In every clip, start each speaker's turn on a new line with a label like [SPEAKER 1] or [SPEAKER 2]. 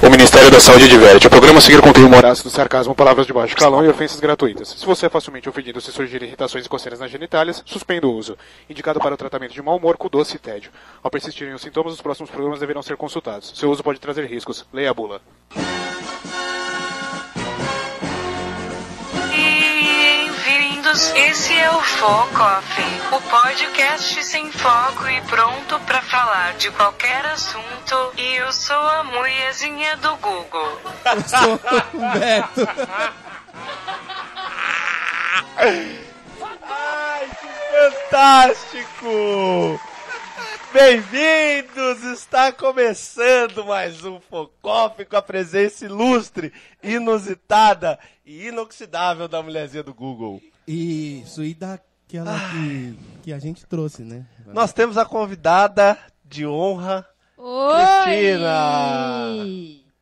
[SPEAKER 1] O Ministério da Saúde diverte. O programa a seguir contém humor ácido, sarcasmo, palavras de baixo calão e ofensas gratuitas. Se você é facilmente ofendido se surgirem irritações e coceiras nas genitálias, suspenda o uso. Indicado para o tratamento de mau humor com doce e tédio. Ao persistirem os sintomas, os próximos programas deverão ser consultados. Seu uso pode trazer riscos. Leia a bula.
[SPEAKER 2] Bem-vindos, esse é o Foco Off, o podcast sem foco e pronto pra falar de qualquer assunto. E eu sou a mulherzinha do Google.
[SPEAKER 3] Sou o Beto.
[SPEAKER 4] Ai, que fantástico! Bem-vindos! Está começando mais um Focoff com a presença ilustre, inusitada e inoxidável da mulherzinha do Google.
[SPEAKER 3] Isso, e daquela
[SPEAKER 4] Ah.
[SPEAKER 3] que, que a gente trouxe, né?
[SPEAKER 4] Nós temos a convidada de honra.
[SPEAKER 5] Oi!
[SPEAKER 4] Cristina!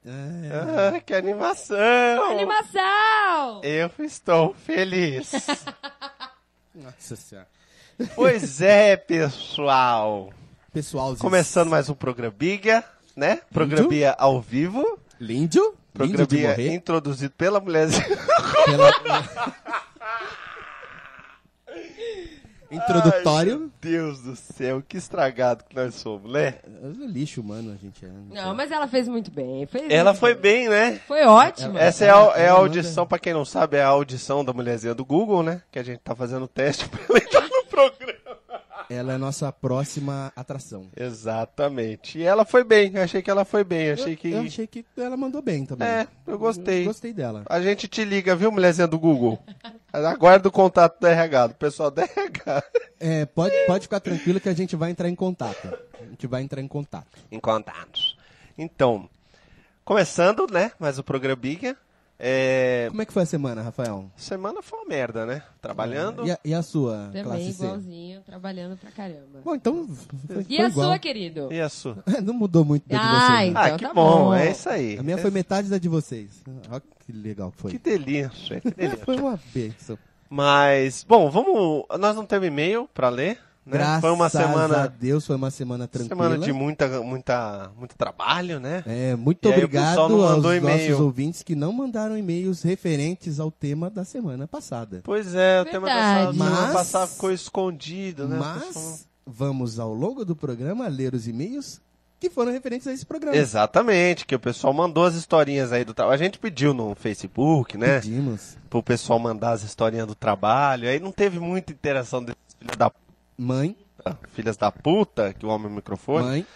[SPEAKER 3] É,
[SPEAKER 4] Ah, que animação!
[SPEAKER 5] Animação!
[SPEAKER 4] Eu estou feliz.
[SPEAKER 3] nossa senhora.
[SPEAKER 4] pois é, pessoal.
[SPEAKER 3] Pessoal,
[SPEAKER 4] Começando mais um Programbiga, né? Programia ao vivo.
[SPEAKER 3] Lindo? Lindo de
[SPEAKER 4] Programia
[SPEAKER 3] morrer.
[SPEAKER 4] é introduzido pela mulherzinha.
[SPEAKER 3] Introdutório.
[SPEAKER 4] Ai, meu Deus do céu, que estragado que nós somos, né?
[SPEAKER 3] É Lixo humano a gente é. não sei.
[SPEAKER 5] Não, mas ela fez muito bem. Fez
[SPEAKER 4] Ela
[SPEAKER 5] muito
[SPEAKER 4] foi bem, né?
[SPEAKER 5] Foi ótima.
[SPEAKER 4] Essa é a, é a audição, pra quem não sabe, é a audição da mulherzinha do Google, né? Que a gente tá fazendo teste pra ela entrar no programa.
[SPEAKER 3] Ela é a nossa próxima atração.
[SPEAKER 4] Exatamente. E ela foi bem, eu achei que ela foi bem, achei que...
[SPEAKER 3] Eu achei que ela mandou bem também.
[SPEAKER 4] É, eu gostei.
[SPEAKER 3] Gostei dela.
[SPEAKER 4] A gente te liga, viu, mulherzinha do Google? Aguarda o contato do RH, do pessoal do RH.
[SPEAKER 3] É, pode, pode ficar tranquilo que a gente vai entrar em contato. A gente vai entrar em contato.
[SPEAKER 4] Encontrados. Então, começando, né, mais o programa Biga. É,
[SPEAKER 3] Como é que foi a semana, Rafael?
[SPEAKER 4] Semana foi uma merda, né? Trabalhando.
[SPEAKER 3] É, E a, e a sua,
[SPEAKER 5] Também
[SPEAKER 3] classe C?
[SPEAKER 5] igualzinho, trabalhando pra caramba.
[SPEAKER 3] Bom, então. Foi,
[SPEAKER 5] E
[SPEAKER 3] foi
[SPEAKER 5] a
[SPEAKER 3] igual.
[SPEAKER 5] sua, querido?
[SPEAKER 4] E a sua?
[SPEAKER 3] Não mudou muito da de vocês.
[SPEAKER 5] Ai.
[SPEAKER 3] né?
[SPEAKER 4] Ah,
[SPEAKER 5] Então
[SPEAKER 4] que
[SPEAKER 5] tá
[SPEAKER 4] bom,
[SPEAKER 5] bom.
[SPEAKER 4] é isso aí.
[SPEAKER 3] A minha foi metade da de vocês. Olha que legal que foi.
[SPEAKER 4] Que delícia, que
[SPEAKER 3] É,
[SPEAKER 4] delícia.
[SPEAKER 3] foi uma bênção.
[SPEAKER 4] Mas, bom, vamos. Nós não temos e-mail pra ler, né?
[SPEAKER 3] Graças
[SPEAKER 4] foi uma
[SPEAKER 3] a
[SPEAKER 4] semana,
[SPEAKER 3] Deus, foi uma semana tranquila.
[SPEAKER 4] semana de muita, muita, muito trabalho, né?
[SPEAKER 3] É, muito
[SPEAKER 4] E aí o
[SPEAKER 3] obrigado
[SPEAKER 4] pessoal não
[SPEAKER 3] aos
[SPEAKER 4] mandou
[SPEAKER 3] nossos
[SPEAKER 4] e-mail.
[SPEAKER 3] ouvintes que não mandaram e-mails referentes ao tema da semana passada.
[SPEAKER 4] Pois é, o tema dessa
[SPEAKER 5] Verdade.
[SPEAKER 4] semana
[SPEAKER 3] Mas-
[SPEAKER 4] passada ficou escondido, né? Pessoal-
[SPEAKER 3] Mas vamos ao longo do programa ler os e-mails que foram referentes a esse programa.
[SPEAKER 4] Exatamente, que o pessoal mandou as historinhas aí do trabalho. A gente pediu no Facebook, né?
[SPEAKER 3] Pedimos.
[SPEAKER 4] Pro pessoal mandar as historinhas do trabalho. Aí não teve muita interação desses filhos da
[SPEAKER 3] Mãe,
[SPEAKER 4] puta, filhas da puta, que o homem microfone.
[SPEAKER 3] mãe.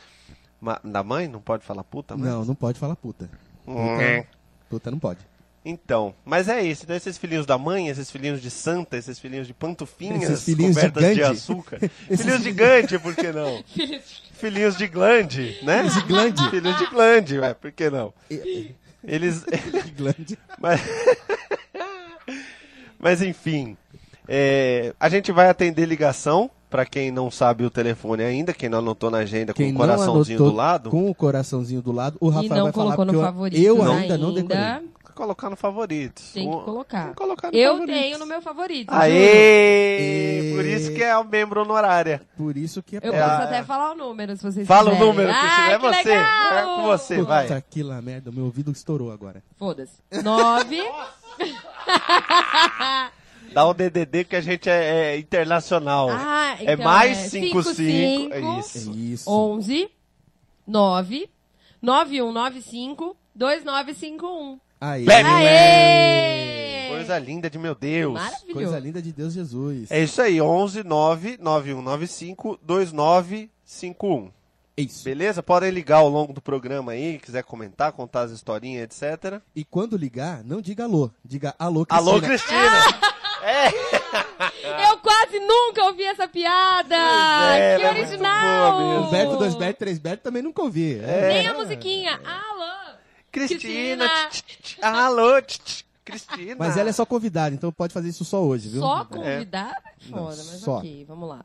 [SPEAKER 4] Ma- da mãe? Não pode falar puta, mãe?
[SPEAKER 3] Não, não pode falar puta.
[SPEAKER 4] Hum.
[SPEAKER 3] Puta não pode.
[SPEAKER 4] Então, mas é isso. Então, esses filhinhos da mãe, esses filhinhos de santa, esses filhinhos de pantufinhas
[SPEAKER 3] Esses filhinhos de
[SPEAKER 4] cobertas de,
[SPEAKER 3] Gandhi.
[SPEAKER 4] açúcar. filhinhos de Gandhi, por que não? filhinhos de glande, né? Filhinhos de glande. Filhinhos de glande, ué, por que não? Eles...
[SPEAKER 3] Que grande.
[SPEAKER 4] Mas, Mas, enfim, é, a gente vai atender ligação, pra quem não sabe o telefone ainda, quem não anotou na agenda com o
[SPEAKER 3] Quem
[SPEAKER 4] coraçãozinho
[SPEAKER 3] não anotou
[SPEAKER 4] do lado,
[SPEAKER 3] Com o coraçãozinho do lado, o
[SPEAKER 5] e
[SPEAKER 3] Rafael
[SPEAKER 5] não
[SPEAKER 3] vai falar
[SPEAKER 5] colocou
[SPEAKER 3] porque
[SPEAKER 5] no
[SPEAKER 3] eu-
[SPEAKER 5] favorito
[SPEAKER 3] eu, ainda, não decorei.
[SPEAKER 5] ainda.
[SPEAKER 4] colocar no favoritos.
[SPEAKER 5] Tem
[SPEAKER 4] Um-
[SPEAKER 5] que colocar.
[SPEAKER 4] tem que colocar no
[SPEAKER 5] Eu
[SPEAKER 4] favoritos.
[SPEAKER 5] tenho no meu favorito. juro.
[SPEAKER 4] Aê!
[SPEAKER 3] Juro.
[SPEAKER 4] Por isso que é o membro honorária.
[SPEAKER 3] Por isso que
[SPEAKER 5] Eu
[SPEAKER 4] É
[SPEAKER 5] posso
[SPEAKER 4] a-
[SPEAKER 5] até falar o número, se vocês
[SPEAKER 4] Fala o
[SPEAKER 5] quiserem.
[SPEAKER 4] número, Cristina,
[SPEAKER 5] Ai,
[SPEAKER 4] é
[SPEAKER 5] Ah, que
[SPEAKER 4] você.
[SPEAKER 5] legal!
[SPEAKER 4] É com você, vai.
[SPEAKER 3] Puta que tá lá merda, meu ouvido estourou agora.
[SPEAKER 5] Foda-se. Nove.
[SPEAKER 4] Dá um DDD que a gente é, é internacional.
[SPEAKER 5] Ah,
[SPEAKER 4] é
[SPEAKER 5] então
[SPEAKER 4] mais
[SPEAKER 5] é
[SPEAKER 4] 55. É
[SPEAKER 5] 55.
[SPEAKER 3] É
[SPEAKER 4] isso.
[SPEAKER 3] isso.
[SPEAKER 5] 11 9 9195 2951.
[SPEAKER 3] Aí.
[SPEAKER 4] Pega.
[SPEAKER 5] Aê!
[SPEAKER 4] Coisa linda de meu Deus.
[SPEAKER 5] Maravilhoso.
[SPEAKER 3] Coisa linda de Deus Jesus.
[SPEAKER 4] É isso aí, 11 9 9195 2951.
[SPEAKER 3] É isso.
[SPEAKER 4] Beleza? Podem ligar ao longo do programa aí, quiser comentar, contar as historinhas, etc.
[SPEAKER 3] E quando ligar, não diga alô, diga alô
[SPEAKER 4] Alô,
[SPEAKER 3] Cristina.
[SPEAKER 4] Cristina!
[SPEAKER 5] Eu quase nunca ouvi essa piada!
[SPEAKER 4] Pois é, ela é
[SPEAKER 5] que
[SPEAKER 4] muito boa
[SPEAKER 5] original!
[SPEAKER 4] mesmo.
[SPEAKER 3] Roberto, dois Beto, três Beto também nunca ouvi. É.
[SPEAKER 5] Nem a musiquinha. Alô!
[SPEAKER 4] Cristina!
[SPEAKER 5] Cristina.
[SPEAKER 4] tch, tch, tch. Alô, tch, tch. Cristina!
[SPEAKER 3] Mas ela é só convidada, então pode fazer isso só hoje, viu?
[SPEAKER 5] Só convidada é foda,
[SPEAKER 3] Não,
[SPEAKER 5] mas
[SPEAKER 3] só.
[SPEAKER 5] ok, vamos lá.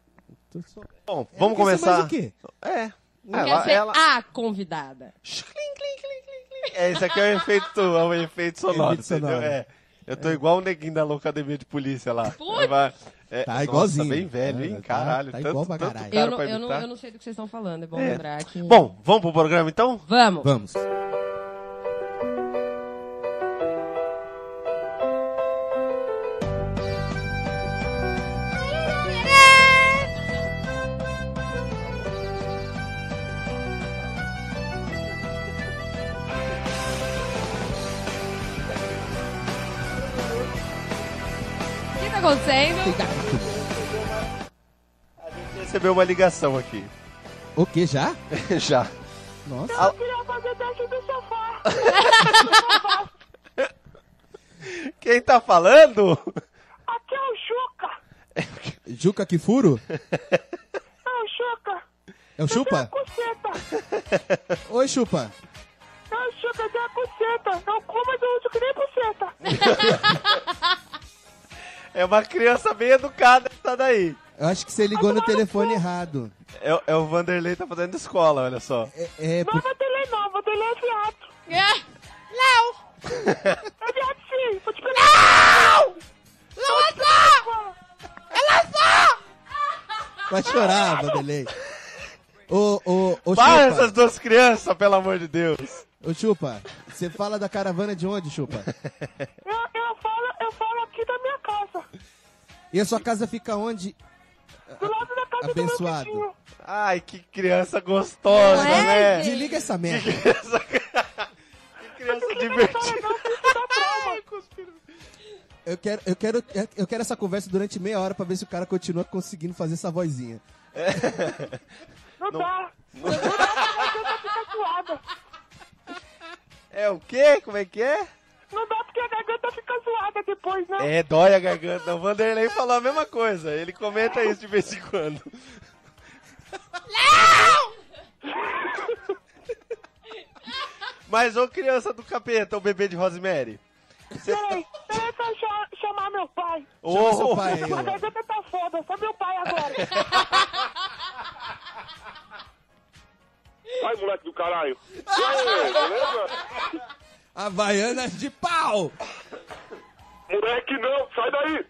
[SPEAKER 3] Tô só-
[SPEAKER 4] Bom, vamos
[SPEAKER 3] Quer ser
[SPEAKER 4] começar.
[SPEAKER 3] Mais o quê?
[SPEAKER 4] É.
[SPEAKER 5] Não quero ser
[SPEAKER 3] Ah!
[SPEAKER 5] a convidada.
[SPEAKER 4] Shkling, kling, kling, kling, kling. É, esse aqui é o efeito, é o efeito sonoro,
[SPEAKER 3] Efeito sonoro.
[SPEAKER 4] entendeu? É. Eu tô igual o neguinho da academia de polícia lá.
[SPEAKER 5] Putz!
[SPEAKER 4] Vai- é,
[SPEAKER 3] Tá
[SPEAKER 4] nossa,
[SPEAKER 3] igualzinho.
[SPEAKER 4] bem velho, hein?
[SPEAKER 3] Tá-
[SPEAKER 4] Caralho.
[SPEAKER 3] tá
[SPEAKER 4] tanto-
[SPEAKER 3] igual pra
[SPEAKER 4] tanto
[SPEAKER 3] caralho.
[SPEAKER 4] cara
[SPEAKER 5] Eu não,
[SPEAKER 4] pra
[SPEAKER 5] eu, não,
[SPEAKER 4] imitar.
[SPEAKER 5] eu não sei do que vocês estão falando, é bom
[SPEAKER 4] É.
[SPEAKER 5] lembrar que.
[SPEAKER 4] Bom, vamos pro programa então?
[SPEAKER 5] Vamos!
[SPEAKER 3] Vamos.
[SPEAKER 5] tá acontecendo?
[SPEAKER 4] A gente recebeu uma ligação aqui.
[SPEAKER 3] O que já?
[SPEAKER 4] Já.
[SPEAKER 3] Nossa.
[SPEAKER 4] Quem tá falando?
[SPEAKER 6] Aqui é o Juca.
[SPEAKER 3] Juca que furo?
[SPEAKER 6] É o Juca.
[SPEAKER 3] É o Chupa?
[SPEAKER 6] Cuceta.
[SPEAKER 3] Oi, Chupa.
[SPEAKER 6] É o Juca, tem a cuceta. Não como, mas eu uso que nem cuceta.
[SPEAKER 4] É uma criança bem educada que tá daí.
[SPEAKER 3] Eu acho que você ligou no telefone errado.
[SPEAKER 4] É, é o Vanderlei tá fazendo escola, olha só.
[SPEAKER 3] É, é por-
[SPEAKER 6] Nova tele nova, tele é viado.
[SPEAKER 5] Ah, Não!
[SPEAKER 6] É viado sim, vou te pegar.
[SPEAKER 5] Não é só!
[SPEAKER 3] vai chorar, Vanderlei. Ô, ô, ô,
[SPEAKER 4] Para
[SPEAKER 3] Chupa.
[SPEAKER 4] essas duas crianças, pelo amor de Deus.
[SPEAKER 3] Ô, Chupa. Você fala da caravana de onde, Chupa?
[SPEAKER 6] Eu, eu, falo, eu falo aqui da minha casa.
[SPEAKER 3] E a sua casa fica onde?
[SPEAKER 6] Do lado da casa
[SPEAKER 3] Abençoado.
[SPEAKER 6] do meu vizinho.
[SPEAKER 4] Ai, que criança gostosa,
[SPEAKER 5] Não é,
[SPEAKER 4] né?
[SPEAKER 5] gente?
[SPEAKER 3] Desliga essa merda.
[SPEAKER 4] Criança... que criança divertida.
[SPEAKER 6] Não, tem que dar trauma.
[SPEAKER 3] Eu quero, eu, quero, eu quero essa conversa durante meia hora pra ver se o cara continua conseguindo fazer essa vozinha.
[SPEAKER 6] Não, dá. Não dá porque a garganta fica zoada.
[SPEAKER 4] É o quê? Como é que é?
[SPEAKER 6] Não dá porque a garganta fica zoada depois, né?
[SPEAKER 4] É, dói a garganta. O Vanderlei falou a mesma coisa. Ele comenta isso de vez em quando. Mas, ô criança do capeta, o bebê de Rosemary.
[SPEAKER 6] Peraí, peraí pra eu cha- chamar meu pai.
[SPEAKER 4] Ô,
[SPEAKER 3] Chama seu pai aí,
[SPEAKER 6] A
[SPEAKER 3] ó.
[SPEAKER 6] garganta tá foda, só meu pai agora.
[SPEAKER 7] Vai, moleque do caralho.
[SPEAKER 3] Havaianas de pau!
[SPEAKER 7] Moleque não, sai daí.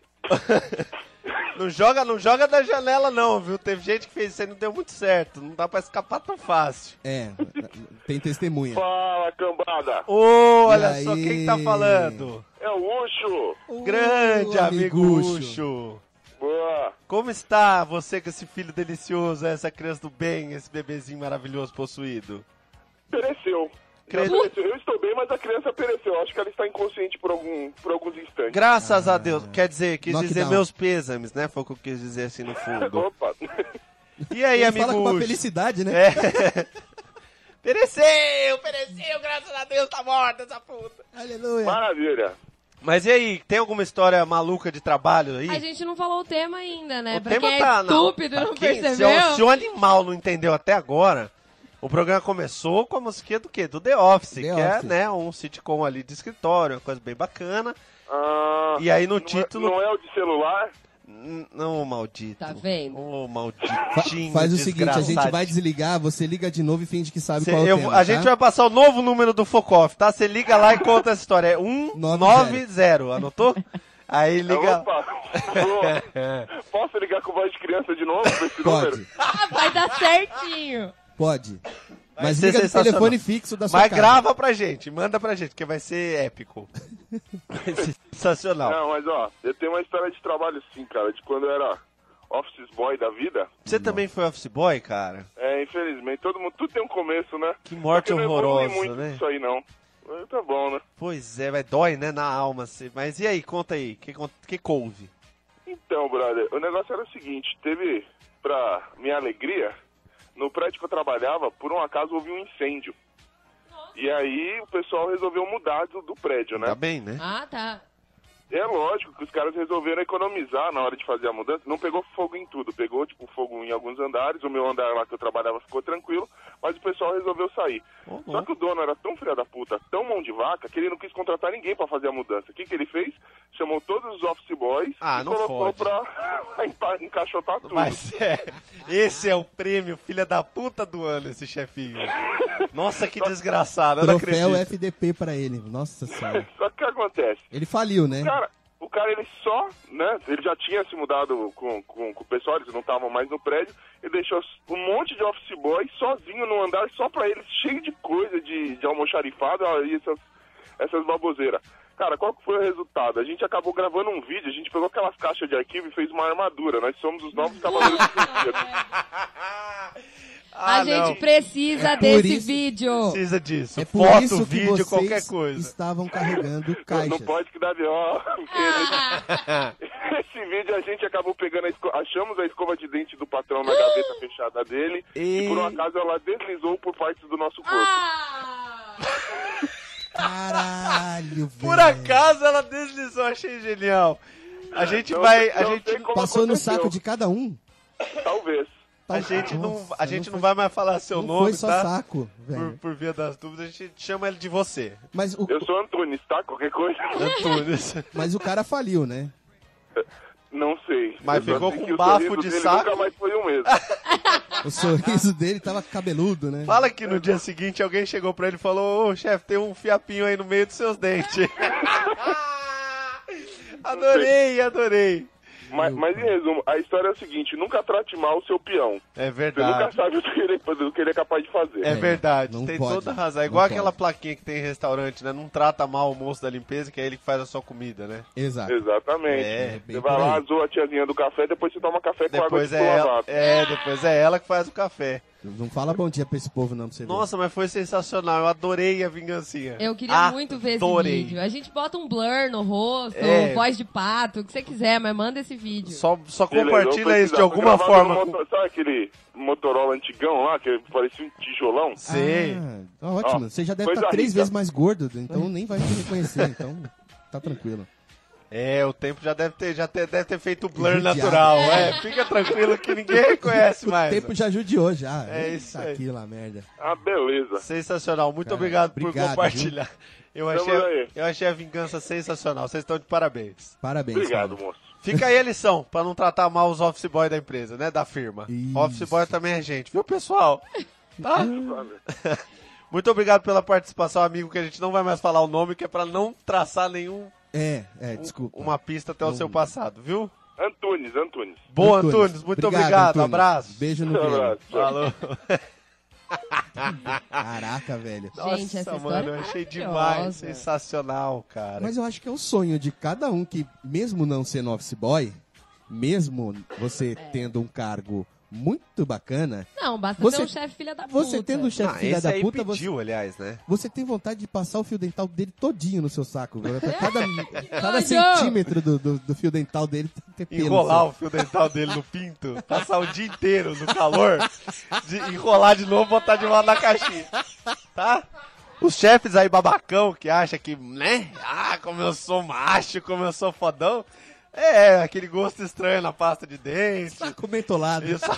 [SPEAKER 4] Não joga, não joga da janela não, viu? Teve gente que fez isso aí e não deu muito certo. Não dá pra escapar tão fácil.
[SPEAKER 3] É, tem testemunha.
[SPEAKER 7] Fala, cambada.
[SPEAKER 4] Ô, olha
[SPEAKER 3] E
[SPEAKER 4] só
[SPEAKER 3] aí?
[SPEAKER 4] quem tá falando.
[SPEAKER 7] É o Ucho.
[SPEAKER 4] Grande
[SPEAKER 3] Ô,
[SPEAKER 4] amigucho.
[SPEAKER 7] Boa.
[SPEAKER 4] Como está você com esse filho delicioso, essa criança do bem, esse bebezinho maravilhoso possuído?
[SPEAKER 7] Pereceu.
[SPEAKER 4] Credo.
[SPEAKER 7] Já pereceu. Eu estou bem, mas a criança pereceu. Acho que ela está inconsciente por, algum, por alguns instantes.
[SPEAKER 4] Graças a Deus. Quer dizer, quis
[SPEAKER 3] Ah. Knockdown.
[SPEAKER 4] dizer meus pêsames, né? Foi o que eu quis dizer assim no fundo.
[SPEAKER 7] Opa.
[SPEAKER 4] E aí,
[SPEAKER 3] Ele
[SPEAKER 4] amigucho?
[SPEAKER 3] fala com uma felicidade, né?
[SPEAKER 4] É. Pereceu, pereceu, graças a Deus, tá morta essa puta.
[SPEAKER 3] Aleluia.
[SPEAKER 7] Maravilha.
[SPEAKER 4] Mas e aí, tem alguma história maluca de trabalho aí?
[SPEAKER 5] A gente não falou o tema ainda, né?
[SPEAKER 4] o
[SPEAKER 5] pra
[SPEAKER 4] tema
[SPEAKER 5] quem
[SPEAKER 4] tá
[SPEAKER 5] é estúpido,
[SPEAKER 4] pra
[SPEAKER 5] não
[SPEAKER 4] quem- se
[SPEAKER 5] percebeu.
[SPEAKER 4] o- Se o animal não entendeu até agora, o programa começou com a musiquinha do quê? Do The Office,
[SPEAKER 3] The
[SPEAKER 4] que é
[SPEAKER 3] Office.
[SPEAKER 4] né, um sitcom ali de escritório, uma coisa bem bacana.
[SPEAKER 7] Ah,
[SPEAKER 4] E aí no
[SPEAKER 7] não é-
[SPEAKER 4] título-
[SPEAKER 7] não é o de celular?
[SPEAKER 4] N- Não, maldito.
[SPEAKER 5] Tá vendo?
[SPEAKER 4] Ô,
[SPEAKER 3] Fa-
[SPEAKER 4] malditinho.
[SPEAKER 3] faz o seguinte, a gente
[SPEAKER 4] desgraçadinho.
[SPEAKER 3] vai desligar, você liga de novo e finge que sabe
[SPEAKER 4] Cê-
[SPEAKER 3] qual é
[SPEAKER 4] eu
[SPEAKER 3] o tema,
[SPEAKER 4] vou-
[SPEAKER 3] tá?
[SPEAKER 4] a gente vai passar o novo número do Focoff, tá? Você liga lá e conta essa história. É 190, anotou? Aí liga.
[SPEAKER 7] É, Opa. Boa. Posso ligar com voz de criança de novo pra esse número?
[SPEAKER 3] Pode,
[SPEAKER 5] Ah, vai dar certinho.
[SPEAKER 3] pode. Mas
[SPEAKER 4] ser
[SPEAKER 3] liga do
[SPEAKER 4] sensacional.
[SPEAKER 3] telefone fixo da sua
[SPEAKER 4] Mas
[SPEAKER 3] casa.
[SPEAKER 4] grava pra gente, manda pra gente, que vai ser épico. Vai ser sensacional.
[SPEAKER 7] Não, mas ó, eu tenho uma história de trabalho sim, cara, de quando eu era office boy da vida.
[SPEAKER 4] Você também foi office boy, cara?
[SPEAKER 7] É, infelizmente, todo mundo, tudo tem um começo, né?
[SPEAKER 4] Que morte
[SPEAKER 7] Só que não evolui
[SPEAKER 4] horrorosa,
[SPEAKER 7] muito
[SPEAKER 4] né?
[SPEAKER 7] Isso aí não. Mas Tá bom, né?
[SPEAKER 4] Pois é, vai dói, né, na alma. assim. Mas e aí, conta aí, que, con- que couve?
[SPEAKER 7] Então, brother, o negócio era o seguinte, teve, pra minha alegria, no prédio que eu trabalhava, por um acaso houve um incêndio. E aí o pessoal resolveu mudar do, do prédio, né?
[SPEAKER 4] Tá bem, né?
[SPEAKER 5] Ah, tá.
[SPEAKER 7] É lógico que os caras resolveram economizar na hora de fazer a mudança. Não pegou fogo em tudo, pegou tipo fogo em alguns andares. O meu andar lá que eu trabalhava ficou tranquilo, mas o pessoal resolveu sair.
[SPEAKER 4] Ô,
[SPEAKER 7] Só
[SPEAKER 4] louco.
[SPEAKER 7] que o dono era tão filha da puta, tão mão de vaca, que ele não quis contratar ninguém pra fazer a mudança. O que, que ele fez? Chamou todos os office boys
[SPEAKER 4] Ah,
[SPEAKER 7] e
[SPEAKER 4] não
[SPEAKER 7] colocou
[SPEAKER 4] fode.
[SPEAKER 7] pra empa- encaixotar tudo.
[SPEAKER 4] Mas é, esse é o prêmio, filha da puta do ano, esse chefinho. Nossa, que desgraçado, eu não
[SPEAKER 3] Troféu
[SPEAKER 4] acredito.
[SPEAKER 3] FDP pra ele. Nossa senhora.
[SPEAKER 7] Só que o que acontece?
[SPEAKER 3] Ele faliu, né?
[SPEAKER 7] Cara, o cara ele só, né? Ele já tinha se mudado com, com, com o pessoal, eles não estavam mais no prédio. Ele deixou um monte de office boy sozinho no andar, só pra eles, cheio de coisa de, de almoxarifado ó, e essas, essas baboseiras. Cara, qual que foi o resultado? A gente acabou gravando um vídeo, a gente pegou aquelas caixas de arquivo e fez uma armadura. Nós somos os novos cavaleiros do Zodíaco.
[SPEAKER 4] Ah,
[SPEAKER 5] a gente
[SPEAKER 4] não.
[SPEAKER 5] precisa
[SPEAKER 3] É por
[SPEAKER 5] desse
[SPEAKER 3] isso-
[SPEAKER 5] vídeo.
[SPEAKER 4] Precisa disso.
[SPEAKER 3] É por
[SPEAKER 4] Foto,
[SPEAKER 3] isso que
[SPEAKER 4] vídeo,
[SPEAKER 3] vocês
[SPEAKER 4] qualquer coisa.
[SPEAKER 3] estavam carregando
[SPEAKER 7] Não
[SPEAKER 3] caixas.
[SPEAKER 7] pode que dá B.O. porque ele- Nesse vídeo a gente acabou pegando a esco... achamos a escova de dente do patrão na gaveta fechada dele e por um acaso ela deslizou por partes do nosso corpo.
[SPEAKER 4] Ah,
[SPEAKER 3] Caralho, velho.
[SPEAKER 4] Por acaso ela deslizou, achei genial. A gente
[SPEAKER 7] É, Não-
[SPEAKER 4] vai. A
[SPEAKER 7] não
[SPEAKER 4] gente,
[SPEAKER 7] sei como
[SPEAKER 3] Passou no
[SPEAKER 7] aconteceu.
[SPEAKER 3] saco de cada um? Tá
[SPEAKER 7] Talvez.
[SPEAKER 4] a gente, não, a gente não vai mais falar seu
[SPEAKER 3] não
[SPEAKER 4] nome,
[SPEAKER 3] foi só
[SPEAKER 4] tá?
[SPEAKER 3] saco, velho.
[SPEAKER 4] Por, por via das dúvidas, a gente chama ele de você,
[SPEAKER 3] Mas o,
[SPEAKER 7] Eu sou Antunes, tá? Qualquer coisa?
[SPEAKER 4] Antunes.
[SPEAKER 3] mas o cara faliu, né?
[SPEAKER 7] Não sei.
[SPEAKER 4] Mas
[SPEAKER 7] Eu só
[SPEAKER 4] ficou
[SPEAKER 7] sei
[SPEAKER 4] com
[SPEAKER 7] que o
[SPEAKER 4] bafo
[SPEAKER 7] sorriso
[SPEAKER 4] de
[SPEAKER 7] dele
[SPEAKER 4] saco?
[SPEAKER 7] Nunca mais foi o mesmo.
[SPEAKER 3] O sorriso dele tava cabeludo, né?
[SPEAKER 4] Fala que no dia seguinte alguém chegou pra ele e falou: Ô chefe, tem um fiapinho aí no meio dos seus dentes. adorei, adorei.
[SPEAKER 7] mas, mas em resumo, a história é a seguinte: nunca trate mal o seu peão.
[SPEAKER 4] É
[SPEAKER 7] Você nunca
[SPEAKER 4] verdade.
[SPEAKER 7] sabe o que, ele, o que ele é capaz de fazer.
[SPEAKER 4] É verdade,
[SPEAKER 3] não
[SPEAKER 4] tem
[SPEAKER 3] pode,
[SPEAKER 4] toda a razão. É
[SPEAKER 3] não
[SPEAKER 4] igual
[SPEAKER 3] pode.
[SPEAKER 4] aquela plaquinha que tem em restaurante, né? Não trata mal o moço da limpeza, que é ele que faz a sua comida, né?
[SPEAKER 3] Exato.
[SPEAKER 7] Exatamente.
[SPEAKER 4] É,
[SPEAKER 3] bem
[SPEAKER 7] você vai
[SPEAKER 3] por aí.
[SPEAKER 7] lá, zoa a tiazinha do café, depois você toma café com água de
[SPEAKER 4] Depois é,
[SPEAKER 7] pulo
[SPEAKER 4] ela,
[SPEAKER 7] lavado.
[SPEAKER 4] é, depois é ela que faz o café.
[SPEAKER 3] Não fala bom dia pra esse povo, não, pra você ver.
[SPEAKER 4] Nossa, mas foi sensacional. Eu adorei a vingancinha.
[SPEAKER 5] Eu queria
[SPEAKER 3] Ah,
[SPEAKER 5] muito ver esse
[SPEAKER 4] Adorei.
[SPEAKER 5] vídeo. A gente bota um blur no rosto,
[SPEAKER 4] É.
[SPEAKER 5] voz de pato, o que você quiser, mas manda esse vídeo.
[SPEAKER 4] Só, só
[SPEAKER 7] Beleza, eu
[SPEAKER 4] compartilha
[SPEAKER 7] vou
[SPEAKER 4] isso de
[SPEAKER 7] precisar.
[SPEAKER 4] alguma
[SPEAKER 7] Foi gravado
[SPEAKER 4] forma.
[SPEAKER 7] no um motor- Sabe aquele Motorola antigão lá, que parecia um tijolão?
[SPEAKER 4] Sei.
[SPEAKER 3] Ah, ó, ótimo.
[SPEAKER 7] Ó,
[SPEAKER 3] Você já deve
[SPEAKER 7] coisa
[SPEAKER 3] estar três
[SPEAKER 7] rica.
[SPEAKER 3] vezes mais gordo, então nem vai te reconhecer, então tá tranquilo.
[SPEAKER 4] É, o tempo já deve ter, já ter- deve ter feito o blur
[SPEAKER 3] Judiado.
[SPEAKER 4] natural. É, fica tranquilo que ninguém reconhece mais.
[SPEAKER 3] Tempo já judiou já.
[SPEAKER 4] É
[SPEAKER 3] Ah, Eita,
[SPEAKER 4] isso aí.
[SPEAKER 3] aqui lá, merda.
[SPEAKER 7] Ah, beleza.
[SPEAKER 4] Sensacional. Muito
[SPEAKER 3] Cara,
[SPEAKER 4] obrigado, por
[SPEAKER 3] obrigado,
[SPEAKER 4] compartilhar. Eu
[SPEAKER 7] Tamo
[SPEAKER 4] achei,
[SPEAKER 7] aí.
[SPEAKER 4] eu achei a vingança sensacional. Vocês estão de parabéns.
[SPEAKER 3] Parabéns.
[SPEAKER 7] Obrigado,
[SPEAKER 3] cara.
[SPEAKER 7] moço.
[SPEAKER 4] Fica aí a lição, pra não tratar mal os office boy da empresa, né? Da firma.
[SPEAKER 3] Isso.
[SPEAKER 4] Office boy também é gente, viu, pessoal? Tá?
[SPEAKER 7] Sabe?
[SPEAKER 4] Muito obrigado pela participação, amigo, que a gente não vai mais falar o nome, que é pra não traçar nenhum um,
[SPEAKER 3] É, é, desculpa.
[SPEAKER 4] uma pista até o seu passado, viu?
[SPEAKER 7] Antunes, Antunes.
[SPEAKER 4] Boa, Antunes. Muito obrigado.
[SPEAKER 3] Antunes.
[SPEAKER 4] Abraço.
[SPEAKER 3] Beijo no
[SPEAKER 7] Um
[SPEAKER 3] dedo.
[SPEAKER 7] abraço.
[SPEAKER 4] Falou.
[SPEAKER 3] Caraca, velho.
[SPEAKER 5] Gente, essa
[SPEAKER 4] Nossa, mano,
[SPEAKER 5] história
[SPEAKER 4] eu
[SPEAKER 5] é
[SPEAKER 4] achei demais.
[SPEAKER 5] maravilhosa.
[SPEAKER 4] Sensacional, cara.
[SPEAKER 3] Mas eu acho que é o sonho de cada um que, mesmo não sendo office boy, mesmo você tendo um cargo muito bacana,
[SPEAKER 5] Não, basta
[SPEAKER 3] Você-
[SPEAKER 5] ter um chefe filha da puta.
[SPEAKER 3] você tendo um chefe
[SPEAKER 4] Ah,
[SPEAKER 3] filha
[SPEAKER 4] esse
[SPEAKER 3] da
[SPEAKER 4] aí
[SPEAKER 3] puta, você,
[SPEAKER 4] pediu, aliás, né?
[SPEAKER 3] você tem vontade de passar o fio dental dele todinho no seu saco. velho. Pra Cada, cada
[SPEAKER 5] nojo!
[SPEAKER 3] centímetro do, do- do fio dental dele tem pelo.
[SPEAKER 4] Enrolar
[SPEAKER 3] no
[SPEAKER 4] o fio dental dele no pinto, passar o dia inteiro no calor, de- enrolar de novo e botar de volta na caixinha. Tá? Os chefes aí babacão que acha que, né? Ah, como eu sou macho, como eu sou fodão. É, aquele gosto estranho na pasta de dente.
[SPEAKER 3] seu saco mentolado.
[SPEAKER 4] Isso.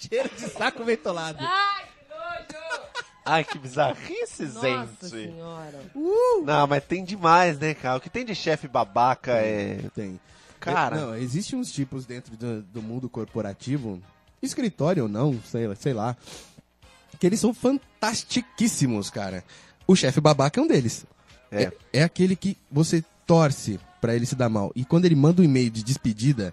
[SPEAKER 3] Cheiro de saco mentolado.
[SPEAKER 5] Ai, que nojo!
[SPEAKER 4] Ai, que bizarrice,
[SPEAKER 5] Nossa
[SPEAKER 4] gente.
[SPEAKER 5] senhora.
[SPEAKER 4] Não, mas tem demais, né, cara? O que tem de chefe babaca é.
[SPEAKER 3] Tem.
[SPEAKER 4] Cara.
[SPEAKER 3] É, Não, existem uns tipos dentro do, do mundo corporativo, escritório ou não, sei, lá- sei lá, que eles são fantastiquíssimos, cara. O chefe babaca é um deles.
[SPEAKER 4] É.
[SPEAKER 3] é aquele que você torce pra ele se dar mal. E quando ele manda um e-mail de despedida,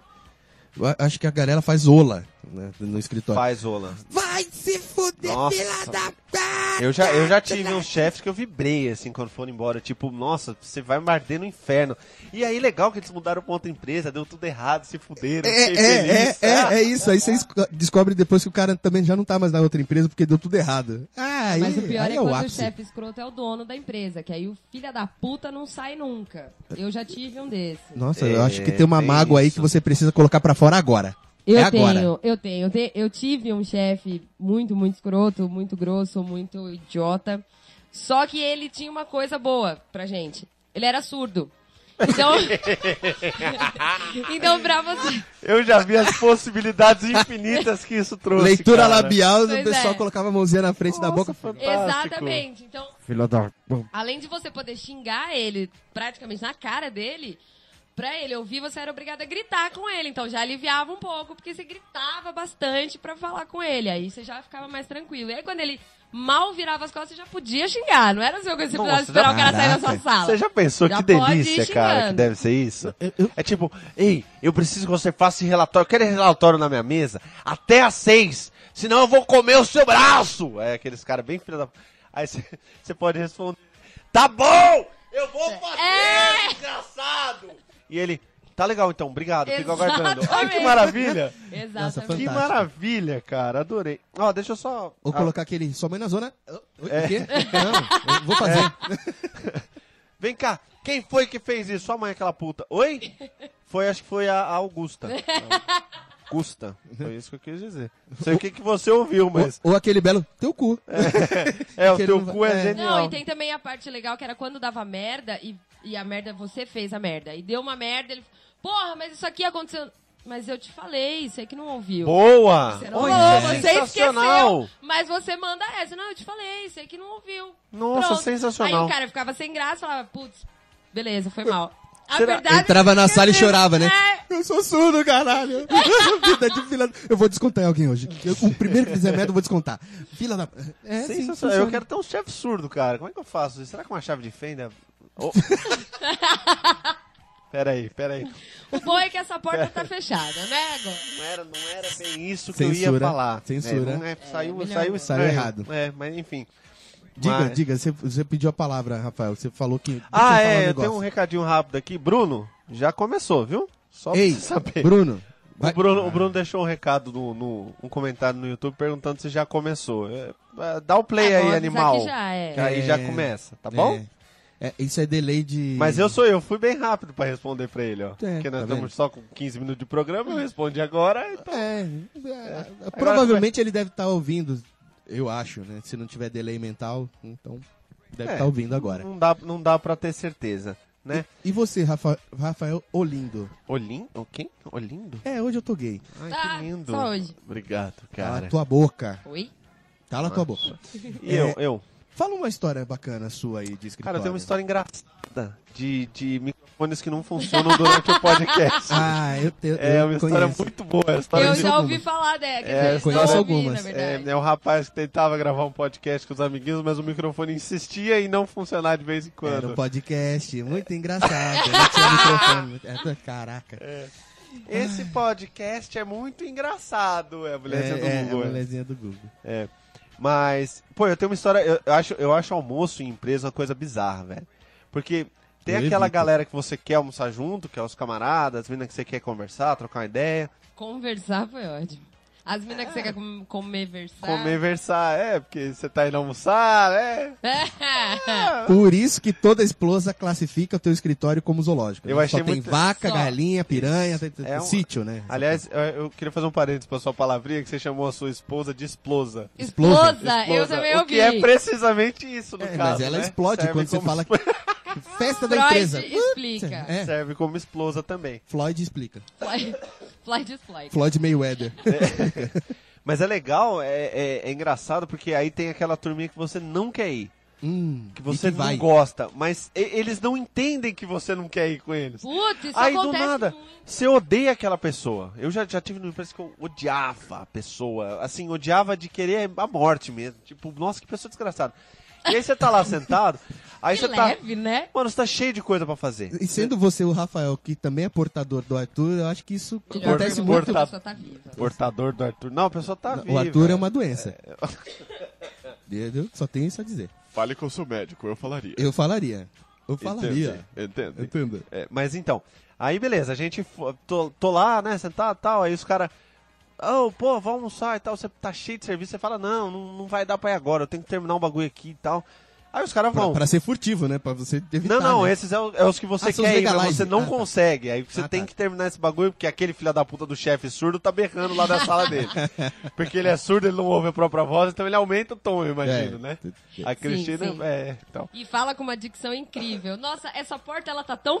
[SPEAKER 3] eu a- acho que a galera faz ola né, no escritório.
[SPEAKER 4] Faz, Olan.
[SPEAKER 3] Vai se fuder,
[SPEAKER 4] Nossa.
[SPEAKER 3] filha da... p-
[SPEAKER 4] Eu já, eu já tive uns chefes que eu vibrei, assim, quando foram embora. Tipo, nossa, você vai me arder no inferno. E aí, legal que eles mudaram pra outra empresa, deu tudo errado, se fuderam,
[SPEAKER 3] É,
[SPEAKER 4] fiquei
[SPEAKER 3] é, é,
[SPEAKER 4] feliz. Ah,
[SPEAKER 3] é, é isso. Aí você esco- descobre depois que o cara também já não tá mais na outra empresa porque deu tudo errado. Ah, aí,
[SPEAKER 5] Mas o pior
[SPEAKER 3] aí
[SPEAKER 5] é
[SPEAKER 3] o
[SPEAKER 5] quando o
[SPEAKER 3] ápice.
[SPEAKER 5] chefe escroto é o dono da empresa, que aí o filha da puta não sai nunca. Eu já tive um desse.
[SPEAKER 3] Nossa,
[SPEAKER 4] É,
[SPEAKER 3] eu acho que tem uma
[SPEAKER 4] tem
[SPEAKER 3] mágoa aí
[SPEAKER 4] isso.
[SPEAKER 3] que você precisa colocar pra fora agora.
[SPEAKER 5] Eu
[SPEAKER 3] é agora.
[SPEAKER 5] tenho, eu tenho, eu te- Eu tive um chefe muito, muito escroto, muito grosso, muito idiota. Só que ele tinha uma coisa boa pra gente. Ele era surdo. Então. então, pra você.
[SPEAKER 4] Eu já vi as possibilidades infinitas que isso trouxe.
[SPEAKER 3] Leitura
[SPEAKER 4] cara.
[SPEAKER 3] labial, o
[SPEAKER 5] Pois
[SPEAKER 3] pessoal
[SPEAKER 5] é.
[SPEAKER 3] colocava a mãozinha na frente da boca.
[SPEAKER 4] Fantástico.
[SPEAKER 5] Exatamente. Então, além de você poder xingar ele praticamente na cara dele, pra ele ouvir, você era obrigado a gritar com ele. Então já aliviava um pouco, porque você gritava bastante pra falar com ele. Aí você já ficava mais tranquilo. E aí quando ele mal virava as costas, você já podia xingar. Não era assim que você precisava
[SPEAKER 4] Nossa,
[SPEAKER 5] esperar o cara sair da
[SPEAKER 3] caraca.
[SPEAKER 5] sua sala.
[SPEAKER 4] Você já pensou
[SPEAKER 5] Já
[SPEAKER 4] que
[SPEAKER 5] pode ir
[SPEAKER 4] delícia, cara, que
[SPEAKER 5] xingando.
[SPEAKER 4] deve ser isso? É tipo, ei, eu preciso que você faça esse relatório, eu quero esse relatório na minha mesa até às seis, senão eu vou comer o seu braço! É aqueles caras bem filha da. Aí você você pode responder: Tá bom! Eu vou fazer,
[SPEAKER 5] É.
[SPEAKER 4] desgraçado! E ele, tá legal então, obrigado, fico aguardando. Ai, que
[SPEAKER 5] Exatamente.
[SPEAKER 4] maravilha!
[SPEAKER 3] Nossa,
[SPEAKER 5] Exatamente.
[SPEAKER 3] fantástico.
[SPEAKER 4] Que maravilha, cara, adorei. Ó, deixa eu só.
[SPEAKER 3] Ou
[SPEAKER 4] Ah, É.
[SPEAKER 3] colocar aquele, sua mãe na zona. Oi, o quê? Não, eu vou fazer.
[SPEAKER 4] Vem cá, Quem foi que fez isso? Sua mãe, aquela puta. Oi? Foi, acho que foi a, a Augusta. Augusta. Foi isso que eu quis dizer. Não sei o que, que você ouviu, mas.
[SPEAKER 3] Ou aquele belo teu cu.
[SPEAKER 4] É, o
[SPEAKER 3] Que ele
[SPEAKER 4] teu
[SPEAKER 3] não vai-
[SPEAKER 4] cu é
[SPEAKER 3] é.
[SPEAKER 5] Não,
[SPEAKER 4] genial.
[SPEAKER 5] e tem também a parte legal que era quando dava merda e, e a merda, você fez a merda. E deu uma merda, ele. Porra, mas isso aqui aconteceu. Mas eu te falei, você que não ouviu.
[SPEAKER 4] Boa!
[SPEAKER 3] Tá
[SPEAKER 5] Você não
[SPEAKER 4] Olha,
[SPEAKER 5] ouviu, você
[SPEAKER 4] sensacional!
[SPEAKER 5] esqueceu, mas você manda essa. Não, eu te falei, você que não ouviu.
[SPEAKER 4] Nossa,
[SPEAKER 5] Pronto. Aí
[SPEAKER 4] sensacional.
[SPEAKER 5] o cara ficava sem graça, falava, putz, beleza, foi mal. A
[SPEAKER 4] Será-
[SPEAKER 5] verdade
[SPEAKER 3] Entrava na sala e chorava, né?
[SPEAKER 5] É.
[SPEAKER 3] Eu sou surdo, caralho. Vida de fila. Eu vou descontar em alguém hoje. Eu- o primeiro que fizer merda, eu vou descontar. Fila da. É, sim,
[SPEAKER 4] Sensacional. Eu
[SPEAKER 3] funciona.
[SPEAKER 4] quero ter um chefe surdo, cara. Como é que eu faço isso? Será que uma chave de fenda. Oh. peraí, peraí.
[SPEAKER 5] o bom é que essa porta tá fechada, né, agora?
[SPEAKER 4] Não era, não era bem isso que eu ia
[SPEAKER 3] Censura.
[SPEAKER 4] falar.
[SPEAKER 3] Censura.
[SPEAKER 4] É, não é, saiu,
[SPEAKER 5] melhor
[SPEAKER 4] saiu
[SPEAKER 5] não.
[SPEAKER 4] estranho.
[SPEAKER 3] Saiu errado.
[SPEAKER 4] É, mas enfim.
[SPEAKER 3] Diga,
[SPEAKER 4] Mas-
[SPEAKER 3] diga, você, você pediu a palavra, Rafael. Você falou que. deixa
[SPEAKER 4] Ah,
[SPEAKER 3] eu falar um
[SPEAKER 4] é, eu
[SPEAKER 3] negócio.
[SPEAKER 4] tenho um recadinho rápido aqui. Bruno, já começou, viu? Só
[SPEAKER 3] Ei,
[SPEAKER 4] pra você saber.
[SPEAKER 3] Bruno. vai-
[SPEAKER 4] O Bruno, o Bruno deixou um recado, no, no- um comentário no YouTube perguntando se já começou. É, é, dá o play
[SPEAKER 5] É,
[SPEAKER 4] aí,
[SPEAKER 5] vamos avisar
[SPEAKER 4] animal.
[SPEAKER 5] que já é.
[SPEAKER 4] Que aí
[SPEAKER 3] É.
[SPEAKER 4] já começa, tá bom?
[SPEAKER 3] É, é, isso é delay de.
[SPEAKER 4] Mas eu sou eu, fui bem rápido pra responder pra ele, ó.
[SPEAKER 3] É,
[SPEAKER 4] Porque nós
[SPEAKER 3] tá
[SPEAKER 4] estamos
[SPEAKER 3] vendo?
[SPEAKER 4] só com 15 minutos de programa, eu respondi agora. então-
[SPEAKER 3] É, é, provavelmente ele deve estar ouvindo, eu acho, né? Se não tiver delay mental, então deve
[SPEAKER 4] É.
[SPEAKER 3] estar ouvindo agora.
[SPEAKER 4] Não dá, não dá pra ter certeza, né?
[SPEAKER 3] E você, Rafa- Rafael Olindo?
[SPEAKER 4] Olindo? Quem? Olindo?
[SPEAKER 3] É, hoje eu tô gay.
[SPEAKER 4] Ai,
[SPEAKER 5] Ah,
[SPEAKER 4] que lindo.
[SPEAKER 5] só hoje.
[SPEAKER 4] Obrigado,
[SPEAKER 3] Cala
[SPEAKER 4] cara.
[SPEAKER 3] tua boca.
[SPEAKER 5] Oi?
[SPEAKER 3] Cala tua boca.
[SPEAKER 4] E
[SPEAKER 3] É.
[SPEAKER 4] eu, eu?
[SPEAKER 3] Fala uma história bacana sua aí de escritório.
[SPEAKER 4] Cara, eu tenho uma história engraçada de, de microfones que não funcionam durante o podcast.
[SPEAKER 3] Ah, eu tenho.
[SPEAKER 4] é
[SPEAKER 3] eu
[SPEAKER 4] uma história
[SPEAKER 3] conheço.
[SPEAKER 4] muito boa. é uma história
[SPEAKER 5] Eu
[SPEAKER 4] de-
[SPEAKER 5] já ouvi falar
[SPEAKER 4] É,
[SPEAKER 5] dela. Quer dizer, eu
[SPEAKER 3] conheço
[SPEAKER 5] não ouvi, na
[SPEAKER 3] algumas.
[SPEAKER 4] É,
[SPEAKER 5] verdade.
[SPEAKER 4] é um rapaz que tentava gravar um podcast com os amiguinhos, mas o microfone insistia em não funcionar de vez em
[SPEAKER 3] Era
[SPEAKER 4] quando.
[SPEAKER 3] um podcast muito engraçado. não tinha microfone. É, Caraca. É,
[SPEAKER 4] Esse podcast é muito engraçado, é a mulherzinha do
[SPEAKER 3] é,
[SPEAKER 4] Google.
[SPEAKER 3] a
[SPEAKER 4] é.
[SPEAKER 3] molezinha do Google.
[SPEAKER 4] Mas, pô, eu tenho uma história. Eu, eu acho, eu acho almoço em empresa uma coisa bizarra, velho. Porque tem
[SPEAKER 3] Eu
[SPEAKER 4] aquela
[SPEAKER 3] evito.
[SPEAKER 4] galera que você quer almoçar junto, que é os camaradas, as meninas que você quer conversar, trocar uma ideia,
[SPEAKER 5] Conversar foi ótimo. As minas que você quer com- comer, versar.
[SPEAKER 4] É. comer, versar, é, porque você tá indo almoçar, é. Ah.
[SPEAKER 3] Por isso que toda esposa classifica o teu escritório como zoológico.
[SPEAKER 4] Eu
[SPEAKER 3] né?
[SPEAKER 4] achei
[SPEAKER 3] Só tem
[SPEAKER 4] muito-
[SPEAKER 3] vaca,
[SPEAKER 5] Só.
[SPEAKER 3] galinha, piranha, tem- tem-
[SPEAKER 4] É um-
[SPEAKER 3] sítio, né?
[SPEAKER 4] Aliás, eu, eu queria fazer um parênteses pra sua palavrinha, que você chamou a sua esposa de esposa.
[SPEAKER 5] Explosa, eu
[SPEAKER 4] Esposa,
[SPEAKER 5] também
[SPEAKER 4] o
[SPEAKER 5] ouvi.
[SPEAKER 4] que é precisamente isso, no
[SPEAKER 3] É,
[SPEAKER 4] caso.
[SPEAKER 3] mas ela
[SPEAKER 4] né?
[SPEAKER 3] explode
[SPEAKER 4] Serve
[SPEAKER 3] quando você
[SPEAKER 4] como
[SPEAKER 3] fala que... Festa da
[SPEAKER 5] Freud
[SPEAKER 3] empresa.
[SPEAKER 5] explica.
[SPEAKER 3] É,
[SPEAKER 4] Serve como esposa também.
[SPEAKER 3] Floyd explica.
[SPEAKER 5] Fly, fly display.
[SPEAKER 3] Floyd Mayweather.
[SPEAKER 4] Mas é legal, é, é- é engraçado, porque aí tem aquela turminha que você não quer ir.
[SPEAKER 3] Hum,
[SPEAKER 4] Que
[SPEAKER 3] e
[SPEAKER 4] você não
[SPEAKER 3] vai.
[SPEAKER 4] gosta. Mas e- eles não entendem que você não quer ir com eles.
[SPEAKER 5] Putz, isso
[SPEAKER 4] aí do
[SPEAKER 5] acontece
[SPEAKER 4] nada,
[SPEAKER 5] muito.
[SPEAKER 4] você odeia aquela pessoa. Eu já, já tive no empresa que eu odiava a pessoa. Assim, odiava de querer a morte mesmo. Tipo, nossa, que pessoa desgraçada. E aí você tá lá sentado, aí
[SPEAKER 5] Que
[SPEAKER 4] você tá.
[SPEAKER 5] leve, né?
[SPEAKER 4] Mano, você tá cheio de coisa pra fazer.
[SPEAKER 3] E sendo você o Rafael, que também é portador do Arthur, eu acho que isso
[SPEAKER 5] Melhor
[SPEAKER 3] acontece
[SPEAKER 5] pergunta,
[SPEAKER 3] muito.
[SPEAKER 5] a pessoa tá viva.
[SPEAKER 4] Portador do Arthur. Não, a pessoa tá viva.
[SPEAKER 3] O Arthur é uma doença. Entendeu? Só tenho isso a dizer.
[SPEAKER 8] Fale com o seu médico, eu falaria.
[SPEAKER 3] Eu falaria. Eu falaria.
[SPEAKER 8] Entende? Entende?
[SPEAKER 3] Entendeu?
[SPEAKER 4] É, mas então, aí beleza, a gente fo- tô, tô lá, né, sentado e tal, aí os caras. Oh, pô, vamos almoçar e tal, você tá cheio de serviço, você fala, não, não, não vai dar pra ir agora, eu tenho que terminar um bagulho aqui e tal. Aí os caras
[SPEAKER 3] Pra,
[SPEAKER 4] vão.
[SPEAKER 3] pra ser furtivo, né? Pra você evitar.
[SPEAKER 4] Não, não,
[SPEAKER 3] né?
[SPEAKER 4] esses é, o- é os que você
[SPEAKER 3] Ah, são os
[SPEAKER 4] quer ir, mas
[SPEAKER 3] legalize.
[SPEAKER 4] você não
[SPEAKER 3] Ah, tá.
[SPEAKER 4] consegue. Aí você
[SPEAKER 3] Ah,
[SPEAKER 4] tem
[SPEAKER 3] tá.
[SPEAKER 4] que terminar esse bagulho, porque aquele filho da puta do chefe surdo tá berrando lá da sala dele. Porque ele é surdo, ele não ouve a própria voz, então ele aumenta o tom, eu imagino,
[SPEAKER 3] É.
[SPEAKER 4] né? A
[SPEAKER 5] Sim,
[SPEAKER 4] Cristina,
[SPEAKER 5] sim.
[SPEAKER 4] é, então.
[SPEAKER 5] E fala com uma dicção incrível. Nossa, essa porta ela tá tão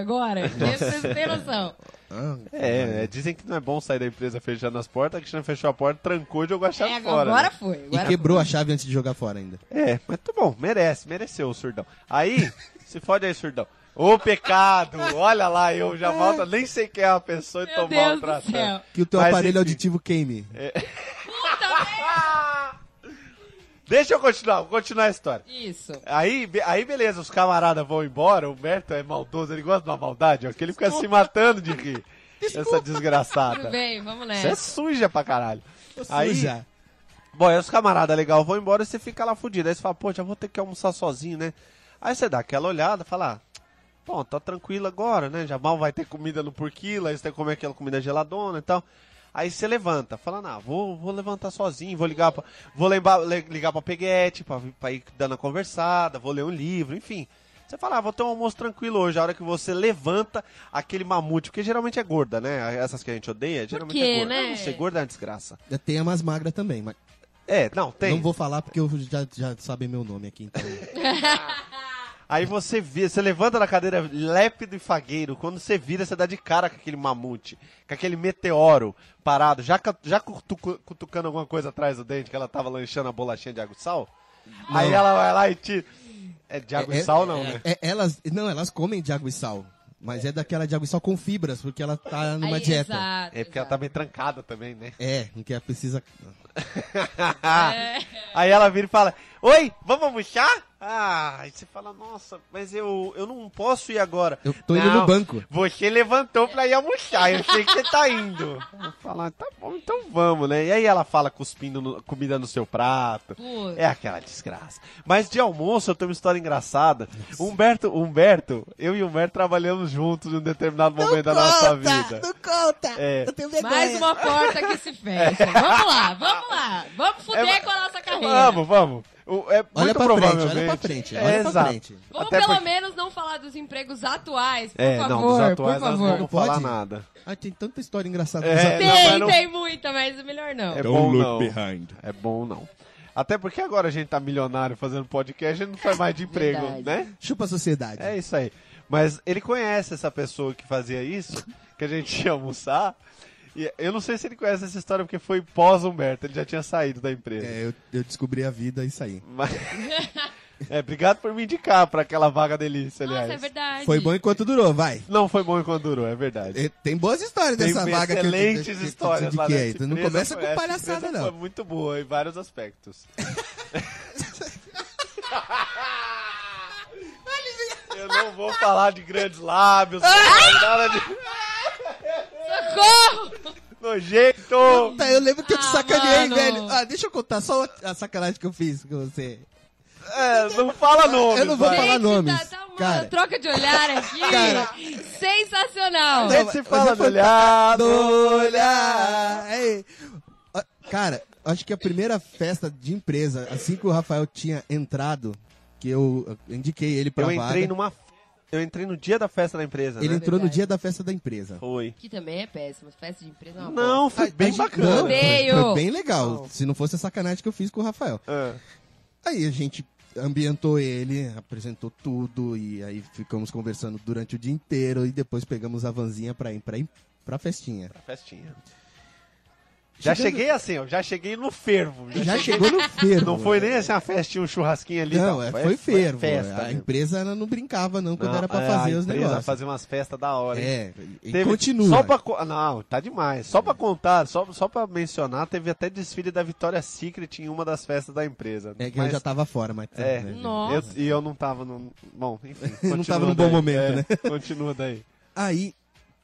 [SPEAKER 5] agora. Vocês têm noção.
[SPEAKER 3] Ah,
[SPEAKER 4] É, é, dizem que não é bom sair da empresa fechando as portas. A Cristina fechou a porta, trancou e jogou a chave
[SPEAKER 5] É,
[SPEAKER 4] fora.
[SPEAKER 5] agora
[SPEAKER 4] né?
[SPEAKER 5] foi.
[SPEAKER 3] E
[SPEAKER 5] Agora
[SPEAKER 3] quebrou a chave antes de jogar fora ainda.
[SPEAKER 4] É, mas tá bom, merece, mereceu o surdão. Aí, se fode aí, surdão. Ô pecado, olha lá, eu já volto, nem sei quem é a pessoa e
[SPEAKER 5] foi.
[SPEAKER 4] tô
[SPEAKER 5] Meu Deus do
[SPEAKER 4] maltratando.
[SPEAKER 5] céu.
[SPEAKER 3] Que o teu
[SPEAKER 4] Mas,
[SPEAKER 3] aparelho
[SPEAKER 4] enfim. É,
[SPEAKER 3] auditivo queime.
[SPEAKER 4] Deixa eu continuar, vou continuar a história.
[SPEAKER 5] Isso.
[SPEAKER 4] Aí, be- aí beleza, os camaradas vão embora, o Humberto é maldoso, ele gosta de uma maldade, ó, que ele fica se matando de rir. Essa
[SPEAKER 5] Tudo
[SPEAKER 4] desgraçada.
[SPEAKER 5] bem, vamos
[SPEAKER 4] Você Ah, é
[SPEAKER 5] nessa.
[SPEAKER 4] suja pra caralho. Aí,
[SPEAKER 3] Suja.
[SPEAKER 4] Bom, aí os camaradas legal vão embora e você fica lá fudido. Aí você fala, pô, já vou ter que almoçar sozinho, né? Aí você dá aquela olhada, fala, ah, bom, tá tranquilo agora, né? Já mal vai ter comida no porquilo, aí você tem que comer aquela comida geladona e tal. Aí você levanta, fala, não, vou, vou levantar sozinho, vou ligar pra, vou lembrar, le- ligar pra Peguete, pra, pra ir dando a conversada, vou ler um livro, enfim. Você fala, ah, vou ter um almoço tranquilo hoje, a hora que você levanta aquele mamute, porque geralmente é gorda, né? Essas que a gente odeia, geralmente
[SPEAKER 5] quê,
[SPEAKER 4] é gorda.
[SPEAKER 5] né?
[SPEAKER 4] Eu Não sei, gorda é uma desgraça.
[SPEAKER 3] Tem a mais magra também, mas
[SPEAKER 4] É, não, tem.
[SPEAKER 3] não vou falar porque eu já, já sabem meu nome aqui, então.
[SPEAKER 4] Aí você vê, você levanta da cadeira lépido e fagueiro. Quando você vira, você dá de cara com aquele mamute, com aquele meteoro parado, já, ca- já cutucu- cutucando alguma coisa atrás do dente, que ela tava lanchando a bolachinha de água e sal. Aí ela vai lá e tira. É de água e sal, não,
[SPEAKER 3] é,
[SPEAKER 4] né?
[SPEAKER 3] é, elas, não, elas comem de água e sal. Mas é daquela de água e sal com fibras, porque ela tá numa
[SPEAKER 5] Aí,
[SPEAKER 3] dieta.
[SPEAKER 5] Exato,
[SPEAKER 4] É porque ela tá meio trancada também, né?
[SPEAKER 3] É, que ela precisa.
[SPEAKER 4] Aí ela vira e fala: Oi, vamos almoçar? Ah, aí você fala: Nossa, mas eu, eu não posso ir agora.
[SPEAKER 3] Eu tô indo
[SPEAKER 4] Não,
[SPEAKER 3] no banco.
[SPEAKER 4] Você levantou pra ir almoçar, eu sei que você tá indo. Eu falo, "Ah, tá bom, então vamos, né? E aí ela fala cuspindo no- comida no seu prato.
[SPEAKER 5] Putz.
[SPEAKER 4] É aquela desgraça. Mas de almoço eu tenho uma história engraçada. Humberto, Humberto, eu e o Humberto trabalhamos juntos em um determinado momento da nossa vida.
[SPEAKER 3] conta!
[SPEAKER 4] É.
[SPEAKER 3] Eu tenho vergonha.
[SPEAKER 5] Mais uma porta que se fecha. Vamos lá, vamos lá. Vamos fuder
[SPEAKER 4] É,
[SPEAKER 5] com a nossa carreira.
[SPEAKER 4] Vamos, vamos. O- É
[SPEAKER 3] Olha
[SPEAKER 4] muito
[SPEAKER 3] pra frente,
[SPEAKER 4] provavelmente.
[SPEAKER 3] olha pra frente,
[SPEAKER 4] É,
[SPEAKER 3] olha pra
[SPEAKER 4] exato.
[SPEAKER 3] frente.
[SPEAKER 5] Vamos
[SPEAKER 4] Até
[SPEAKER 5] pelo
[SPEAKER 4] porque-
[SPEAKER 5] menos não falar dos empregos atuais, por
[SPEAKER 4] É,
[SPEAKER 5] favor.
[SPEAKER 4] não, dos atuais
[SPEAKER 5] por
[SPEAKER 4] nós
[SPEAKER 5] favor.
[SPEAKER 4] não vamos falar
[SPEAKER 3] Pode?
[SPEAKER 4] nada.
[SPEAKER 3] Ah, tem tanta história engraçada.
[SPEAKER 4] É, não,
[SPEAKER 3] nessa-
[SPEAKER 5] Tem,
[SPEAKER 4] mas não-
[SPEAKER 5] tem muita, mas é melhor não.
[SPEAKER 3] Então,
[SPEAKER 4] É bom
[SPEAKER 8] Don't
[SPEAKER 4] não.
[SPEAKER 8] look behind.
[SPEAKER 4] É bom não. Até porque agora a gente tá milionário fazendo podcast, a gente não faz mais de emprego,
[SPEAKER 5] Verdade.
[SPEAKER 4] né?
[SPEAKER 3] Chupa a sociedade.
[SPEAKER 4] É isso aí. Mas ele conhece essa pessoa que fazia isso, que a gente ia almoçar. E eu não sei se ele conhece essa história porque foi pós Humberto, ele já tinha saído da empresa.
[SPEAKER 3] É, eu, eu descobri a vida e saí.
[SPEAKER 4] Mas- é, obrigado por me indicar pra aquela vaga delícia, aliás.
[SPEAKER 5] Nossa, é verdade.
[SPEAKER 3] Foi bom enquanto durou, vai.
[SPEAKER 4] Não foi bom enquanto durou, é verdade.
[SPEAKER 3] E Tem boas histórias
[SPEAKER 4] Tem
[SPEAKER 3] dessa vaga que eu-
[SPEAKER 4] excelentes
[SPEAKER 3] que eu- que eu
[SPEAKER 4] histórias lá
[SPEAKER 3] indiquei.
[SPEAKER 4] nessa
[SPEAKER 3] Tu não
[SPEAKER 4] empresa,
[SPEAKER 3] começa com
[SPEAKER 4] essa
[SPEAKER 3] palhaçada,
[SPEAKER 4] empresa
[SPEAKER 3] não.
[SPEAKER 4] Foi muito boa em vários aspectos. Eu não vou falar de grandes lábios, nada de
[SPEAKER 5] Socorro!
[SPEAKER 4] nojento.
[SPEAKER 3] Puta, eu lembro que eu te
[SPEAKER 5] Ah,
[SPEAKER 3] sacaneei,
[SPEAKER 5] mano.
[SPEAKER 3] velho. Ah, deixa eu contar só a sacanagem que eu fiz com você.
[SPEAKER 4] É, não fala nome.
[SPEAKER 3] Eu não vou
[SPEAKER 4] vai.
[SPEAKER 3] falar nomes,
[SPEAKER 5] tá, tá uma
[SPEAKER 3] cara.
[SPEAKER 5] troca de olhar aqui. Sensacional.
[SPEAKER 4] A gente se fala
[SPEAKER 3] Mas
[SPEAKER 4] do
[SPEAKER 3] é
[SPEAKER 4] olhar,
[SPEAKER 3] Do
[SPEAKER 4] do olhar.
[SPEAKER 3] olhar. Ei. Ó, Cara, acho que a primeira festa de empresa, assim que o Rafael tinha entrado, que eu eu indiquei ele pra
[SPEAKER 4] Eu entrei
[SPEAKER 3] Tá vaga,
[SPEAKER 4] numa eu entrei no dia da festa da empresa,
[SPEAKER 3] ele
[SPEAKER 4] né?
[SPEAKER 3] entrou no
[SPEAKER 5] Verdade.
[SPEAKER 3] dia da festa da empresa.
[SPEAKER 4] Foi.
[SPEAKER 5] Que também é péssimo. Festa de empresa é uma
[SPEAKER 4] Não, foi
[SPEAKER 3] A- a
[SPEAKER 4] bem
[SPEAKER 3] gente-
[SPEAKER 4] bacana.
[SPEAKER 3] Não,
[SPEAKER 5] Odeio.
[SPEAKER 3] Foi bem legal, se não fosse a sacanagem que eu fiz com o Rafael.
[SPEAKER 4] Ah.
[SPEAKER 3] Aí a gente ambientou ele, apresentou tudo e aí ficamos conversando durante o dia inteiro e depois pegamos a vanzinha pra ir pra, ir pra festinha.
[SPEAKER 4] Festinha. Já
[SPEAKER 3] Chegando-
[SPEAKER 4] cheguei assim, ó. Já cheguei no fervo. Já
[SPEAKER 3] Já
[SPEAKER 4] cheguei-
[SPEAKER 3] chegou no fervo.
[SPEAKER 4] Não foi nem assim uma festinha, um churrasquinho ali.
[SPEAKER 3] Não, é, foi fervo.
[SPEAKER 4] festa
[SPEAKER 3] a
[SPEAKER 4] mesmo.
[SPEAKER 3] empresa ela não brincava não quando
[SPEAKER 4] Não,
[SPEAKER 3] era pra
[SPEAKER 4] é,
[SPEAKER 3] fazer
[SPEAKER 4] a
[SPEAKER 3] os
[SPEAKER 4] empresa
[SPEAKER 3] negócios.
[SPEAKER 4] fazer umas festas da hora. hein?
[SPEAKER 3] É, e
[SPEAKER 4] Teve-
[SPEAKER 3] continua.
[SPEAKER 4] Só pra, co- não, tá demais. Só pra contar, só, só pra mencionar, teve até desfile da Vitória Secret em uma das festas da empresa.
[SPEAKER 3] É que
[SPEAKER 4] Mas-
[SPEAKER 3] eu já tava fora, mas...
[SPEAKER 4] É.
[SPEAKER 3] né?
[SPEAKER 5] Nossa.
[SPEAKER 4] eu- e eu não tava no. Bom, enfim.
[SPEAKER 3] Não
[SPEAKER 4] continua
[SPEAKER 3] tava num bom
[SPEAKER 4] daí.
[SPEAKER 3] momento,
[SPEAKER 4] É,
[SPEAKER 3] né?
[SPEAKER 4] Continua daí.
[SPEAKER 3] Aí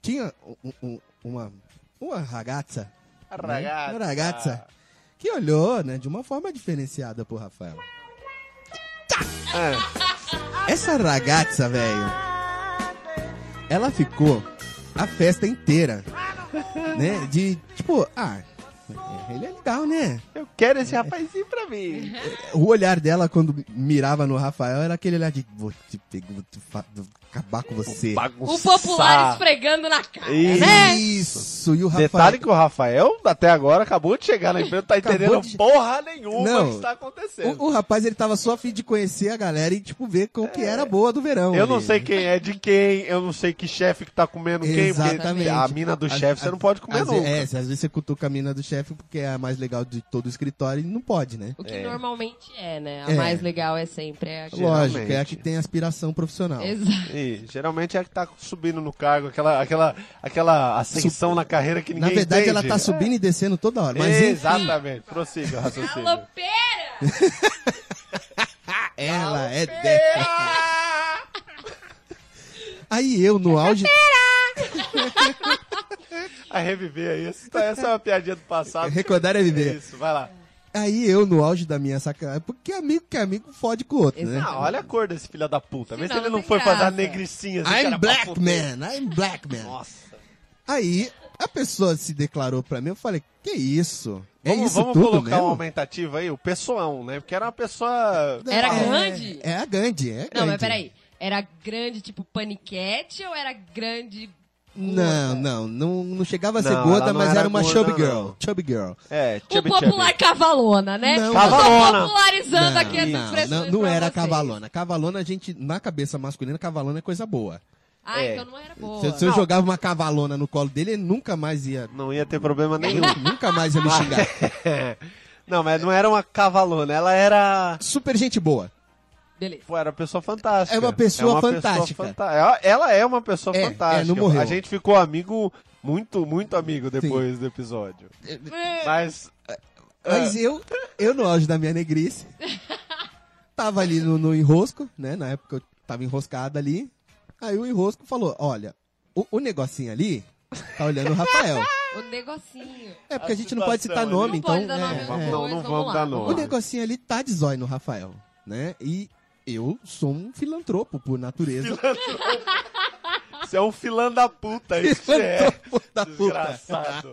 [SPEAKER 3] tinha um- um- uma, uma ragazza,
[SPEAKER 4] Ragazza.
[SPEAKER 3] uma Né? ragazza que olhou né, de uma forma diferenciada pro Rafael. Tá!
[SPEAKER 4] É,
[SPEAKER 3] Essa ragazza, velho, ela ficou a festa inteira, né? De, tipo, ah, ele é legal, né?
[SPEAKER 4] eu quero esse rapazinho pra mim.
[SPEAKER 3] O olhar dela quando mirava no Rafael era aquele olhar de, vou te pegar, vou, te fa- vou acabar com você.
[SPEAKER 5] O popular é esfregando na cara,
[SPEAKER 4] Isso.
[SPEAKER 5] né?
[SPEAKER 3] Isso, e o Rafael...
[SPEAKER 4] Detalhe que o Rafael, até agora, acabou de chegar na empresa, não tá
[SPEAKER 3] Acabou
[SPEAKER 4] entendendo
[SPEAKER 3] de-
[SPEAKER 4] porra nenhuma
[SPEAKER 3] Não.
[SPEAKER 4] que está acontecendo.
[SPEAKER 3] O, o rapaz, ele tava só a fim de conhecer a galera e, tipo, ver qual que era a boa do verão.
[SPEAKER 4] É. Eu não
[SPEAKER 3] ali.
[SPEAKER 4] sei quem é de quem, eu não sei que chefe que tá comendo quem, porque
[SPEAKER 3] Exatamente.
[SPEAKER 4] a mina do
[SPEAKER 3] Às-
[SPEAKER 4] chefe você
[SPEAKER 3] às-
[SPEAKER 4] não pode comer
[SPEAKER 3] às, ve-
[SPEAKER 4] nunca.
[SPEAKER 3] É, às vezes você cutuca a mina do chefe porque é a mais legal de todo o escritório e não pode, né?
[SPEAKER 5] O que normalmente é, né? A
[SPEAKER 3] É.
[SPEAKER 5] mais legal é sempre a que...
[SPEAKER 4] Geralmente.
[SPEAKER 3] Lógico, é a que tem aspiração profissional.
[SPEAKER 5] Exato.
[SPEAKER 4] E geralmente é a que tá subindo no cargo, aquela, aquela, aquela ascensão na carreira que
[SPEAKER 3] Na
[SPEAKER 4] ninguém
[SPEAKER 3] verdade,
[SPEAKER 4] entende. É,
[SPEAKER 3] ela tá subindo e descendo toda hora. Mas enfim,
[SPEAKER 4] Exatamente, prossiga o raciocínio.
[SPEAKER 5] Galopeira!
[SPEAKER 3] ela é. de- Aí eu, no auge.
[SPEAKER 4] A reviver aí, essa, essa é uma piadinha do passado.
[SPEAKER 3] Recordar é viver.
[SPEAKER 4] Isso, vai lá.
[SPEAKER 3] Aí eu, no auge da minha sacanagem. Porque amigo que é amigo fode com o outro, né?
[SPEAKER 4] Não, Ah, olha a cor desse filho da puta. Vê se
[SPEAKER 5] Não,
[SPEAKER 4] ele não
[SPEAKER 5] sem
[SPEAKER 4] foi fazer a
[SPEAKER 5] graça.
[SPEAKER 4] negricinha. assim, cara,
[SPEAKER 3] I'm
[SPEAKER 4] pra
[SPEAKER 3] black
[SPEAKER 4] puta.
[SPEAKER 3] man, I'm black man.
[SPEAKER 4] Nossa.
[SPEAKER 3] Aí a pessoa se declarou pra mim, eu falei, que isso? É
[SPEAKER 4] vamos
[SPEAKER 3] isso
[SPEAKER 4] vamos
[SPEAKER 3] tudo
[SPEAKER 4] colocar
[SPEAKER 3] mesmo?
[SPEAKER 4] um aumentativo aí, o pessoão, né? Porque era uma pessoa.
[SPEAKER 5] Era
[SPEAKER 3] É-
[SPEAKER 5] Gandhi?
[SPEAKER 3] É, a Gandhi, é
[SPEAKER 5] Não,
[SPEAKER 3] Gandhi.
[SPEAKER 5] mas peraí. Era grande, tipo paniquete, ou era grande.
[SPEAKER 3] Não, não, não, não chegava a ser
[SPEAKER 4] Não, ela
[SPEAKER 3] gorda,
[SPEAKER 4] não
[SPEAKER 3] mas
[SPEAKER 4] era
[SPEAKER 3] era uma
[SPEAKER 4] gorda,
[SPEAKER 3] chubby girl.
[SPEAKER 4] não.
[SPEAKER 3] Chubby girl.
[SPEAKER 4] É,
[SPEAKER 5] O
[SPEAKER 4] chubby
[SPEAKER 5] popular
[SPEAKER 4] chubby.
[SPEAKER 5] cavalona, né?
[SPEAKER 3] Não,
[SPEAKER 4] Cavalona.
[SPEAKER 5] Tô popularizando
[SPEAKER 3] não,
[SPEAKER 5] aqui essas
[SPEAKER 3] não,
[SPEAKER 5] expressões.
[SPEAKER 3] não, não
[SPEAKER 5] pra
[SPEAKER 3] era
[SPEAKER 5] vocês.
[SPEAKER 3] cavalona. Cavalona, a gente, na cabeça masculina, cavalona é coisa boa.
[SPEAKER 5] Ah,
[SPEAKER 4] É.
[SPEAKER 5] então não era boa.
[SPEAKER 3] Se, se eu jogava uma cavalona no colo dele, ele nunca mais ia.
[SPEAKER 4] Não ia ter problema nenhum.
[SPEAKER 3] nunca mais ia me xingar.
[SPEAKER 5] É.
[SPEAKER 4] não, mas não era uma cavalona, ela era.
[SPEAKER 3] Super gente boa.
[SPEAKER 5] Beleza.
[SPEAKER 4] Pô, era uma pessoa fantástica.
[SPEAKER 3] É uma pessoa
[SPEAKER 4] pessoa
[SPEAKER 3] fantástica.
[SPEAKER 4] fanta- Ela, ela é uma pessoa
[SPEAKER 3] É,
[SPEAKER 4] fantástica.
[SPEAKER 3] é, não morreu.
[SPEAKER 4] A gente ficou amigo, muito, muito amigo depois do episódio.
[SPEAKER 3] É,
[SPEAKER 4] Mas.
[SPEAKER 3] Mas
[SPEAKER 5] Ah.
[SPEAKER 3] eu, eu no auge da minha negrice, tava ali no, no enrosco, né? Na época eu tava enroscado ali. Aí o enrosco falou: Olha, o, o negocinho ali tá olhando o Rafael.
[SPEAKER 5] O negocinho.
[SPEAKER 3] É porque
[SPEAKER 4] A
[SPEAKER 3] a, gente não pode citar
[SPEAKER 4] situação
[SPEAKER 3] nome,
[SPEAKER 5] Não
[SPEAKER 3] então.
[SPEAKER 5] pode dar nome
[SPEAKER 3] é,
[SPEAKER 5] aos
[SPEAKER 3] é.
[SPEAKER 5] dois,
[SPEAKER 4] Não, não vamos
[SPEAKER 5] lá,
[SPEAKER 4] dar
[SPEAKER 3] O
[SPEAKER 4] nome.
[SPEAKER 5] lá.
[SPEAKER 3] negocinho ali tá de zóio no Rafael, né? E eu sou um filantropo por natureza.
[SPEAKER 4] Você é um filã da puta, isso que você é.
[SPEAKER 3] da puta.
[SPEAKER 4] Desgraçado.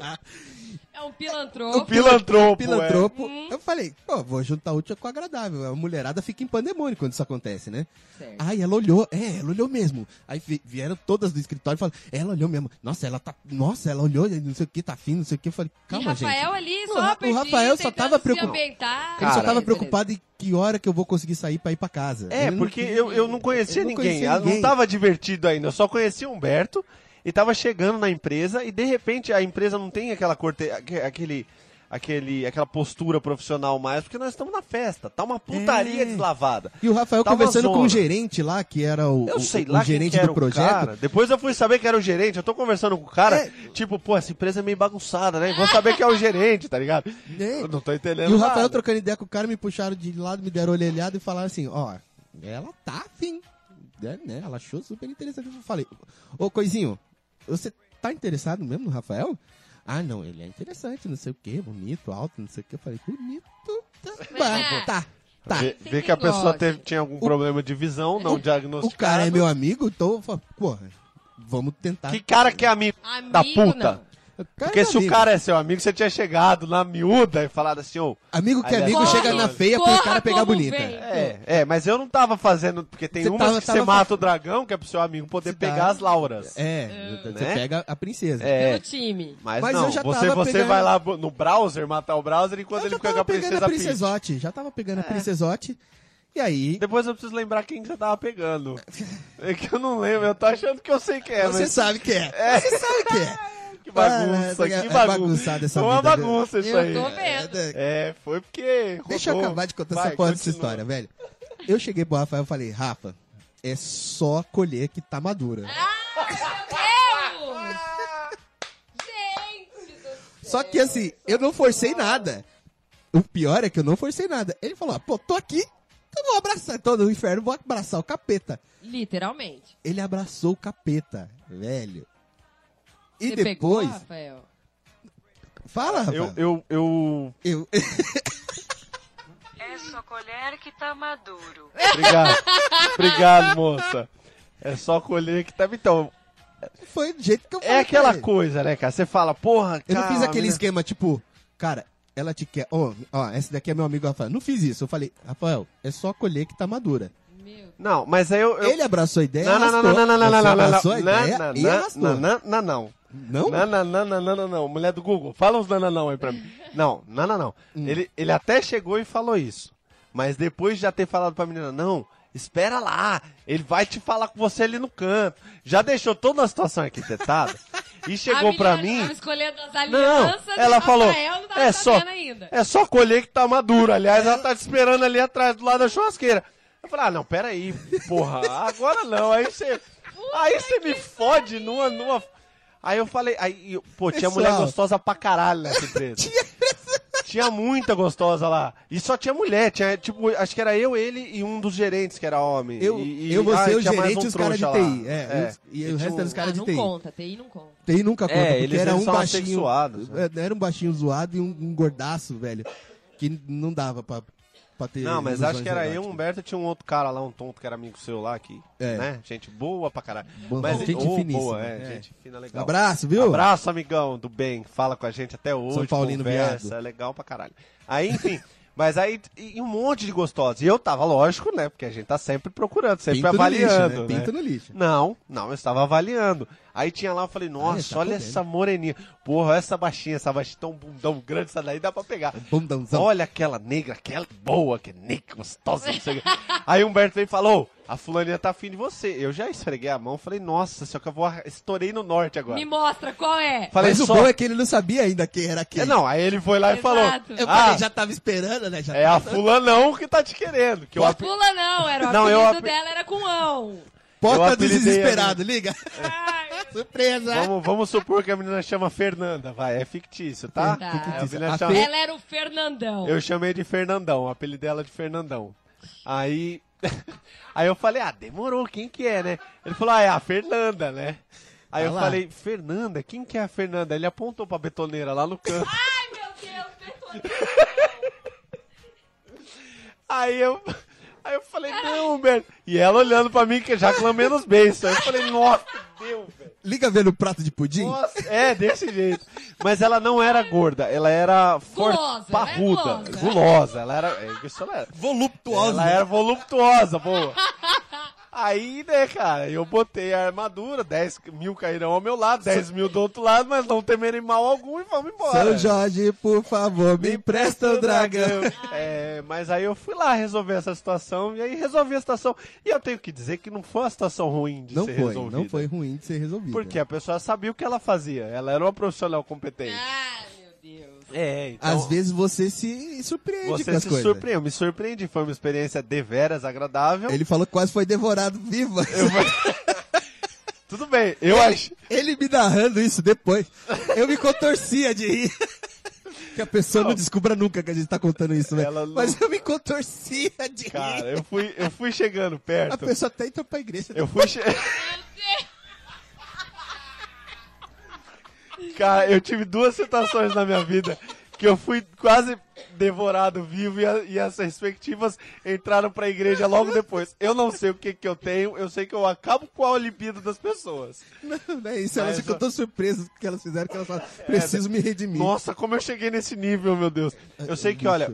[SPEAKER 5] É um pilantropo.
[SPEAKER 4] Pilantropo, é.
[SPEAKER 3] Pilantropo. Eu falei, pô, vou juntar o útil com o agradável. A mulherada fica em pandemônio quando isso acontece, né?
[SPEAKER 5] Certo.
[SPEAKER 3] Ai, ela olhou, é, ela olhou mesmo. Aí vi- vieram todas do escritório e falaram, ela olhou mesmo. Nossa, ela tá. Nossa, ela olhou, não sei o que, tá fino, não sei o que. Eu falei,
[SPEAKER 5] e
[SPEAKER 3] calma, gente.
[SPEAKER 5] Rafael ali
[SPEAKER 3] O Ra-
[SPEAKER 5] só
[SPEAKER 3] o Rafael só tava preocup-
[SPEAKER 5] preocupado.
[SPEAKER 3] Ele só tava preocupado em que hora que eu vou conseguir sair pra ir pra casa.
[SPEAKER 4] É,
[SPEAKER 3] Ele não-
[SPEAKER 4] porque eu, eu não conhecia
[SPEAKER 3] Eu não
[SPEAKER 4] ninguém.
[SPEAKER 3] conhecia
[SPEAKER 4] Ah,
[SPEAKER 3] ninguém.
[SPEAKER 4] Não tava divertido ainda. Eu só conhecia o Humberto e tava chegando na empresa e de repente a empresa não tem aquela corte, aque- aquele aquele aquela postura profissional mais, porque nós estamos na festa. Tá uma putaria
[SPEAKER 3] É.
[SPEAKER 4] deslavada.
[SPEAKER 3] E o Rafael
[SPEAKER 4] Tá uma
[SPEAKER 3] conversando com
[SPEAKER 4] zona.
[SPEAKER 3] o gerente lá, que era o,
[SPEAKER 4] Eu
[SPEAKER 3] o-
[SPEAKER 4] sei
[SPEAKER 3] o
[SPEAKER 4] lá quem que
[SPEAKER 3] gerente
[SPEAKER 4] era
[SPEAKER 3] do
[SPEAKER 4] o
[SPEAKER 3] projeto.
[SPEAKER 4] cara. Depois eu fui saber que era o gerente. Eu tô conversando com o cara,
[SPEAKER 3] É.
[SPEAKER 4] tipo, pô, essa empresa é meio bagunçada, né? Vou saber que é o gerente, tá ligado?
[SPEAKER 3] É.
[SPEAKER 4] Eu não tô entendendo
[SPEAKER 3] E o Rafael
[SPEAKER 4] nada.
[SPEAKER 3] trocando ideia com o cara, me puxaram de lado, me deram orelhada e falaram assim, ó, ela tá afim. É, né? Ela achou super interessante. Eu falei, ô Coisinho, você tá interessado mesmo no Rafael? Ah, não, ele é interessante, não sei o que, bonito, alto, não sei o que. Eu falei, bonito, tá,
[SPEAKER 5] Mas,
[SPEAKER 3] tá, tá.
[SPEAKER 4] Vê,
[SPEAKER 5] Tem
[SPEAKER 4] vê
[SPEAKER 5] quem
[SPEAKER 4] que a pessoa
[SPEAKER 5] gosta.
[SPEAKER 4] teve- tinha algum problema de visão, não
[SPEAKER 3] O
[SPEAKER 4] diagnosticado.
[SPEAKER 3] cara é meu amigo, então, eu falo, porra, vamos tentar.
[SPEAKER 4] Que cara que é amigo,
[SPEAKER 5] Amigo,
[SPEAKER 4] da puta?
[SPEAKER 5] não.
[SPEAKER 3] O cara Tá Ah, é
[SPEAKER 4] Porque
[SPEAKER 3] meu
[SPEAKER 4] se o
[SPEAKER 3] amigo.
[SPEAKER 4] cara é seu amigo, você tinha chegado na miúda e falado assim, ô.
[SPEAKER 3] Amigo que
[SPEAKER 4] Aí
[SPEAKER 3] amigo
[SPEAKER 4] é
[SPEAKER 3] chega
[SPEAKER 4] foda.
[SPEAKER 3] na feia pro
[SPEAKER 5] Corra
[SPEAKER 3] cara pegar
[SPEAKER 5] como
[SPEAKER 3] bonita.
[SPEAKER 5] vem.
[SPEAKER 4] É, é, mas eu não tava fazendo, porque tem
[SPEAKER 3] Você
[SPEAKER 4] umas
[SPEAKER 3] tava-
[SPEAKER 4] que
[SPEAKER 3] tava
[SPEAKER 4] você mata o dragão, que é pro seu amigo poder
[SPEAKER 3] Se dá.
[SPEAKER 4] pegar as lauras.
[SPEAKER 3] É, você
[SPEAKER 4] Né?
[SPEAKER 3] pega a princesa.
[SPEAKER 4] É.
[SPEAKER 5] Pelo time.
[SPEAKER 4] Mas,
[SPEAKER 3] Mas
[SPEAKER 4] não,
[SPEAKER 3] eu já
[SPEAKER 4] você,
[SPEAKER 3] tava
[SPEAKER 4] você
[SPEAKER 3] pegando-
[SPEAKER 4] vai lá no browser matar o browser enquanto
[SPEAKER 3] Eu
[SPEAKER 4] ele
[SPEAKER 3] já
[SPEAKER 4] fica com
[SPEAKER 3] tava
[SPEAKER 4] a
[SPEAKER 3] pegando
[SPEAKER 4] princesa
[SPEAKER 3] a
[SPEAKER 4] Peach. É.
[SPEAKER 3] princesote, já tava pegando a princesote. E aí,
[SPEAKER 4] Depois eu preciso lembrar quem que você tava pegando. É que eu não lembro, eu tô achando que eu sei quem é,
[SPEAKER 3] você
[SPEAKER 4] mas
[SPEAKER 3] sabe que é. Você sabe que é.
[SPEAKER 4] que bagunça,
[SPEAKER 3] Ah, é,
[SPEAKER 4] que
[SPEAKER 3] é
[SPEAKER 4] bagunça.
[SPEAKER 3] bagunçada essa
[SPEAKER 4] Foi uma
[SPEAKER 3] vida, viu?
[SPEAKER 4] bagunça isso aí.
[SPEAKER 5] Eu tô vendo.
[SPEAKER 3] É,
[SPEAKER 4] É, foi porque.
[SPEAKER 3] Deixa eu
[SPEAKER 4] rodou.
[SPEAKER 3] acabar de contar
[SPEAKER 4] Vai,
[SPEAKER 3] essa porra dessa
[SPEAKER 4] continua.
[SPEAKER 3] história, velho. Eu cheguei pro Rafael e falei, Rafa, é só colher que tá madura.
[SPEAKER 5] Gente do céu.
[SPEAKER 3] Só que assim, eu não forcei nada. O pior é que eu não forcei nada. Ele falou, ah, pô, tô aqui, eu vou abraçar todo o inferno, vou abraçar o capeta.
[SPEAKER 5] Literalmente.
[SPEAKER 3] Ele abraçou o capeta, velho. E
[SPEAKER 5] Você pegou,
[SPEAKER 3] depois...
[SPEAKER 5] Rafael?
[SPEAKER 3] Fala, Rafael.
[SPEAKER 4] Eu, eu, eu.
[SPEAKER 3] eu...
[SPEAKER 2] É só colher que tá maduro.
[SPEAKER 4] Obrigado. Obrigado, moça. É só colher que tá. Então,
[SPEAKER 3] Foi do jeito que eu falei
[SPEAKER 4] é
[SPEAKER 3] pra
[SPEAKER 4] aquela
[SPEAKER 3] ele.
[SPEAKER 4] coisa, né, cara? Você fala, porra,
[SPEAKER 3] Eu não
[SPEAKER 4] cara,
[SPEAKER 3] fiz aquele
[SPEAKER 4] a mina-
[SPEAKER 3] esquema, tipo, cara, ela te quer. Ó, ó, esse daqui é meu amigo Rafael. Não fiz isso. Eu falei, Rafael, é só colher que tá madura.
[SPEAKER 5] Meu.
[SPEAKER 4] né?" Não, mas aí eu. eu...
[SPEAKER 3] Ele abraçou a ideia.
[SPEAKER 4] Não, não, não,
[SPEAKER 3] arrastou.
[SPEAKER 4] não, não, não, não,
[SPEAKER 3] Você
[SPEAKER 4] não, não, não,
[SPEAKER 3] abraçou a
[SPEAKER 4] não,
[SPEAKER 3] ideia
[SPEAKER 4] não,
[SPEAKER 3] e
[SPEAKER 4] não,
[SPEAKER 3] arrastou.
[SPEAKER 4] não, não, não, não.
[SPEAKER 3] Não?
[SPEAKER 4] Não, não, não, não, não, não, não. Mulher do Google, fala uns não, não, não aí pra mim. Não, não, não, não.
[SPEAKER 3] Hum.
[SPEAKER 4] Ele, ele até chegou e falou isso. Mas depois de já ter falado pra menina, não, espera lá, ele vai te falar com você ali no canto. Já deixou toda a situação arquitetada e chegou
[SPEAKER 5] a
[SPEAKER 4] pra
[SPEAKER 5] menina
[SPEAKER 4] mim.
[SPEAKER 5] tava escolhendo as
[SPEAKER 4] Não,
[SPEAKER 5] alianças.
[SPEAKER 4] ela
[SPEAKER 5] e
[SPEAKER 4] falou,
[SPEAKER 5] Rafael não tava
[SPEAKER 4] é só,
[SPEAKER 5] sabendo ainda.
[SPEAKER 4] é só colher que tá maduro.
[SPEAKER 3] É.
[SPEAKER 4] Aliás, ela tá te esperando ali atrás, do lado da churrasqueira. Eu falei, ah, não, peraí, porra, agora não. Aí você, aí você me fode numa, numa... Aí eu falei, aí, eu- pô, tinha
[SPEAKER 3] Pessoal.
[SPEAKER 4] mulher gostosa pra caralho nessa empresa. Tinha muita gostosa lá. E só tinha mulher, tinha, tipo, acho que era eu, ele e um dos gerentes que era homem.
[SPEAKER 3] Eu,
[SPEAKER 4] e, e-
[SPEAKER 3] eu, você,
[SPEAKER 4] ah,
[SPEAKER 3] o
[SPEAKER 4] tinha mais
[SPEAKER 3] gerente e
[SPEAKER 4] um
[SPEAKER 3] os caras de
[SPEAKER 4] trouxa lá.
[SPEAKER 3] TI. É, os- e o resto
[SPEAKER 4] tinha um
[SPEAKER 3] era os caras
[SPEAKER 5] ah,
[SPEAKER 3] de
[SPEAKER 5] não
[SPEAKER 3] TI.
[SPEAKER 5] conta, TI não conta.
[SPEAKER 3] Tem nunca conta, porque
[SPEAKER 4] É, eles-
[SPEAKER 3] era
[SPEAKER 4] eles
[SPEAKER 3] um
[SPEAKER 4] são
[SPEAKER 3] baixinho.
[SPEAKER 4] assexuados, né?
[SPEAKER 3] Era um baixinho zoado e um, um gordaço, velho. Que não dava pra, pra ter.
[SPEAKER 4] Não, mas
[SPEAKER 3] ilusões
[SPEAKER 4] acho que era eu,
[SPEAKER 3] eróticas.
[SPEAKER 4] Humberto, tinha um outro cara lá, um tonto que era amigo seu lá aqui.
[SPEAKER 3] É.
[SPEAKER 4] Né? Gente boa pra caralho.
[SPEAKER 3] Boa,
[SPEAKER 4] mas,
[SPEAKER 3] gente
[SPEAKER 4] oh,
[SPEAKER 3] finíssima,
[SPEAKER 4] Boa, é,
[SPEAKER 3] é.
[SPEAKER 4] gente fina legal.
[SPEAKER 3] Abraço, viu?
[SPEAKER 4] Abraço, amigão do bem, que fala com a gente até hoje.
[SPEAKER 3] São Paulino
[SPEAKER 4] conversa,
[SPEAKER 3] viado.
[SPEAKER 4] É legal pra caralho. Aí, enfim, Mas aí, e um monte de gostosos. E eu tava, lógico, né? Porque a gente tá sempre procurando, sempre
[SPEAKER 3] Pinto no
[SPEAKER 4] avaliando.
[SPEAKER 3] lixo, né?
[SPEAKER 4] né?
[SPEAKER 3] Pinto no lixo.
[SPEAKER 4] Não, não, eu estava avaliando. Aí tinha lá, eu falei, nossa,
[SPEAKER 3] tá
[SPEAKER 4] olha
[SPEAKER 3] podendo.
[SPEAKER 4] essa moreninha. Porra, olha essa baixinha, essa baixinha, tão bundão grande, essa daí dá pra pegar.
[SPEAKER 3] Bundãozão.
[SPEAKER 4] Olha aquela negra, aquela boa, que é negra gostosa, não sei o que. Aí o Humberto veio e falou, "Ô, a fulaninha tá afim de você. Eu já esfreguei a mão, falei, nossa, só que eu vou, arra- estourei no norte agora.
[SPEAKER 5] Me mostra qual é.
[SPEAKER 4] Falei,
[SPEAKER 3] Mas o
[SPEAKER 4] só...
[SPEAKER 3] bom é que ele não sabia ainda quem era quem.
[SPEAKER 4] É, não, aí ele foi lá e
[SPEAKER 5] Exato.
[SPEAKER 4] falou,
[SPEAKER 3] Eu
[SPEAKER 4] ah,
[SPEAKER 3] falei, já tava esperando, né? Já
[SPEAKER 4] é a fulanão que tá te querendo. Que eu api-
[SPEAKER 5] Pula não, era o
[SPEAKER 4] Não, eu ape-
[SPEAKER 5] apelido dela, era com ão.
[SPEAKER 4] eu
[SPEAKER 3] Bota
[SPEAKER 4] apelidei
[SPEAKER 3] desesperado, liga.
[SPEAKER 5] Ai,
[SPEAKER 3] É. Surpresa.
[SPEAKER 4] Vamos, vamos supor que a menina chama Fernanda, vai, é fictício, tá?
[SPEAKER 5] Tá.
[SPEAKER 4] A menina
[SPEAKER 3] A
[SPEAKER 4] chama-
[SPEAKER 5] ela era o Fernandão.
[SPEAKER 4] Eu chamei de Fernandão, o apelido dela é de Fernandão. Aí. Aí eu falei, ah, demorou, quem que é, né? Ele falou, ah, é a Fernanda, né? Aí
[SPEAKER 3] Tá
[SPEAKER 4] eu
[SPEAKER 3] lá.
[SPEAKER 4] falei, Fernanda, quem que é a Fernanda? Ele apontou pra betoneira lá no canto.
[SPEAKER 5] Ai, meu Deus, Bertolini.
[SPEAKER 4] Aí eu. Aí eu falei, não, Humberto. E ela olhando pra mim, que já clamando os beijos. Aí eu falei, nossa, Deus, velho.
[SPEAKER 3] Liga vendo o prato de pudim.
[SPEAKER 4] Nossa, é, desse jeito. Mas ela não era gorda, ela era for-
[SPEAKER 5] Gulosa, ela é
[SPEAKER 4] parruda,
[SPEAKER 5] gulosa.
[SPEAKER 4] gulosa. Ela era. é, Isso ela era.
[SPEAKER 3] Voluptuosa.
[SPEAKER 4] Ela era voluptuosa, boa. Aí, né, cara, eu botei a armadura, 10 mil cairão ao meu lado, 10 mil do outro lado, mas não temerem mal algum e vamos embora.
[SPEAKER 3] Seu Jorge, por favor, me empresta o dragão.
[SPEAKER 4] É, mas aí eu fui lá resolver essa situação, e aí resolvi a situação. E eu tenho que dizer que não foi uma situação ruim de
[SPEAKER 3] Não
[SPEAKER 4] ser
[SPEAKER 3] foi,
[SPEAKER 4] resolvida.
[SPEAKER 3] não foi ruim de ser resolvido.
[SPEAKER 4] Porque a pessoa sabia o que ela fazia, ela era uma profissional competente.
[SPEAKER 5] Ai, meu Deus.
[SPEAKER 4] É, então...
[SPEAKER 3] Às vezes você se surpreende
[SPEAKER 4] Você
[SPEAKER 3] com as
[SPEAKER 4] se
[SPEAKER 3] coisas.
[SPEAKER 4] surpreendeu, me surpreendi, foi uma experiência deveras agradável.
[SPEAKER 3] Ele falou que quase foi devorado viva.
[SPEAKER 4] Tudo bem, eu
[SPEAKER 3] É.
[SPEAKER 4] acho.
[SPEAKER 3] Ele me narrando isso depois. Eu me contorcia de rir. Que a pessoa não, descubra nunca que a gente tá contando isso, né?
[SPEAKER 4] Ela não-
[SPEAKER 3] Mas eu me contorcia de
[SPEAKER 4] Cara,
[SPEAKER 3] rir.
[SPEAKER 4] eu fui, eu fui chegando
[SPEAKER 3] A
[SPEAKER 4] perto.
[SPEAKER 3] pessoa até entrou pra igreja.
[SPEAKER 4] Eu fui che... Cara, eu tive duas situações na minha vida que eu fui quase devorado vivo e, a- e as respectivas entraram pra igreja logo depois. Eu não sei o que que eu tenho, eu sei que eu acabo com a libido das pessoas.
[SPEAKER 3] Não, não é isso. Ela
[SPEAKER 4] Mas É,
[SPEAKER 3] acha que eu
[SPEAKER 4] ó-
[SPEAKER 3] tô surpreso com o que elas fizeram, que elas falaram, preciso me redimir.
[SPEAKER 4] Nossa, como eu cheguei nesse nível, meu Deus. Eu sei que, olha,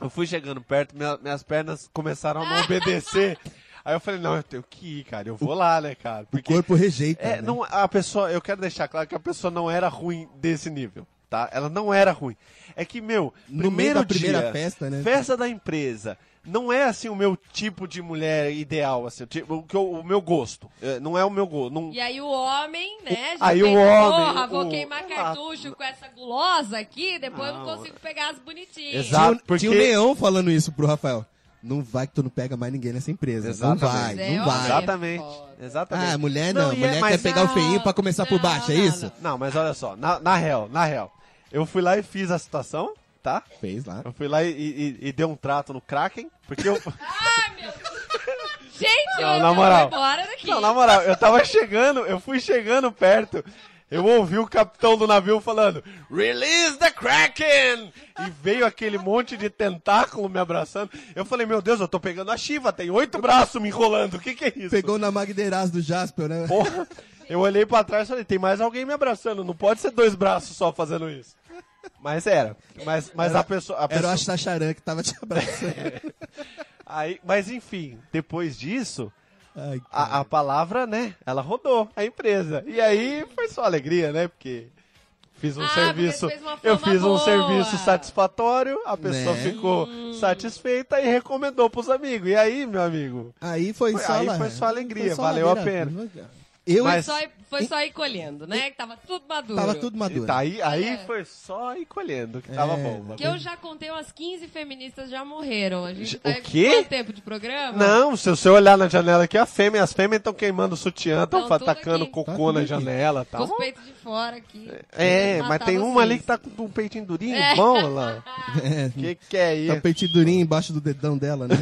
[SPEAKER 4] eu fui chegando perto, minha- minhas pernas começaram a não obedecer. Aí eu falei, não, eu tenho que ir, cara, eu vou lá, né, cara.
[SPEAKER 3] O
[SPEAKER 4] Porque
[SPEAKER 3] corpo rejeita.
[SPEAKER 4] É,
[SPEAKER 3] né?
[SPEAKER 4] não, a pessoa, eu quero deixar claro que a pessoa não era ruim desse nível, tá? Ela não era ruim. É que, meu,
[SPEAKER 3] No
[SPEAKER 4] primeiro
[SPEAKER 3] meio da primeira
[SPEAKER 4] dia,
[SPEAKER 3] festa, né?
[SPEAKER 4] Festa da empresa. Não é assim o meu tipo de mulher ideal, assim, o tipo- o, que eu- o meu gosto. É, Não é o meu gosto. Não,
[SPEAKER 5] E aí o homem, né? Já
[SPEAKER 4] Aí o
[SPEAKER 5] pensa,
[SPEAKER 4] homem,
[SPEAKER 5] Porra, vou
[SPEAKER 4] o-
[SPEAKER 5] queimar
[SPEAKER 4] o-
[SPEAKER 5] cartucho com essa gulosa aqui, depois eu
[SPEAKER 4] Não.
[SPEAKER 5] não consigo pegar as bonitinhas.
[SPEAKER 4] Exato.
[SPEAKER 3] Tinha, o-
[SPEAKER 4] Tá, porque-
[SPEAKER 3] tinha o Neão falando isso pro Rafael. Não vai que tu não pega mais ninguém nessa empresa. Não vai,
[SPEAKER 5] Mas é
[SPEAKER 3] não
[SPEAKER 5] óbvio.
[SPEAKER 3] vai.
[SPEAKER 4] exatamente.
[SPEAKER 5] foda.
[SPEAKER 4] Exatamente.
[SPEAKER 3] Ah, mulher não.
[SPEAKER 4] e é-
[SPEAKER 3] mulher
[SPEAKER 4] mas-
[SPEAKER 3] quer pegar o
[SPEAKER 5] não,
[SPEAKER 3] feinho pra começar por
[SPEAKER 5] não,
[SPEAKER 3] baixo, é
[SPEAKER 5] não,
[SPEAKER 3] isso?
[SPEAKER 4] Não, mas olha só, na, na real, na real. Eu fui lá e fiz a situação, tá?
[SPEAKER 3] Fez lá.
[SPEAKER 4] Eu fui lá e, e- e dei um trato no Kraken, porque eu.
[SPEAKER 5] Ai, meu Deus. Gente,
[SPEAKER 4] Não,
[SPEAKER 5] eu
[SPEAKER 4] na
[SPEAKER 5] vou
[SPEAKER 4] moral.
[SPEAKER 5] embora daqui.
[SPEAKER 4] Não, na moral, eu tava chegando, eu fui chegando perto. Eu ouvi o capitão do navio falando: Release the Kraken! E veio aquele monte de tentáculo me abraçando. Eu falei: Meu Deus, eu tô pegando a Shiva, tem oito braços me enrolando, o que que é isso?
[SPEAKER 3] Pegou na Magderaz do Jasper, né?
[SPEAKER 4] Porra. Eu olhei pra trás e falei: Tem mais alguém me abraçando, não pode ser dois braços só fazendo isso. Mas era. Mas, mas a pessoa. A
[SPEAKER 3] Era o
[SPEAKER 4] pessoa...
[SPEAKER 3] Astacharan que tava te
[SPEAKER 4] É.
[SPEAKER 3] abraçando.
[SPEAKER 4] Aí, mas enfim, depois disso,
[SPEAKER 3] Ai,
[SPEAKER 4] a, a palavra, né? Ela rodou a empresa. E aí foi só alegria, né? Porque fiz um
[SPEAKER 5] Ah, porque
[SPEAKER 4] serviço.
[SPEAKER 5] você fez uma
[SPEAKER 4] Eu
[SPEAKER 5] fama
[SPEAKER 4] fiz um
[SPEAKER 5] boa. Hum.
[SPEAKER 4] serviço satisfatório, a pessoa
[SPEAKER 3] Né?
[SPEAKER 4] ficou satisfeita e recomendou pros amigos. E aí, meu amigo?
[SPEAKER 3] Aí foi
[SPEAKER 4] Foi-
[SPEAKER 3] só
[SPEAKER 4] aí
[SPEAKER 3] lá-
[SPEAKER 4] foi só alegria, valeu a
[SPEAKER 3] né? Eu
[SPEAKER 5] Foi,
[SPEAKER 4] Mas-
[SPEAKER 5] só, ir- foi só ir colhendo, né? Que tava tudo maduro.
[SPEAKER 3] tava tudo maduro.
[SPEAKER 4] E tá aí, aí
[SPEAKER 5] É.
[SPEAKER 4] foi só ir colhendo, que
[SPEAKER 3] É.
[SPEAKER 4] tava bom.
[SPEAKER 5] Que eu já contei umas 15 feministas já morreram. A gente
[SPEAKER 4] O
[SPEAKER 5] tá aí com
[SPEAKER 4] quê?
[SPEAKER 5] quanto tempo de programa?
[SPEAKER 4] Não, se você olhar na janela aqui, a fêmea, as fêmeas estão queimando o sutiã, estão
[SPEAKER 5] Tão tudo
[SPEAKER 4] atacando
[SPEAKER 5] aqui.
[SPEAKER 3] Tá
[SPEAKER 4] cocô
[SPEAKER 3] tudo
[SPEAKER 4] na
[SPEAKER 3] aqui.
[SPEAKER 4] janela, tá?
[SPEAKER 5] Com os peitos de fora aqui.
[SPEAKER 4] É,
[SPEAKER 5] Matar
[SPEAKER 4] mas tem uma
[SPEAKER 5] vocês.
[SPEAKER 4] ali que tá com um peitinho durinho,
[SPEAKER 5] É.
[SPEAKER 4] bom, lá.
[SPEAKER 3] É,
[SPEAKER 4] Que que é isso?
[SPEAKER 3] tá o peitinho embaixo do dedão dela, né?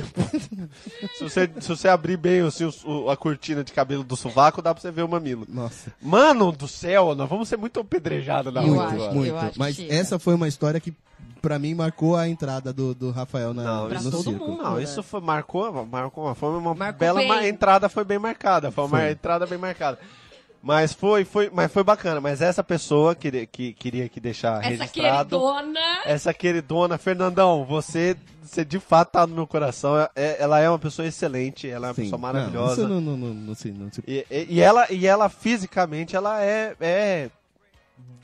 [SPEAKER 4] Se você, se você abrir bem assim, o- o- a cortina de cabelo do sovaco, dá pra você ver o mamilo.
[SPEAKER 3] Nossa.
[SPEAKER 4] Mano do céu, nós vamos ser muito apedrejados na
[SPEAKER 3] muito,
[SPEAKER 4] rua agora.
[SPEAKER 5] que-
[SPEAKER 3] muito.
[SPEAKER 5] eu acho que
[SPEAKER 3] Mas
[SPEAKER 5] chega.
[SPEAKER 3] essa foi uma história que, pra mim, marcou a entrada do, do Rafael na,
[SPEAKER 4] Não,
[SPEAKER 5] Pra
[SPEAKER 3] no
[SPEAKER 5] todo
[SPEAKER 3] circo.
[SPEAKER 5] mundo. né?
[SPEAKER 4] Não, isso foi, marcou, marcou uma, foi uma
[SPEAKER 5] Marcou
[SPEAKER 4] bela
[SPEAKER 5] bem.
[SPEAKER 4] ma- entrada, foi bem marcada. Foi uma
[SPEAKER 3] Foi.
[SPEAKER 4] entrada bem marcada. Mas foi, foi, mas foi bacana. Mas essa pessoa queria que queria que deixar
[SPEAKER 5] Essa é
[SPEAKER 4] registrado. É,
[SPEAKER 5] queridona.
[SPEAKER 4] Essa queridona, Fernandão, você, você de fato tá no meu coração. É- é- ela é uma pessoa excelente, ela é uma
[SPEAKER 3] Sim.
[SPEAKER 4] pessoa
[SPEAKER 3] Não,
[SPEAKER 4] maravilhosa.
[SPEAKER 3] isso não, não, não, não, se- não se-
[SPEAKER 4] E, e- e ela, e ela fisicamente, ela é, é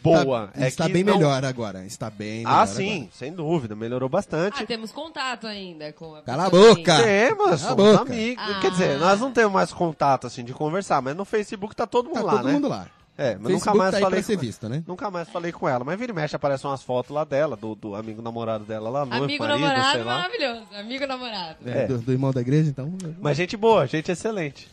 [SPEAKER 4] boa.
[SPEAKER 3] Tá-
[SPEAKER 4] é
[SPEAKER 3] está
[SPEAKER 4] que
[SPEAKER 3] bem
[SPEAKER 4] não-
[SPEAKER 3] melhor agora. Está bem melhor.
[SPEAKER 4] Ah,
[SPEAKER 3] agora.
[SPEAKER 4] sim, sem dúvida, melhorou bastante.
[SPEAKER 5] Ah, temos contato ainda com a
[SPEAKER 3] Cala a
[SPEAKER 5] pessoa,
[SPEAKER 3] boca!
[SPEAKER 5] assim.
[SPEAKER 4] Temos,
[SPEAKER 3] tá. Cala a
[SPEAKER 4] somos
[SPEAKER 3] boca.
[SPEAKER 4] amigos.
[SPEAKER 5] Ah.
[SPEAKER 4] Quer dizer, nós não temos mais contato assim de conversar, mas no Facebook tá todo mundo
[SPEAKER 3] Tá
[SPEAKER 4] lá,
[SPEAKER 3] todo
[SPEAKER 4] né?
[SPEAKER 3] mundo lá.
[SPEAKER 4] É, mas nunca
[SPEAKER 3] Facebook
[SPEAKER 4] mais
[SPEAKER 3] tá aí
[SPEAKER 4] falei
[SPEAKER 3] pra ser
[SPEAKER 4] com-
[SPEAKER 3] visto, né?
[SPEAKER 4] Nunca mais falei com ela, mas vira e mexe aparecem umas fotos lá dela, do, do amigo namorado dela lá, noivo,
[SPEAKER 5] Amigo
[SPEAKER 4] marido, sei
[SPEAKER 5] namorado
[SPEAKER 4] lá.
[SPEAKER 5] maravilhoso. Amigo namorado.
[SPEAKER 4] É.
[SPEAKER 3] Do, do irmão da igreja, então.
[SPEAKER 4] Mas gente boa, gente excelente.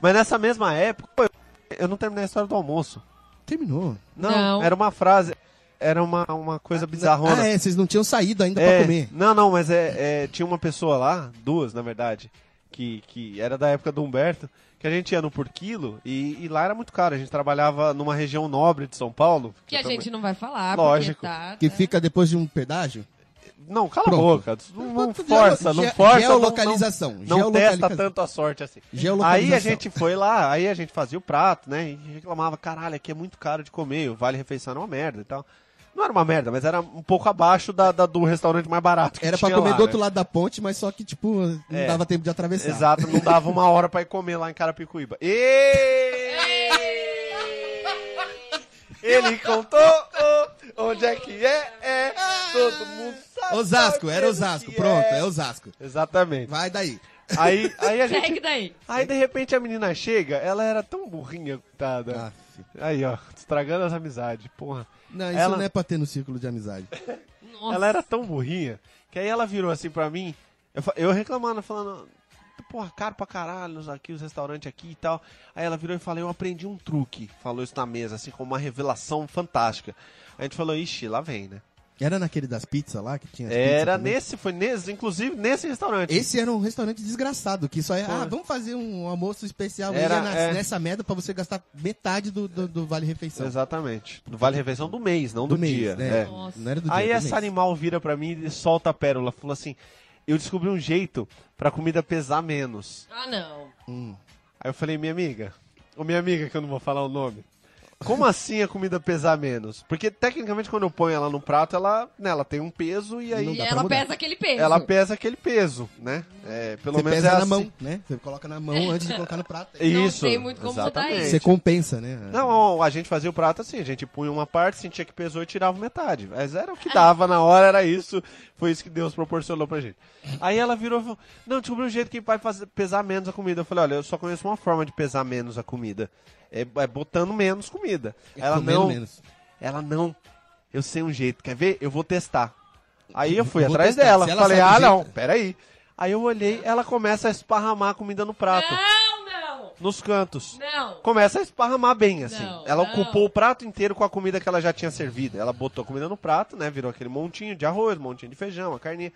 [SPEAKER 4] Mas nessa mesma época, pô, eu- eu não terminei a história do almoço.
[SPEAKER 3] Terminou.
[SPEAKER 4] Não,
[SPEAKER 5] Não.
[SPEAKER 4] era uma frase, era uma, uma coisa bizarrona.
[SPEAKER 3] Ah, é, vocês não tinham saído ainda
[SPEAKER 4] É,
[SPEAKER 3] pra comer.
[SPEAKER 4] Não, não, mas é, é, tinha uma pessoa lá, duas na verdade, que, que era da época do Humberto, que a gente ia no por quilo e, e lá era muito caro. A gente trabalhava numa região nobre de São Paulo.
[SPEAKER 5] Que a
[SPEAKER 4] eu também-
[SPEAKER 5] gente não vai falar,
[SPEAKER 4] Lógico.
[SPEAKER 5] porque tá...
[SPEAKER 3] Que
[SPEAKER 5] né?
[SPEAKER 3] fica depois de um pedágio?
[SPEAKER 4] Não, cala
[SPEAKER 3] Pronto.
[SPEAKER 4] a boca. Não, não
[SPEAKER 3] Ge-
[SPEAKER 4] força, não
[SPEAKER 3] ge-
[SPEAKER 4] força. não-
[SPEAKER 3] Geolocalização.
[SPEAKER 4] Não, não
[SPEAKER 3] geolocalização.
[SPEAKER 4] testa tanto a sorte assim.
[SPEAKER 3] Geolocalização.
[SPEAKER 4] Aí a gente foi lá, aí a gente fazia o prato, né? E reclamava, caralho, aqui é muito caro de comer, o vale refeição era uma merda e tal. Não era uma merda, mas era um pouco abaixo da, da- do restaurante mais barato. Que
[SPEAKER 3] Era pra
[SPEAKER 4] tinha
[SPEAKER 3] comer
[SPEAKER 4] lá,
[SPEAKER 3] do outro
[SPEAKER 4] né?
[SPEAKER 3] lado da ponte, mas só que, tipo, não
[SPEAKER 4] É.
[SPEAKER 3] dava tempo de atravessar.
[SPEAKER 4] Exato, não dava uma hora pra ir comer lá em Carapicuíba. E... Ele contou oh, onde é que é, é, todo mundo sabe.
[SPEAKER 3] Osasco, era
[SPEAKER 4] onde
[SPEAKER 3] Osasco.
[SPEAKER 4] que
[SPEAKER 3] Pronto,
[SPEAKER 4] é.
[SPEAKER 3] é Osasco.
[SPEAKER 4] Exatamente.
[SPEAKER 3] Vai daí.
[SPEAKER 4] Aí, aí a gente
[SPEAKER 5] Segue daí.
[SPEAKER 4] Aí de repente a menina chega, ela era tão burrinha, coitada. Aí, ó, estragando as amizades, porra.
[SPEAKER 3] Ah. Não, isso
[SPEAKER 4] Ela-
[SPEAKER 3] não é pra ter no círculo de amizade.
[SPEAKER 5] Nossa.
[SPEAKER 4] Ela era tão burrinha que aí ela virou assim pra mim, eu, fa- eu reclamando, falando, porra, caro pra caralho, os- aqui, os restaurantes aqui e tal. Aí ela virou e falou, eu aprendi um truque. Falou isso na mesa, assim, como uma revelação fantástica. A gente falou, ixi, lá vem, né?
[SPEAKER 3] Era naquele das pizzas lá que tinha as pizzas
[SPEAKER 4] Era
[SPEAKER 3] também?
[SPEAKER 4] nesse, foi nesse, inclusive nesse restaurante.
[SPEAKER 3] Esse era um restaurante desgraçado, que só é,
[SPEAKER 4] Porra.
[SPEAKER 3] ah, vamos fazer um almoço especial
[SPEAKER 4] Era,
[SPEAKER 3] aí na-
[SPEAKER 4] é.
[SPEAKER 3] nessa merda pra você gastar metade do, do, do Vale Refeição.
[SPEAKER 4] Exatamente. Do Vale Refeição do mês, não do,
[SPEAKER 3] mês,
[SPEAKER 4] dia.
[SPEAKER 3] né?
[SPEAKER 4] é.
[SPEAKER 5] Nossa.
[SPEAKER 3] Não era do dia,
[SPEAKER 4] Aí
[SPEAKER 3] do
[SPEAKER 4] essa
[SPEAKER 3] mês.
[SPEAKER 4] animal vira pra mim e solta a pérola. Falou assim: Eu descobri um jeito pra comida pesar menos.
[SPEAKER 5] Ah, não.
[SPEAKER 4] Aí eu falei: Minha amiga, ou minha amiga, que eu não vou falar o nome. Como assim a comida pesar menos? Porque tecnicamente quando eu ponho ela no prato, ela, né, ela tem um peso e
[SPEAKER 3] Não
[SPEAKER 4] aí
[SPEAKER 5] E
[SPEAKER 3] dá pra
[SPEAKER 5] ela
[SPEAKER 3] mudar.
[SPEAKER 5] pesa aquele peso.
[SPEAKER 4] ela pesa aquele peso, né? É, pelo
[SPEAKER 3] Você
[SPEAKER 4] menos
[SPEAKER 3] pesa
[SPEAKER 4] é
[SPEAKER 3] na
[SPEAKER 4] assim. É
[SPEAKER 3] mão, né? Você coloca na mão antes de colocar no prato.
[SPEAKER 5] Não
[SPEAKER 4] Isso.
[SPEAKER 5] sei muito como mudar
[SPEAKER 4] exatamente.
[SPEAKER 5] isso.
[SPEAKER 3] Você compensa, né?
[SPEAKER 4] Não, a gente fazia o prato assim, a gente punha uma parte, sentia que pesou e tirava metade. Mas era o que dava na hora, era isso. Foi isso que Deus proporcionou pra gente. Aí ela virou e falou, não, descobri um jeito que vai fazer, pesar menos a comida. Eu falei, olha, eu só conheço uma forma de pesar menos a comida. É, é botando menos comida. Ela
[SPEAKER 3] É comendo
[SPEAKER 4] não,
[SPEAKER 3] menos.
[SPEAKER 4] ela não, eu sei um jeito, quer ver? Eu vou testar. Aí eu fui
[SPEAKER 3] Vou
[SPEAKER 4] atrás
[SPEAKER 3] testar.
[SPEAKER 4] dela,
[SPEAKER 3] Se ela
[SPEAKER 4] falei,
[SPEAKER 3] sabe o
[SPEAKER 4] ah
[SPEAKER 3] jeito-
[SPEAKER 4] não, peraí. Aí eu olhei, ela começa a esparramar a comida no prato,
[SPEAKER 5] Não, não.
[SPEAKER 4] nos cantos
[SPEAKER 5] Não.
[SPEAKER 4] começa a esparramar bem, assim.
[SPEAKER 5] Não,
[SPEAKER 4] ela
[SPEAKER 5] não.
[SPEAKER 4] ocupou o prato inteiro com a comida que ela já tinha servido. Ela botou a comida no prato, né? Virou aquele montinho de arroz, montinho de feijão, a carninha.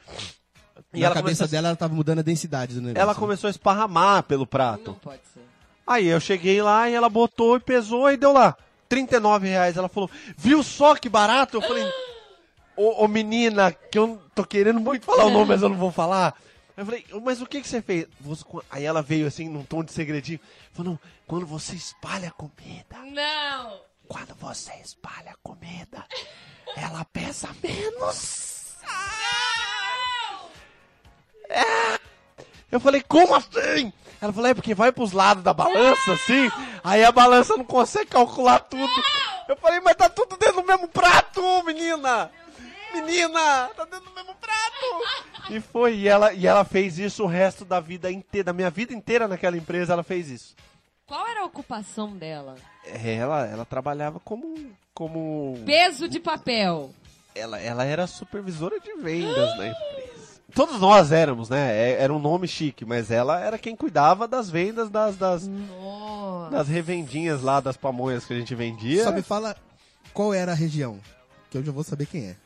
[SPEAKER 4] E
[SPEAKER 3] na
[SPEAKER 4] ela
[SPEAKER 3] cabeça
[SPEAKER 4] começou,
[SPEAKER 3] dela, ela tava mudando a densidade do negócio.
[SPEAKER 4] ela
[SPEAKER 3] né?
[SPEAKER 4] começou a esparramar pelo prato.
[SPEAKER 5] Não pode ser.
[SPEAKER 4] Aí eu cheguei lá e ela botou e pesou e deu lá. 39 reais. Ela falou, viu só que barato? Eu falei, ô, ô, menina, que eu tô querendo muito falar o nome, mas eu não vou falar. Eu falei, mas o que que você fez? Você- Aí ela veio assim, num tom de segredinho. Falou, não, quando você espalha a comida,
[SPEAKER 5] Não.
[SPEAKER 4] quando você espalha comida, ela pesa menos. É. Eu falei, como assim? Ela falou, é porque vai pros lados da balança, assim, aí a balança não consegue calcular tudo. Eu falei, mas tá tudo dentro do mesmo prato, menina! Menina, tá dentro do mesmo prato! E foi, e ela, e ela fez isso o resto da vida inteira, da minha vida inteira naquela empresa, ela fez isso. É,
[SPEAKER 5] Qual era a ocupação dela?
[SPEAKER 4] Ela, ela trabalhava como. como.
[SPEAKER 5] Peso de papel.
[SPEAKER 4] Ela, ela era supervisora de vendas na empresa. Todos nós éramos, né? É- Era um nome chique, mas ela era quem cuidava das vendas das, das,
[SPEAKER 5] Nossa.
[SPEAKER 4] das revendinhas lá das pamonhas que a gente vendia.
[SPEAKER 3] Só me fala qual era a região, que eu já vou saber quem é.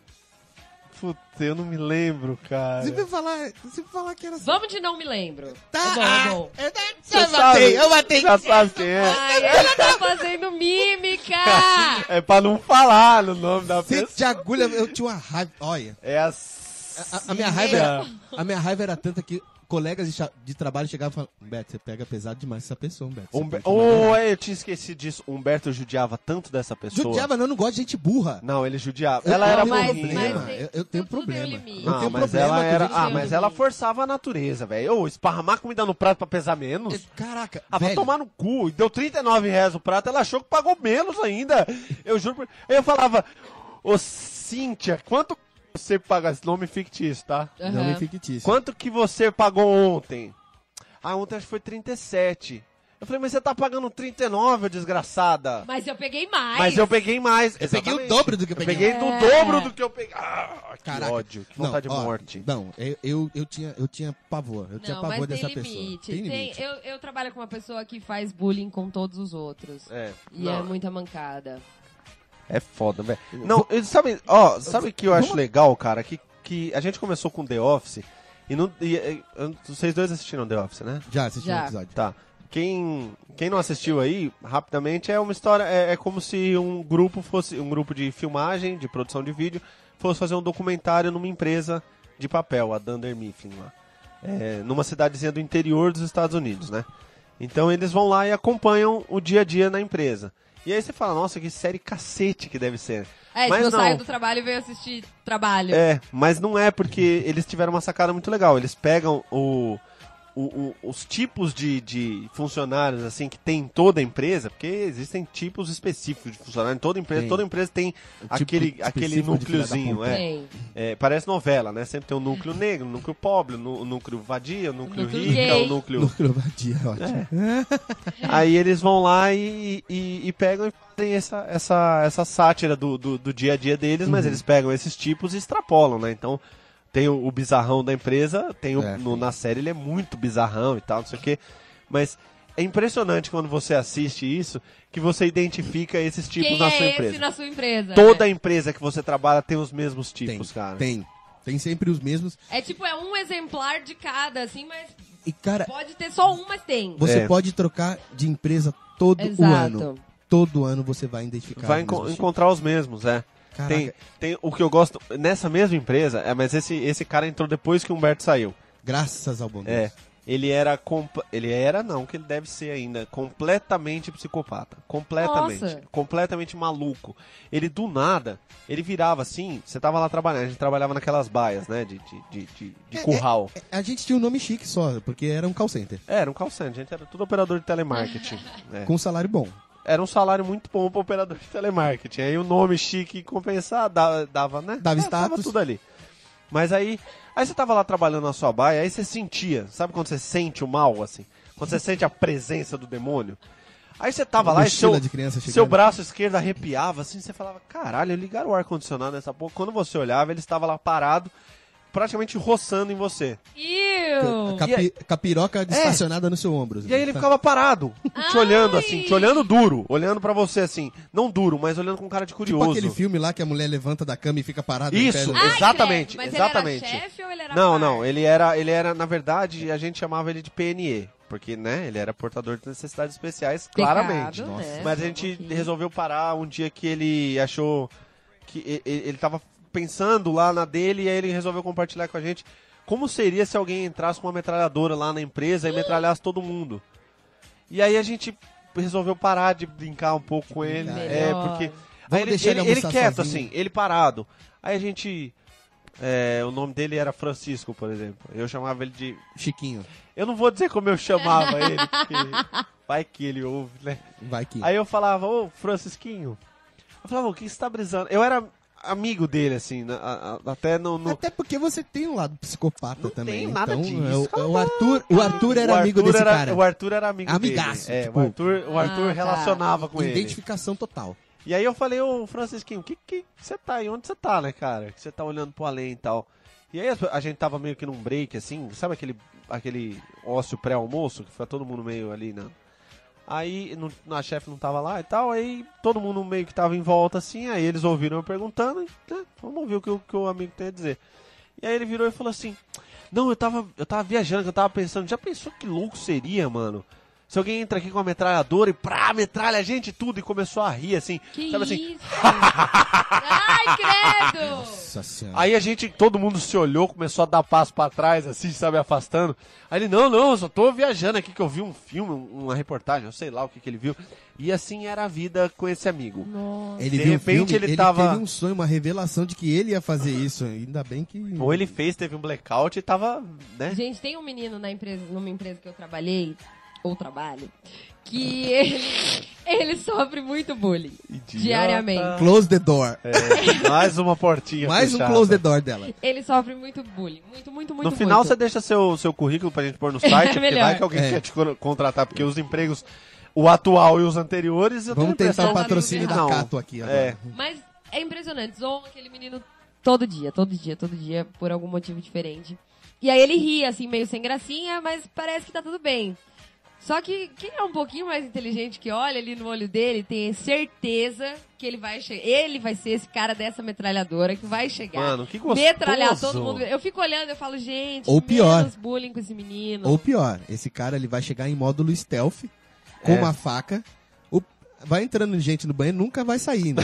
[SPEAKER 4] Puta, eu não me lembro, cara.
[SPEAKER 3] Se me falar, se me falar que era... assim.
[SPEAKER 5] Vamos de não me lembro.
[SPEAKER 3] Tá,
[SPEAKER 5] É bom,
[SPEAKER 3] ah,
[SPEAKER 5] é bom.
[SPEAKER 3] é da-
[SPEAKER 4] Você
[SPEAKER 3] eu matei,
[SPEAKER 4] sabe-
[SPEAKER 3] eu matei.
[SPEAKER 4] Já sabe quem é.
[SPEAKER 5] Ai, ele tá fazendo mímica.
[SPEAKER 4] É pra não falar no nome da
[SPEAKER 3] Cinto
[SPEAKER 4] pessoa.
[SPEAKER 3] de agulha, eu tinha uma raiva. Olha,
[SPEAKER 4] É a. S-
[SPEAKER 3] A, a minha raiva era, a minha raiva era tanta que colegas de, cha- de trabalho chegavam e falavam, Beto, você pega pesado demais essa pessoa, Beto. Você
[SPEAKER 4] Humber...
[SPEAKER 3] pega demais."
[SPEAKER 4] Oh, eu tinha esquecido disso. O Humberto judiava tanto dessa pessoa.
[SPEAKER 3] Judiava, não, eu não gosto de gente burra.
[SPEAKER 4] Não, ele judiava.
[SPEAKER 3] Eu
[SPEAKER 4] Ela era
[SPEAKER 3] tenho
[SPEAKER 5] mas-
[SPEAKER 4] burrinha.
[SPEAKER 5] mas-
[SPEAKER 3] problema. Eu, eu tenho
[SPEAKER 5] tudo tem um
[SPEAKER 3] problema.
[SPEAKER 5] limite.
[SPEAKER 3] Eu
[SPEAKER 4] Não,
[SPEAKER 3] tenho
[SPEAKER 4] mas
[SPEAKER 3] problema
[SPEAKER 4] ela
[SPEAKER 3] com
[SPEAKER 4] era.
[SPEAKER 3] gente- um
[SPEAKER 4] Ah, mas ela forçava a natureza, velho. Ô, esparramar comida no prato pra pesar menos?
[SPEAKER 3] Caraca,
[SPEAKER 4] Ah, vai
[SPEAKER 3] É, velho,
[SPEAKER 4] tomar no cu. E deu 39 reais o prato, ela achou que pagou menos ainda. Eu juro. Por... Eu falava, ô Cíntia, quanto você paga esse nome fictício, tá?
[SPEAKER 3] Não me
[SPEAKER 5] Aham.
[SPEAKER 3] fictício.
[SPEAKER 4] Quanto que você pagou ontem? Ah, ontem acho que foi 37. Eu falei, mas você tá pagando 39, ô desgraçada.
[SPEAKER 5] Mas eu peguei mais.
[SPEAKER 4] Mas eu peguei mais.
[SPEAKER 3] Eu peguei o
[SPEAKER 4] Exatamente.
[SPEAKER 3] dobro do que eu
[SPEAKER 4] Eu
[SPEAKER 3] peguei.
[SPEAKER 4] peguei do dobro do que eu peguei. Ah, que
[SPEAKER 3] Caraca.
[SPEAKER 4] ódio. Que
[SPEAKER 3] Não,
[SPEAKER 4] vontade de
[SPEAKER 3] ó,
[SPEAKER 4] morte.
[SPEAKER 3] Não, eu, eu, eu tinha, eu tinha pavor. Eu tinha
[SPEAKER 5] Não, mas
[SPEAKER 3] pavor
[SPEAKER 5] tem
[SPEAKER 3] dessa pessoa.
[SPEAKER 5] limite.
[SPEAKER 3] Tem
[SPEAKER 5] Tem-
[SPEAKER 3] limite.
[SPEAKER 5] eu, eu trabalho com uma pessoa que faz bullying com todos os outros.
[SPEAKER 4] É.
[SPEAKER 5] E é muita mancada.
[SPEAKER 4] É foda, velho. Não, eu- sabe, ó, sabe o que eu acho legal, cara? Que, que a gente começou com The Office e não. e, e, eu- vocês dois assistiram The Office, né?
[SPEAKER 3] Já assisti o
[SPEAKER 5] Já.
[SPEAKER 3] episódio.
[SPEAKER 4] Tá. Quem, quem não assistiu aí, rapidamente, é uma história. É, é como se um grupo fosse. Um grupo de filmagem, de produção de vídeo, fosse fazer um documentário numa empresa de papel, a Dunder Mifflin lá. É, numa cidadezinha do interior dos Estados Unidos, né? Então eles vão lá e acompanham o dia a dia na empresa. E aí você fala, nossa, que série cacete que deve ser.
[SPEAKER 5] É,
[SPEAKER 4] Mas
[SPEAKER 5] tipo, eu
[SPEAKER 4] não.
[SPEAKER 5] saio do trabalho e venho assistir trabalho.
[SPEAKER 4] É, mas não é porque eles tiveram uma sacada muito legal. Eles pegam o, o- o- os tipos de, de funcionários assim que tem em toda empresa, porque existem tipos específicos de funcionário em toda empresa.
[SPEAKER 3] Tem.
[SPEAKER 4] Toda empresa tem
[SPEAKER 3] tipo
[SPEAKER 4] aquele,
[SPEAKER 3] específico de
[SPEAKER 4] aquele
[SPEAKER 3] filha da
[SPEAKER 4] núcleozinho,
[SPEAKER 3] puta.
[SPEAKER 4] é.
[SPEAKER 5] Tem.
[SPEAKER 4] É, Parece novela, né? Sempre tem um núcleo negro, um núcleo pobre, um núcleo vadia, um núcleo,
[SPEAKER 5] Núcleo
[SPEAKER 4] rica,
[SPEAKER 5] gay.
[SPEAKER 4] um núcleo
[SPEAKER 3] Lucro vadia,
[SPEAKER 4] É,
[SPEAKER 3] ótimo.
[SPEAKER 5] É.
[SPEAKER 4] Aí eles vão lá e, e- e pegam e fazem essa, essa, essa sátira do, do, do dia a dia deles,
[SPEAKER 3] Uhum.
[SPEAKER 4] mas eles pegam esses tipos e extrapolam, né? Então tem o, o bizarrão da empresa, tem o-
[SPEAKER 3] É.
[SPEAKER 4] no- na série ele é muito bizarrão e tal, não sei o quê. Mas é impressionante quando você assiste isso que você identifica esses tipos
[SPEAKER 5] Quem
[SPEAKER 4] Tipo, na
[SPEAKER 5] é
[SPEAKER 4] sua
[SPEAKER 5] esse
[SPEAKER 4] empresa.
[SPEAKER 5] na sua empresa?
[SPEAKER 4] Toda empresa que você trabalha tem os mesmos
[SPEAKER 3] Tem,
[SPEAKER 4] tipos, cara.
[SPEAKER 3] tem. Tem sempre os mesmos.
[SPEAKER 5] É tipo, é um exemplar de cada, assim, mas
[SPEAKER 3] E, cara,
[SPEAKER 5] pode ter só um, mas tem.
[SPEAKER 3] você
[SPEAKER 4] É.
[SPEAKER 3] pode trocar de empresa todo o ano.
[SPEAKER 5] Exato.
[SPEAKER 3] Todo ano você vai identificar.
[SPEAKER 4] Vai
[SPEAKER 3] o
[SPEAKER 4] enco-
[SPEAKER 3] mesmo tipo.
[SPEAKER 4] encontrar os mesmos, é.
[SPEAKER 3] Caraca.
[SPEAKER 4] Tem, tem o que eu gosto nessa mesma empresa, é, mas esse, esse cara entrou depois que o Humberto saiu.
[SPEAKER 3] Graças ao bom Deus.
[SPEAKER 4] É. Ele era. comp- Ele era, não, que ele deve ser ainda. Completamente psicopata. Completamente.
[SPEAKER 5] Nossa.
[SPEAKER 4] Completamente maluco. Ele do nada, ele virava assim. Você tava lá trabalhando, a gente trabalhava naquelas baias, né? De, de, de, de- de
[SPEAKER 3] É,
[SPEAKER 4] curral.
[SPEAKER 3] A gente tinha um nome chique só, porque era um call center.
[SPEAKER 4] É, Era um call center, a gente era tudo operador de telemarketing. né.
[SPEAKER 3] Com um salário bom.
[SPEAKER 4] Era um salário muito bom pra operador de telemarketing. Aí o nome chique compensar dava, dava né?
[SPEAKER 3] Dava
[SPEAKER 4] É, Tava
[SPEAKER 3] status.
[SPEAKER 4] tudo ali. Mas aí, aí você tava lá trabalhando na sua baia, aí você sentia, sabe quando você sente o mal, assim? Quando você sente a presença do demônio? Aí você tava lá e
[SPEAKER 3] Mochila
[SPEAKER 4] seu,
[SPEAKER 3] de criança chegando.
[SPEAKER 4] seu braço esquerdo arrepiava, assim, você falava, caralho, ligaram o ar-condicionado nessa porra. Quando você olhava, ele estava lá parado, praticamente roçando em você.
[SPEAKER 5] Iu!
[SPEAKER 3] Capi-
[SPEAKER 4] E É.
[SPEAKER 3] Capiroca estacionada no seu ombro.
[SPEAKER 4] E aí ele ficava parado, te
[SPEAKER 5] Ai!
[SPEAKER 4] olhando assim, te olhando duro, olhando pra você assim, não duro, mas olhando com cara de
[SPEAKER 3] Tipo
[SPEAKER 4] curioso.
[SPEAKER 3] aquele filme lá que a mulher levanta da cama e fica parada. em
[SPEAKER 4] Isso,
[SPEAKER 3] pé,
[SPEAKER 5] Ai,
[SPEAKER 3] né?
[SPEAKER 4] exatamente,
[SPEAKER 5] credo, Ah, é, mas
[SPEAKER 4] exatamente.
[SPEAKER 5] Ele era chefe ou ele era
[SPEAKER 4] Não,
[SPEAKER 5] par?
[SPEAKER 4] não, ele era, ele era, na verdade, a gente chamava ele de PNE, porque, né, ele era portador de necessidades especiais, claramente.
[SPEAKER 5] Pecado, né?
[SPEAKER 4] Mas a gente
[SPEAKER 5] Ok.
[SPEAKER 4] resolveu parar um dia que ele achou que e- e- ele tava pensando lá na dele e aí ele resolveu compartilhar com a gente como seria se alguém entrasse com uma metralhadora lá na empresa e metralhasse todo mundo. E aí a gente resoleu parar de brincar um pouco com ele,
[SPEAKER 3] brincar.
[SPEAKER 4] é
[SPEAKER 5] Melhor.
[SPEAKER 4] porque
[SPEAKER 3] Vamos
[SPEAKER 4] aí ele,
[SPEAKER 3] deixar ele
[SPEAKER 4] ele- ele
[SPEAKER 3] almoçar
[SPEAKER 4] quieto
[SPEAKER 3] sozinho.
[SPEAKER 4] assim, ele parado. Aí a gente é, o nome dele era Francisco, por exemplo. Eu chamava ele de
[SPEAKER 3] Chiquinho,
[SPEAKER 4] eu não vou dizer como eu chamava ele, porque vai que ele ouve, né?
[SPEAKER 3] vai que.
[SPEAKER 4] Aí eu falava, ô Francisquinho. Eu falava, o que você tá brisando? Eu era amigo dele, assim, na- a- a- até no. no-
[SPEAKER 3] Até porque você tem um lado psicopata
[SPEAKER 4] Não
[SPEAKER 3] também.
[SPEAKER 4] tem nada
[SPEAKER 3] então,
[SPEAKER 4] disso.
[SPEAKER 3] é o- é o, Arthur, o Arthur era
[SPEAKER 4] O
[SPEAKER 3] amigo
[SPEAKER 4] Arthur
[SPEAKER 3] desse
[SPEAKER 4] era-
[SPEAKER 3] cara.
[SPEAKER 4] O Arthur era amigo
[SPEAKER 3] Amigaço,
[SPEAKER 4] dele. É,
[SPEAKER 3] tipo-
[SPEAKER 4] o Arthur, o Arthur
[SPEAKER 5] Ah, tá.
[SPEAKER 4] relacionava com ele.
[SPEAKER 3] Identificação total.
[SPEAKER 4] E aí eu falei, ô Francisquinho, o que que você tá aí? Onde você tá, né, cara? Que você tá olhando pro além e tal. E aí a gente tava meio que num break, assim, sabe aquele, aquele ócio pré-almoço, que fica todo mundo meio ali, né? Aí não, a chefe não tava lá e tal, aí todo mundo meio que tava em volta, assim, aí eles ouviram eu perguntando, e, né, vamos ouvir o que, o que o amigo tem a dizer. E aí ele virou e falou assim, não, eu tava, eu tava viajando, que eu tava pensando, já pensou que louco seria, mano? Se alguém entra aqui com uma metralhadora e prá, metralha a gente tudo e começou a rir assim.
[SPEAKER 5] Que
[SPEAKER 4] sabe assim?
[SPEAKER 5] isso? Ai, credo!
[SPEAKER 3] Nossa senhora.
[SPEAKER 4] Aí a gente, todo mundo se olhou, começou a dar passo pra trás, assim, sabe, afastando. Aí ele, não, não, eu só tô viajando aqui que eu vi um filme, uma reportagem, eu sei lá o que que ele viu. E assim era a vida com esse amigo.
[SPEAKER 5] Nossa.
[SPEAKER 3] Ele
[SPEAKER 4] De
[SPEAKER 3] viu o
[SPEAKER 4] repente
[SPEAKER 3] filme,
[SPEAKER 4] ele tava-
[SPEAKER 3] teve um sonho, uma revelação de que ele ia fazer isso. Ainda bem que.
[SPEAKER 4] Ou ele fez, teve um blackout e tava, né?
[SPEAKER 5] Gente, tem um menino na empresa, numa empresa que eu trabalhei, ou trabalho, que ele, ele sofre muito bullying.
[SPEAKER 4] Idiota.
[SPEAKER 5] Diariamente.
[SPEAKER 3] Close the door.
[SPEAKER 4] É, mais uma portinha
[SPEAKER 3] Mais um
[SPEAKER 4] fechada.
[SPEAKER 3] close the door dela.
[SPEAKER 5] Ele sofre muito bullying. Muito, muito, muito
[SPEAKER 4] No final
[SPEAKER 5] muito.
[SPEAKER 4] você deixa seu, seu currículo pra gente pôr no site, porque
[SPEAKER 5] melhor.
[SPEAKER 4] vai que alguém
[SPEAKER 3] É.
[SPEAKER 4] quer te con- contratar, porque os empregos, o atual e os anteriores, eu
[SPEAKER 3] Vamos
[SPEAKER 4] tenho a
[SPEAKER 3] tentar
[SPEAKER 4] impressão
[SPEAKER 3] o
[SPEAKER 5] tá
[SPEAKER 3] patrocínio
[SPEAKER 5] no
[SPEAKER 3] da
[SPEAKER 4] Não.
[SPEAKER 3] Cato aqui agora.
[SPEAKER 4] É.
[SPEAKER 5] Mas é impressionante. Zoam aquele menino todo dia, todo dia, todo dia, por algum motivo diferente. E aí ele ri, assim, meio sem gracinha, mas parece que tá tudo bem. Só que quem é um pouquinho mais inteligente que olha ali no olho dele, tem certeza que ele vai chegar. Ele vai ser esse cara dessa metralhadora que vai chegar.
[SPEAKER 4] Mano, que gostoso.
[SPEAKER 5] Metralhar todo mundo. Eu fico olhando, eu falo, gente,
[SPEAKER 3] Ou pior.
[SPEAKER 5] menos bullying com esse menino.
[SPEAKER 3] Ou pior, esse cara ele vai chegar em módulo stealth com
[SPEAKER 4] É.
[SPEAKER 3] uma faca. o- Vai entrando gente no banheiro, nunca vai saindo.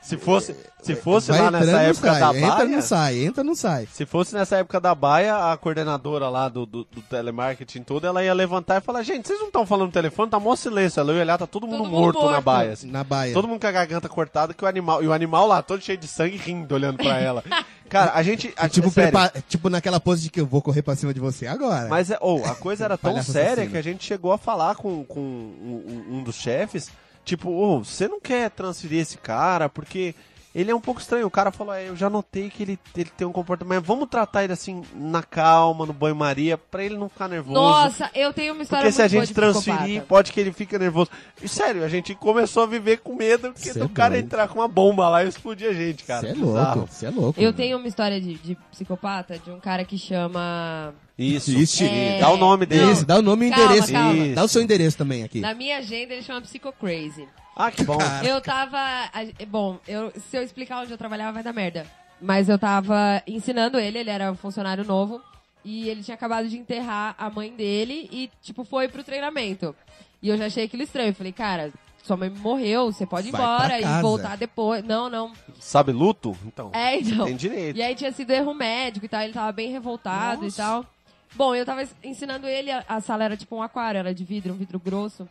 [SPEAKER 4] Se fosse, se fosse
[SPEAKER 3] vai
[SPEAKER 4] lá nessa
[SPEAKER 3] não
[SPEAKER 4] época
[SPEAKER 3] sai.
[SPEAKER 4] da
[SPEAKER 3] entra, não
[SPEAKER 4] Baia,
[SPEAKER 3] sai, entra, não sai.
[SPEAKER 4] se fosse nessa época da Baia, a coordenadora lá do, do, do telemarketing todo, ela ia levantar e falar, gente, vocês não estão falando no telefone, tá mó silêncio. Ela ia olhar, tá todo mundo,
[SPEAKER 5] Todo mundo
[SPEAKER 4] morto, na
[SPEAKER 5] morto.
[SPEAKER 4] Baia. assim.
[SPEAKER 3] Na baia.
[SPEAKER 4] Todo mundo com a garganta cortada que o animal, e o animal lá todo cheio de sangue rindo, olhando pra ela. Cara, a gente... A,
[SPEAKER 3] tipo,
[SPEAKER 4] é sério.
[SPEAKER 3] prepa- tipo naquela pose de que eu vou correr pra cima de você agora.
[SPEAKER 4] Mas é- ou, a coisa era tão
[SPEAKER 3] Palhaço
[SPEAKER 4] séria
[SPEAKER 3] assassino.
[SPEAKER 4] que a gente chegou a falar com, com um, um- um dos chefes, tipo, ô, você não quer transferir esse cara porque ele é um pouco estranho. O cara falou, é, eu já notei que ele, ele tem um comportamento, mas vamos tratar ele assim, na calma, no banho-maria, pra ele não ficar nervoso.
[SPEAKER 5] Nossa, eu tenho uma história
[SPEAKER 4] porque se a
[SPEAKER 5] muito boa
[SPEAKER 4] gente
[SPEAKER 5] de
[SPEAKER 4] transferir,
[SPEAKER 5] psicopata.
[SPEAKER 4] pode que ele fique nervoso. E, sério, a gente começou a viver com medo porque
[SPEAKER 3] Cê
[SPEAKER 4] do
[SPEAKER 3] é
[SPEAKER 4] cara
[SPEAKER 3] doido.
[SPEAKER 4] entrar com uma bomba lá e explodir a gente, cara.
[SPEAKER 3] Você é
[SPEAKER 4] Bizarro.
[SPEAKER 3] louco, você é louco.
[SPEAKER 5] Eu
[SPEAKER 3] mano.
[SPEAKER 5] tenho uma história de, de psicopata de um cara que chama.
[SPEAKER 4] Isso.
[SPEAKER 3] Isso.
[SPEAKER 5] É.
[SPEAKER 4] Dá o nome dele.
[SPEAKER 3] Isso, dá o nome e o
[SPEAKER 5] Calma,
[SPEAKER 3] endereço.
[SPEAKER 5] calma.
[SPEAKER 3] Dá o seu endereço também aqui.
[SPEAKER 5] Na minha agenda ele chama Psicocrazy.
[SPEAKER 4] Ah, que bom.
[SPEAKER 5] Eu tava. a- Bom, eu- se eu explicar onde eu trabalhava vai dar merda. Mas eu tava ensinando ele, ele era um funcionário novo. E ele tinha acabado de enterrar a mãe dele e, tipo, foi pro treinamento. E eu já achei aquilo estranho. Eu falei, cara, sua mãe morreu, você pode ir
[SPEAKER 3] Vai pra
[SPEAKER 5] embora
[SPEAKER 3] casa.
[SPEAKER 5] e voltar depois. Não, não.
[SPEAKER 4] Sabe luto? Então.
[SPEAKER 5] É, então.
[SPEAKER 4] Tem direito.
[SPEAKER 5] E aí tinha sido erro médico e tal, ele tava bem revoltado e tal. Bom, eu tava ensinando ele, a, a sala era tipo um aquário, era de vidro, um vidro grosso.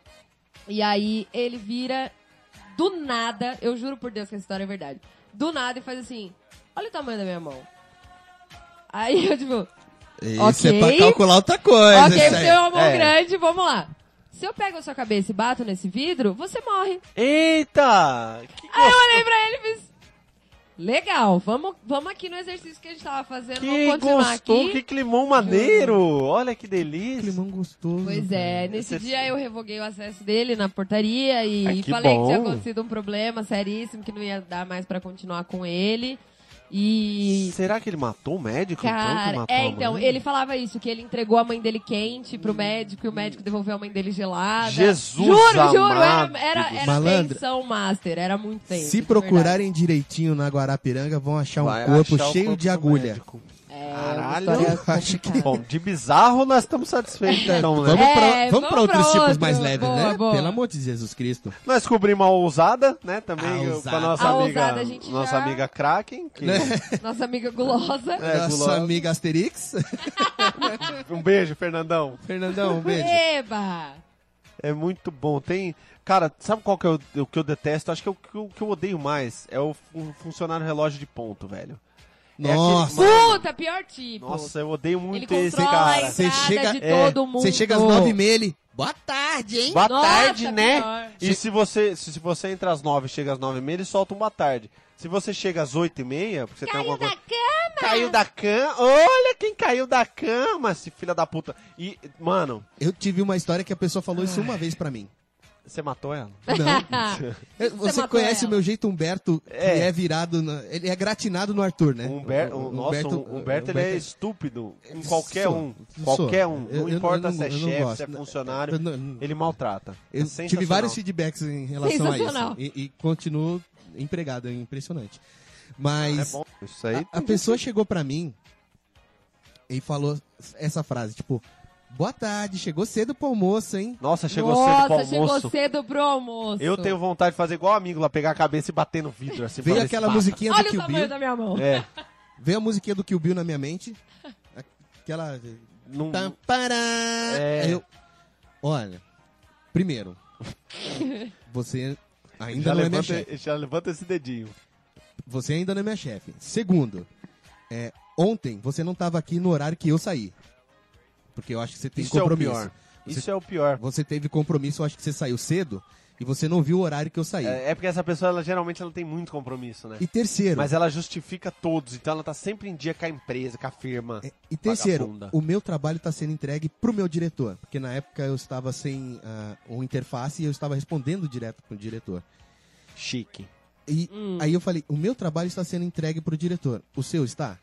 [SPEAKER 5] E aí ele vira do nada, eu juro por Deus que essa história é verdade. Do nada e faz assim: olha o tamanho da minha mão. Aí eu, tipo,
[SPEAKER 3] Isso é
[SPEAKER 5] Ok.
[SPEAKER 3] pra calcular outra coisa.
[SPEAKER 5] ok,
[SPEAKER 3] isso
[SPEAKER 5] você
[SPEAKER 3] aí.
[SPEAKER 5] é uma mão
[SPEAKER 4] É.
[SPEAKER 5] grande, vamos lá. Se eu pego a sua cabeça e bato nesse vidro, você morre.
[SPEAKER 4] Eita! Que
[SPEAKER 5] Aí eu olhei pra ele e fiz. Legal, vamos, vamos aqui no exercício que a gente tava fazendo,
[SPEAKER 4] Que
[SPEAKER 5] vamos continuar
[SPEAKER 4] gostou,
[SPEAKER 5] aqui.
[SPEAKER 4] que climão maneiro! Olha que delícia!
[SPEAKER 3] Climão gostoso.
[SPEAKER 5] Pois é, nesse
[SPEAKER 4] Você-
[SPEAKER 5] dia eu revoguei o acesso dele na portaria e
[SPEAKER 4] Ah, que
[SPEAKER 5] falei que tinha
[SPEAKER 4] bom.
[SPEAKER 5] acontecido um problema seríssimo, que não ia dar mais pra continuar com ele. E.
[SPEAKER 4] Será que ele matou o médico? então, que
[SPEAKER 5] Cara,
[SPEAKER 4] matou a
[SPEAKER 5] é,
[SPEAKER 4] mãe?
[SPEAKER 5] então, ele falava isso, que ele entregou a mãe dele quente pro médico e o médico devolveu a mãe dele gelada.
[SPEAKER 4] Jesus
[SPEAKER 5] Juro, juro,
[SPEAKER 4] amado.
[SPEAKER 5] era, era, era
[SPEAKER 3] Malandro.
[SPEAKER 5] tensão master, era muito tenso.
[SPEAKER 3] Se
[SPEAKER 5] de é verdade.
[SPEAKER 3] procurarem direitinho na Guarapiranga, vão achar um
[SPEAKER 4] Vai
[SPEAKER 3] corpo
[SPEAKER 4] achar o
[SPEAKER 3] cheio
[SPEAKER 4] corpo
[SPEAKER 3] de
[SPEAKER 4] do
[SPEAKER 3] agulha.
[SPEAKER 4] médico.
[SPEAKER 5] É, uma
[SPEAKER 4] Caralho.
[SPEAKER 5] história
[SPEAKER 3] Eu acho que-
[SPEAKER 5] complicada.
[SPEAKER 4] Bom, de bizarro nós estamos satisfeitos, então, né?
[SPEAKER 3] Vamos,
[SPEAKER 5] É,
[SPEAKER 3] pra, vamos
[SPEAKER 5] vamos
[SPEAKER 3] pra outros
[SPEAKER 5] pra
[SPEAKER 3] tipos
[SPEAKER 5] outro.
[SPEAKER 3] mais leves,
[SPEAKER 5] Boa,
[SPEAKER 3] né?
[SPEAKER 5] boa.
[SPEAKER 3] Pelo amor de Jesus Cristo.
[SPEAKER 4] Nós cobrimos a ousada, né? Também
[SPEAKER 3] A
[SPEAKER 4] eu- com
[SPEAKER 3] ousada. Né?
[SPEAKER 4] a nossa
[SPEAKER 5] A
[SPEAKER 4] amiga.
[SPEAKER 5] ousada a gente
[SPEAKER 4] nossa
[SPEAKER 5] já-
[SPEAKER 4] amiga Kraken. que-
[SPEAKER 5] Nossa amiga gulosa.
[SPEAKER 4] É,
[SPEAKER 3] Nossa
[SPEAKER 4] gulosa.
[SPEAKER 3] amiga Asterix.
[SPEAKER 4] Um beijo, Fernandão.
[SPEAKER 3] Fernandão, um beijo.
[SPEAKER 5] Eba!
[SPEAKER 4] É muito bom. Tem. Cara, sabe qual que é o, o que eu detesto? Acho que é o que eu, que eu odeio mais. É o um funcionário relógio de ponto, velho. É aquele-
[SPEAKER 3] Nossa.
[SPEAKER 5] Puta, pior tipo.
[SPEAKER 4] Nossa, eu odeio
[SPEAKER 5] Ele
[SPEAKER 4] muito esse
[SPEAKER 5] controla a
[SPEAKER 4] cara.
[SPEAKER 5] entrada
[SPEAKER 3] Você chega-
[SPEAKER 5] de
[SPEAKER 4] é,
[SPEAKER 5] todo mundo.
[SPEAKER 3] Você chega às nove e meia, ele... Boa tarde, hein?
[SPEAKER 4] Boa
[SPEAKER 5] Nossa,
[SPEAKER 4] tarde, né?
[SPEAKER 5] pior.
[SPEAKER 4] E se você, se, se você entra às nove e chega às nove e meia, ele solta um boa tarde. Se você chega às oito e meia, porque você tem
[SPEAKER 5] Caiu
[SPEAKER 4] alguma
[SPEAKER 5] da
[SPEAKER 4] coisa...
[SPEAKER 5] cama.
[SPEAKER 4] Caiu da cama! Olha quem caiu da cama, esse filho da puta. E, mano,
[SPEAKER 3] Eu tive uma história que a pessoa falou isso uma vez pra mim.
[SPEAKER 4] você matou ela?
[SPEAKER 3] Não. Eu-
[SPEAKER 5] Você
[SPEAKER 3] Você
[SPEAKER 5] matou
[SPEAKER 3] conhece
[SPEAKER 5] ela.
[SPEAKER 3] o meu jeito Humberto, que
[SPEAKER 4] É.
[SPEAKER 3] é virado... na- Ele é gratinado no Arthur, né?
[SPEAKER 4] O Humberto,
[SPEAKER 3] O- o-
[SPEAKER 4] o- nossa, o Humberto, ele é estúpido em qualquer
[SPEAKER 3] Sou,
[SPEAKER 4] um.
[SPEAKER 3] sou.
[SPEAKER 4] Qualquer um.
[SPEAKER 3] Eu-
[SPEAKER 4] Não
[SPEAKER 3] eu- eu
[SPEAKER 4] importa
[SPEAKER 3] não-
[SPEAKER 4] se é
[SPEAKER 3] eu não
[SPEAKER 4] chefe, se é
[SPEAKER 3] gosto.
[SPEAKER 4] funcionário,
[SPEAKER 3] Eu não- eu não-
[SPEAKER 4] ele maltrata. É
[SPEAKER 3] Eu tive
[SPEAKER 4] sensacional.
[SPEAKER 3] vários feedbacks em relação a isso.
[SPEAKER 5] Sensacional.
[SPEAKER 3] E, e continuo empregado, é impressionante. Mas
[SPEAKER 4] É bom. Isso aí
[SPEAKER 3] a, a pessoa chegou pra mim e falou essa frase, tipo, Boa tarde, chegou cedo pro almoço, hein?
[SPEAKER 4] Nossa, chegou
[SPEAKER 5] Nossa,
[SPEAKER 4] cedo pro
[SPEAKER 5] chegou
[SPEAKER 4] almoço.
[SPEAKER 5] cedo pro almoço.
[SPEAKER 4] Eu tenho vontade de fazer igual amigo lá, pegar a cabeça e bater no vidro, assim, pra
[SPEAKER 3] Veio
[SPEAKER 4] ver se
[SPEAKER 3] aquela
[SPEAKER 4] passa.
[SPEAKER 3] musiquinha do
[SPEAKER 5] Olha o
[SPEAKER 3] Kill
[SPEAKER 5] tamanho
[SPEAKER 3] Bill.
[SPEAKER 5] da minha mão.
[SPEAKER 4] É,
[SPEAKER 3] Veio a musiquinha do Kill Bill na minha mente.
[SPEAKER 4] É.
[SPEAKER 3] Aquela.
[SPEAKER 4] não...
[SPEAKER 3] Tam, pará.
[SPEAKER 4] É.
[SPEAKER 3] Aí eu. Olha, primeiro, você ainda
[SPEAKER 4] já,
[SPEAKER 3] não é minha chefe.
[SPEAKER 4] levanta, já levanta esse dedinho.
[SPEAKER 3] Você ainda não é minha chefe. Segundo, é, ontem você não estava aqui no horário que eu saí. Porque eu acho que você tem
[SPEAKER 4] Isso é o
[SPEAKER 3] compromisso.
[SPEAKER 4] pior.
[SPEAKER 3] Você-
[SPEAKER 4] Isso é o pior.
[SPEAKER 3] Você teve compromisso, eu acho que você saiu cedo e você não viu o horário que eu saí.
[SPEAKER 4] É, é porque essa pessoa, ela geralmente, ela tem muito compromisso, né?
[SPEAKER 3] E terceiro,
[SPEAKER 4] Mas ela justifica todos, então ela tá sempre em dia com a empresa, com a firma.
[SPEAKER 3] é, e terceiro,
[SPEAKER 4] vagabunda.
[SPEAKER 3] o meu trabalho está sendo entregue pro meu diretor, porque na época eu estava sem ah, uma interface e eu estava respondendo direto pro diretor.
[SPEAKER 4] Chique.
[SPEAKER 3] E
[SPEAKER 4] Hum.
[SPEAKER 3] aí eu falei, o meu trabalho está sendo entregue pro diretor, o seu está?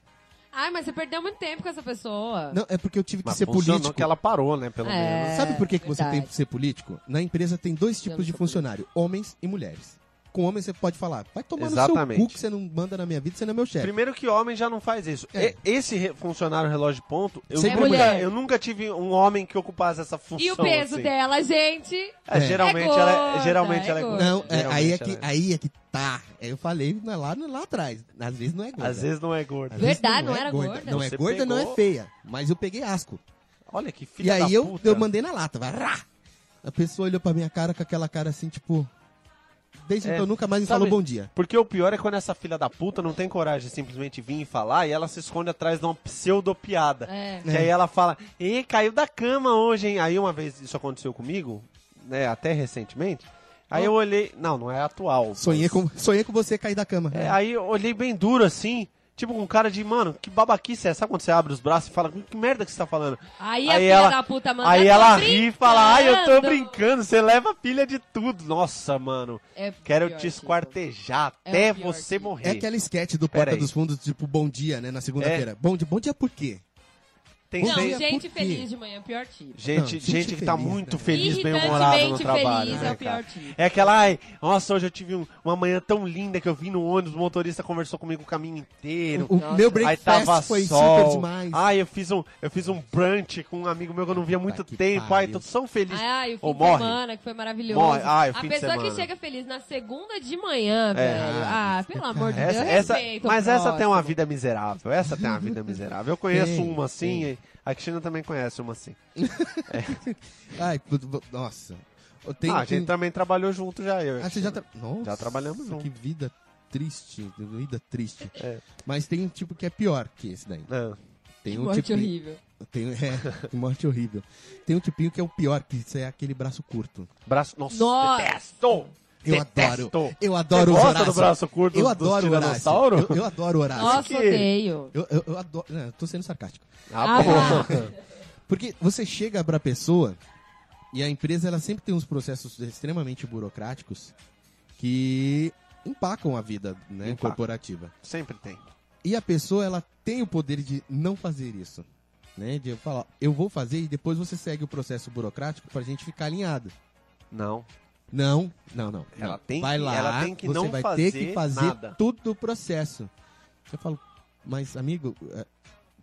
[SPEAKER 5] Ai, mas você perdeu muito tempo com essa pessoa.
[SPEAKER 3] Não, é porque eu tive que
[SPEAKER 4] Mas
[SPEAKER 3] ser
[SPEAKER 4] funcionou
[SPEAKER 3] político.
[SPEAKER 4] que ela parou, né, pelo
[SPEAKER 5] É.
[SPEAKER 4] menos.
[SPEAKER 3] Sabe por que, que você
[SPEAKER 5] verdade.
[SPEAKER 3] tem que ser político? Na empresa tem dois
[SPEAKER 5] não
[SPEAKER 3] tipos de
[SPEAKER 5] sou
[SPEAKER 3] funcionário, homens e mulheres. Com homens você pode falar, vai tomar no
[SPEAKER 4] Exatamente.
[SPEAKER 3] seu cu que você não manda na minha vida, você não é meu chefe.
[SPEAKER 4] Primeiro que homem já não faz isso.
[SPEAKER 3] É.
[SPEAKER 4] E- Esse re- funcionário relógio de ponto, eu
[SPEAKER 3] Sempre
[SPEAKER 5] mulher.
[SPEAKER 4] nunca, eu nunca tive um homem que ocupasse essa função.
[SPEAKER 5] E o peso
[SPEAKER 4] assim.
[SPEAKER 5] dela, gente.
[SPEAKER 4] É, geralmente
[SPEAKER 5] É gorda,
[SPEAKER 4] ela é, geralmente
[SPEAKER 5] é
[SPEAKER 4] ela é
[SPEAKER 5] gorda.
[SPEAKER 4] gorda.
[SPEAKER 3] Não, é, aí, é
[SPEAKER 4] Geralmente né?
[SPEAKER 3] que,
[SPEAKER 4] ela
[SPEAKER 3] aí é que tá. É, Eu falei não é lá, não é lá atrás. Às vezes não é gorda.
[SPEAKER 4] Às vezes não é gorda.
[SPEAKER 3] Às vezes
[SPEAKER 5] Verdade, tá, não era gorda.
[SPEAKER 3] Não é
[SPEAKER 4] Você
[SPEAKER 3] gorda, não é
[SPEAKER 4] pegou-
[SPEAKER 3] feia. Mas eu peguei asco.
[SPEAKER 4] Olha que filha
[SPEAKER 3] e aí
[SPEAKER 4] da
[SPEAKER 3] eu,
[SPEAKER 4] puta.
[SPEAKER 3] eu mandei na lata. vai, rá! A pessoa olhou pra minha cara com aquela cara assim, tipo... Desde
[SPEAKER 4] É,
[SPEAKER 3] então nunca mais me
[SPEAKER 4] sabe-
[SPEAKER 3] falou bom dia.
[SPEAKER 4] Porque o pior é quando essa filha da puta não tem coragem de simplesmente vir e falar e ela se esconde atrás de uma pseudopiada.
[SPEAKER 5] É.
[SPEAKER 4] Que aí ela fala, e caiu da cama hoje, hein? Aí uma vez isso aconteceu comigo, né, até recentemente. Aí eu olhei, não, não é atual.
[SPEAKER 3] Sonhei
[SPEAKER 4] mas-
[SPEAKER 3] com, sonhei com você cair da cama.
[SPEAKER 4] É, aí eu olhei bem duro assim, tipo com cara de, mano, que babaquice é? Sabe quando você abre os braços e fala, que merda que você tá falando?
[SPEAKER 5] Aí a filha da puta manda, tá
[SPEAKER 4] Aí
[SPEAKER 5] "Tô
[SPEAKER 4] ela ri e fala, ai, eu tô
[SPEAKER 5] brincando."
[SPEAKER 4] brincando, você leva a pilha de tudo. Nossa, mano,
[SPEAKER 5] É
[SPEAKER 4] quero
[SPEAKER 5] pior,
[SPEAKER 4] te
[SPEAKER 5] tipo.
[SPEAKER 4] esquartejar
[SPEAKER 5] É
[SPEAKER 4] até
[SPEAKER 5] o pior,
[SPEAKER 4] você
[SPEAKER 5] tipo.
[SPEAKER 4] morrer.
[SPEAKER 3] É aquela sketch do
[SPEAKER 4] Pera
[SPEAKER 3] Porta
[SPEAKER 4] aí. É.
[SPEAKER 3] dos Fundos, tipo, bom dia, né? Na segunda-feira. Bom dia, bom dia por quê?
[SPEAKER 4] Tem
[SPEAKER 5] Não,
[SPEAKER 4] gente,
[SPEAKER 3] Bom dia,
[SPEAKER 5] gente
[SPEAKER 3] por quê?
[SPEAKER 5] feliz de manhã, pior tipo.
[SPEAKER 3] Não,
[SPEAKER 4] gente,
[SPEAKER 3] gente
[SPEAKER 4] gente que tá
[SPEAKER 3] feliz,
[SPEAKER 4] muito
[SPEAKER 3] né?
[SPEAKER 4] feliz, bem
[SPEAKER 5] Irritantemente
[SPEAKER 4] humorada no
[SPEAKER 5] feliz
[SPEAKER 4] trabalho.
[SPEAKER 5] é o
[SPEAKER 4] né,
[SPEAKER 5] pior
[SPEAKER 4] cara?
[SPEAKER 5] tipo.
[SPEAKER 4] É aquela, ai, nossa, hoje eu tive um- uma manhã tão linda que eu vim no ônibus, o motorista conversou comigo o caminho inteiro.
[SPEAKER 3] O meu
[SPEAKER 4] Aí
[SPEAKER 3] breakfast
[SPEAKER 4] tava
[SPEAKER 3] foi
[SPEAKER 4] sol.
[SPEAKER 3] super demais.
[SPEAKER 4] Ai, eu fiz um, eu fiz um brunch com um amigo meu que eu não via há muito
[SPEAKER 3] que
[SPEAKER 4] tempo. Ai, tô
[SPEAKER 3] pariu.
[SPEAKER 4] tão feliz.
[SPEAKER 5] Ai, o fim
[SPEAKER 4] Ou
[SPEAKER 5] de
[SPEAKER 4] morre.
[SPEAKER 5] semana, que foi maravilhoso.
[SPEAKER 4] Morre. Ai, o
[SPEAKER 5] a
[SPEAKER 4] fim de
[SPEAKER 5] pessoa que
[SPEAKER 4] semana. É.
[SPEAKER 5] chega feliz na segunda de manhã, velho. Ah, pelo amor de Deus,
[SPEAKER 4] Essa, essa-
[SPEAKER 5] respeita o
[SPEAKER 4] mas essa tem
[SPEAKER 5] próximo.
[SPEAKER 4] uma vida miserável. Essa tem uma vida miserável. Eu conheço
[SPEAKER 3] Tem,
[SPEAKER 4] uma assim, a Cristina também conhece uma assim.
[SPEAKER 3] Ai, puto, bo- nossa. Eu tenho-
[SPEAKER 4] ah, a gente
[SPEAKER 3] tenho-
[SPEAKER 4] também trabalhou junto já, eu. e a
[SPEAKER 3] Ah, você já,
[SPEAKER 4] Cristina.
[SPEAKER 3] tra- Nossa,
[SPEAKER 4] Já trabalhamos junto.
[SPEAKER 3] Que vida triste, que vida triste.
[SPEAKER 4] É.
[SPEAKER 3] Mas tem um tipo que é pior que esse daí.
[SPEAKER 4] Ah,
[SPEAKER 3] Tem um
[SPEAKER 5] Morte
[SPEAKER 3] tipo,
[SPEAKER 5] horrível.
[SPEAKER 3] Tem, é, que morte horrível. Tem um tipinho que é o pior, que isso é aquele braço curto.
[SPEAKER 4] braço. Nossa,
[SPEAKER 5] Nossa.
[SPEAKER 4] detesto!
[SPEAKER 3] Eu
[SPEAKER 4] Detesto.
[SPEAKER 3] adoro. Eu adoro
[SPEAKER 4] Você
[SPEAKER 3] os
[SPEAKER 4] gosta do
[SPEAKER 3] Horácio.
[SPEAKER 4] braço curto
[SPEAKER 3] eu
[SPEAKER 4] dos
[SPEAKER 3] adoro o Horácio.
[SPEAKER 4] tiranossauro?
[SPEAKER 3] Eu, eu adoro o Horácio.
[SPEAKER 5] Nossa,
[SPEAKER 4] que-
[SPEAKER 5] odeio.
[SPEAKER 3] Eu, eu, eu adoro. Não, eu tô sendo sarcástico.
[SPEAKER 4] Ah,
[SPEAKER 5] Ah,
[SPEAKER 4] bom.
[SPEAKER 3] Porque você chega pra pessoa e a empresa ela sempre tem uns processos extremamente burocráticos que empacam a vida né,
[SPEAKER 4] Empaca.
[SPEAKER 3] corporativa.
[SPEAKER 4] Sempre tem.
[SPEAKER 3] E a pessoa ela tem o poder de não fazer isso. Né? De eu falar, eu vou fazer e depois você segue o processo burocrático pra gente ficar alinhado.
[SPEAKER 4] Não.
[SPEAKER 3] Não, não, não.
[SPEAKER 4] Ela
[SPEAKER 3] não.
[SPEAKER 4] tem
[SPEAKER 3] vai
[SPEAKER 4] que-
[SPEAKER 3] lá,
[SPEAKER 4] ela tem que
[SPEAKER 3] você
[SPEAKER 4] não
[SPEAKER 3] vai
[SPEAKER 4] fazer
[SPEAKER 3] ter que fazer
[SPEAKER 4] nada.
[SPEAKER 3] todo o processo. Eu falo, mas amigo, eh,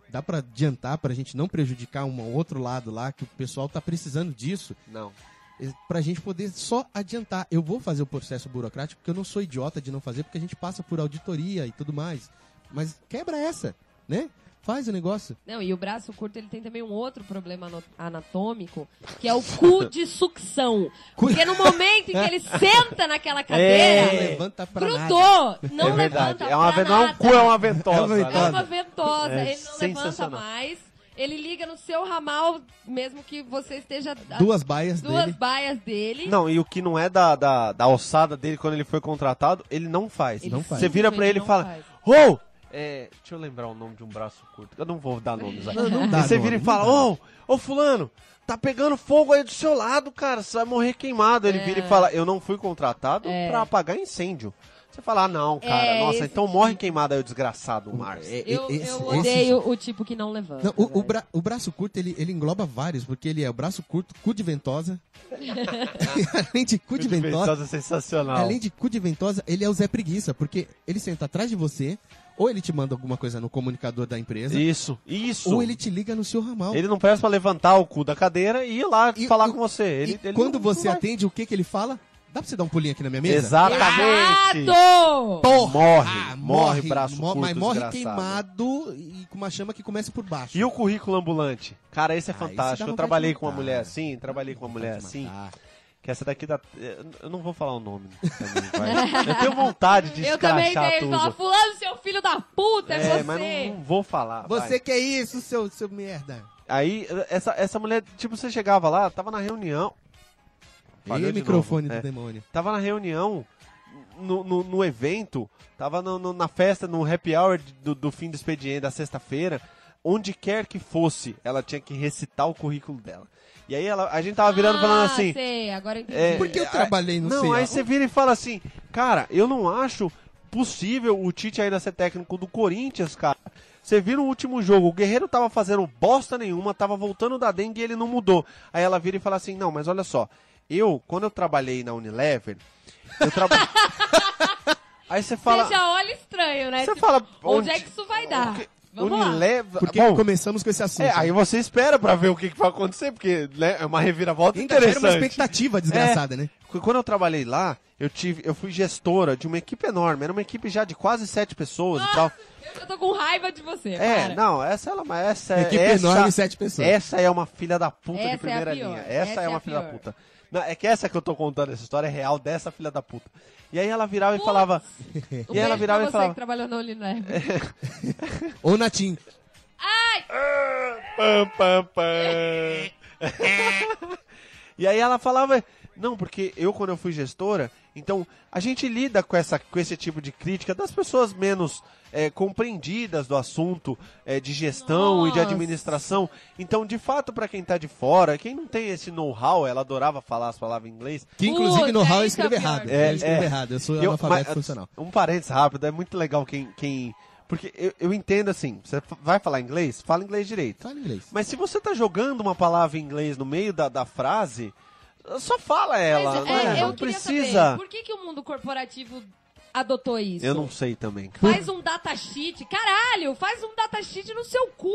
[SPEAKER 3] dá pra adiantar pra gente não prejudicar um outro lado lá que o pessoal tá precisando disso,
[SPEAKER 4] Não.
[SPEAKER 3] eh, pra gente poder só adiantar. Eu vou fazer o processo burocrático porque eu não sou idiota de não fazer, porque a gente passa por auditoria e tudo mais. Mas quebra essa, né? Faz o negócio.
[SPEAKER 5] Não, e o braço curto ele tem também um outro problema ano- anatômico, que é o cu de sucção.
[SPEAKER 3] Cu-
[SPEAKER 5] Porque no momento em que ele senta naquela
[SPEAKER 3] Não
[SPEAKER 5] cadeira,
[SPEAKER 3] levanta pra nada.
[SPEAKER 5] É. grudou, não
[SPEAKER 4] é verdade.
[SPEAKER 5] levanta
[SPEAKER 4] É uma
[SPEAKER 5] pra
[SPEAKER 4] ve- não é um
[SPEAKER 5] nada.
[SPEAKER 4] cu, é uma ventosa.
[SPEAKER 3] É uma
[SPEAKER 4] né?
[SPEAKER 5] É uma ventosa,
[SPEAKER 4] É
[SPEAKER 5] ele não levanta
[SPEAKER 4] sensacional.
[SPEAKER 5] mais. Ele liga no seu ramal, mesmo que você esteja a
[SPEAKER 3] Duas baias
[SPEAKER 5] duas
[SPEAKER 3] dele.
[SPEAKER 5] baias dele.
[SPEAKER 4] Não, e o que não é da, da, da alçada dele quando ele foi contratado, ele não faz.
[SPEAKER 5] Ele
[SPEAKER 3] não faz.
[SPEAKER 4] Você vira pra ele e
[SPEAKER 5] simplesmente
[SPEAKER 4] fala,
[SPEAKER 5] não faz.
[SPEAKER 4] ô, é, deixa eu lembrar o nome de um braço curto, eu não vou dar nomes aqui.
[SPEAKER 3] não
[SPEAKER 4] Aí
[SPEAKER 3] dá
[SPEAKER 4] você
[SPEAKER 3] nome,
[SPEAKER 4] vira e
[SPEAKER 3] não
[SPEAKER 4] fala,
[SPEAKER 3] dá.
[SPEAKER 4] ô, ô fulano, tá pegando fogo aí do seu lado, cara, você vai morrer queimado. Ele vira e fala, eu não fui contratado
[SPEAKER 5] É.
[SPEAKER 4] pra apagar incêndio. Você fala, ah, não, cara,
[SPEAKER 5] É,
[SPEAKER 4] nossa,
[SPEAKER 5] esse
[SPEAKER 4] então morre queimado aí o desgraçado, Marcos.
[SPEAKER 5] Eu,
[SPEAKER 3] Esse-
[SPEAKER 5] eu
[SPEAKER 3] esse-
[SPEAKER 5] odeio o tipo que não levanta.
[SPEAKER 3] Não, o, o
[SPEAKER 5] velho.
[SPEAKER 3] bra- o braço curto, ele, ele engloba vários, porque ele é o braço curto, cu de ventosa. além de cu de ventosa,
[SPEAKER 4] sensacional.
[SPEAKER 3] é além de cu de ventosa, ele é o Zé Preguiça, porque ele senta atrás de você, Ou ele te manda alguma coisa no comunicador da empresa.
[SPEAKER 4] Isso, isso.
[SPEAKER 3] Ou ele te liga no seu ramal.
[SPEAKER 4] Ele não presta pra levantar o cu da cadeira e ir lá
[SPEAKER 3] E-
[SPEAKER 4] falar
[SPEAKER 3] e-
[SPEAKER 4] com você. Ele,
[SPEAKER 3] e
[SPEAKER 4] ele
[SPEAKER 3] quando
[SPEAKER 4] não-
[SPEAKER 3] você
[SPEAKER 4] não vai.
[SPEAKER 3] atende, o que, que ele fala? Dá pra você dar um pulinho aqui na minha mesa?
[SPEAKER 4] Exatamente.
[SPEAKER 5] Exato!
[SPEAKER 3] Porra!
[SPEAKER 4] Morre,
[SPEAKER 3] Ah,
[SPEAKER 4] morre, braço
[SPEAKER 3] mo-
[SPEAKER 4] curto,
[SPEAKER 3] Mas morre
[SPEAKER 4] desgraçado.
[SPEAKER 3] queimado e com uma chama que começa por baixo.
[SPEAKER 4] E o currículo ambulante? Cara, esse é
[SPEAKER 3] Ah, esse dá
[SPEAKER 4] fantástico. Eu
[SPEAKER 3] vontade
[SPEAKER 4] trabalhei
[SPEAKER 3] de
[SPEAKER 4] com uma
[SPEAKER 3] matar.
[SPEAKER 4] mulher assim, trabalhei com uma mulher
[SPEAKER 3] Vai te
[SPEAKER 4] assim,
[SPEAKER 3] matar.
[SPEAKER 4] que essa daqui da. Eu não vou falar o nome. também, vai. Eu tenho vontade de
[SPEAKER 5] Eu também
[SPEAKER 4] escrachar
[SPEAKER 5] tenho que falar,
[SPEAKER 4] tudo.
[SPEAKER 5] fulano, seu filho da puta, é, você.
[SPEAKER 4] mas não, não vou falar. Ah, vai.
[SPEAKER 3] Você que é isso, seu, seu merda?
[SPEAKER 4] Aí, essa, essa mulher, tipo, você chegava lá, tava na reunião. Falhou
[SPEAKER 3] Ei,
[SPEAKER 4] de
[SPEAKER 3] microfone
[SPEAKER 4] novo,
[SPEAKER 3] do
[SPEAKER 4] é.
[SPEAKER 3] demônio.
[SPEAKER 4] Tava na reunião, no, no, no evento, tava no- no- na festa, no happy hour de- do, do fim do expediente, da sexta-feira. Onde quer que fosse, ela tinha que recitar o currículo dela. E aí ela, a gente tava tá virando falando
[SPEAKER 5] Ah,
[SPEAKER 4] assim.
[SPEAKER 5] Sei, agora eu entendi.
[SPEAKER 4] É,
[SPEAKER 3] Por que eu
[SPEAKER 4] a-
[SPEAKER 3] trabalhei no
[SPEAKER 4] Não,
[SPEAKER 3] CA?
[SPEAKER 4] aí você vira e fala assim, cara, eu não acho possível o Tite ainda ser técnico do Corinthians, cara. Você vira o último jogo, o Guerreiro tava fazendo bosta nenhuma, tava voltando da dengue e ele não mudou. Aí ela vira e fala assim, não, mas olha só, eu, quando eu trabalhei na Unilever, eu trabalhei... aí você fala...
[SPEAKER 5] Você já olha estranho, né?
[SPEAKER 4] Você
[SPEAKER 5] Tipo,
[SPEAKER 4] fala...
[SPEAKER 5] onde é que isso vai dar? Vamos lá.
[SPEAKER 4] Unilever...
[SPEAKER 3] Porque
[SPEAKER 4] Bom,
[SPEAKER 3] começamos com esse assunto.
[SPEAKER 4] é, aí você espera pra ver o que, que vai acontecer, porque né, é uma reviravolta
[SPEAKER 3] Ainda gera uma
[SPEAKER 4] interessante. É.
[SPEAKER 3] expectativa desgraçada, né?
[SPEAKER 4] Qu- Quando eu trabalhei lá, eu tive, eu fui gestora de uma equipe enorme. Era uma equipe já de quase sete
[SPEAKER 5] Ah,
[SPEAKER 4] pessoas e tal.
[SPEAKER 5] Eu- Eu tô com raiva de você,
[SPEAKER 4] É,
[SPEAKER 5] cara.
[SPEAKER 4] não, essa ela, mas essa é-
[SPEAKER 3] Equipe
[SPEAKER 4] essa,
[SPEAKER 3] enorme, sete pessoas.
[SPEAKER 4] Essa é uma filha da puta
[SPEAKER 5] Essa é
[SPEAKER 4] de
[SPEAKER 5] a
[SPEAKER 4] primeira
[SPEAKER 5] pior,
[SPEAKER 4] linha. Essa,
[SPEAKER 5] essa
[SPEAKER 4] é
[SPEAKER 5] é
[SPEAKER 4] uma
[SPEAKER 5] a
[SPEAKER 4] filha da
[SPEAKER 5] pior.
[SPEAKER 4] puta. Não, é que essa que eu tô contando essa história é real dessa filha da puta. E aí ela virava e
[SPEAKER 5] Putz.
[SPEAKER 4] falava,
[SPEAKER 5] Um
[SPEAKER 4] e ela virava
[SPEAKER 5] beijo pra
[SPEAKER 4] e
[SPEAKER 5] você
[SPEAKER 4] falava,
[SPEAKER 5] que trabalhou na Unilever.
[SPEAKER 3] Ou na Tim.
[SPEAKER 4] Pam, pam, pam. e aí ela falava, não, porque eu quando eu fui gestora, então a gente lida com, essa, com esse tipo de crítica das pessoas menos eh, compreendidas do assunto eh, de gestão e de
[SPEAKER 5] Nossa.
[SPEAKER 4] administração. Então, de fato, pra quem tá de fora, quem não tem esse know-how, ela adorava falar as palavras em inglês,
[SPEAKER 3] Que inclusive
[SPEAKER 5] Puta,
[SPEAKER 3] no hall eu
[SPEAKER 5] aí
[SPEAKER 3] escrevo
[SPEAKER 5] tá pior.
[SPEAKER 3] errado.
[SPEAKER 4] É,
[SPEAKER 3] eu escrevo
[SPEAKER 4] é.
[SPEAKER 3] errado, eu sou
[SPEAKER 4] eu-
[SPEAKER 3] analfabeto
[SPEAKER 4] mas,
[SPEAKER 3] funcional.
[SPEAKER 4] Um parênteses rápido, é muito legal quem. quem porque eu, eu entendo assim, você fa- vai falar inglês? Fala inglês direito.
[SPEAKER 3] Fala inglês.
[SPEAKER 4] Mas se você tá jogando uma palavra em inglês no meio da, da frase, só fala ela.
[SPEAKER 5] Mas,
[SPEAKER 4] né?
[SPEAKER 5] é, eu
[SPEAKER 4] não
[SPEAKER 5] queria
[SPEAKER 4] precisa.
[SPEAKER 5] Saber, por que, que o mundo corporativo adotou isso?
[SPEAKER 4] Eu não sei também.
[SPEAKER 5] Faz um datasheet. Caralho, faz um datasheet no seu cu.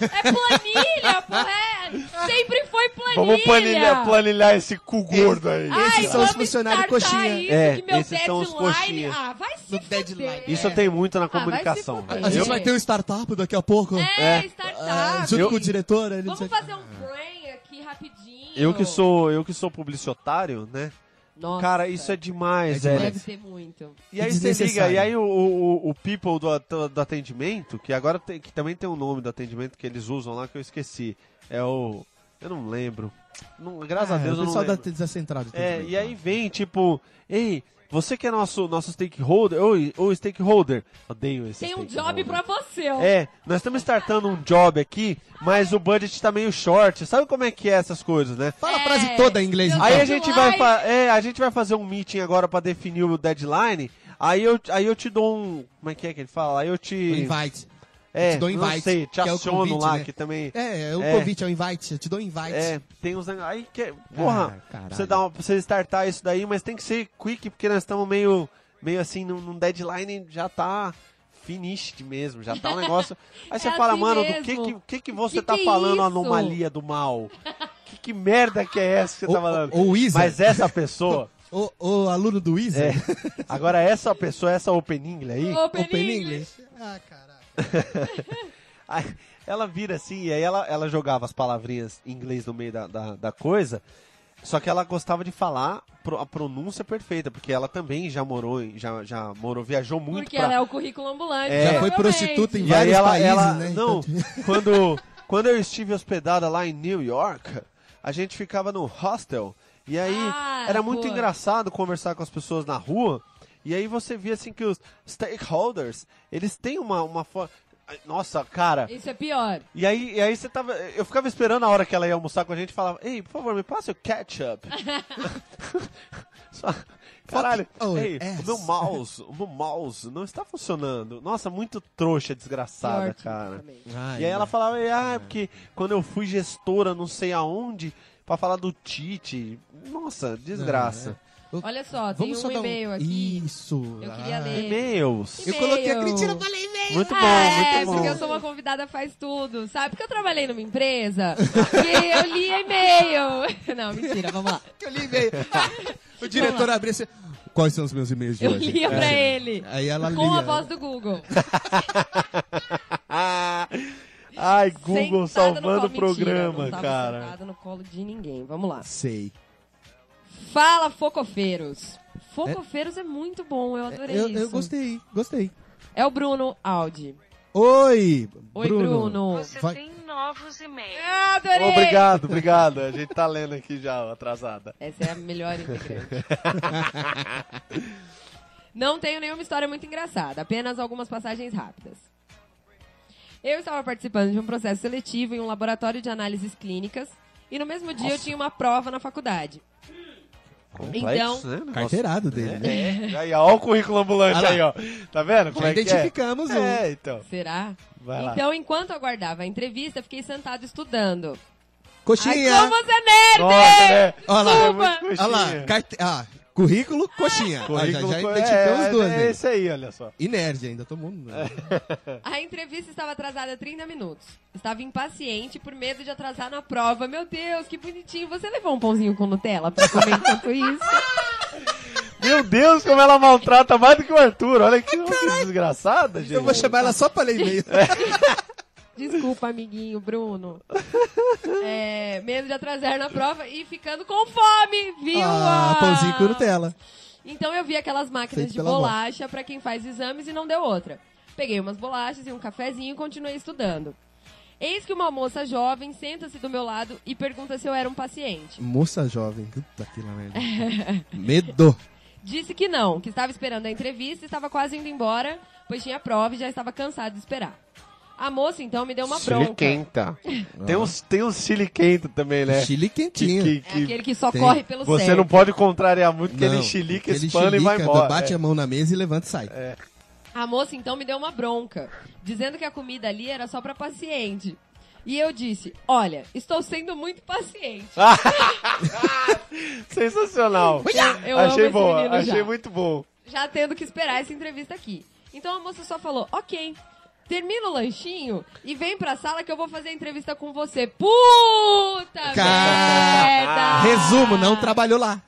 [SPEAKER 5] É planilha, porra. É, sempre foi planilha.
[SPEAKER 4] planilhar esse cu gordo aí.
[SPEAKER 5] Ai,
[SPEAKER 3] Esses são os
[SPEAKER 5] vamos
[SPEAKER 3] funcionários
[SPEAKER 5] startar
[SPEAKER 3] coxinha.
[SPEAKER 5] Isso,
[SPEAKER 4] É,
[SPEAKER 5] que meu
[SPEAKER 4] esses são os
[SPEAKER 5] deadline-
[SPEAKER 4] coxinha.
[SPEAKER 5] Ah, vai se
[SPEAKER 3] No
[SPEAKER 5] fuder.
[SPEAKER 3] deadline.
[SPEAKER 4] Isso tem muito na
[SPEAKER 5] é. Ah, vai se
[SPEAKER 4] comunicação.
[SPEAKER 5] fuder.
[SPEAKER 4] velho.
[SPEAKER 3] A gente
[SPEAKER 5] eu-
[SPEAKER 3] vai ter um startup daqui a pouco.
[SPEAKER 5] É,
[SPEAKER 4] É.
[SPEAKER 5] startup.
[SPEAKER 3] ah, junto
[SPEAKER 4] Eu-
[SPEAKER 3] com o diretor. Ele
[SPEAKER 5] Vamos
[SPEAKER 3] disse-
[SPEAKER 5] fazer um brain aqui rapidinho.
[SPEAKER 4] Eu que sou, eu que sou publicitário, né?
[SPEAKER 5] Nossa,
[SPEAKER 4] Cara, isso é demais,
[SPEAKER 3] É
[SPEAKER 4] velho.
[SPEAKER 5] Deve ser muito.
[SPEAKER 4] E aí você liga,
[SPEAKER 3] Desnecessário.
[SPEAKER 4] e aí o, o, o- o people do, at- do atendimento, que agora tem, que também tem um nome do atendimento que eles usam lá que eu esqueci. É o. Eu não lembro. Não, graças
[SPEAKER 5] Ah,
[SPEAKER 4] a
[SPEAKER 3] É,
[SPEAKER 4] Deus
[SPEAKER 3] o
[SPEAKER 4] eu não
[SPEAKER 3] pessoal da
[SPEAKER 4] lembro.
[SPEAKER 3] da central de
[SPEAKER 4] É,
[SPEAKER 3] atendimento,
[SPEAKER 4] e aí
[SPEAKER 3] tá?
[SPEAKER 4] vem tipo, ei, você que é nosso, nosso stakeholder, ou, ou stakeholder. Odeio esse.
[SPEAKER 5] Tem um
[SPEAKER 4] stakeholder.
[SPEAKER 5] job pra você, ó.
[SPEAKER 4] É, nós estamos startando um job aqui, mas o budget tá meio short. Sabe como é que é essas coisas, né?
[SPEAKER 3] Fala a
[SPEAKER 5] É.
[SPEAKER 3] frase toda em inglês.
[SPEAKER 5] Eu-
[SPEAKER 3] então.
[SPEAKER 4] Aí a gente vai,
[SPEAKER 5] Deadline.
[SPEAKER 4] fa- é, a gente vai fazer um meeting agora pra definir o deadline. Aí eu, aí eu te dou um, como é que é que ele fala? Aí eu
[SPEAKER 3] O
[SPEAKER 4] te,
[SPEAKER 3] Um invite.
[SPEAKER 4] é,
[SPEAKER 3] te dou
[SPEAKER 4] não
[SPEAKER 3] invite,
[SPEAKER 4] sei, te
[SPEAKER 3] que é o
[SPEAKER 4] aciono
[SPEAKER 3] convite,
[SPEAKER 4] lá
[SPEAKER 3] né?
[SPEAKER 4] que também
[SPEAKER 3] É, é o
[SPEAKER 4] É.
[SPEAKER 3] convite, é o invite. Eu te dou um invite.
[SPEAKER 4] é, tem uns neg- aí que, é, porra,
[SPEAKER 3] Ah, caralho.
[SPEAKER 4] você dá uma, pra você startar isso daí, mas tem que ser quick porque nós estamos meio meio assim num, num deadline já tá finished mesmo, já tá um negócio. Aí você
[SPEAKER 5] É
[SPEAKER 4] fala,
[SPEAKER 5] assim
[SPEAKER 4] mano, do que
[SPEAKER 5] mesmo.
[SPEAKER 4] que, que que você
[SPEAKER 5] Que
[SPEAKER 4] tá
[SPEAKER 5] que é
[SPEAKER 4] falando
[SPEAKER 5] isso?
[SPEAKER 4] anomalia do mal? Que, que merda que é essa que você
[SPEAKER 3] Ou-
[SPEAKER 4] tá falando?
[SPEAKER 3] ou- ou Wizard.
[SPEAKER 4] mas essa pessoa
[SPEAKER 3] O, o aluno do
[SPEAKER 4] É.
[SPEAKER 3] Wizard.
[SPEAKER 4] Agora essa pessoa, essa Open Ingle aí,
[SPEAKER 5] Open,
[SPEAKER 3] Open
[SPEAKER 5] English.
[SPEAKER 3] English. Ah, caralho.
[SPEAKER 4] aí ela vira assim, e aí ela, ela jogava as palavrinhas em inglês no meio da, da, da coisa, só que ela gostava de falar pro- a pronúncia perfeita, porque ela também já morou, em- já, já morou, viajou muito
[SPEAKER 5] Porque
[SPEAKER 4] pra...
[SPEAKER 5] ela é o currículo ambulante.
[SPEAKER 4] É.
[SPEAKER 3] Já foi
[SPEAKER 5] provavelmente.
[SPEAKER 3] prostituta em
[SPEAKER 4] E aí
[SPEAKER 3] vários
[SPEAKER 4] ela,
[SPEAKER 3] países,
[SPEAKER 4] ela
[SPEAKER 3] né?
[SPEAKER 4] não,
[SPEAKER 3] Então-
[SPEAKER 4] quando, quando eu estive hospedada lá em New York, a gente ficava no hostel, e aí
[SPEAKER 5] Ah,
[SPEAKER 4] era muito
[SPEAKER 5] boa.
[SPEAKER 4] engraçado conversar com as pessoas na rua, e aí você via assim que os stakeholders, eles têm uma, uma forma... Nossa, cara,
[SPEAKER 5] Isso é pior.
[SPEAKER 4] e aí, e aí você tava. Eu ficava esperando a hora que ela ia almoçar com a gente e falava, ei, por favor, me passa o ketchup. Só- Caralho,
[SPEAKER 3] your
[SPEAKER 4] ei,
[SPEAKER 3] ass.
[SPEAKER 4] o meu mouse, o meu mouse não está funcionando. Nossa, muito trouxa desgraçada,
[SPEAKER 5] Pior que isso
[SPEAKER 4] cara.
[SPEAKER 5] também.
[SPEAKER 3] Ai,
[SPEAKER 4] E aí ela falava, ah, é porque quando eu fui gestora, não sei aonde, pra falar do Tite. Nossa, desgraça.
[SPEAKER 3] não,
[SPEAKER 5] Olha só, tem um
[SPEAKER 3] dar
[SPEAKER 5] e-mail aqui.
[SPEAKER 3] Isso.
[SPEAKER 5] Eu queria
[SPEAKER 3] ah.
[SPEAKER 5] ler.
[SPEAKER 4] E-mails.
[SPEAKER 3] Eu coloquei a
[SPEAKER 5] E-mail.
[SPEAKER 3] Cristina, falei e-mail.
[SPEAKER 4] Muito bom,
[SPEAKER 5] é,
[SPEAKER 4] muito
[SPEAKER 5] porque
[SPEAKER 4] bom.
[SPEAKER 5] eu sou uma convidada faz tudo, sabe? Porque eu trabalhei numa empresa e eu li e-mail. Não, mentira, vamos lá.
[SPEAKER 3] Que eu li e-mail. o diretor abriu esse... Quais são os meus e-mails de
[SPEAKER 5] Eu
[SPEAKER 3] hoje?
[SPEAKER 5] lia pra
[SPEAKER 3] É.
[SPEAKER 5] ele.
[SPEAKER 3] Aí ela
[SPEAKER 5] Com
[SPEAKER 3] lia.
[SPEAKER 5] a voz do Google.
[SPEAKER 4] Ah, Ai, Google
[SPEAKER 5] Sentada no
[SPEAKER 4] salvando o
[SPEAKER 5] colo- Mentira,
[SPEAKER 4] programa,
[SPEAKER 5] não tava
[SPEAKER 4] cara.
[SPEAKER 5] sentada no colo de ninguém. Vamos lá.
[SPEAKER 3] Sei.
[SPEAKER 5] Fala, focofeiros. Focofeiros é, muito bom, eu adorei
[SPEAKER 3] Eu,
[SPEAKER 5] isso.
[SPEAKER 3] eu gostei, gostei.
[SPEAKER 5] É o Bruno Aldi.
[SPEAKER 3] Oi,
[SPEAKER 5] Oi, Bruno.
[SPEAKER 2] Você é
[SPEAKER 3] Vai.
[SPEAKER 2] tem novos e-mails.
[SPEAKER 5] Ah, adorei!
[SPEAKER 4] Obrigado, obrigado. A gente tá lendo aqui já, atrasada.
[SPEAKER 5] Essa é a melhor integrante. Não tenho nenhuma história muito engraçada, apenas algumas passagens rápidas. Eu estava participando de um processo seletivo em um laboratório de análises clínicas e no mesmo dia eu tinha uma prova na faculdade. Então-
[SPEAKER 4] Complexo, né, o negócio?
[SPEAKER 3] Carteirado dele, né?
[SPEAKER 4] É. Aí, ó, ó o currículo ambulante
[SPEAKER 3] Olha lá.
[SPEAKER 4] aí, ó. Tá vendo como
[SPEAKER 3] Já
[SPEAKER 4] é que é?
[SPEAKER 3] identificamos um.
[SPEAKER 4] É, então.
[SPEAKER 5] Será?
[SPEAKER 4] Vai lá.
[SPEAKER 5] então, enquanto aguardava a entrevista, fiquei sentado estudando. Ai,
[SPEAKER 3] Coxinha.
[SPEAKER 5] como você é nerd!
[SPEAKER 4] Nossa, né?
[SPEAKER 3] Olha
[SPEAKER 4] É
[SPEAKER 3] lá,
[SPEAKER 5] Desculpa.
[SPEAKER 4] muito coxinha.
[SPEAKER 3] olha lá. carte- Ah, currículo, coxinha. Ah, já,
[SPEAKER 4] Currículo
[SPEAKER 3] já
[SPEAKER 4] co-
[SPEAKER 3] identificamos
[SPEAKER 4] é,
[SPEAKER 3] duas.
[SPEAKER 4] É
[SPEAKER 3] né?
[SPEAKER 4] esse É. aí, olha só.
[SPEAKER 3] E nerd ainda, todo mundo.
[SPEAKER 5] A entrevista estava atrasada 30 minutos. Estava impaciente por medo de atrasar na prova. Meu Deus, que bonitinho. Você levou um pãozinho com Nutella pra comer enquanto isso?
[SPEAKER 4] Meu Deus, como ela maltrata mais do que o Arthur. Olha que que desgraçada, gente.
[SPEAKER 3] Eu vou chamar ela só pra ler e-mail.
[SPEAKER 5] Desculpa, amiguinho Bruno. É, medo de atrasar na prova e ficando com fome, viu?
[SPEAKER 3] Ah, pãozinho com Nutella.
[SPEAKER 5] Então eu vi aquelas máquinas
[SPEAKER 3] Feito
[SPEAKER 5] de
[SPEAKER 3] pela avó.
[SPEAKER 5] bolacha pra quem faz exames e não deu outra. Peguei umas bolachas e um cafezinho e continuei estudando. Eis que uma moça jovem senta-se do meu lado e pergunta se eu era um paciente.
[SPEAKER 3] Moça jovem. Puta que lá, merda. Medo.
[SPEAKER 5] Disse que não, que estava esperando a entrevista e estava quase indo embora, pois tinha prova e já estava cansado de esperar. A moça então me deu uma
[SPEAKER 4] Chile
[SPEAKER 5] bronca.
[SPEAKER 4] quenta. Tem uns, tem uns chile quenta também, né?
[SPEAKER 3] Chile
[SPEAKER 4] Que,
[SPEAKER 3] quentinho.
[SPEAKER 4] que,
[SPEAKER 5] É aquele
[SPEAKER 4] que
[SPEAKER 5] que só
[SPEAKER 3] Tem.
[SPEAKER 5] corre pelo
[SPEAKER 4] você
[SPEAKER 5] certo.
[SPEAKER 4] não pode contrariar muito, que
[SPEAKER 3] Não,
[SPEAKER 4] ele chilica,
[SPEAKER 3] ele
[SPEAKER 4] espana e vai
[SPEAKER 3] chilica,
[SPEAKER 4] embora. É.
[SPEAKER 3] Bate a mão na mesa e levanta e sai.
[SPEAKER 5] A moça então me deu uma bronca, dizendo que a comida ali era só para paciente. E eu disse: "Olha, estou sendo muito paciente".
[SPEAKER 4] Sensacional.
[SPEAKER 3] ah!
[SPEAKER 5] Eu- eu
[SPEAKER 4] achei
[SPEAKER 5] amo esse
[SPEAKER 4] boa,
[SPEAKER 5] menino
[SPEAKER 4] achei
[SPEAKER 5] já.
[SPEAKER 4] muito bom.
[SPEAKER 5] já tendo que esperar essa entrevista aqui. Então a moça só falou, ok, termina o lanchinho e vem pra sala que eu vou fazer a entrevista com você. Puta merda!
[SPEAKER 3] Cara, Resumo, não trabalhou lá.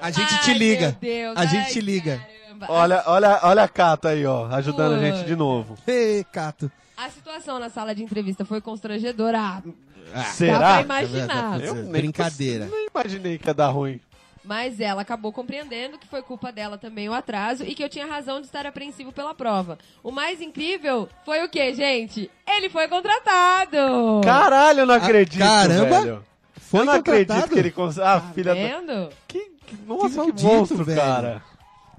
[SPEAKER 3] A gente te
[SPEAKER 5] Ah. Ai,
[SPEAKER 3] liga.
[SPEAKER 5] meu Deus,
[SPEAKER 3] A gente
[SPEAKER 5] ai,
[SPEAKER 3] te liga.
[SPEAKER 5] caramba.
[SPEAKER 4] Olha, olha, olha a Cata aí, ó, ajudando a gente
[SPEAKER 5] Putz.
[SPEAKER 4] de novo.
[SPEAKER 3] Ei, Cato.
[SPEAKER 5] A situação na sala de entrevista foi constrangedora. Ah, Dá pra
[SPEAKER 4] Será? É
[SPEAKER 5] imaginar.
[SPEAKER 3] Eu-
[SPEAKER 4] nem-
[SPEAKER 3] Brincadeira.
[SPEAKER 4] Não imaginei que ia dar ruim.
[SPEAKER 5] Mas ela acabou compreendendo que foi culpa dela também o atraso e que eu tinha razão de estar apreensivo pela prova. O mais incrível foi o que, gente? Ele foi contratado!
[SPEAKER 4] Caralho, eu não acredito,
[SPEAKER 3] Ah, caramba.
[SPEAKER 4] velho.
[SPEAKER 3] Foi
[SPEAKER 4] eu não acredito
[SPEAKER 3] contratado?
[SPEAKER 4] que ele conseguiu. Ah,
[SPEAKER 5] Tá
[SPEAKER 4] filha da...
[SPEAKER 5] vendo? Tá
[SPEAKER 4] Que, que- nossa, que,
[SPEAKER 3] maldito,
[SPEAKER 4] monstro,
[SPEAKER 3] velho.
[SPEAKER 4] cara.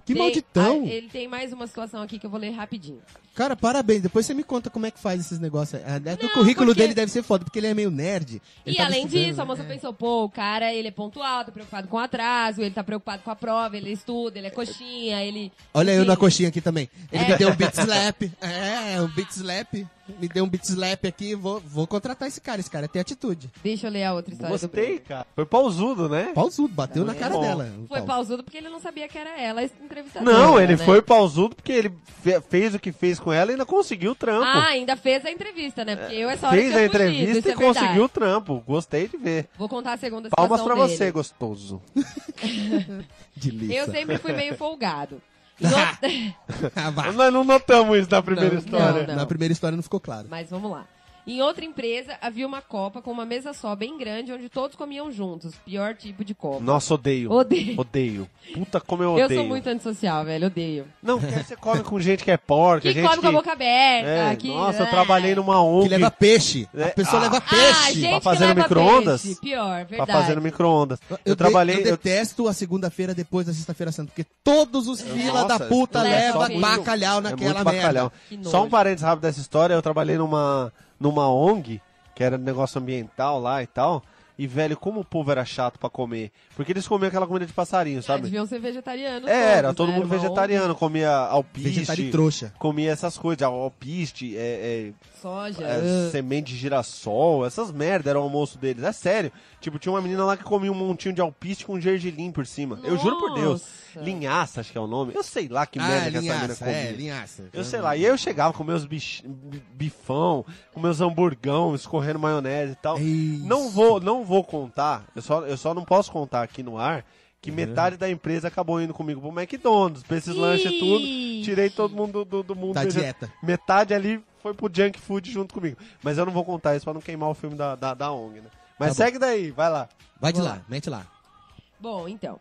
[SPEAKER 3] Que
[SPEAKER 5] Tem-
[SPEAKER 3] malditão.
[SPEAKER 5] Ah, ele tem mais uma situação aqui que eu vou ler rapidinho.
[SPEAKER 3] Cara, parabéns. Depois você me conta como é que faz esses negócios. aí. Ah, deve-
[SPEAKER 5] Não,
[SPEAKER 3] o currículo
[SPEAKER 5] porque-
[SPEAKER 3] dele deve ser foda, porque ele é meio nerd. Ele
[SPEAKER 5] e
[SPEAKER 4] tá
[SPEAKER 3] tava
[SPEAKER 5] além
[SPEAKER 3] estudando,
[SPEAKER 5] disso, a
[SPEAKER 3] né?
[SPEAKER 5] moça
[SPEAKER 3] É.
[SPEAKER 5] pensou, pô, o cara, ele é pontual, tá preocupado com atraso, ele tá preocupado com a prova, ele estuda, ele é coxinha, ele...
[SPEAKER 3] Olha eu
[SPEAKER 5] Enfim,
[SPEAKER 3] na coxinha aqui também. Ele
[SPEAKER 5] É.
[SPEAKER 3] me deu um beat slap. É, um beat slap. Me deu um beat slap aqui. Vou, vou contratar esse cara. Esse cara tem atitude.
[SPEAKER 5] Deixa eu ler a outra história do
[SPEAKER 4] Gostei,
[SPEAKER 5] Bruno.
[SPEAKER 4] cara. Foi pausudo, né?
[SPEAKER 3] Pausudo, bateu na
[SPEAKER 4] Tá
[SPEAKER 3] cara
[SPEAKER 4] bom.
[SPEAKER 3] dela. o
[SPEAKER 5] Foi
[SPEAKER 3] pau.
[SPEAKER 5] pausudo porque ele não sabia que era ela a entrevistadora.
[SPEAKER 4] Não, ele
[SPEAKER 5] né?
[SPEAKER 4] foi pausudo porque ele fe- fez o que fez com ela e ainda conseguiu o trampo.
[SPEAKER 5] Ah, ainda fez a entrevista, né? Porque eu essa hora
[SPEAKER 4] fez
[SPEAKER 5] tinha
[SPEAKER 4] a
[SPEAKER 5] fugido,
[SPEAKER 4] entrevista
[SPEAKER 5] isso
[SPEAKER 4] e
[SPEAKER 5] é verdade.
[SPEAKER 4] conseguiu o trampo. Gostei de ver.
[SPEAKER 5] Vou contar a segunda situação
[SPEAKER 4] Palmas pra
[SPEAKER 5] dele.
[SPEAKER 4] você, gostoso.
[SPEAKER 3] De lixa.
[SPEAKER 5] Eu sempre fui meio folgado. Em outra-
[SPEAKER 3] Ah, vá.
[SPEAKER 4] Nós não notamos isso na primeira
[SPEAKER 3] Não,
[SPEAKER 4] história.
[SPEAKER 5] não.
[SPEAKER 3] Na primeira história não ficou claro.
[SPEAKER 5] Mas vamos lá. Em outra empresa, havia uma copa com uma mesa só bem grande, onde todos comiam juntos. Pior tipo de copa.
[SPEAKER 4] Nossa, odeio.
[SPEAKER 5] Odeio.
[SPEAKER 4] Odeio. Puta como eu
[SPEAKER 5] Eu
[SPEAKER 4] odeio.
[SPEAKER 5] sou muito antissocial, velho. Odeio.
[SPEAKER 4] Não, porque você come com gente que é porca,
[SPEAKER 5] Que
[SPEAKER 4] gente
[SPEAKER 5] come
[SPEAKER 4] que...
[SPEAKER 5] com a boca aberta.
[SPEAKER 4] É,
[SPEAKER 5] que...
[SPEAKER 4] Nossa, eu trabalhei numa ONG
[SPEAKER 3] Que leva peixe.
[SPEAKER 4] É.
[SPEAKER 3] A pessoa
[SPEAKER 4] Ah.
[SPEAKER 3] leva
[SPEAKER 5] Ah,
[SPEAKER 3] peixe.
[SPEAKER 5] gente
[SPEAKER 4] Pra fazer no
[SPEAKER 5] que leva
[SPEAKER 4] micro-ondas?
[SPEAKER 5] peixe. Pior,
[SPEAKER 4] pra
[SPEAKER 5] verdade.
[SPEAKER 4] fazer no micro-ondas. Eu,
[SPEAKER 3] de-
[SPEAKER 4] trabalhei...
[SPEAKER 3] eu
[SPEAKER 4] eu-
[SPEAKER 3] detesto a segunda-feira depois da sexta-feira santa, porque todos os fila
[SPEAKER 4] Nossa,
[SPEAKER 3] da puta
[SPEAKER 5] é
[SPEAKER 3] leva
[SPEAKER 5] só muito-
[SPEAKER 3] bacalhau
[SPEAKER 4] É
[SPEAKER 3] naquela
[SPEAKER 4] muito
[SPEAKER 3] merda.
[SPEAKER 4] bacalhau.
[SPEAKER 5] Que nojo.
[SPEAKER 4] Só um parênteses rápido dessa história, eu trabalhei numa, numa ONG, que era um negócio ambiental lá e tal, E, velho, como o povo era chato pra comer. Porque eles comiam aquela comida de passarinho,
[SPEAKER 5] É,
[SPEAKER 4] sabe?
[SPEAKER 5] deviam ser vegetarianos.
[SPEAKER 4] É, era
[SPEAKER 5] todos,
[SPEAKER 4] todo
[SPEAKER 5] né?
[SPEAKER 4] mundo
[SPEAKER 5] Era uma
[SPEAKER 4] vegetariano, comia alpiste.
[SPEAKER 3] Vegetari trouxa.
[SPEAKER 4] Comia essas coisas, alpiste, é, é,
[SPEAKER 5] onda. Soja.
[SPEAKER 4] é, semente de girassol, essas merda era o almoço deles. É sério. Tipo, tinha uma menina lá que comia um montinho de alpiste com gergelim por cima. Eu juro por Deus.
[SPEAKER 5] Nossa.
[SPEAKER 4] Linhaça, acho que é o nome. Eu sei lá que merda
[SPEAKER 3] ah,
[SPEAKER 4] que essa
[SPEAKER 3] linhaça,
[SPEAKER 4] menina
[SPEAKER 3] é,
[SPEAKER 4] comia.
[SPEAKER 3] linhaça.
[SPEAKER 4] Eu sei lá, e aí eu chegava com meus bich- bi- bifão, com meus hamburgão, escorrendo maionese e tal.
[SPEAKER 3] É isso.
[SPEAKER 4] Não vou, não vou contar, eu só, eu só não posso contar aqui no ar
[SPEAKER 3] É.
[SPEAKER 4] que metade da empresa acabou indo comigo pro McDonald's, pra esses lanches e tudo.
[SPEAKER 5] Ixi.
[SPEAKER 4] Tirei todo mundo do, do mundo.
[SPEAKER 3] Da
[SPEAKER 4] veget-
[SPEAKER 3] Tá dieta.
[SPEAKER 4] Metade ali foi pro junk food junto comigo. Mas eu não vou contar isso pra não queimar o filme da, da, da ONG, né? Mas
[SPEAKER 3] Tá bom.
[SPEAKER 4] segue daí, vai lá.
[SPEAKER 3] Vai de
[SPEAKER 5] Vamos
[SPEAKER 3] lá, mete lá.
[SPEAKER 5] Bom, então.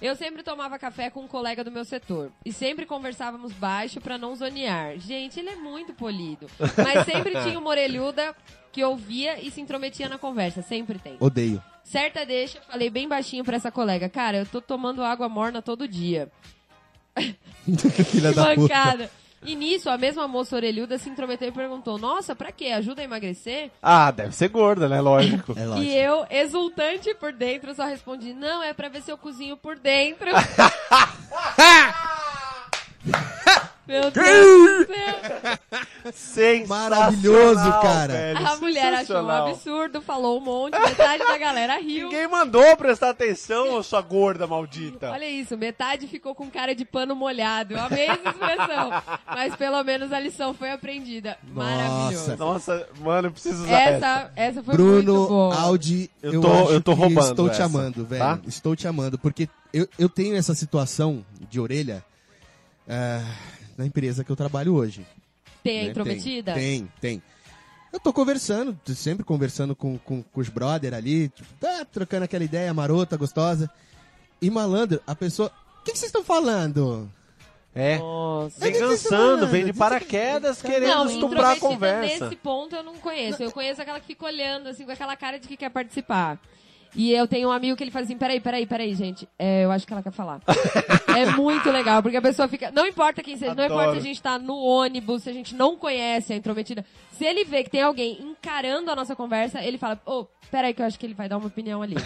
[SPEAKER 5] Eu sempre tomava café com um colega do meu setor e sempre conversávamos baixo pra não zonear. Gente, ele é muito polido. Mas sempre tinha uma orelhuda que ouvia e se intrometia na conversa. Sempre tem.
[SPEAKER 3] Odeio.
[SPEAKER 5] Certa deixa, eu falei bem baixinho pra essa colega. Cara, eu tô tomando água morna todo dia.
[SPEAKER 3] Filha
[SPEAKER 5] Que
[SPEAKER 3] da puta.
[SPEAKER 5] bancada. E nisso, a mesma moça orelhuda se intrometeu e perguntou: Nossa, pra quê? Ajuda a emagrecer?
[SPEAKER 4] Ah, deve ser gorda, né? Lógico.
[SPEAKER 3] É
[SPEAKER 5] E
[SPEAKER 3] lógico.
[SPEAKER 5] eu, exultante por dentro, só respondi: Não, é pra ver se eu cozinho por dentro. Meu Deus do céu.
[SPEAKER 4] Sensacional,
[SPEAKER 3] Maravilhoso, cara.
[SPEAKER 4] velho,
[SPEAKER 5] A mulher achou
[SPEAKER 4] É
[SPEAKER 5] um
[SPEAKER 4] sensacional.
[SPEAKER 5] absurdo, falou um monte, metade da galera riu.
[SPEAKER 4] Ninguém Então. mandou prestar atenção, ô sua gorda maldita.
[SPEAKER 5] Olha isso, metade ficou com cara de pano molhado. Eu amei essa expressão. Mas pelo menos a lição foi aprendida. Maravilhoso.
[SPEAKER 4] Nossa, mano, eu preciso usar essa.
[SPEAKER 5] Essa, essa foi muito
[SPEAKER 3] Bruno,
[SPEAKER 5] boa.
[SPEAKER 3] Audi,
[SPEAKER 4] Eu tô-
[SPEAKER 3] acho
[SPEAKER 4] eu tô
[SPEAKER 3] que
[SPEAKER 4] roubando
[SPEAKER 3] Estou te
[SPEAKER 4] essa,
[SPEAKER 3] amando, velho.
[SPEAKER 4] tá?
[SPEAKER 3] Estou te amando, porque eu, eu tenho essa situação de orelha ah, na empresa que eu trabalho hoje.
[SPEAKER 5] Tem a
[SPEAKER 3] né?
[SPEAKER 5] intrometida?
[SPEAKER 3] Tem, tem. Eu tô conversando, tô sempre conversando com, com, com os brother ali, tipo, tá trocando aquela ideia marota, gostosa. E malandro, a pessoa. O que que vocês estão falando?
[SPEAKER 4] É.
[SPEAKER 5] Nossa.
[SPEAKER 4] Vem
[SPEAKER 3] Eu nem sei se eu tô
[SPEAKER 4] dançando,
[SPEAKER 3] falando,
[SPEAKER 4] vem de
[SPEAKER 3] disse-
[SPEAKER 4] paraquedas querendo
[SPEAKER 5] Não,
[SPEAKER 4] estuprar a
[SPEAKER 5] intrometida
[SPEAKER 4] conversa.
[SPEAKER 5] nesse ponto eu não conheço. Eu conheço aquela que fica olhando, assim, com aquela cara de que quer participar. E eu tenho um amigo que ele fala assim, peraí, peraí, peraí, gente. É, eu acho que ela quer falar. é muito legal, porque a pessoa fica... Não importa quem seja, não
[SPEAKER 4] Adoro.
[SPEAKER 5] importa se a gente tá no ônibus, se a gente não conhece a intrometida. Se ele vê que tem alguém encarando a nossa conversa, ele fala, ô, peraí que eu acho que ele vai dar uma opinião ali.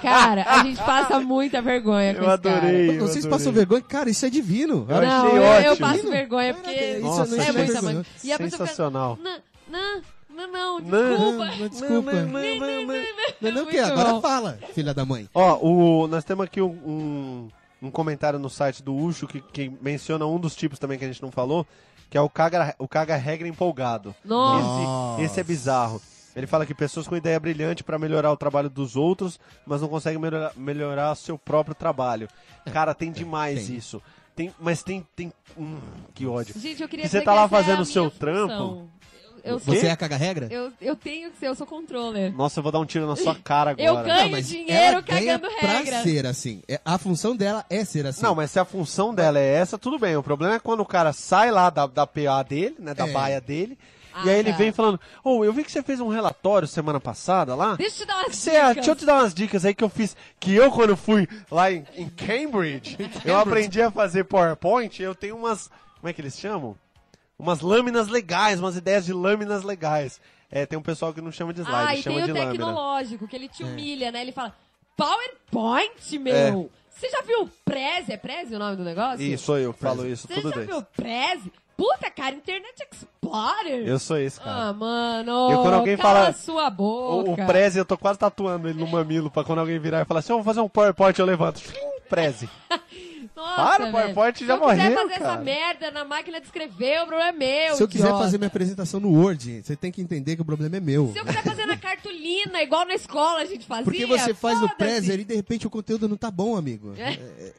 [SPEAKER 5] cara, a gente passa muita vergonha com
[SPEAKER 4] Eu
[SPEAKER 5] esse
[SPEAKER 4] adorei.
[SPEAKER 5] cara.
[SPEAKER 4] eu
[SPEAKER 3] Vocês
[SPEAKER 4] adorei.
[SPEAKER 3] passam vergonha? Cara, isso é divino.
[SPEAKER 4] Eu
[SPEAKER 5] não,
[SPEAKER 4] achei
[SPEAKER 5] eu, eu
[SPEAKER 4] ótimo.
[SPEAKER 5] passo vergonha, porque...
[SPEAKER 3] Caraca, isso eu
[SPEAKER 4] Nossa,
[SPEAKER 3] não
[SPEAKER 5] é
[SPEAKER 3] achei
[SPEAKER 5] muita
[SPEAKER 3] vergonhoso.
[SPEAKER 5] mãe. E a pessoa fica,
[SPEAKER 4] Sensacional.
[SPEAKER 5] não, não, não,
[SPEAKER 4] Não,
[SPEAKER 5] não, desculpa.
[SPEAKER 3] não, desculpa. Não, não, o quê?
[SPEAKER 5] É Muito
[SPEAKER 3] Agora
[SPEAKER 5] bom.
[SPEAKER 3] fala, filha da mãe.
[SPEAKER 4] Ó, o, nós temos aqui um, um, um comentário no site do Ucho que, que menciona um dos tipos também que a gente não falou, que é o caga, o caga regra empolgado.
[SPEAKER 5] Nossa.
[SPEAKER 3] Nossa.
[SPEAKER 4] Esse, esse é bizarro. Ele fala que pessoas com ideia brilhante pra melhorar o trabalho dos outros, mas não conseguem melhorar, melhorar seu próprio trabalho. Cara, tem demais
[SPEAKER 3] tem.
[SPEAKER 4] isso. Tem, mas tem. tem hum, que ódio.
[SPEAKER 5] Gente, eu queria
[SPEAKER 4] E você
[SPEAKER 5] dizer
[SPEAKER 4] tá
[SPEAKER 5] que
[SPEAKER 4] lá
[SPEAKER 5] essa é a
[SPEAKER 4] fazendo o
[SPEAKER 5] minha
[SPEAKER 4] seu
[SPEAKER 5] função.
[SPEAKER 4] trampo?
[SPEAKER 5] Eu, eu sou-
[SPEAKER 3] Você é a caga-regra?
[SPEAKER 5] eu, eu tenho que ser, eu sou controller.
[SPEAKER 4] Nossa, eu vou dar um tiro na sua cara agora.
[SPEAKER 5] Eu ganho.
[SPEAKER 3] Não, mas
[SPEAKER 5] dinheiro
[SPEAKER 3] ela ganha
[SPEAKER 5] cagando
[SPEAKER 3] pra
[SPEAKER 5] regra.
[SPEAKER 3] ser assim. É, A função dela é ser assim.
[SPEAKER 4] Não, mas se a função dela é essa, tudo bem. O problema é quando o cara sai lá da, da PA dele, né? Da
[SPEAKER 3] É.
[SPEAKER 4] baia dele.
[SPEAKER 5] Ah,
[SPEAKER 4] e aí ele
[SPEAKER 5] tá.
[SPEAKER 4] vem falando, ô, eu vi que você fez um relatório semana passada lá.
[SPEAKER 5] Deixa eu te dar umas
[SPEAKER 4] Cê, ah,
[SPEAKER 5] dicas.
[SPEAKER 4] deixa eu te dar umas dicas aí que eu fiz. Que eu, quando fui lá em, em Cambridge, eu aprendi a fazer PowerPoint. Eu tenho umas. Como é que eles chamam? Umas lâminas legais, umas ideias de lâminas legais. É, tem um pessoal que não chama de slide,
[SPEAKER 5] Ah, e
[SPEAKER 4] chama
[SPEAKER 5] tem
[SPEAKER 4] de
[SPEAKER 5] o
[SPEAKER 4] lâmina. É.
[SPEAKER 5] tecnológico, que ele te humilha, né? Ele fala, PowerPoint, meu! Você já viu o Prezi? É Prezi o nome do negócio?
[SPEAKER 4] É. Isso, sou eu, falo isso
[SPEAKER 5] Você
[SPEAKER 4] tudo
[SPEAKER 5] já
[SPEAKER 4] bem.
[SPEAKER 5] viu o Prezi? Puta, cara, Internet Explorer!
[SPEAKER 4] Eu sou esse, cara.
[SPEAKER 5] Ah, mano!
[SPEAKER 4] Eu, quando alguém
[SPEAKER 5] cala
[SPEAKER 4] fala-
[SPEAKER 5] sua boca!
[SPEAKER 4] O, o Prezi, eu tô quase tatuando ele no mamilo pra quando alguém virar e falar assim, "Ó, vou fazer um PowerPoint, eu levanto. Flim, Prezi.
[SPEAKER 5] Nossa,
[SPEAKER 4] Para,
[SPEAKER 5] velho.
[SPEAKER 4] PowerPoint já
[SPEAKER 5] Se eu quiser
[SPEAKER 4] morreu,
[SPEAKER 5] fazer essa
[SPEAKER 4] cara.
[SPEAKER 5] merda na máquina de escrever, o problema é meu.
[SPEAKER 3] Se eu quiser
[SPEAKER 5] idiota.
[SPEAKER 3] fazer minha apresentação no Word, você tem que entender que o problema é meu.
[SPEAKER 5] Se eu quiser fazer na cartolina, igual na escola a gente fazia.
[SPEAKER 3] Porque você faz no
[SPEAKER 5] foda-se.
[SPEAKER 3] Prezer e de repente o conteúdo não tá bom, amigo.
[SPEAKER 5] É.
[SPEAKER 3] É,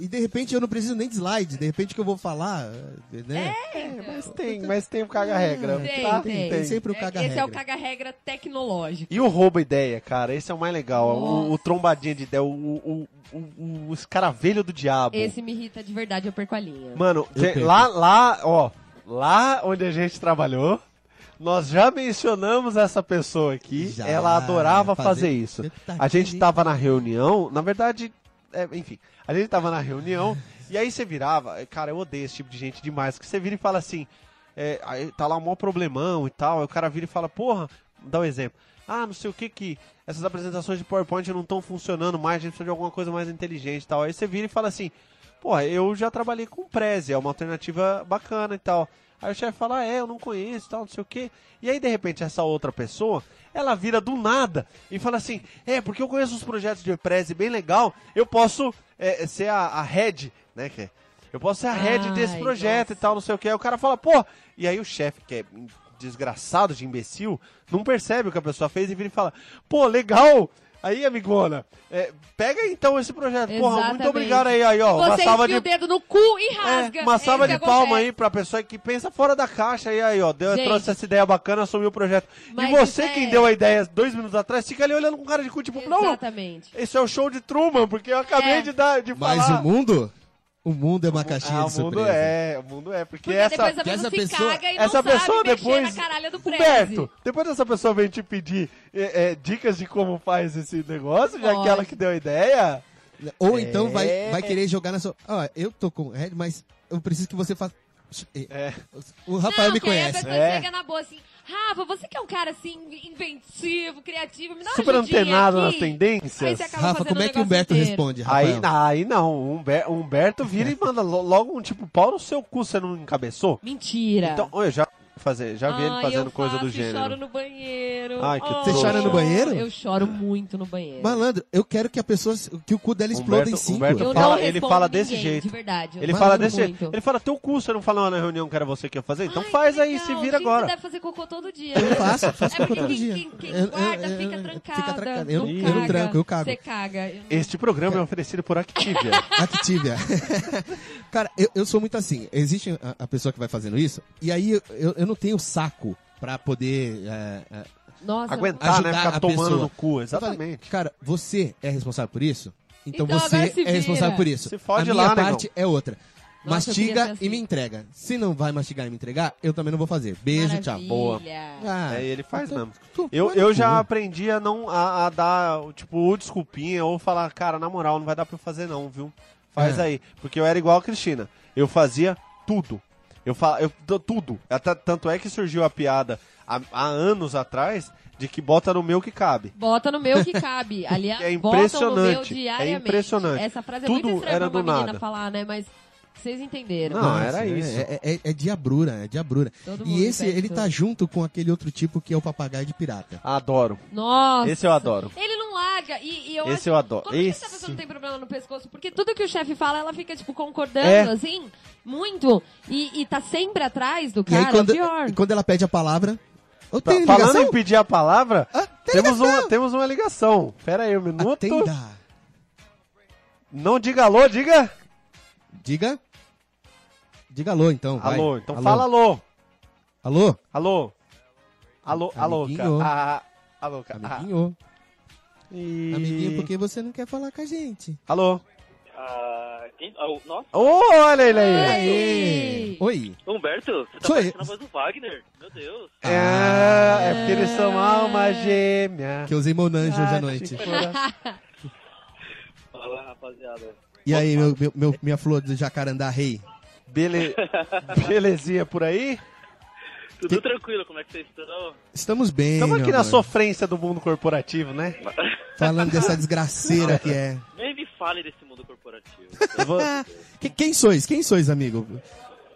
[SPEAKER 3] E de repente eu não preciso nem de slide, de repente o que eu vou falar, né?
[SPEAKER 5] É,
[SPEAKER 4] Mas tem, mas tem um o caga-regra.
[SPEAKER 5] Tem,
[SPEAKER 4] tá?
[SPEAKER 5] tem.
[SPEAKER 3] Tem sempre o caga-regra.
[SPEAKER 5] Esse é o caga-regra tecnológico.
[SPEAKER 4] E o rouba ideia, cara, esse é o mais legal. O, o trombadinha de ideia, o, o, o, o escaravelho do
[SPEAKER 3] Tá
[SPEAKER 4] diabo.
[SPEAKER 5] Esse me irrita de verdade, eu perco a linha.
[SPEAKER 4] Mano,
[SPEAKER 3] Eu
[SPEAKER 4] tem-
[SPEAKER 3] perco.
[SPEAKER 4] lá, lá, ó, lá onde a gente trabalhou, nós já mencionamos essa pessoa aqui.
[SPEAKER 3] Já,
[SPEAKER 4] ela adorava
[SPEAKER 3] fazer-
[SPEAKER 4] fazer, isso.
[SPEAKER 3] Puta
[SPEAKER 4] A
[SPEAKER 3] que
[SPEAKER 4] gente tava na reunião, na verdade, é, enfim, a gente tava na reunião e aí você virava, cara, eu odeio esse tipo de gente demais, que você vira e fala assim, é, aí tá lá um maior problemão e tal, aí o cara vira e fala, porra, dar um exemplo. Ah, não sei o que que essas apresentações de PowerPoint não estão funcionando mais, a gente precisa de alguma coisa mais inteligente e tal. Aí você vira e fala assim, porra, eu já trabalhei com Prezi, é uma alternativa bacana e tal. Aí o chefe fala, ah, é, eu não conheço e tal, não sei o que. E aí, de repente, essa outra pessoa, ela vira do nada e fala assim, é, porque eu conheço uns projetos de Prezi bem legal, eu posso é, ser a, a head, né, que é- eu posso ser a head
[SPEAKER 5] Ai,
[SPEAKER 4] desse projeto e tal, não sei o que. Aí o cara fala, pô. E aí o chefe, que é desgraçado de imbecil, não percebe o que a pessoa fez e vira e fala, pô, legal. Aí, amigona, é, pega então esse projeto. Porra, muito
[SPEAKER 5] Exatamente.
[SPEAKER 4] obrigado aí, aí, ó. uma
[SPEAKER 5] Você
[SPEAKER 4] salva
[SPEAKER 5] enfia
[SPEAKER 4] de
[SPEAKER 5] o dedo no cu e rasga.
[SPEAKER 4] é, uma
[SPEAKER 5] É
[SPEAKER 4] salva
[SPEAKER 5] isso
[SPEAKER 4] de
[SPEAKER 5] que
[SPEAKER 4] palma
[SPEAKER 5] acontece.
[SPEAKER 4] aí pra pessoa que pensa fora da caixa e aí, ó. Deu,
[SPEAKER 5] Gente.
[SPEAKER 4] trouxe essa ideia bacana, assumiu o projeto.
[SPEAKER 5] Mas
[SPEAKER 4] e você
[SPEAKER 5] isso
[SPEAKER 4] quem
[SPEAKER 5] é-
[SPEAKER 4] deu a ideia dois minutos atrás, fica ali olhando com cara de cu, tipo, não,
[SPEAKER 5] Exatamente.
[SPEAKER 4] isso é o show de Truman, porque eu acabei
[SPEAKER 5] É.
[SPEAKER 4] de dar de falar.
[SPEAKER 3] Mas o mundo? O mundo é uma caixinha
[SPEAKER 4] ah, o
[SPEAKER 3] de surpresa.
[SPEAKER 4] mundo é, o mundo é, porque,
[SPEAKER 5] Porque
[SPEAKER 4] essa.
[SPEAKER 5] depois a
[SPEAKER 3] que
[SPEAKER 5] pessoa
[SPEAKER 3] essa
[SPEAKER 5] se
[SPEAKER 3] pessoa-
[SPEAKER 5] caga e
[SPEAKER 4] essa
[SPEAKER 5] não
[SPEAKER 4] pessoa
[SPEAKER 5] sabe
[SPEAKER 4] depois.
[SPEAKER 5] mexer na caralha do prezi.
[SPEAKER 4] Humberto, depois dessa pessoa vem te pedir eh, eh, dicas de como faz esse negócio, já que
[SPEAKER 5] Pode.
[SPEAKER 4] ela que deu a ideia.
[SPEAKER 3] Ou então vai,
[SPEAKER 4] É.
[SPEAKER 3] vai querer jogar na sua. Ó, eu tô com Red, mas eu preciso que você faça.
[SPEAKER 4] É.
[SPEAKER 3] O Rafael
[SPEAKER 5] não,
[SPEAKER 3] me
[SPEAKER 5] que aí A
[SPEAKER 3] conhece.
[SPEAKER 5] pessoa
[SPEAKER 4] É.
[SPEAKER 5] chega na boa assim, Rafa, você que é um cara assim, inventivo, criativo, me dá uma
[SPEAKER 4] Super
[SPEAKER 5] ajudinha
[SPEAKER 4] antenado
[SPEAKER 5] aqui.
[SPEAKER 4] nas
[SPEAKER 5] Aí
[SPEAKER 4] tendências.
[SPEAKER 5] você acaba
[SPEAKER 3] Rafa,
[SPEAKER 5] fazendo
[SPEAKER 3] como
[SPEAKER 5] o
[SPEAKER 3] é que o
[SPEAKER 5] negócio
[SPEAKER 3] Humberto
[SPEAKER 5] inteiro.
[SPEAKER 3] responde, Rafael?
[SPEAKER 4] Aí, na- aí não, Humberto, Humberto vira e manda lo- logo um tipo, pau no seu cu, você não encabeçou?
[SPEAKER 5] Mentira.
[SPEAKER 4] Então, eu já, fazer, já vi ele
[SPEAKER 5] É. Ai,
[SPEAKER 4] fazendo
[SPEAKER 5] eu
[SPEAKER 4] coisa do
[SPEAKER 5] faço e choro
[SPEAKER 4] gênero.
[SPEAKER 5] no banheiro.
[SPEAKER 4] Ai, que
[SPEAKER 5] Oh,
[SPEAKER 4] Você
[SPEAKER 3] chora no banheiro?
[SPEAKER 5] Eu choro muito no banheiro.
[SPEAKER 3] Malandro, eu quero que a pessoa. que o cu dela exploda
[SPEAKER 4] Humberto-
[SPEAKER 3] em cinco.
[SPEAKER 4] Humberto-
[SPEAKER 5] eu
[SPEAKER 4] fala-
[SPEAKER 5] não
[SPEAKER 4] ele
[SPEAKER 5] respondo
[SPEAKER 4] fala desse
[SPEAKER 5] ninguém,
[SPEAKER 4] jeito.
[SPEAKER 5] De verdade. eu
[SPEAKER 4] Ele
[SPEAKER 5] não
[SPEAKER 4] fala
[SPEAKER 5] falo
[SPEAKER 4] desse
[SPEAKER 5] muito.
[SPEAKER 4] jeito. Ele fala, teu cu, você não falou na reunião que era você que ia fazer? Então
[SPEAKER 5] Ai,
[SPEAKER 4] faz
[SPEAKER 5] que
[SPEAKER 4] aí, se
[SPEAKER 5] legal.
[SPEAKER 4] vira
[SPEAKER 5] Gente, Você
[SPEAKER 4] agora.
[SPEAKER 5] deve fazer cocô todo dia.
[SPEAKER 3] Eu faço, faço
[SPEAKER 5] É
[SPEAKER 3] cocô
[SPEAKER 5] porque
[SPEAKER 3] todo
[SPEAKER 5] quem,
[SPEAKER 3] dia.
[SPEAKER 5] quem, quem
[SPEAKER 3] Eu- eu-
[SPEAKER 5] guarda
[SPEAKER 3] eu-
[SPEAKER 5] fica
[SPEAKER 3] eu-
[SPEAKER 5] trancada.
[SPEAKER 3] fica trancada. Eu-
[SPEAKER 5] não
[SPEAKER 3] eu
[SPEAKER 5] caga.
[SPEAKER 3] não tranco, eu cago.
[SPEAKER 5] Você caga. Eu não-
[SPEAKER 4] Este programa é oferecido por Activia.
[SPEAKER 3] Actívia. Ah, Cara, eu, eu sou muito assim. Existe a, a pessoa que vai fazendo isso, e aí eu, eu- eu não tenho saco pra poder. é, é,
[SPEAKER 5] Nossa,
[SPEAKER 4] Aguentar, né?
[SPEAKER 3] Ajudar
[SPEAKER 4] Ficar
[SPEAKER 3] a
[SPEAKER 4] tomando
[SPEAKER 3] pessoa.
[SPEAKER 4] no cu,
[SPEAKER 3] eu falei,
[SPEAKER 4] exatamente.
[SPEAKER 3] Cara, você é responsável por isso? Então,
[SPEAKER 5] Então
[SPEAKER 3] você
[SPEAKER 5] agora se
[SPEAKER 3] é
[SPEAKER 5] vira.
[SPEAKER 3] responsável por isso.
[SPEAKER 4] Se fode
[SPEAKER 3] a minha
[SPEAKER 4] lá, né, negão.
[SPEAKER 3] parte é outra.
[SPEAKER 5] Nossa, eu
[SPEAKER 3] Mastiga
[SPEAKER 5] queria ser
[SPEAKER 3] e
[SPEAKER 5] assim.
[SPEAKER 3] me entrega. Se não vai mastigar e me entregar, eu também não vou fazer. Beijo, tchau.
[SPEAKER 4] Boa.
[SPEAKER 5] Maravilha.
[SPEAKER 3] Ah,
[SPEAKER 4] É, ele faz
[SPEAKER 3] então,
[SPEAKER 4] mesmo.
[SPEAKER 3] tu-
[SPEAKER 4] Eu,
[SPEAKER 3] vai no
[SPEAKER 4] eu
[SPEAKER 3] cu.
[SPEAKER 4] já aprendi a não a, a dar, tipo, ou desculpinha, ou falar, cara, na moral, não vai dar pra eu fazer não, viu? Faz
[SPEAKER 3] É.
[SPEAKER 4] aí. Porque eu era igual a Cristina. Eu fazia tudo. Eu falo, eu dou tudo. Até- tanto é que surgiu a piada há, há anos atrás de que bota no meu que cabe.
[SPEAKER 5] Bota no meu que cabe. Aliás,
[SPEAKER 4] É
[SPEAKER 5] botam no meu
[SPEAKER 4] impressionante, é
[SPEAKER 5] diariamente.
[SPEAKER 4] impressionante.
[SPEAKER 5] Essa frase é
[SPEAKER 4] Tudo
[SPEAKER 5] muito estranha
[SPEAKER 4] era
[SPEAKER 5] pra uma
[SPEAKER 4] do
[SPEAKER 5] menina
[SPEAKER 4] nada.
[SPEAKER 5] falar, né? Mas vocês entenderam.
[SPEAKER 4] Não, era
[SPEAKER 3] é-
[SPEAKER 4] isso.
[SPEAKER 3] É, é, é diabrura, é diabrura.
[SPEAKER 5] Todo mundo
[SPEAKER 3] E esse,
[SPEAKER 5] pede
[SPEAKER 3] ele
[SPEAKER 5] tudo.
[SPEAKER 3] tá junto com aquele outro tipo que é o papagaio de pirata.
[SPEAKER 4] Adoro.
[SPEAKER 5] Nossa.
[SPEAKER 4] Esse eu adoro.
[SPEAKER 5] Ele não larga. E, e eu
[SPEAKER 4] Esse
[SPEAKER 5] acho-
[SPEAKER 4] eu adoro.
[SPEAKER 5] Como é que essa
[SPEAKER 4] Esse-
[SPEAKER 5] pessoa não tem problema no pescoço? Porque tudo que o chefe fala, ela fica, tipo, concordando,
[SPEAKER 4] É.
[SPEAKER 5] assim, muito. E, e tá sempre atrás do
[SPEAKER 3] E
[SPEAKER 5] cara.
[SPEAKER 3] aí, quando,
[SPEAKER 5] pior.
[SPEAKER 3] e quando ela pede a palavra. Ou
[SPEAKER 4] Tá,
[SPEAKER 3] tem
[SPEAKER 4] falando
[SPEAKER 3] ligação?
[SPEAKER 4] em pedir a palavra,
[SPEAKER 3] Ah, tem
[SPEAKER 4] temos, um
[SPEAKER 3] ligação. Ah,
[SPEAKER 4] uma, temos uma ligação. Pera aí um minuto.
[SPEAKER 3] Atenda.
[SPEAKER 4] Não diga alô, diga
[SPEAKER 3] Diga. Diga alô, então. vai.
[SPEAKER 4] alô. Então fala alô.
[SPEAKER 3] Alô?
[SPEAKER 4] Alô? Alô, alô, cara.
[SPEAKER 3] Amiguinho.
[SPEAKER 4] Ah, alô, cara. Ah,
[SPEAKER 3] Amiguinho.
[SPEAKER 4] e-
[SPEAKER 3] Amiguinho, por que você não quer falar com a gente?
[SPEAKER 4] Alô?
[SPEAKER 6] Ah, quem- oh, nossa,
[SPEAKER 4] Ô, olha ele aí.
[SPEAKER 5] Ei.
[SPEAKER 3] Oi.
[SPEAKER 6] Humberto, você tá
[SPEAKER 3] Sou eu.
[SPEAKER 6] parecendo a voz do Wagner. Meu Deus.
[SPEAKER 4] É, é porque eles são alma gêmea.
[SPEAKER 3] Ah. Que eu usei Monange hoje
[SPEAKER 4] Ah,
[SPEAKER 3] à noite.
[SPEAKER 4] Chico,
[SPEAKER 6] Fala, rapaziada.
[SPEAKER 3] E aí, meu, meu- meu- minha flor do jacarandá rei?
[SPEAKER 4] Bele... Belezinha por aí?
[SPEAKER 6] Tudo tranquilo, como é que vocês estão?
[SPEAKER 3] Estamos bem,
[SPEAKER 4] Estamos
[SPEAKER 3] meu
[SPEAKER 4] aqui na
[SPEAKER 3] amor.
[SPEAKER 4] sofrência do mundo corporativo, né?
[SPEAKER 3] Falando dessa desgraceira que é. Ah,
[SPEAKER 6] Nem me fale desse mundo corporativo.
[SPEAKER 4] Eu vou-
[SPEAKER 3] Que- quem sois? Quem sois, amigo?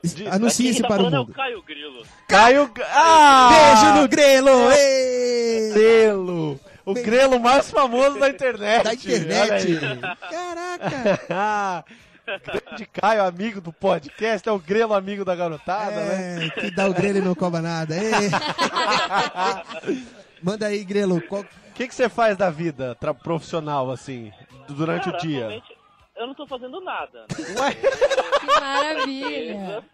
[SPEAKER 3] Es-
[SPEAKER 6] Quem
[SPEAKER 3] Anuncie-se
[SPEAKER 6] tá
[SPEAKER 3] para o
[SPEAKER 6] falando é o
[SPEAKER 3] mundo.
[SPEAKER 6] Caio Grilo.
[SPEAKER 4] Caio... Ah!
[SPEAKER 3] Beijo no grelo! ê!
[SPEAKER 4] grelo! O grelo mais famoso da internet.
[SPEAKER 3] Da internet!
[SPEAKER 4] olha aí.
[SPEAKER 3] Caraca!
[SPEAKER 4] Grande Caio, amigo do podcast, é o grelo amigo da garotada, né?
[SPEAKER 3] É, que dá o grelo e não cobra nada. ê! Manda aí, grelo. qual-
[SPEAKER 4] O que que você faz da vida tra- profissional, assim, du- durante
[SPEAKER 6] Cara,
[SPEAKER 4] o dia?
[SPEAKER 6] atualmente, Eu não tô fazendo nada. né?
[SPEAKER 5] Que maravilha.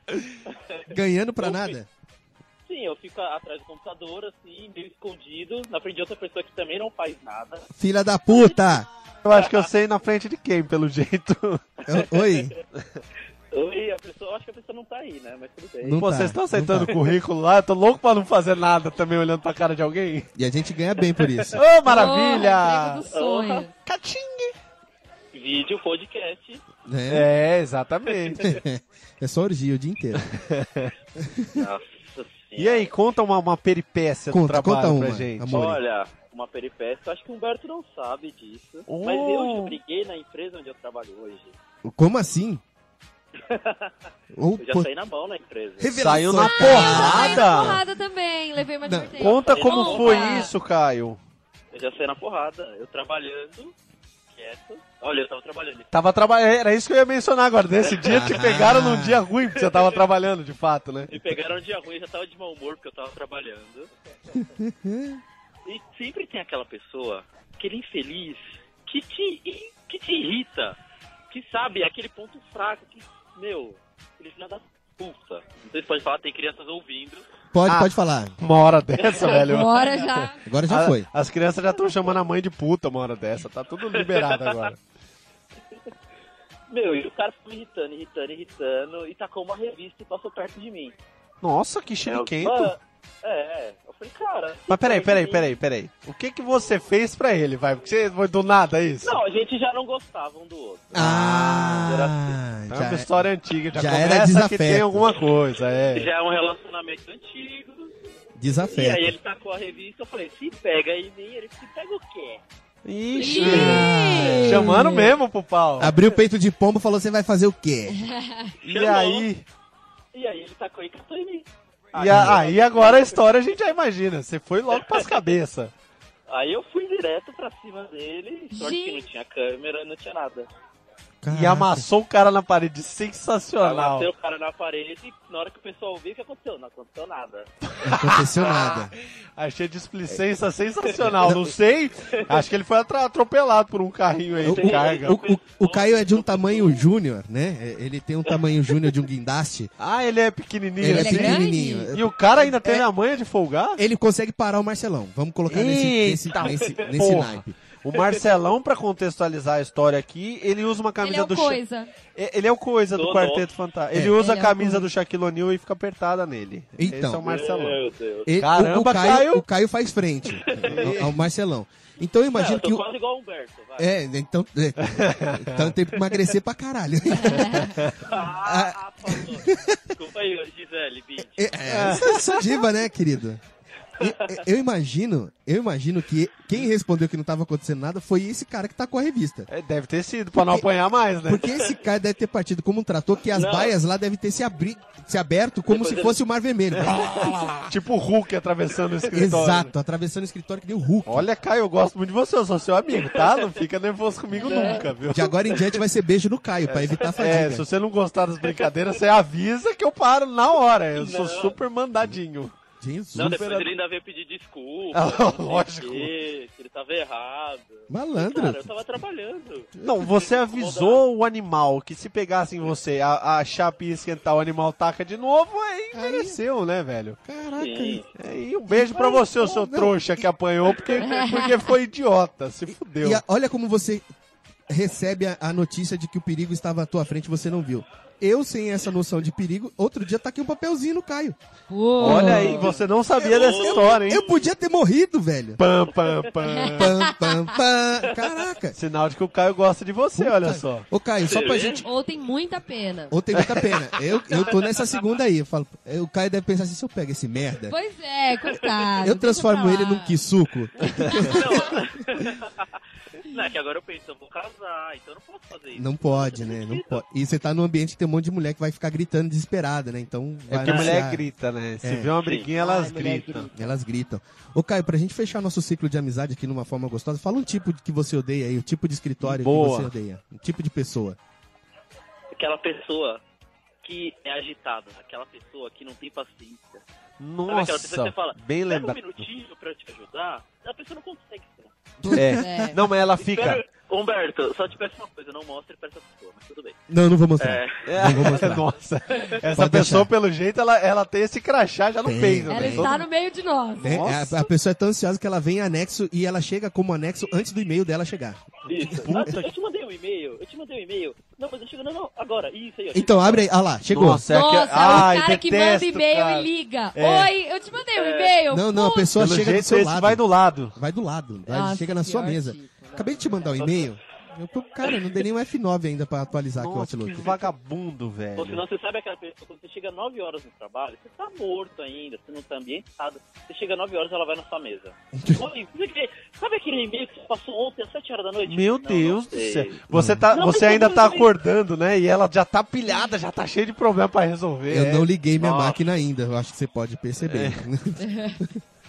[SPEAKER 3] Ganhando pra nada?
[SPEAKER 6] Sim, eu fico atrás do computador, assim, meio escondido, na frente de outra pessoa que também não faz nada.
[SPEAKER 3] Filha da puta!
[SPEAKER 4] Eu acho que eu sei na frente de quem, pelo jeito.
[SPEAKER 3] Eu- Oi?
[SPEAKER 6] E a pessoa, eu acho que a pessoa não tá aí, né? Mas tudo bem.
[SPEAKER 3] Não
[SPEAKER 4] Pô,
[SPEAKER 3] tá,
[SPEAKER 4] vocês estão
[SPEAKER 3] não
[SPEAKER 4] aceitando
[SPEAKER 3] tá.
[SPEAKER 4] o currículo lá? Eu tô louco pra não fazer nada também olhando pra cara de alguém.
[SPEAKER 3] E a gente ganha bem por isso.
[SPEAKER 4] Ô, maravilha!
[SPEAKER 5] Oh, emprego dos sonhos.
[SPEAKER 4] Catingue!
[SPEAKER 6] Vídeo, podcast.
[SPEAKER 3] né?
[SPEAKER 4] É, exatamente.
[SPEAKER 3] É só orgia o dia inteiro.
[SPEAKER 6] Nossa
[SPEAKER 4] E aí, conta uma, uma peripécia do
[SPEAKER 3] Conta,
[SPEAKER 4] trabalho
[SPEAKER 3] conta uma,
[SPEAKER 4] pra gente.
[SPEAKER 3] amor.
[SPEAKER 6] Olha, uma peripécia, acho que o Humberto não sabe disso,
[SPEAKER 4] Oh.
[SPEAKER 6] mas eu já briguei na empresa onde eu trabalho hoje.
[SPEAKER 3] Como assim?
[SPEAKER 6] Eu já
[SPEAKER 3] Opa.
[SPEAKER 6] saí na mão na empresa.
[SPEAKER 4] Saiu na
[SPEAKER 5] Saí na
[SPEAKER 4] porrada!
[SPEAKER 5] porrada também, levei uma
[SPEAKER 3] Não,
[SPEAKER 5] advertência.
[SPEAKER 4] Ah. Conta como
[SPEAKER 5] Opa!
[SPEAKER 4] foi isso, Caio.
[SPEAKER 6] Eu já saí na porrada, eu trabalhando, quieto. Olha, eu tava trabalhando.
[SPEAKER 4] Tava trabalhando, era isso que eu ia mencionar agora. Nesse dia te pegaram num dia ruim, porque você tava trabalhando, de fato, né?
[SPEAKER 6] Me pegaram de dia ruim, eu já tava de mau humor porque eu tava trabalhando. E sempre tem aquela pessoa, aquele infeliz, que te, i- que te irrita, que sabe aquele ponto fraco, que, meu, ele filho da puta. Não sei se pode falar, tem crianças ouvindo.
[SPEAKER 3] Pode,
[SPEAKER 4] Ah.
[SPEAKER 3] pode falar.
[SPEAKER 4] Uma hora dessa, velho.
[SPEAKER 5] Bora já.
[SPEAKER 3] Agora já
[SPEAKER 4] A-
[SPEAKER 3] foi.
[SPEAKER 4] As crianças já estão chamando a mãe de puta uma hora dessa. Tá tudo liberado agora.
[SPEAKER 6] Meu, e o cara ficou me irritando, irritando, irritando, e tacou uma revista e passou perto de mim.
[SPEAKER 4] Nossa, que
[SPEAKER 6] Eu,
[SPEAKER 4] cheiro quente.
[SPEAKER 6] "Mano, É, eu falei, cara.
[SPEAKER 4] Mas peraí, peraí,
[SPEAKER 6] peraí.
[SPEAKER 4] peraí, peraí. O que que você fez pra ele, vai? Porque você foi do nada isso?
[SPEAKER 6] Não, a gente já não gostava um do outro.
[SPEAKER 3] Ah,
[SPEAKER 4] É
[SPEAKER 3] já
[SPEAKER 4] uma
[SPEAKER 3] é.
[SPEAKER 4] história antiga, já,
[SPEAKER 3] já era
[SPEAKER 4] começa que
[SPEAKER 3] desafeto.
[SPEAKER 4] tem alguma coisa, é.
[SPEAKER 6] Já é um relacionamento antigo. E aí
[SPEAKER 3] é. desafeto.
[SPEAKER 6] ele tacou a revista, eu falei, se pega em mim, ele se pega o quê?
[SPEAKER 4] Ixi!
[SPEAKER 5] Ih.
[SPEAKER 4] Chamando mesmo pro pau.
[SPEAKER 3] Abriu o peito de pombo e falou, você vai fazer o quê?
[SPEAKER 4] E aí,
[SPEAKER 6] E aí ele tacou e catou em mim.
[SPEAKER 4] e a- aí agora a história a gente já imagina. Você foi logo pras cabeças.
[SPEAKER 6] Aí eu fui direto pra cima dele, só que não
[SPEAKER 5] Gente.
[SPEAKER 6] tinha câmera, não tinha nada.
[SPEAKER 3] Caraca.
[SPEAKER 4] E amassou o cara na parede.
[SPEAKER 6] Aí
[SPEAKER 4] Sensacional.
[SPEAKER 6] bateu o cara na parede, na hora que o pessoal ouviu, o que aconteceu? Não aconteceu nada.
[SPEAKER 3] Não aconteceu nada.
[SPEAKER 4] Achei a displicência sensacional. Não sei. Acho que ele foi atra- atropelado por um carrinho aí de carga.
[SPEAKER 3] O, o- o- o Caio é de um tamanho júnior, né? É, Ele tem um tamanho júnior de um guindaste.
[SPEAKER 4] Ah, ele é pequenininho
[SPEAKER 3] Ele é
[SPEAKER 4] assim.
[SPEAKER 5] grande?
[SPEAKER 3] pequenininho.
[SPEAKER 4] E o cara ainda teve a manha de folgar?
[SPEAKER 3] Ele consegue parar o Marcelão. Vamos colocar nesse,
[SPEAKER 4] Eita,
[SPEAKER 3] nesse, nesse, nesse
[SPEAKER 4] porra.
[SPEAKER 3] naipe.
[SPEAKER 4] O Marcelão, pra contextualizar a história aqui, ele usa uma
[SPEAKER 5] Ele
[SPEAKER 4] camisa
[SPEAKER 5] é o
[SPEAKER 4] do Sha-
[SPEAKER 5] coisa.
[SPEAKER 4] É, Ele é o coisa do
[SPEAKER 6] Dodô.
[SPEAKER 4] Quarteto Fantástico. Ele
[SPEAKER 3] É.
[SPEAKER 4] usa
[SPEAKER 5] Ele
[SPEAKER 4] a
[SPEAKER 5] é
[SPEAKER 4] camisa do Shaquille O'Neal e fica apertada nele.
[SPEAKER 3] Então.
[SPEAKER 4] Esse é o Marcelão.
[SPEAKER 6] Meu Deus.
[SPEAKER 3] Ele- o- o,
[SPEAKER 4] Caramba,
[SPEAKER 3] Caio,
[SPEAKER 4] Caio!
[SPEAKER 3] o Caio faz frente ao, ao Marcelão. Então eu
[SPEAKER 6] Cara,
[SPEAKER 3] imagino
[SPEAKER 6] eu
[SPEAKER 3] que
[SPEAKER 6] tô
[SPEAKER 3] o,
[SPEAKER 6] quase igual o Humberto, vai.
[SPEAKER 3] É, então, é, então tem que emagrecer pra caralho.
[SPEAKER 6] Ah, falou. Desculpa aí, Gisele, bicho.
[SPEAKER 3] É, é, sou- sou diva, né, querido? E- é, Eu imagino, eu imagino que quem respondeu que não tava acontecendo nada foi esse cara que tá com a revista.
[SPEAKER 4] É, Deve ter sido, pra não apanhar mais, né?
[SPEAKER 3] Porque esse cara deve ter partido como um trator que as
[SPEAKER 6] Não.
[SPEAKER 3] baias lá devem ter se, abri- se aberto como
[SPEAKER 6] Depois
[SPEAKER 3] se
[SPEAKER 6] ele-
[SPEAKER 3] fosse o Mar Vermelho. Ah,
[SPEAKER 4] Tipo o Hulk atravessando o escritório.
[SPEAKER 3] Exato, atravessando o escritório que nem o Hulk.
[SPEAKER 4] Olha, Caio, eu gosto muito de você, eu sou seu amigo, tá? Não fica nervoso comigo nunca, viu?
[SPEAKER 3] De agora em diante vai ser beijo no Caio, pra evitar a
[SPEAKER 4] É,
[SPEAKER 3] fadiga.
[SPEAKER 4] se você não gostar das brincadeiras, você avisa que eu paro na hora. Eu sou
[SPEAKER 6] Não.
[SPEAKER 4] super mandadinho.
[SPEAKER 3] Jesus,
[SPEAKER 6] Não, depois
[SPEAKER 4] Super-
[SPEAKER 6] ele ainda veio pedir desculpa.
[SPEAKER 4] Ah,
[SPEAKER 6] não sei o quê,
[SPEAKER 4] lógico.
[SPEAKER 6] Que ele tava errado. Cara,
[SPEAKER 3] malandro.
[SPEAKER 6] eu tava trabalhando.
[SPEAKER 4] Não, você avisou o animal que se pegasse em você a, a chapa ia esquentar, o animal taca de novo, aí mereceu, né, velho?
[SPEAKER 6] Sim.
[SPEAKER 3] Caraca.
[SPEAKER 4] E um beijo pra você, o seu trouxa que apanhou porque, porque foi idiota, se fudeu.
[SPEAKER 3] E a- olha como você recebe a, a notícia de que o perigo estava à tua frente e você não viu. Eu, sem essa noção de perigo, outro dia taquei um papelzinho no Caio.
[SPEAKER 5] Uou.
[SPEAKER 4] Olha aí, você não sabia dessa história, hein?
[SPEAKER 3] Eu podia ter morrido, velho.
[SPEAKER 4] Pam, pam, pam.
[SPEAKER 3] Pam, pam, pam. Caraca.
[SPEAKER 4] Sinal de que o Caio gosta de você, olha só.
[SPEAKER 3] Ô, Caio, só pra gente...
[SPEAKER 5] Ou tem muita pena.
[SPEAKER 3] Ou tem muita pena. Eu, eu tô nessa segunda aí. Eu falo, eu- o Caio deve pensar assim, se eu pego esse merda,
[SPEAKER 5] Pois é, coitado.
[SPEAKER 3] eu transformo
[SPEAKER 5] deixa
[SPEAKER 3] ele
[SPEAKER 5] pra lá.
[SPEAKER 3] num quisuco.
[SPEAKER 6] Não. não, é que agora eu penso, eu vou casar, então eu não posso fazer isso.
[SPEAKER 3] Não pode, né? Não pode. E você tá num ambiente que tem um monte de mulher que vai ficar gritando desesperada, né? Então
[SPEAKER 4] É
[SPEAKER 3] vai
[SPEAKER 4] porque mulher
[SPEAKER 3] anunciar.
[SPEAKER 4] grita, né? Se
[SPEAKER 3] É.
[SPEAKER 4] vê uma briguinha, elas gritam.
[SPEAKER 3] Elas gritam. Ô, Caio, pra gente fechar nosso ciclo de amizade aqui numa forma gostosa, fala um tipo de- que você odeia aí, o tipo de escritório
[SPEAKER 4] Boa.
[SPEAKER 3] que você odeia. Um tipo de pessoa.
[SPEAKER 6] Aquela pessoa que é agitada, aquela pessoa que não tem paciência. Sabe aquela pessoa que
[SPEAKER 4] Nossa,
[SPEAKER 6] você fala,
[SPEAKER 4] bem
[SPEAKER 6] leva um
[SPEAKER 4] lembrado.
[SPEAKER 6] minutinho pra eu te ajudar, a pessoa não consegue. esperar.
[SPEAKER 4] É.
[SPEAKER 5] É.
[SPEAKER 4] Não, mas ela fica.
[SPEAKER 6] Espera- Humberto, só te peço uma coisa, não mostre pra essa pessoa, mas tudo bem.
[SPEAKER 3] Não, eu não vou mostrar.
[SPEAKER 6] É,
[SPEAKER 4] É,
[SPEAKER 3] vou mostrar.
[SPEAKER 4] Nossa, essa pessoa,
[SPEAKER 3] Pode deixar.
[SPEAKER 4] pelo jeito, ela, ela tem esse crachá já no
[SPEAKER 3] Tem,
[SPEAKER 4] peito.
[SPEAKER 5] Ela
[SPEAKER 4] né?
[SPEAKER 5] está no meio de nós.
[SPEAKER 3] Né?
[SPEAKER 4] Nossa.
[SPEAKER 3] A, a pessoa é tão ansiosa que ela vem em anexo e ela chega como anexo antes do e-mail dela chegar.
[SPEAKER 6] isso.
[SPEAKER 4] Puta
[SPEAKER 6] Ah, eu te mandei um e-mail, eu te mandei um e-mail. Não, mas eu chego, não, não, agora, isso aí. ó.
[SPEAKER 3] Então, abre aí. Ah lá, chegou.
[SPEAKER 4] Nossa, é
[SPEAKER 5] Nossa,
[SPEAKER 4] que... Ai,
[SPEAKER 5] o cara que manda
[SPEAKER 4] detesto,
[SPEAKER 5] e-mail
[SPEAKER 4] cara.
[SPEAKER 5] e liga.
[SPEAKER 4] É.
[SPEAKER 5] Oi, eu te mandei um e-mail.
[SPEAKER 3] Não, não, a
[SPEAKER 5] Putz.
[SPEAKER 3] pessoa
[SPEAKER 4] Pelo
[SPEAKER 3] chega do
[SPEAKER 4] jeito,
[SPEAKER 3] seu
[SPEAKER 4] esse
[SPEAKER 3] lado.
[SPEAKER 4] vai do lado.
[SPEAKER 3] Vai do lado, vai-
[SPEAKER 5] Nossa,
[SPEAKER 3] chega na sua
[SPEAKER 5] pior
[SPEAKER 3] mesa.
[SPEAKER 5] tipo, né?
[SPEAKER 3] Acabei de te mandar um e-mail. Eu, tô- cara, eu não dei nem um F9 ainda pra atualizar aqui o
[SPEAKER 4] Nossa, que
[SPEAKER 3] Outlook.
[SPEAKER 4] vagabundo,
[SPEAKER 6] Ou
[SPEAKER 4] velho.
[SPEAKER 6] senão você sabe aquela pessoa, quando você chega 9 horas no trabalho, você tá morto ainda, você não tá ambientado. Você chega 9 horas, ela vai na sua mesa. Oi, você quer- sabe aquele e-mail que você passou ontem às 7 horas da noite?
[SPEAKER 4] Meu
[SPEAKER 6] Não, não
[SPEAKER 4] Deus do
[SPEAKER 6] sei.
[SPEAKER 4] céu. Você, tá,
[SPEAKER 6] Não,
[SPEAKER 4] você
[SPEAKER 6] mas
[SPEAKER 4] ainda
[SPEAKER 6] eu
[SPEAKER 4] tá
[SPEAKER 6] não sei.
[SPEAKER 4] acordando, né? E ela já tá pilhada, já tá cheia de problema pra resolver.
[SPEAKER 3] Eu
[SPEAKER 4] é.
[SPEAKER 3] não liguei minha
[SPEAKER 4] Nossa. É.
[SPEAKER 3] máquina ainda, eu acho que você pode perceber.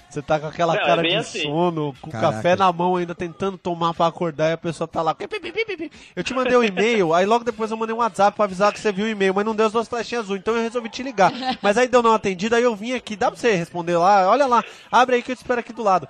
[SPEAKER 4] Você tá com aquela
[SPEAKER 6] Não, é
[SPEAKER 4] cara de
[SPEAKER 6] bem assim.
[SPEAKER 4] sono, com o
[SPEAKER 3] Caraca.
[SPEAKER 4] café na mão ainda tentando tomar pra acordar e a pessoa tá lá. "Pi, pi, pi, pi, pi". Eu te mandei um e-mail, aí logo depois eu mandei um WhatsApp pra avisar que você viu o e-mail, mas não deu as duas flechinhas azul, então eu resolvi te ligar. Mas aí deu não atendida, aí eu vim aqui, dá pra você responder lá? Olha lá, abre aí que eu te espero aqui do lado.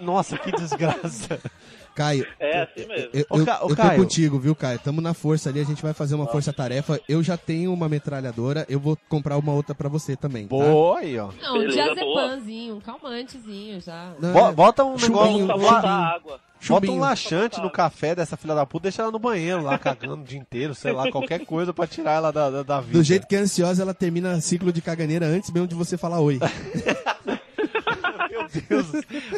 [SPEAKER 4] Nossa, que desgraça.
[SPEAKER 3] Caio,
[SPEAKER 6] É assim mesmo.
[SPEAKER 3] eu,
[SPEAKER 4] Ô,
[SPEAKER 3] eu-
[SPEAKER 4] Ca- ô,
[SPEAKER 3] eu tô
[SPEAKER 4] Caio.
[SPEAKER 3] contigo, viu, Caio? Tamo na força ali, a gente vai fazer uma força-tarefa. Eu já tenho uma metralhadora, eu vou comprar uma outra pra você também. tá?
[SPEAKER 4] Boa aí, ó.
[SPEAKER 5] Não, um
[SPEAKER 6] Beleza,
[SPEAKER 5] diazepanzinho, um calmantezinho já.
[SPEAKER 3] Não,
[SPEAKER 4] Bo- Bota um negócio,
[SPEAKER 3] Chumbinho,
[SPEAKER 6] Só
[SPEAKER 4] um
[SPEAKER 3] chumbinho.
[SPEAKER 6] falta
[SPEAKER 4] la-
[SPEAKER 6] água.
[SPEAKER 4] Bota
[SPEAKER 6] tá
[SPEAKER 3] chumbinho.
[SPEAKER 4] um laxante no café dessa filha da puta, deixa ela no banheiro lá, cagando o dia inteiro, sei lá, qualquer coisa pra tirar ela da, da, da vida.
[SPEAKER 3] Do jeito que é ansiosa, ela termina ciclo de caganeira antes mesmo de você falar oi.
[SPEAKER 4] Meu Deus,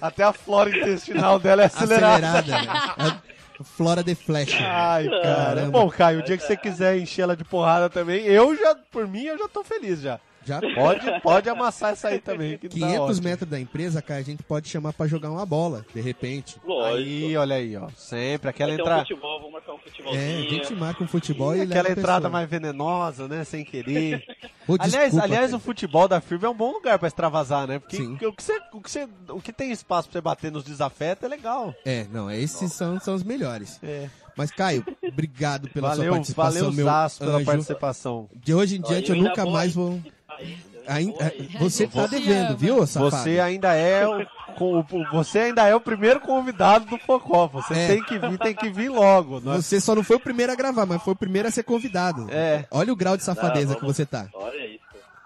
[SPEAKER 4] até a flora intestinal dela é acelerada.
[SPEAKER 3] Acelerada. né? É Flora de Flash.
[SPEAKER 4] Ai, cara.
[SPEAKER 3] Caramba.
[SPEAKER 4] Bom, Caio, o dia que você quiser encher ela de porrada também, eu já, por mim, eu já tô feliz já.
[SPEAKER 3] Já
[SPEAKER 4] Pode, pode amassar essa aí também. Que tá
[SPEAKER 3] 500
[SPEAKER 4] ótimo.
[SPEAKER 3] metros da empresa, cara, a gente pode chamar pra jogar uma bola, de repente.
[SPEAKER 6] Lógico.
[SPEAKER 4] Aí, olha aí, ó. Sempre aquela
[SPEAKER 6] Vai ter um
[SPEAKER 4] entrada.
[SPEAKER 6] futebol, vamos marcar um
[SPEAKER 3] É, a
[SPEAKER 6] futebolzinho.
[SPEAKER 3] gente marca um futebol e, leva
[SPEAKER 4] Aquela
[SPEAKER 3] a pessoa.
[SPEAKER 4] entrada mais venenosa, né? Sem querer.
[SPEAKER 3] Ô,
[SPEAKER 4] aliás,
[SPEAKER 3] desculpa,
[SPEAKER 4] aliás
[SPEAKER 3] cara.
[SPEAKER 4] o futebol da FIRB é um bom lugar pra extravasar, né? Porque
[SPEAKER 3] Sim.
[SPEAKER 4] o que, você, o, que você, o que tem espaço pra você bater nos desafetos é legal.
[SPEAKER 3] É, não, esses são, são os melhores.
[SPEAKER 4] É.
[SPEAKER 3] Mas, Caio, obrigado pela sua
[SPEAKER 4] Valeu,
[SPEAKER 3] participação,
[SPEAKER 4] valeu,
[SPEAKER 3] meu
[SPEAKER 4] Zaço, pela
[SPEAKER 3] anjo.
[SPEAKER 4] participação.
[SPEAKER 3] De hoje em diante eu
[SPEAKER 6] ainda
[SPEAKER 3] nunca
[SPEAKER 6] vou
[SPEAKER 3] mais
[SPEAKER 6] aí.
[SPEAKER 3] vou...
[SPEAKER 6] Aí,
[SPEAKER 3] Ainda-
[SPEAKER 6] boa aí.
[SPEAKER 3] Você tá
[SPEAKER 5] Te
[SPEAKER 3] devendo,
[SPEAKER 5] amo.
[SPEAKER 3] viu, safado?
[SPEAKER 4] Você ainda é o, com- o- você ainda é o primeiro convidado do Focó. Você
[SPEAKER 3] É.
[SPEAKER 4] tem que vir, tem que vir logo. né? Nós-
[SPEAKER 3] Você só não foi o primeiro a gravar, mas foi o primeiro a ser convidado.
[SPEAKER 4] É.
[SPEAKER 3] Olha o grau de safadeza
[SPEAKER 6] Não,
[SPEAKER 3] que
[SPEAKER 6] vamos-
[SPEAKER 3] você tá.
[SPEAKER 6] Olha isso.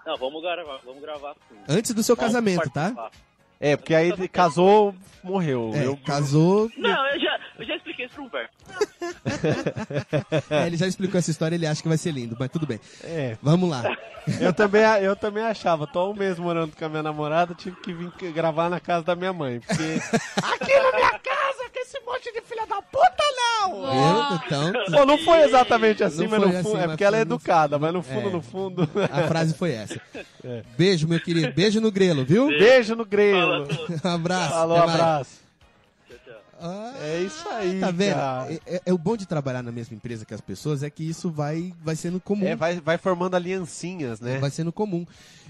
[SPEAKER 6] Não, vamos gravar, vamos gravar tudo.
[SPEAKER 3] Antes do seu
[SPEAKER 6] Vamos
[SPEAKER 3] casamento, tá?
[SPEAKER 6] participar.
[SPEAKER 4] É, porque aí ele casou, morreu.
[SPEAKER 3] É,
[SPEAKER 4] Eu-
[SPEAKER 3] casou.
[SPEAKER 6] Não, eu já, eu já expliquei isso pro Humberto.
[SPEAKER 3] É, ele já explicou essa história, ele acha que vai ser lindo, mas tudo bem.
[SPEAKER 4] é.
[SPEAKER 3] Vamos lá.
[SPEAKER 4] Eu também, eu também achava. Tô há um mês morando com a minha namorada, tive que vir gravar na casa da minha mãe. Porque. Aqui na minha casa, com esse monte de filha da puta, não!
[SPEAKER 3] Eu, então,
[SPEAKER 4] Pô, não foi exatamente assim,
[SPEAKER 3] Não
[SPEAKER 4] mas no
[SPEAKER 3] foi
[SPEAKER 4] fundo.
[SPEAKER 3] assim,
[SPEAKER 4] é
[SPEAKER 3] mas
[SPEAKER 4] porque ela é
[SPEAKER 3] foi no
[SPEAKER 4] educada, mas no fundo,
[SPEAKER 3] é.
[SPEAKER 4] no fundo.
[SPEAKER 3] a frase foi essa. Beijo, meu querido. Beijo no grelo, viu? Um
[SPEAKER 4] Beijo no grelo.
[SPEAKER 3] abraço.
[SPEAKER 4] Falou,
[SPEAKER 3] até mais.
[SPEAKER 4] abraço.
[SPEAKER 3] Ah,
[SPEAKER 4] É isso aí.
[SPEAKER 3] tá vendo?
[SPEAKER 4] cara.
[SPEAKER 3] É, é- é o bom de trabalhar na mesma empresa que as pessoas é que isso vai, vai sendo comum.
[SPEAKER 4] É, vai, vai formando aliancinhas, né?
[SPEAKER 3] Vai sendo comum.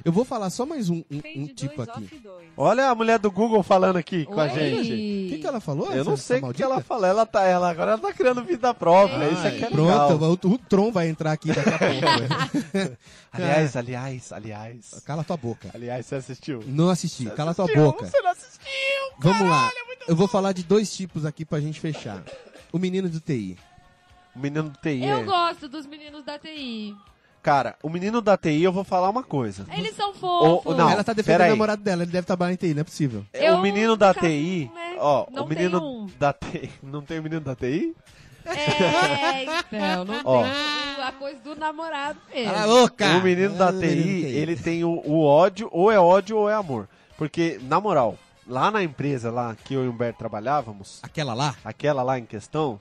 [SPEAKER 3] Eu vou falar só mais um, um- um tipo aqui.
[SPEAKER 4] Olha a mulher do Google falando aqui com a
[SPEAKER 5] Oi.
[SPEAKER 4] gente.
[SPEAKER 3] O que, que ela falou?
[SPEAKER 4] Eu não
[SPEAKER 3] essa-
[SPEAKER 4] sei o
[SPEAKER 3] essa
[SPEAKER 4] que que ela
[SPEAKER 3] maldita?
[SPEAKER 4] fala. Ela tá, ela, agora ela tá criando vida própria.
[SPEAKER 5] Ah,
[SPEAKER 4] Isso aqui é
[SPEAKER 3] Pronto,
[SPEAKER 4] legal.
[SPEAKER 3] o, o Tron vai entrar aqui daqui a pouco.
[SPEAKER 4] Aliás, aliás, aliás.
[SPEAKER 3] Cala tua boca.
[SPEAKER 4] Aliás, você assistiu?
[SPEAKER 3] Não assisti, cala tua
[SPEAKER 4] Assistiu?
[SPEAKER 3] boca.
[SPEAKER 4] Você não assistiu?
[SPEAKER 3] Vamos lá. Eu vou falar de dois tipos aqui pra gente fechar. O menino do TI.
[SPEAKER 4] O menino do TI.
[SPEAKER 5] Eu
[SPEAKER 4] é.
[SPEAKER 5] gosto dos meninos da TI.
[SPEAKER 4] Cara, o menino da TI, eu vou falar uma coisa.
[SPEAKER 5] Eles são fofos.
[SPEAKER 4] Ô, não.
[SPEAKER 3] Ela tá defendendo
[SPEAKER 4] peraí.
[SPEAKER 3] o namorado dela, ele deve trabalhar em TI, não é possível.
[SPEAKER 5] Eu
[SPEAKER 4] o menino da
[SPEAKER 5] nunca-
[SPEAKER 4] TI.
[SPEAKER 5] um né?
[SPEAKER 4] Ó,
[SPEAKER 5] Não
[SPEAKER 4] o menino
[SPEAKER 5] tem um.
[SPEAKER 4] da TI. Não tem o menino da TI?
[SPEAKER 5] É, então, não
[SPEAKER 4] Ó.
[SPEAKER 5] tem a coisa do namorado mesmo.
[SPEAKER 3] louca!
[SPEAKER 4] O menino da
[SPEAKER 3] é
[SPEAKER 4] TI, ele tem o, o ódio, ou é ódio ou é amor. Porque, na moral, lá na empresa lá que eu e o Humberto trabalhávamos,
[SPEAKER 3] Aquela lá?
[SPEAKER 4] aquela lá em questão,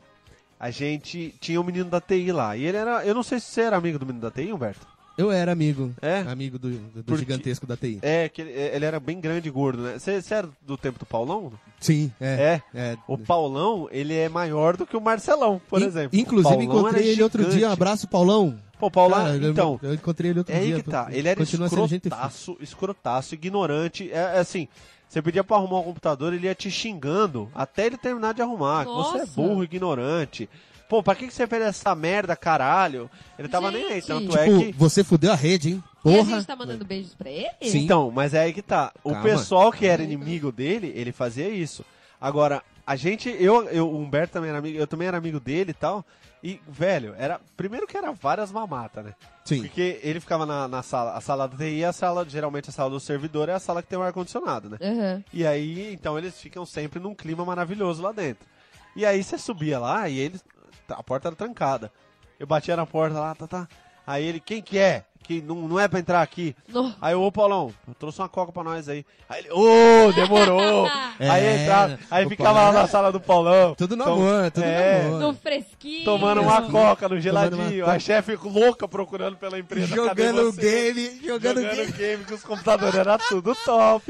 [SPEAKER 4] a gente tinha o menino da TI lá. E ele era. Eu não sei se você era amigo do menino da TI, Humberto.
[SPEAKER 3] Eu era amigo.
[SPEAKER 4] É?
[SPEAKER 3] Amigo do, do- do
[SPEAKER 4] Porque-
[SPEAKER 3] gigantesco da TI.
[SPEAKER 4] É, que ele, ele era bem grande e gordo, né? Você, você era do tempo do Paulão?
[SPEAKER 3] Sim, é.
[SPEAKER 4] É. O Paulão, ele é maior do que o Marcelão, por
[SPEAKER 3] In-
[SPEAKER 4] exemplo. O
[SPEAKER 3] Inclusive,
[SPEAKER 4] Paulão
[SPEAKER 3] encontrei
[SPEAKER 4] era
[SPEAKER 3] ele outro
[SPEAKER 4] gigante.
[SPEAKER 3] dia. Um abraço, Paulão.
[SPEAKER 4] Pô, Paulão,
[SPEAKER 3] Cara, eu-
[SPEAKER 4] então.
[SPEAKER 3] Eu encontrei ele outro
[SPEAKER 4] É
[SPEAKER 3] dia.
[SPEAKER 4] aí que tá. Ele era
[SPEAKER 3] continua sendo gente
[SPEAKER 4] escrotaço, escrotaço, ignorante. É é assim, você pedia pra arrumar um computador, ele ia te xingando até ele terminar de arrumar. que Você é
[SPEAKER 5] Nossa.
[SPEAKER 4] burro, ignorante. Pô, pra que que você fez essa merda, caralho? Ele tava nem aí,
[SPEAKER 5] Gente.
[SPEAKER 4] tanto
[SPEAKER 3] Tipo,
[SPEAKER 4] é que...
[SPEAKER 3] você fudeu a rede, hein?
[SPEAKER 5] E a
[SPEAKER 3] Porra.
[SPEAKER 5] gente tá mandando beijos pra ele?
[SPEAKER 3] Sim.
[SPEAKER 4] Então, mas é aí que tá. O
[SPEAKER 3] Calma.
[SPEAKER 4] pessoal que era inimigo dele, ele fazia isso. Agora, a gente, eu, eu, o Humberto também era amigo, eu também era amigo dele e tal. E, velho, era. Primeiro que era várias mamatas, né?
[SPEAKER 3] Sim.
[SPEAKER 4] Porque ele ficava na, na sala, a sala da TI, a sala, geralmente a sala do servidor é a sala que tem o ar-condicionado, né?
[SPEAKER 5] Aham.
[SPEAKER 4] E aí, então eles ficam sempre num clima maravilhoso lá dentro. E aí você subia lá e eles. A porta era trancada. Eu batia na porta lá, tá, tá. Aí ele, quem que é? Que não, não é pra entrar aqui.
[SPEAKER 5] No-
[SPEAKER 4] Aí eu, ô Paulão, trouxe uma coca pra nós aí. Aí ele, ô, demorou.
[SPEAKER 3] É,
[SPEAKER 4] aí entrava, aí
[SPEAKER 3] o
[SPEAKER 4] ficava
[SPEAKER 3] Paulão
[SPEAKER 4] lá na
[SPEAKER 3] era-
[SPEAKER 4] sala do Paulão.
[SPEAKER 3] Tudo no
[SPEAKER 4] Tom-
[SPEAKER 3] amor, tudo
[SPEAKER 4] é,
[SPEAKER 3] no
[SPEAKER 5] No
[SPEAKER 3] amor.
[SPEAKER 5] fresquinho. tá
[SPEAKER 4] Tomando uma coca no
[SPEAKER 3] Tomando
[SPEAKER 4] geladinho.
[SPEAKER 3] uma
[SPEAKER 4] A chefe louca procurando pela empresa. cadê
[SPEAKER 3] Jogando
[SPEAKER 4] você?
[SPEAKER 3] game, jogando,
[SPEAKER 4] Jogando
[SPEAKER 3] game.
[SPEAKER 4] game, que os computadores eram tudo top.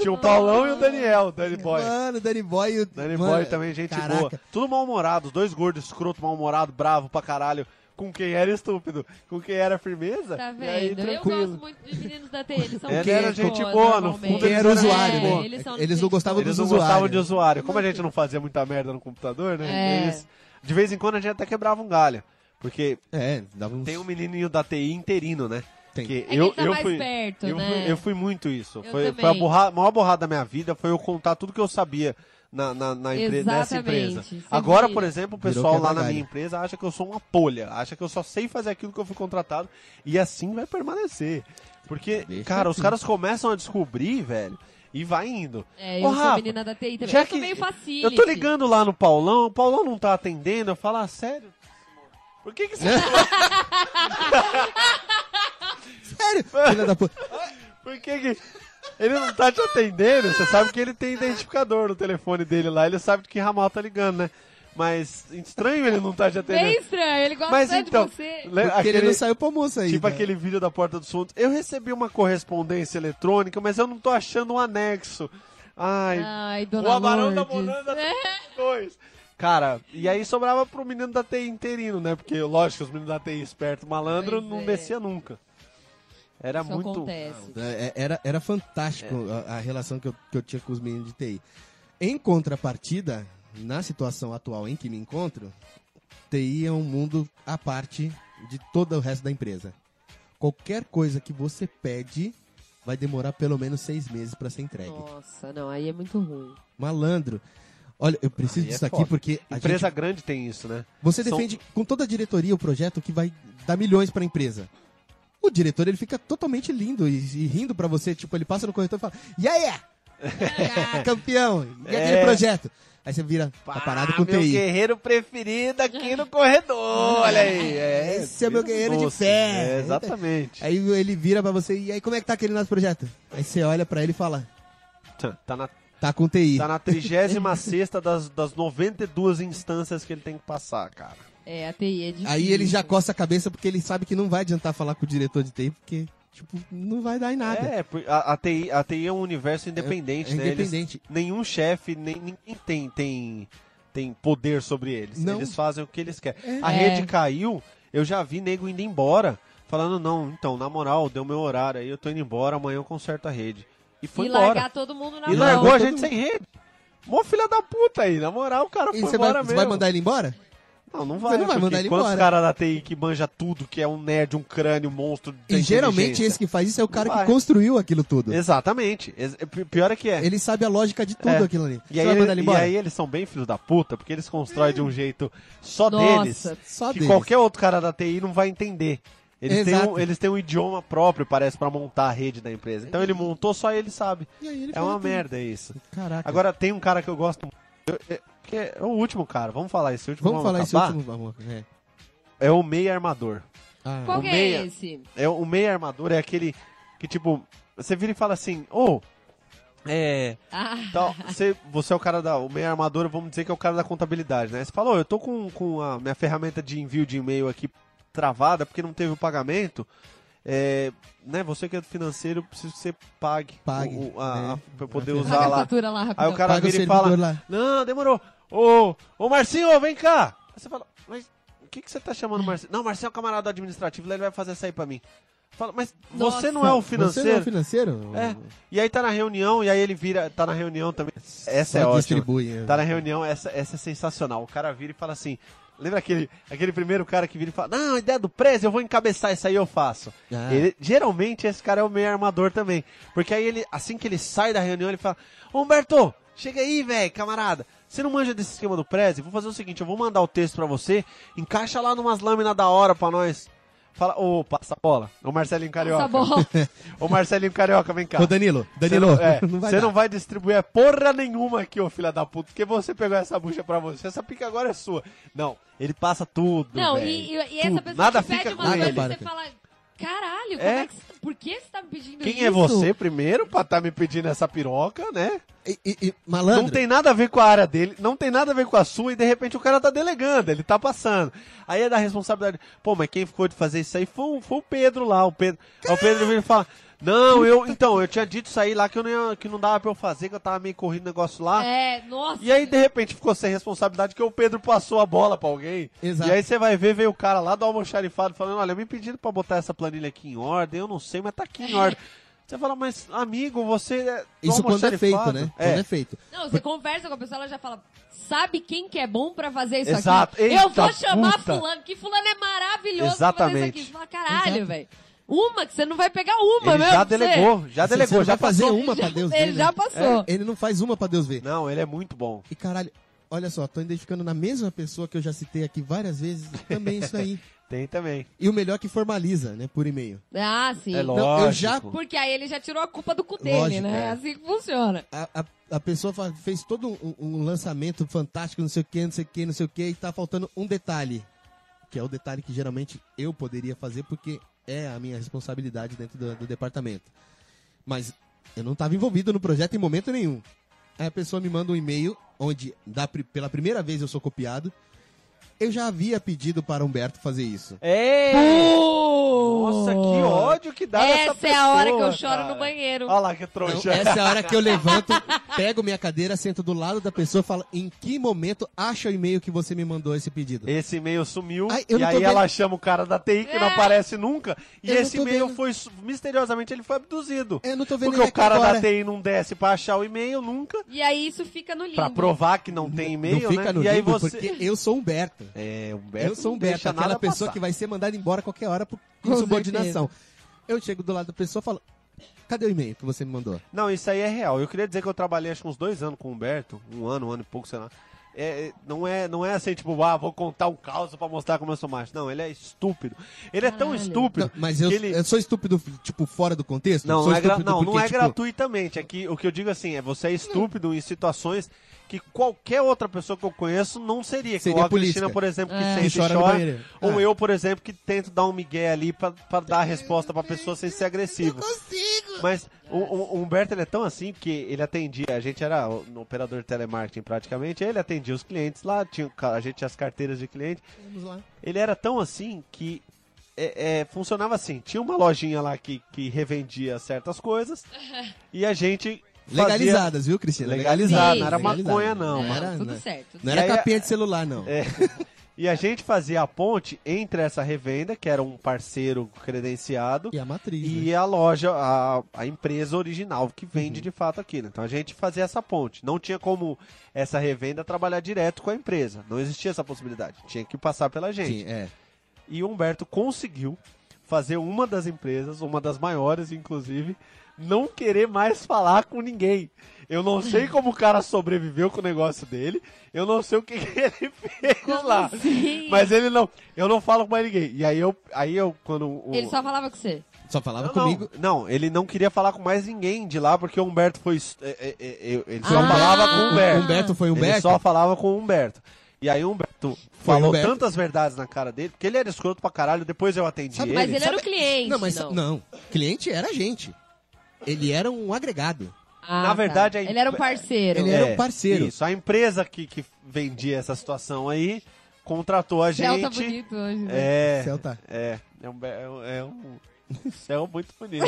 [SPEAKER 4] Tinha o Paulão e o Daniel, o Danny Boy.
[SPEAKER 3] Mano, Danny Boy e o...
[SPEAKER 4] Danny
[SPEAKER 3] mano,
[SPEAKER 4] Boy também, gente
[SPEAKER 3] caraca.
[SPEAKER 4] boa. Tudo mal-humorado, os dois gordos, escroto, mal-humorado, bravo pra caralho. Com quem era estúpido, com quem era firmeza.
[SPEAKER 5] Tá
[SPEAKER 4] e aí,
[SPEAKER 5] vendo? Eu
[SPEAKER 4] tranquilo.
[SPEAKER 5] gosto muito dos meninos da TI. Eles são
[SPEAKER 4] Ele
[SPEAKER 5] gente
[SPEAKER 4] era gente
[SPEAKER 5] boa,
[SPEAKER 4] boa, no
[SPEAKER 5] normalmente.
[SPEAKER 4] fundo
[SPEAKER 3] Quem era
[SPEAKER 4] Eles eram
[SPEAKER 3] usuário,
[SPEAKER 4] gente boa.
[SPEAKER 3] né?
[SPEAKER 5] eles são
[SPEAKER 3] Eles não
[SPEAKER 5] gente
[SPEAKER 3] gostavam
[SPEAKER 5] boa.
[SPEAKER 4] Eles
[SPEAKER 3] dos
[SPEAKER 4] não gostavam de
[SPEAKER 3] usuários.
[SPEAKER 4] usuário. Como a gente não fazia muita merda no computador, né?
[SPEAKER 5] É.
[SPEAKER 4] Eles- de vez em quando a gente até quebrava um galho. Porque
[SPEAKER 3] É, dava uns...
[SPEAKER 4] tem um menininho da TI interino, né?
[SPEAKER 3] Tem.
[SPEAKER 4] Que
[SPEAKER 5] É que
[SPEAKER 4] eu,
[SPEAKER 5] eles são
[SPEAKER 4] eu
[SPEAKER 5] mais
[SPEAKER 4] fui,
[SPEAKER 5] perto,
[SPEAKER 4] eu,
[SPEAKER 5] né?
[SPEAKER 4] fui, eu fui muito isso.
[SPEAKER 5] Eu
[SPEAKER 4] foi foi
[SPEAKER 5] também.
[SPEAKER 4] a, borra, a maior borrada da minha vida foi eu contar tudo que eu sabia na, na, na empre- nessa
[SPEAKER 5] Exatamente.
[SPEAKER 4] empresa.
[SPEAKER 5] Você
[SPEAKER 4] Agora,
[SPEAKER 5] vira.
[SPEAKER 4] por exemplo, o
[SPEAKER 3] Virou
[SPEAKER 4] pessoal lá na
[SPEAKER 3] quebra-galho.
[SPEAKER 4] minha empresa acha que eu sou uma polha, acha que eu só sei fazer aquilo que eu fui contratado e assim vai permanecer. Porque,
[SPEAKER 3] Deixa
[SPEAKER 4] cara, os
[SPEAKER 3] assim.
[SPEAKER 4] caras começam a descobrir, velho, e vai indo. Ô,
[SPEAKER 5] É, eu sou
[SPEAKER 4] Rafa,
[SPEAKER 5] menina da TI também.
[SPEAKER 4] já
[SPEAKER 5] Eu sou
[SPEAKER 4] que-
[SPEAKER 5] meio facility.
[SPEAKER 4] eu tô ligando lá no Paulão, o Paulão não tá atendendo, eu falo, ah, sério? Por que que você...
[SPEAKER 3] Sério, filha da puta.
[SPEAKER 4] Por que que... Ele não tá te atendendo, você sabe que ele tem identificador no telefone dele lá, ele sabe de que ramal tá ligando, né? Mas estranho ele não tá te atendendo.
[SPEAKER 5] Bem estranho, ele gosta
[SPEAKER 4] Mas
[SPEAKER 5] tanto
[SPEAKER 4] então,
[SPEAKER 5] de você.
[SPEAKER 4] le-
[SPEAKER 3] Porque ele não saiu pro almoço ainda.
[SPEAKER 4] tipo aquele vídeo da Porta dos Fundos. Eu recebi uma correspondência eletrônica, mas eu não tô achando um anexo. Ai,
[SPEAKER 5] Ai,
[SPEAKER 4] o
[SPEAKER 5] dona
[SPEAKER 4] Abarão tá da
[SPEAKER 5] Lourdes.
[SPEAKER 4] Bonanza
[SPEAKER 5] É.
[SPEAKER 4] 2. Cara, e aí sobrava pro menino da TI interino, né? Porque, lógico, os meninos da TI esperto, malandro,
[SPEAKER 5] Pois
[SPEAKER 4] não
[SPEAKER 5] é.
[SPEAKER 4] descia nunca. Era
[SPEAKER 5] Isso
[SPEAKER 4] muito...
[SPEAKER 5] acontece.
[SPEAKER 3] É, Era, era fantástico
[SPEAKER 4] É.
[SPEAKER 3] a, a relação que eu, que eu tinha com os meninos de TI. Em contrapartida, na situação atual em que me encontro, TI é um mundo à parte de todo o resto da empresa. Qualquer coisa que você pede vai demorar pelo menos seis meses para ser entregue.
[SPEAKER 5] Nossa, não, aí é muito ruim.
[SPEAKER 3] Malandro. Olha, eu preciso
[SPEAKER 4] Aí é
[SPEAKER 3] disso aqui
[SPEAKER 4] foda.
[SPEAKER 3] porque a
[SPEAKER 4] Empresa
[SPEAKER 3] gente-
[SPEAKER 4] grande tem isso, né?
[SPEAKER 3] você
[SPEAKER 4] são-
[SPEAKER 3] defende com toda a diretoria o projeto que vai dar milhões para a empresa. O diretor ele fica totalmente lindo e, e rindo para você, tipo, ele passa no corretor e fala: "E aí, é? Ah, campeão, e aquele
[SPEAKER 4] É.
[SPEAKER 3] projeto? Aí você vira, tá parado com
[SPEAKER 4] Ah, meu
[SPEAKER 3] TI.
[SPEAKER 4] guerreiro preferido aqui no corredor, olha aí. É,
[SPEAKER 3] Esse é meu
[SPEAKER 4] vira
[SPEAKER 3] guerreiro de
[SPEAKER 4] doce.
[SPEAKER 3] ferro.
[SPEAKER 4] É, exatamente.
[SPEAKER 3] Aí ele vira pra você, e aí como é que tá aquele nosso projeto? Aí você olha pra ele e fala,
[SPEAKER 4] Tá- Tá na,
[SPEAKER 3] tá com TI.
[SPEAKER 4] tá na 36 das, das 92 instâncias que ele tem que passar, cara.
[SPEAKER 5] É, a TI é difícil.
[SPEAKER 3] Aí ele já coça a cabeça porque ele sabe que não vai adiantar falar com o diretor de TI, porque, tipo, não vai dar em nada.
[SPEAKER 4] É, por- a, a TI, a TI é um universo independente,
[SPEAKER 3] É
[SPEAKER 4] né? Eles-
[SPEAKER 3] independente.
[SPEAKER 4] nenhum chefe, nem, ninguém tem, tem, tem poder sobre eles.
[SPEAKER 3] Não.
[SPEAKER 4] Eles fazem o que eles querem. A
[SPEAKER 5] É.
[SPEAKER 4] rede caiu, eu já vi nego indo embora, falando, não, então, na moral, deu meu horário aí, eu tô indo embora, amanhã eu conserto a rede. E foi
[SPEAKER 5] e
[SPEAKER 4] embora.
[SPEAKER 5] largar todo mundo na
[SPEAKER 4] E
[SPEAKER 5] mão.
[SPEAKER 4] largou a gente
[SPEAKER 3] mundo.
[SPEAKER 4] sem rede. Mó filha da puta aí, na moral, o cara
[SPEAKER 3] E
[SPEAKER 4] foi
[SPEAKER 3] você
[SPEAKER 4] embora
[SPEAKER 3] vai, você
[SPEAKER 4] mesmo.
[SPEAKER 3] vai mandar ele embora?
[SPEAKER 4] Não, não vai,
[SPEAKER 3] não vai
[SPEAKER 4] porque
[SPEAKER 3] mandar ele
[SPEAKER 4] quantos
[SPEAKER 3] embora.
[SPEAKER 4] caras da TI que manja tudo, que é um nerd, um crânio, um monstro da
[SPEAKER 3] E geralmente
[SPEAKER 4] inteligência?
[SPEAKER 3] esse que faz isso é o cara
[SPEAKER 4] Vai.
[SPEAKER 3] que construiu aquilo tudo.
[SPEAKER 4] Exatamente. Ex- pi- Pior é que é.
[SPEAKER 3] Ele sabe a lógica de tudo
[SPEAKER 4] É.
[SPEAKER 3] aquilo ali.
[SPEAKER 4] E
[SPEAKER 3] você
[SPEAKER 4] aí,
[SPEAKER 3] vai
[SPEAKER 4] ele-
[SPEAKER 3] mandar ele
[SPEAKER 4] e
[SPEAKER 3] embora?
[SPEAKER 4] aí eles são bem filhos da puta, porque eles constroem de um jeito só
[SPEAKER 5] Nossa,
[SPEAKER 4] deles,
[SPEAKER 3] Só
[SPEAKER 4] que
[SPEAKER 3] deles.
[SPEAKER 4] qualquer outro cara da TI não vai entender. Eles têm, um,
[SPEAKER 3] Exato.
[SPEAKER 4] eles têm um idioma próprio, parece, pra montar a rede da empresa. Então ele montou, só ele sabe.
[SPEAKER 3] E aí Uhum. ele
[SPEAKER 4] É
[SPEAKER 3] fala
[SPEAKER 4] uma
[SPEAKER 3] tudo.
[SPEAKER 4] merda isso.
[SPEAKER 3] Caraca.
[SPEAKER 4] Agora tem um cara que eu gosto muito. eu- é- Que é o último cara, vamos falar esse último.
[SPEAKER 3] vamos falar esse
[SPEAKER 4] acabar?
[SPEAKER 3] último, amor. É.
[SPEAKER 4] É o meia armador.
[SPEAKER 3] Ah.
[SPEAKER 5] Qual
[SPEAKER 4] O
[SPEAKER 5] que
[SPEAKER 4] meia.
[SPEAKER 5] é esse?
[SPEAKER 4] É, o meia armador é aquele que, tipo, você vira e fala assim, ô, é.
[SPEAKER 5] Ah,
[SPEAKER 4] Então, você, você é o cara da. O meio armador, vamos dizer que é o cara da contabilidade, né? Você falou, eu tô com, com a minha ferramenta de envio de e-mail aqui travada porque não teve o pagamento. É, né, você que é do financeiro, preciso que você pague,
[SPEAKER 3] Pague,
[SPEAKER 4] o- o- a-
[SPEAKER 3] né?
[SPEAKER 4] a- pra eu poder
[SPEAKER 3] Paga
[SPEAKER 5] paga
[SPEAKER 4] usar
[SPEAKER 5] a
[SPEAKER 4] lá.
[SPEAKER 5] fatura lá
[SPEAKER 4] Aí o
[SPEAKER 5] rapidão.
[SPEAKER 4] cara
[SPEAKER 3] Paga
[SPEAKER 4] vira
[SPEAKER 3] o
[SPEAKER 4] e
[SPEAKER 3] servidor
[SPEAKER 4] fala:
[SPEAKER 3] lá.
[SPEAKER 4] Não, demorou. Ô, ô Marcinho, vem cá. Aí você fala: Mas o que, que você tá chamando o Marcinho? Não, Marcinho é o camarada administrativo, lá ele vai fazer essa aí pra mim. Fala, mas você não é o
[SPEAKER 3] Você não é o
[SPEAKER 4] financeiro?
[SPEAKER 3] financeiro?
[SPEAKER 4] É. E aí tá na reunião, e aí ele vira, tá na reunião também. Essa é
[SPEAKER 3] Só
[SPEAKER 4] ótima.
[SPEAKER 3] distribui, é.
[SPEAKER 4] Tá na reunião, essa, essa é sensacional. O cara vira e fala assim. Lembra aquele, aquele primeiro cara que vira e fala: Não, ideia do preso, eu vou encabeçar isso aí, eu faço.
[SPEAKER 3] Ah.
[SPEAKER 4] Ele- geralmente esse cara é o meio armador também. Porque aí ele, assim que ele sai da reunião, ele fala: "Ô, Humberto, chega aí, velho, camarada. Você não manja desse esquema do Prezi? Vou fazer o seguinte: eu vou mandar o texto pra você, encaixa lá numas lâminas da hora pra nós. Fala, ô, passa a bola. Ô, Marcelinho Carioca.
[SPEAKER 5] bola.
[SPEAKER 4] Ô, Marcelinho Carioca, vem cá.
[SPEAKER 3] Ô, Danilo,
[SPEAKER 4] Você
[SPEAKER 3] Danilo,
[SPEAKER 4] não, é,
[SPEAKER 3] não vai
[SPEAKER 4] você
[SPEAKER 3] dar.
[SPEAKER 4] não vai distribuir a porra nenhuma aqui, ô filha da puta, porque você pegou essa bucha pra você. Essa pica agora é sua. Não, ele passa tudo.
[SPEAKER 5] Não,
[SPEAKER 4] velho.
[SPEAKER 5] e, e- e
[SPEAKER 4] Tudo.
[SPEAKER 5] essa pessoa
[SPEAKER 4] Nada
[SPEAKER 5] te pede
[SPEAKER 4] fica
[SPEAKER 5] uma
[SPEAKER 4] com
[SPEAKER 5] coisa
[SPEAKER 4] ele.
[SPEAKER 5] e
[SPEAKER 3] Para,
[SPEAKER 5] você
[SPEAKER 3] cara.
[SPEAKER 5] fala, caralho, como
[SPEAKER 4] É?
[SPEAKER 5] é que você, por que você tá me pedindo isso?
[SPEAKER 4] Quem é você primeiro pra tá me pedindo essa piroca, né?
[SPEAKER 3] E, e- e, malandro,
[SPEAKER 4] Não tem nada a ver com a área dele, não tem nada a ver com a sua, e de repente o cara tá delegando, ele tá passando. Aí é da responsabilidade. Pô, mas quem ficou de fazer isso aí foi, o- foi o Pedro lá. O Pedro, aí o Pedro vira e fala. Não, eu. Então, eu tinha dito isso aí lá que, eu não ia- que não dava pra eu fazer, que eu tava meio correndo negócio lá.
[SPEAKER 5] É, nossa.
[SPEAKER 4] E aí, de repente, ficou sem responsabilidade que o Pedro passou a bola pra alguém.
[SPEAKER 3] Exato.
[SPEAKER 4] E aí você vai ver, veio o cara lá do almoxarifado falando, olha, me pediram pra botar essa planilha aqui em ordem, eu não sei, mas tá aqui em ordem. Você fala, mas, amigo, você é do
[SPEAKER 3] isso quando é feito,
[SPEAKER 4] almoxarifado."
[SPEAKER 3] né?
[SPEAKER 4] É.
[SPEAKER 3] Quando é feito.
[SPEAKER 5] Não, você conversa com a pessoa, ela já fala, sabe quem que é bom pra fazer isso
[SPEAKER 4] Exato.
[SPEAKER 5] aqui? Eu
[SPEAKER 4] Eita
[SPEAKER 5] vou chamar
[SPEAKER 4] puta.
[SPEAKER 5] fulano, que fulano é maravilhoso pra fazer isso aqui.
[SPEAKER 4] Exatamente.
[SPEAKER 5] Você fala, caralho, velho. Uma que você não vai pegar uma,
[SPEAKER 4] Ele
[SPEAKER 5] mesmo.
[SPEAKER 4] já
[SPEAKER 5] pra você.
[SPEAKER 4] delegou, já
[SPEAKER 3] Assim, Você-
[SPEAKER 4] delegou,
[SPEAKER 3] você
[SPEAKER 4] já
[SPEAKER 3] vai fazer
[SPEAKER 4] passou.
[SPEAKER 3] uma pra Deus
[SPEAKER 5] Ele
[SPEAKER 3] ver, né?
[SPEAKER 5] já passou.
[SPEAKER 3] Ele não faz uma pra Deus ver.
[SPEAKER 4] Não, ele é muito bom.
[SPEAKER 3] E caralho, olha só, tô identificando na mesma pessoa que eu já citei aqui várias vezes também isso aí.
[SPEAKER 4] Tem também.
[SPEAKER 3] E o melhor é que formaliza, né, por e-mail.
[SPEAKER 5] Ah, sim.
[SPEAKER 4] É lógico.
[SPEAKER 3] eu já-
[SPEAKER 5] Porque aí ele já tirou a culpa do cu dele,
[SPEAKER 3] Lógico,
[SPEAKER 5] né?
[SPEAKER 3] é.
[SPEAKER 5] É assim que funciona.
[SPEAKER 3] A, a, a pessoa fa- fez todo um, um lançamento fantástico, não sei o que, não sei o que, não sei o que, e tá faltando um detalhe. Que é o detalhe que geralmente eu poderia fazer, porque é a minha responsabilidade dentro do, do departamento. Mas eu não estava envolvido no projeto em momento nenhum. Aí a pessoa me manda um e-mail, onde da pri- pela primeira vez eu sou copiado. Eu já havia pedido para o Humberto fazer isso.
[SPEAKER 4] É! Nossa, que ódio que dá
[SPEAKER 5] Essa
[SPEAKER 4] nessa
[SPEAKER 5] é a hora que
[SPEAKER 4] pessoa,
[SPEAKER 5] eu choro
[SPEAKER 4] cara.
[SPEAKER 5] no banheiro.
[SPEAKER 4] Olha lá que
[SPEAKER 3] Então,
[SPEAKER 4] trouxa.
[SPEAKER 3] essa é a hora que eu levanto, pego minha cadeira, sento do lado da pessoa e falo: em que momento acha o e-mail que você me mandou esse pedido?
[SPEAKER 4] Esse e-mail sumiu,
[SPEAKER 3] Ai, eu
[SPEAKER 4] e
[SPEAKER 3] não tô
[SPEAKER 4] aí ela
[SPEAKER 3] vendo.
[SPEAKER 4] chama o cara da TI, que não
[SPEAKER 5] É.
[SPEAKER 4] aparece nunca, e
[SPEAKER 3] Eu não
[SPEAKER 4] esse
[SPEAKER 3] tô
[SPEAKER 4] e-mail
[SPEAKER 3] vendo.
[SPEAKER 4] foi, su- misteriosamente, ele foi abduzido.
[SPEAKER 3] Eu não tô vendo
[SPEAKER 4] Porque
[SPEAKER 3] ele
[SPEAKER 4] o
[SPEAKER 3] aqui
[SPEAKER 4] cara da
[SPEAKER 3] agora.
[SPEAKER 4] TI não desce pra achar o e-mail nunca,
[SPEAKER 5] E aí isso fica no
[SPEAKER 4] pra
[SPEAKER 5] limbo.
[SPEAKER 4] provar que não tem e-mail,
[SPEAKER 3] não fica
[SPEAKER 4] né?
[SPEAKER 3] no
[SPEAKER 4] e aí
[SPEAKER 3] limbo,
[SPEAKER 4] você...
[SPEAKER 3] porque eu sou Humberto.
[SPEAKER 4] É, o Humberto
[SPEAKER 3] Eu sou
[SPEAKER 4] não
[SPEAKER 3] Humberto,
[SPEAKER 4] deixa
[SPEAKER 3] aquela
[SPEAKER 4] nada
[SPEAKER 3] pessoa
[SPEAKER 4] passar.
[SPEAKER 3] que vai ser mandada embora a qualquer hora por
[SPEAKER 5] Com
[SPEAKER 3] insubordinação. Eu chego do lado da pessoa e falo: cadê o e-mail que você me mandou?
[SPEAKER 4] Não, isso aí é real. Eu queria dizer que eu trabalhei acho que uns dois anos com o Humberto, um ano, um ano e pouco, sei lá. É, é, não, é, não é assim, tipo, ah, vou contar um caos pra mostrar como eu sou macho. Não, ele é estúpido. Ele é tão
[SPEAKER 5] Caralho.
[SPEAKER 4] estúpido.
[SPEAKER 3] Não, mas eu,
[SPEAKER 4] que ele...
[SPEAKER 3] eu sou estúpido, tipo, fora do contexto?
[SPEAKER 4] Não,
[SPEAKER 3] sou
[SPEAKER 4] não é, gra-
[SPEAKER 3] estúpido
[SPEAKER 4] não,
[SPEAKER 3] porque,
[SPEAKER 4] não é
[SPEAKER 3] tipo,
[SPEAKER 4] gratuitamente. É que o que eu digo assim, é você é estúpido em situações que qualquer outra pessoa que eu conheço não seria. Que
[SPEAKER 3] Seria
[SPEAKER 4] ou a
[SPEAKER 3] política.
[SPEAKER 4] Cristina, por exemplo, que
[SPEAKER 5] É.
[SPEAKER 4] sente
[SPEAKER 3] Que
[SPEAKER 4] e
[SPEAKER 3] chora
[SPEAKER 4] chora.
[SPEAKER 3] no banheiro.
[SPEAKER 4] Ou
[SPEAKER 3] É.
[SPEAKER 4] eu, por exemplo, que tento dar um migué ali pra, pra dar a resposta pra pessoa sem ser agressivo. Mas o, o- o Humberto ele é tão assim que ele atendia, a gente era o- um operador de telemarketing praticamente, ele atendia os clientes lá, tinha, o ca- a gente tinha as carteiras de cliente.
[SPEAKER 3] Vamos lá.
[SPEAKER 4] Ele era tão assim que é, é, funcionava assim, tinha uma lojinha lá que, que revendia certas coisas e a gente fazia-
[SPEAKER 3] Legalizadas, viu, Cristina?
[SPEAKER 4] Legalizada, não era
[SPEAKER 3] Legalizadas.
[SPEAKER 4] maconha, não,
[SPEAKER 5] Não,
[SPEAKER 4] mas-
[SPEAKER 3] Era,
[SPEAKER 5] tudo
[SPEAKER 3] né?
[SPEAKER 5] certo.
[SPEAKER 3] Não
[SPEAKER 4] E
[SPEAKER 3] era
[SPEAKER 4] aí a-
[SPEAKER 3] capinha de celular, não.
[SPEAKER 4] É. E a gente fazia a ponte entre essa revenda, que era um parceiro credenciado,
[SPEAKER 3] E a matriz. né?
[SPEAKER 4] e a loja, a, a empresa original que vende
[SPEAKER 5] Uhum.
[SPEAKER 4] de fato aquilo. Então a gente fazia essa ponte. Não tinha como essa revenda trabalhar direto com a empresa. Não existia essa possibilidade. Tinha que passar pela gente.
[SPEAKER 3] Sim, é.
[SPEAKER 4] E o Humberto conseguiu fazer uma das empresas, uma das maiores inclusive, não querer mais falar com ninguém. Eu não sei como o cara sobreviveu com o negócio dele. Eu não sei o que, que ele fez
[SPEAKER 5] Como
[SPEAKER 4] lá.
[SPEAKER 5] assim?
[SPEAKER 4] Mas ele não, eu não falo com mais ninguém. E aí eu, aí eu quando o-
[SPEAKER 5] Ele só falava com você.
[SPEAKER 3] Só falava
[SPEAKER 4] não,
[SPEAKER 3] comigo.
[SPEAKER 4] Não, não, ele não queria falar com mais ninguém de lá, porque o Humberto foi. est- é, é, é, é, Ele só
[SPEAKER 5] Ah,
[SPEAKER 4] falava com o Humberto.
[SPEAKER 3] O Humberto foi o
[SPEAKER 4] Ele
[SPEAKER 3] Humberto.
[SPEAKER 4] só falava com o Humberto. E aí o Humberto falou
[SPEAKER 3] Humberto.
[SPEAKER 4] tantas verdades na cara dele, porque ele era escroto pra caralho, depois eu atendi
[SPEAKER 3] Sabe-
[SPEAKER 4] ele.
[SPEAKER 5] Mas ele era o cliente.
[SPEAKER 3] Não, mas
[SPEAKER 5] não.
[SPEAKER 3] não. Cliente era a gente. Ele era um agregado.
[SPEAKER 5] Ah,
[SPEAKER 4] Na
[SPEAKER 5] tá.
[SPEAKER 4] verdade, é, a
[SPEAKER 5] Ele era um parceiro.
[SPEAKER 3] Ele era um parceiro.
[SPEAKER 4] Isso, a empresa que, que vendia essa situação aí contratou a
[SPEAKER 5] é
[SPEAKER 3] tá
[SPEAKER 5] Celta
[SPEAKER 4] gente.
[SPEAKER 5] bonito hoje. né?
[SPEAKER 4] É,
[SPEAKER 3] Celta.
[SPEAKER 4] É, é um, be- é um- é um céu muito bonito.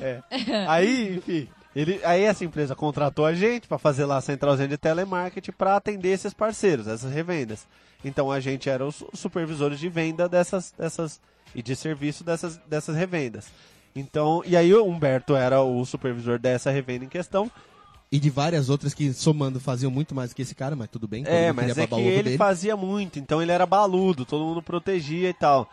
[SPEAKER 4] É. Aí, enfim, ele, aí essa empresa contratou a gente pra fazer lá a centralzinha de telemarketing pra atender esses parceiros, essas revendas. Então a gente era os supervisores de venda dessas, dessas e de serviço dessas, dessas revendas. Então, e aí o Humberto era o supervisor dessa revenda em questão.
[SPEAKER 3] E de várias outras que, somando, faziam muito mais que esse cara, mas tudo bem. todo
[SPEAKER 4] É,
[SPEAKER 3] mundo
[SPEAKER 4] mas
[SPEAKER 3] queria
[SPEAKER 4] é que
[SPEAKER 3] babar o ovo
[SPEAKER 4] ele
[SPEAKER 3] dele.
[SPEAKER 4] fazia muito, então ele era baludo, todo mundo protegia e tal.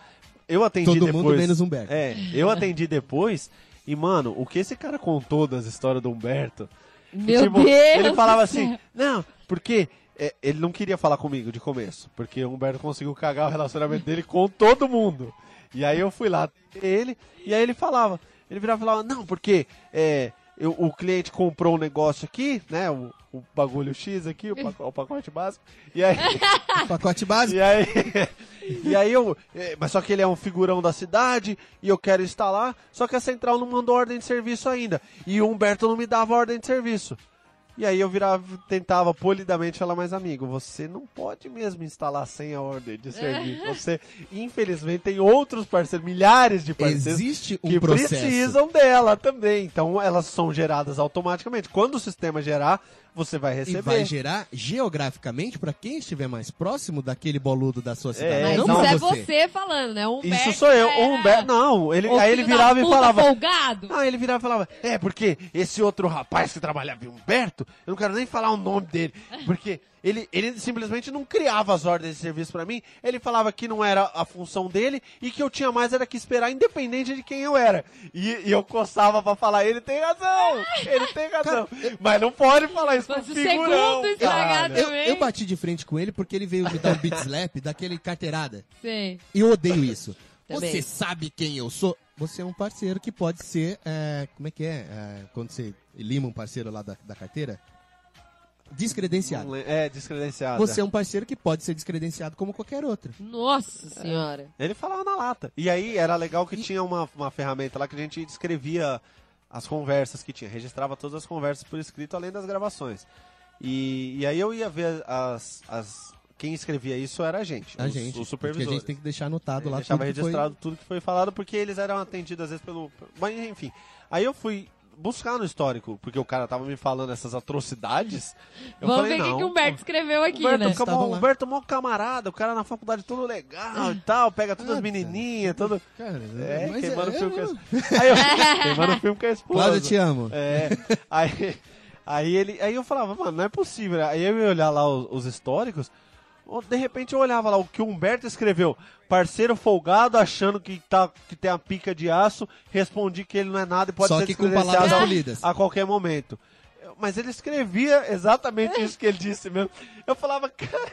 [SPEAKER 4] Eu atendi
[SPEAKER 3] Todo
[SPEAKER 4] depois.
[SPEAKER 3] mundo menos Humberto.
[SPEAKER 4] É, eu atendi depois e, mano, o que esse cara contou das histórias do Humberto?
[SPEAKER 5] Meu
[SPEAKER 4] tipo,
[SPEAKER 5] Deus!
[SPEAKER 4] Ele falava
[SPEAKER 5] do
[SPEAKER 4] assim,
[SPEAKER 5] céu.
[SPEAKER 4] não, porque é, ele não queria falar comigo de começo, porque o Humberto conseguiu cagar o relacionamento dele com todo mundo. E aí eu fui lá ter ele, e aí ele falava, ele virava e falava, não, porque é, eu- o cliente comprou um negócio aqui, né, o, o bagulho X aqui, o pacote, o pacote básico, e aí...
[SPEAKER 3] Pacote básico.
[SPEAKER 4] E aí, e aí eu. eh, Mas só que ele é um figurão da cidade e eu quero instalar, só que a central não mandou ordem de serviço ainda. E o Humberto não me dava ordem de serviço. E aí eu virava, tentava polidamente falar, mas amigo, você não pode mesmo instalar sem a ordem de serviço. Você, infelizmente, tem outros parceiros, milhares de parceiros
[SPEAKER 3] Existe um
[SPEAKER 4] que
[SPEAKER 3] processo.
[SPEAKER 4] precisam dela também. Então elas são geradas automaticamente. Quando o sistema gerar, você vai
[SPEAKER 3] E
[SPEAKER 4] receber.
[SPEAKER 3] vai gerar geograficamente pra quem estiver mais próximo daquele boludo da sua cidade.
[SPEAKER 4] É,
[SPEAKER 5] Mas
[SPEAKER 3] não
[SPEAKER 5] isso
[SPEAKER 3] pra
[SPEAKER 5] é
[SPEAKER 3] você.
[SPEAKER 5] você falando, né? O Humberto
[SPEAKER 4] Isso sou eu.
[SPEAKER 5] era-
[SPEAKER 4] O Humberto. Não, ele,
[SPEAKER 5] o
[SPEAKER 4] aí ele
[SPEAKER 5] filho da
[SPEAKER 4] virava e
[SPEAKER 5] puta
[SPEAKER 4] falava.
[SPEAKER 5] Folgado.
[SPEAKER 4] Ah, ele virava e falava, é, porque esse outro rapaz que trabalhava em Humberto, eu não quero nem falar o nome dele, porque ele, ele simplesmente não criava as ordens de serviço pra mim, ele falava que não era a função dele e que eu tinha mais era que esperar, independente de quem eu era. E, e eu coçava pra falar, ele tem razão, ele tem razão. Mas não pode falar isso pro
[SPEAKER 5] Mas o
[SPEAKER 4] figurão, Ah, né?
[SPEAKER 5] segundo
[SPEAKER 4] cara.
[SPEAKER 5] estragado
[SPEAKER 3] Eu,
[SPEAKER 5] também.
[SPEAKER 3] eu bati de frente com ele porque ele veio me dar um beat slap daquele carteirada.
[SPEAKER 5] Sei.
[SPEAKER 3] Eu odeio isso.
[SPEAKER 5] Também.
[SPEAKER 3] Você sabe quem eu sou? Você é um parceiro que pode ser. é, como é que é? É, Quando você lima um parceiro lá da, da carteira?
[SPEAKER 4] Não
[SPEAKER 3] Descredenciado.
[SPEAKER 4] le- É, descredenciado.
[SPEAKER 3] Você é um parceiro que pode ser descredenciado como qualquer outro.
[SPEAKER 5] Nossa senhora.
[SPEAKER 4] Ele falava na lata. E aí era legal que tinha uma, uma ferramenta lá que a gente descrevia as conversas que tinha, registrava todas as conversas por escrito, além das gravações. E, e aí eu ia ver as, as. Quem escrevia isso era a gente.
[SPEAKER 3] A
[SPEAKER 4] os,
[SPEAKER 3] gente.
[SPEAKER 4] Os
[SPEAKER 3] porque a
[SPEAKER 4] supervisores.
[SPEAKER 3] gente tem que deixar anotado lá
[SPEAKER 4] Deixava
[SPEAKER 3] tudo que foi-
[SPEAKER 4] registrado tudo que foi falado, porque eles eram atendidos às vezes pelo. Mas enfim. Aí eu fui buscar no histórico, porque o cara tava me falando essas atrocidades. Eu
[SPEAKER 5] Vamos
[SPEAKER 4] falei,
[SPEAKER 5] ver o que
[SPEAKER 4] não.
[SPEAKER 5] que o Humberto escreveu aqui,
[SPEAKER 4] Humberto,
[SPEAKER 5] né?
[SPEAKER 4] Humberto,
[SPEAKER 3] Estavam lá.
[SPEAKER 4] Humberto, mó camarada, o cara na faculdade todo legal e tal, pega todas as menininhas, todo.
[SPEAKER 3] Cara,
[SPEAKER 4] É,
[SPEAKER 3] mas
[SPEAKER 4] queimando o
[SPEAKER 3] é-
[SPEAKER 4] filme com a esposa. Aí eu, queimando o filme com a esposa.
[SPEAKER 3] Cláudio, eu te amo.
[SPEAKER 4] É. Aí, aí, ele, aí eu falava, mano, não é possível. né? Aí eu ia olhar lá os, os históricos, ou de repente eu olhava lá o que o Humberto escreveu. Parceiro folgado, achando que, tá, que tem a pica de aço, respondi que ele não é nada e pode
[SPEAKER 3] Só
[SPEAKER 4] ser
[SPEAKER 3] que com palavras
[SPEAKER 4] descredenciado a-
[SPEAKER 3] polidas.
[SPEAKER 4] a qualquer momento. Eu- Mas ele escrevia exatamente isso que ele disse mesmo. Eu falava, cara,